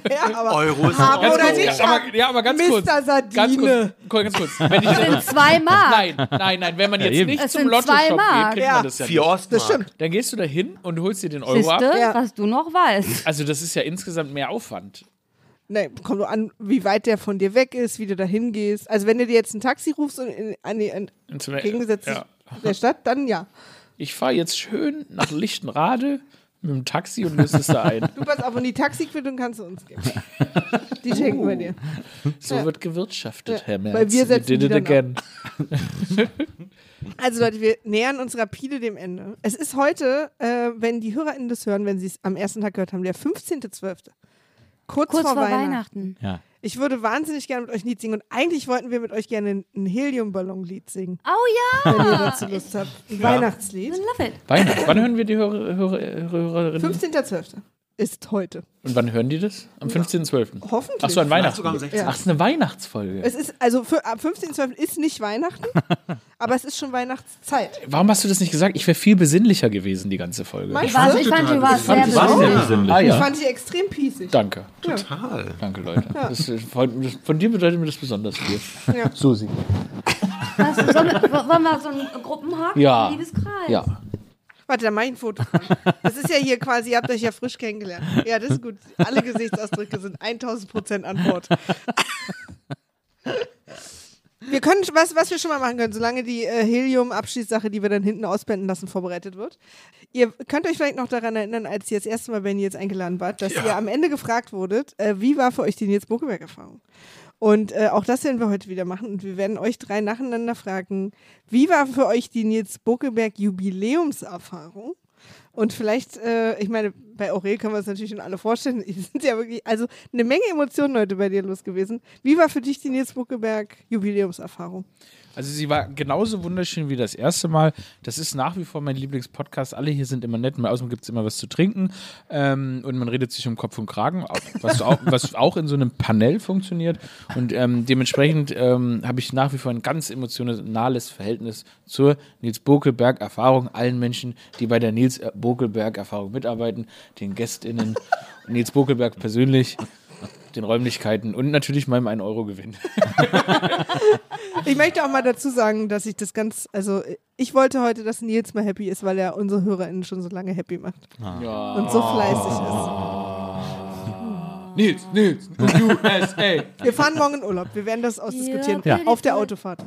[SPEAKER 2] Ja, aber
[SPEAKER 10] Euro
[SPEAKER 2] ist haben
[SPEAKER 5] Ganz
[SPEAKER 2] oder
[SPEAKER 5] kurz,
[SPEAKER 2] nicht
[SPEAKER 5] ja,
[SPEAKER 2] haben.
[SPEAKER 5] aber, ja, aber ganz kurz.
[SPEAKER 2] Mr. Sardine.
[SPEAKER 5] Ganz kurz, kurz, ganz kurz. Wenn ich,
[SPEAKER 9] Das <laughs> sind zwei Mark.
[SPEAKER 5] Nein, nein, nein. Wenn man
[SPEAKER 4] Ja,
[SPEAKER 5] jetzt
[SPEAKER 4] eben.
[SPEAKER 5] nicht
[SPEAKER 9] Es
[SPEAKER 5] zum
[SPEAKER 9] sind
[SPEAKER 5] Lotto-Shop
[SPEAKER 9] zwei
[SPEAKER 5] geht,
[SPEAKER 9] Mark.
[SPEAKER 5] kriegt
[SPEAKER 9] Ja.
[SPEAKER 5] man das ja
[SPEAKER 10] Vier
[SPEAKER 5] nicht.
[SPEAKER 10] Ostmark.
[SPEAKER 5] Dann gehst du da hin und holst dir den Euro
[SPEAKER 9] Siehste,
[SPEAKER 5] ab.
[SPEAKER 9] was du noch weißt.
[SPEAKER 5] Also das ist ja insgesamt mehr Aufwand.
[SPEAKER 2] Nee, kommt Ne, nur an, wie weit der von dir weg ist, wie du da hingehst. Also wenn du dir jetzt ein Taxi rufst und in, an die an,
[SPEAKER 5] Und zum-
[SPEAKER 2] Gegensatz
[SPEAKER 5] ja.
[SPEAKER 2] der Stadt, dann ja.
[SPEAKER 5] Ich fahre jetzt schön nach Lichtenrade mit dem Taxi und löse es
[SPEAKER 2] <laughs>
[SPEAKER 5] da ein.
[SPEAKER 2] Du pass auf und die Taxiquittung kannst du uns
[SPEAKER 5] <laughs>
[SPEAKER 2] geben. Die schenken wir dir.
[SPEAKER 5] So wird gewirtschaftet,
[SPEAKER 2] Ja,
[SPEAKER 5] Herr Merz.
[SPEAKER 2] weil wir setzen
[SPEAKER 5] We
[SPEAKER 2] die
[SPEAKER 5] did it
[SPEAKER 2] dann
[SPEAKER 5] again.
[SPEAKER 2] Also Leute, wir nähern uns rapide dem Ende. Es ist heute, äh, wenn die HörerInnen das hören, wenn sie es am ersten Tag gehört haben, der 15.12. Kurz,
[SPEAKER 9] Kurz
[SPEAKER 2] vor, Weihnachten.
[SPEAKER 4] Ja.
[SPEAKER 2] Ich würde wahnsinnig gerne mit euch ein Lied singen und eigentlich wollten wir mit euch gerne ein Heliumballon-Lied singen,
[SPEAKER 9] Oh
[SPEAKER 2] wenn ihr <laughs>
[SPEAKER 9] ja.
[SPEAKER 5] <laughs>
[SPEAKER 2] dazu Lust habt. Ein Weihnachtslied.
[SPEAKER 9] Love it.
[SPEAKER 5] Weihnachten. Wann hören wir die Hörer, Hörer, Hörerinnen?
[SPEAKER 2] 15.12. ist heute.
[SPEAKER 5] Und wann hören die das? Am 15.12.
[SPEAKER 2] Hoffentlich.
[SPEAKER 5] Achso, an Weihnachten.
[SPEAKER 10] sogar am 16..
[SPEAKER 5] Ach, es ist eine Weihnachtsfolge.
[SPEAKER 2] Es ist, also für, ab 15.12. ist
[SPEAKER 9] <laughs>
[SPEAKER 2] nicht Weihnachten, aber es ist schon Weihnachtszeit.
[SPEAKER 5] Warum hast du das nicht gesagt? Ich wäre viel besinnlicher gewesen, die ganze Folge.
[SPEAKER 2] Meinst
[SPEAKER 9] Ich, war, ich fand, du warst sehr
[SPEAKER 5] Fand- warst du
[SPEAKER 9] besorgt.
[SPEAKER 5] besinnlich? Ah,
[SPEAKER 2] Ich
[SPEAKER 5] ja.
[SPEAKER 2] fand die extrem piesig.
[SPEAKER 5] Danke.
[SPEAKER 10] Total.
[SPEAKER 5] Danke, Leute. Das, ist- von, von dir bedeutet mir das besonders viel.
[SPEAKER 2] Ja.
[SPEAKER 5] Susi.
[SPEAKER 9] Sollen wir- wollen wir so einen Gruppenhaken?
[SPEAKER 5] Ja.
[SPEAKER 9] Liebeskreis.
[SPEAKER 5] Ja.
[SPEAKER 2] Warte, da mach ich ein Foto von. Das ist ja hier quasi, ihr habt euch ja frisch kennengelernt. Ja, das ist gut. Alle Gesichtsausdrücke sind 1000% Antwort. Wir können, was, was wir schon mal machen können, solange die äh, Helium-Abschiedssache, die wir dann hinten ausblenden lassen, vorbereitet wird. Ihr könnt euch vielleicht noch daran erinnern, als ihr das erste Mal bei Nils eingeladen wart, dass ihr am Ende gefragt wurdet, äh, wie war für euch die Nils-Buckeberg-Erfahrung? Und äh, auch das werden wir heute wieder machen. Und wir werden euch drei nacheinander fragen, wie war für euch die Nils Buckelberg-Jubiläumserfahrung? Und vielleicht, äh, ich meine, bei Aurel können wir uns natürlich schon alle vorstellen, <laughs> die sind ja wirklich, also eine Menge Emotionen heute bei dir los gewesen. Wie war für dich die Nils Buckelberg-Jubiläumserfahrung?
[SPEAKER 5] Also sie war genauso wunderschön wie das erste Mal. Das ist nach wie vor mein Lieblingspodcast. Alle hier sind immer nett. Mal außerdem gibt es immer was zu trinken. Ähm, und man redet sich um Kopf und Kragen, au- was auch, was auch in so einem Panel funktioniert. Und ähm, dementsprechend ähm, habe ich nach wie vor ein ganz emotionales Verhältnis zur Nils Bokelberg-Erfahrung. Allen Menschen, die bei der Nils Bokelberg-Erfahrung mitarbeiten, den GästInnen, Nils Bokelberg persönlich, den Räumlichkeiten und natürlich meinem 1-Euro-Gewinn.
[SPEAKER 2] Ich möchte auch mal dazu sagen, dass ich das ganz, also ich wollte heute, dass Nils mal happy ist, weil er unsere HörerInnen schon so lange happy macht. Und so fleißig
[SPEAKER 5] Nils, Nils, USA.
[SPEAKER 2] ist. Wir fahren morgen in Urlaub. Wir werden das ausdiskutieren.
[SPEAKER 4] Ja.
[SPEAKER 2] Auf der Autofahrt.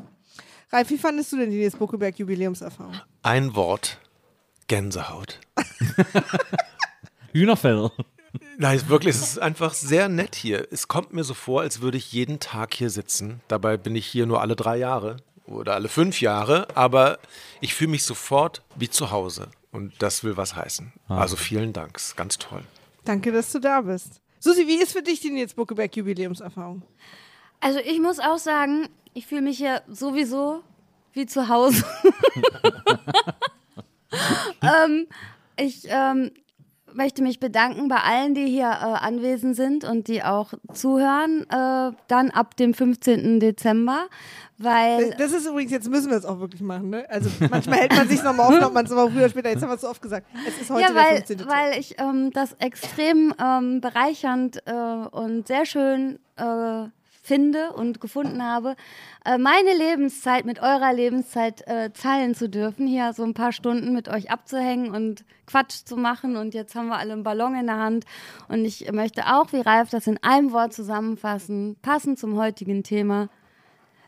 [SPEAKER 2] Ralf, wie fandest du denn die Nils Buckelberg-Jubiläumserfahrung?
[SPEAKER 10] Ein Wort. Gänsehaut.
[SPEAKER 4] Hühnerfell.
[SPEAKER 10] Nein, es- wirklich, es ist einfach sehr nett hier. Es kommt mir so vor, als würde ich jeden Tag hier sitzen. Dabei bin ich hier nur alle drei Jahre oder alle fünf Jahre, aber ich fühle mich sofort wie zu Hause. Und das will was heißen.
[SPEAKER 5] Ah.
[SPEAKER 10] Also vielen Dank, ist ganz toll.
[SPEAKER 2] Danke, dass du da bist. Susi, wie ist für dich die Nils Buckelberg-Jubiläumserfahrung?
[SPEAKER 9] Also ich muss auch sagen, ich fühle mich hier sowieso wie zu
[SPEAKER 5] <laughs>
[SPEAKER 9] Hause. ähm, ich ähm, möchte mich bedanken bei allen, die hier äh, anwesend sind und die auch zuhören, äh, dann ab dem 15. Dezember, weil...
[SPEAKER 2] Das ist übrigens, jetzt müssen wir es auch wirklich machen, ne? Also manchmal hält man sich nochmal auf, ob man es aber früher oder später, jetzt haben wir es so oft gesagt. Es ist heute
[SPEAKER 9] ja, weil,
[SPEAKER 2] der 15. Dezember.
[SPEAKER 9] weil ich ähm, das extrem ähm, bereichernd äh, und sehr schön äh, finde und gefunden habe, äh, meine Lebenszeit mit eurer Lebenszeit äh, teilen zu dürfen, hier so ein paar Stunden mit euch abzuhängen und Quatsch zu machen. Und jetzt haben wir alle einen Ballon in der Hand. Und ich möchte auch, wie Ralf das in einem Wort zusammenfassen, passend zum heutigen Thema.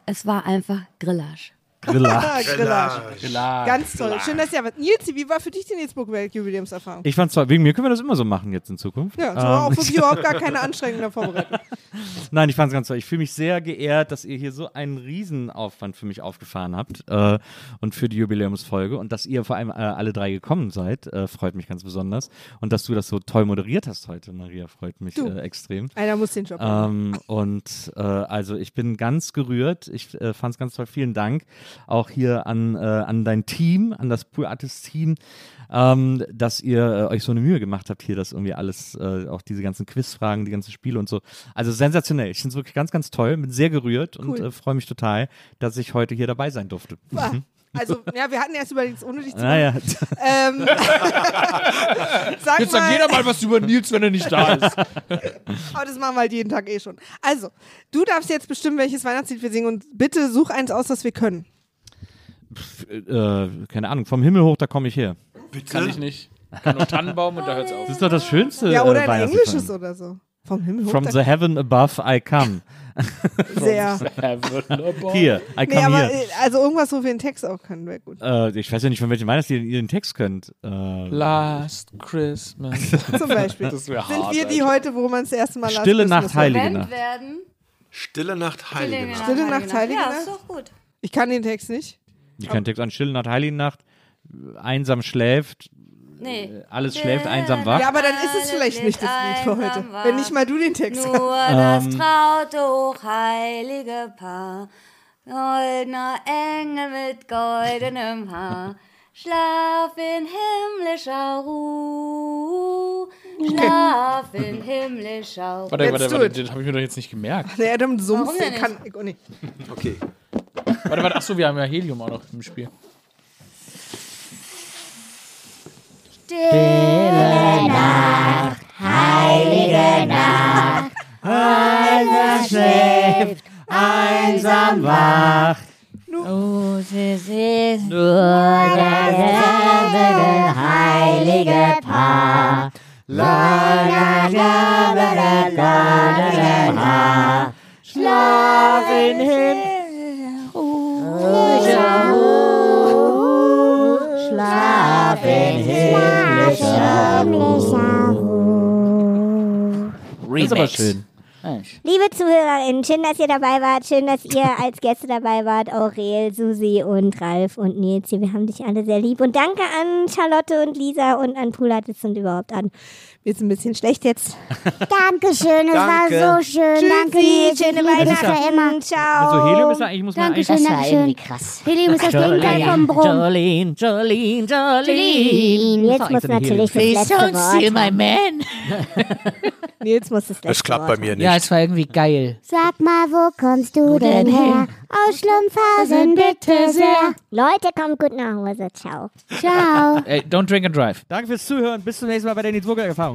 [SPEAKER 9] Es war einfach Grillage.
[SPEAKER 4] Grillage.
[SPEAKER 2] Grillage.
[SPEAKER 4] Grillage.
[SPEAKER 2] Ganz toll. Schön, dass ihr aber. Nilsi, wie war für dich die Netzburg Welt Jubiläumserfahrung?
[SPEAKER 4] Ich fand zwar, wegen mir können wir das immer so machen jetzt in Zukunft.
[SPEAKER 2] ja, es war
[SPEAKER 4] Ähm,
[SPEAKER 2] auch wirklich überhaupt gar keine Anstrengung der Vorbereitung.
[SPEAKER 4] <laughs> Nein, ich fand es ganz toll. Ich fühle mich sehr geehrt, dass ihr hier so einen Riesenaufwand für mich aufgefahren habt äh, und für die Jubiläumsfolge und dass ihr vor allem äh, alle drei gekommen seid, äh, freut mich ganz besonders. Und dass du das so toll moderiert hast heute, Maria, freut mich
[SPEAKER 2] Du.
[SPEAKER 4] äh, extrem.
[SPEAKER 2] <laughs> Einer muss den Job
[SPEAKER 4] ähm, Und äh, also ich bin ganz gerührt. Ich äh, fand es ganz toll. Vielen Dank auch hier an, äh, an dein Team, an das Pool Artist Team, ähm, dass ihr äh, euch so eine Mühe gemacht habt, hier das irgendwie alles, äh, auch diese ganzen Quizfragen, die ganzen Spiele und so. Also sensationell. Ich finde es wirklich ganz, ganz toll. Bin sehr gerührt und
[SPEAKER 2] Cool.
[SPEAKER 4] äh, freue mich total, dass ich heute hier dabei sein durfte. Ah,
[SPEAKER 2] Ah, Also, ja, wir hatten erst überlegt, es ohne dich zu
[SPEAKER 4] Naja.
[SPEAKER 2] machen.
[SPEAKER 5] <laughs>
[SPEAKER 2] Ähm, sag
[SPEAKER 5] Jetzt
[SPEAKER 2] mal,
[SPEAKER 5] sagt jeder mal was über Nils, wenn er nicht da <laughs> ist.
[SPEAKER 2] Aber das machen wir halt jeden Tag eh schon. Also, du darfst jetzt bestimmen, welches Weihnachtslied wir singen und bitte such eins aus, das wir können.
[SPEAKER 4] Pff, <laughs> äh, keine Ahnung, vom Himmel hoch, da komme ich her.
[SPEAKER 5] Kann ich nicht. Kann nur Tannenbaum und da hört's auf. <laughs>
[SPEAKER 4] Das ist doch das Schönste.
[SPEAKER 2] Ja,
[SPEAKER 4] äh,
[SPEAKER 2] oder ein
[SPEAKER 4] Weihnachtslied.
[SPEAKER 2] englisches oder so. Vom Himmel hoch.
[SPEAKER 4] From
[SPEAKER 2] da-
[SPEAKER 4] the heaven above I come.
[SPEAKER 2] Sehr.
[SPEAKER 4] Hier, I
[SPEAKER 2] Nee,
[SPEAKER 4] come
[SPEAKER 2] aber,
[SPEAKER 4] here.
[SPEAKER 2] äh, also irgendwas, wo wir den Text auch können, wäre gut.
[SPEAKER 4] Äh, ich weiß ja nicht, von welchem Weihnachtslied ihr den Text könnt. Äh,
[SPEAKER 5] Last Christmas.
[SPEAKER 4] <laughs>
[SPEAKER 2] Zum Beispiel.
[SPEAKER 4] Das wär
[SPEAKER 2] Sind
[SPEAKER 4] hart,
[SPEAKER 2] wir die
[SPEAKER 4] Alter.
[SPEAKER 2] heute, wo man das erste Mal Last
[SPEAKER 4] Stille
[SPEAKER 2] Christmas
[SPEAKER 4] Nacht, Heilige
[SPEAKER 2] hört?
[SPEAKER 4] Nacht.
[SPEAKER 9] werden.
[SPEAKER 10] Stille Nacht, heilige Nacht.
[SPEAKER 2] Stille Nacht, Heilige
[SPEAKER 9] Ja,
[SPEAKER 2] Nacht.
[SPEAKER 9] ist doch gut.
[SPEAKER 2] Ich kann den Text nicht.
[SPEAKER 4] Ihr könnt Text an Stille Nacht, Heiligen Nacht, einsam schläft, Äh,
[SPEAKER 9] Nee.
[SPEAKER 4] alles schläft, einsam wach.
[SPEAKER 2] Ja, aber dann ist es vielleicht nicht das Lied für heute. Wenn nicht mal du den Text
[SPEAKER 9] Nur das
[SPEAKER 4] Ähm.
[SPEAKER 9] traute, hochheilige Paar, goldener Engel mit goldenem Haar, schlaf in himmlischer Ruhe, schlaf in himmlischer Ruhe.
[SPEAKER 5] Warte, warte, warte, den habe ich mir doch jetzt nicht gemerkt.
[SPEAKER 2] Nee, Adam
[SPEAKER 9] Warum
[SPEAKER 2] Sumpf,
[SPEAKER 9] denn
[SPEAKER 2] den kann oh, ich auch nicht.
[SPEAKER 10] Okay.
[SPEAKER 5] Warte, warte, achso, wir haben ja Helium auch noch im Spiel.
[SPEAKER 9] Stille Nacht, heilige Nacht, einsam schläft, einsam wacht. Nur es ist nur das selbe heilige Paar. La la la la la la la la. Schlafen hin. Schlafen himmlischer
[SPEAKER 5] Remix. Das ist aber schön.
[SPEAKER 14] Liebe ZuhörerInnen, schön, dass ihr dabei wart. Schön, dass ihr als Gäste dabei wart. Aurel, Susi und Ralf und Nils. Wir haben dich alle sehr lieb. Und danke an Charlotte und Lisa und an Pulatis und überhaupt an. Mir ist ein bisschen schlecht
[SPEAKER 2] <laughs>
[SPEAKER 14] jetzt. Dankeschön,
[SPEAKER 4] es war Danke. so
[SPEAKER 14] schön.
[SPEAKER 2] Tschüssi, Danke, Nils. schöne Ich liebe dich für
[SPEAKER 14] Weihnachten. Immer.
[SPEAKER 4] Wenn
[SPEAKER 14] Ciao.
[SPEAKER 4] so Also Helium ist, eigentlich muss man eigentlich...
[SPEAKER 14] Dankeschön, Dankeschön.
[SPEAKER 15] krass.
[SPEAKER 14] Helium ist das Gegenteil vom Brumm.
[SPEAKER 15] Jolene, Jolene, Jolene.
[SPEAKER 14] Jolene. Jetzt muss natürlich das
[SPEAKER 15] Please
[SPEAKER 14] letzte
[SPEAKER 15] don't
[SPEAKER 14] Wort
[SPEAKER 15] steal my
[SPEAKER 14] kommen.
[SPEAKER 15] man.
[SPEAKER 14] Nils muss das
[SPEAKER 10] Es klappt bei mir nicht.
[SPEAKER 15] Ja, es war irgendwie geil.
[SPEAKER 14] Sag mal, wo kommst du denn
[SPEAKER 15] denn
[SPEAKER 14] her?
[SPEAKER 15] her?
[SPEAKER 14] Aus Schlumpfhausen, bitte sehr. Leute, kommt gut nach Hause. Ciao. Ciao.
[SPEAKER 5] Ey, don't drink and drive.
[SPEAKER 4] Danke fürs Zuhören. Bis zum nächsten Mal bei der Nitzburger-Erfahrung.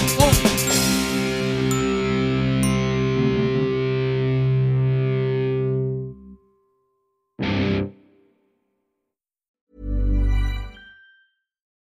[SPEAKER 3] Joker-Erfahrung.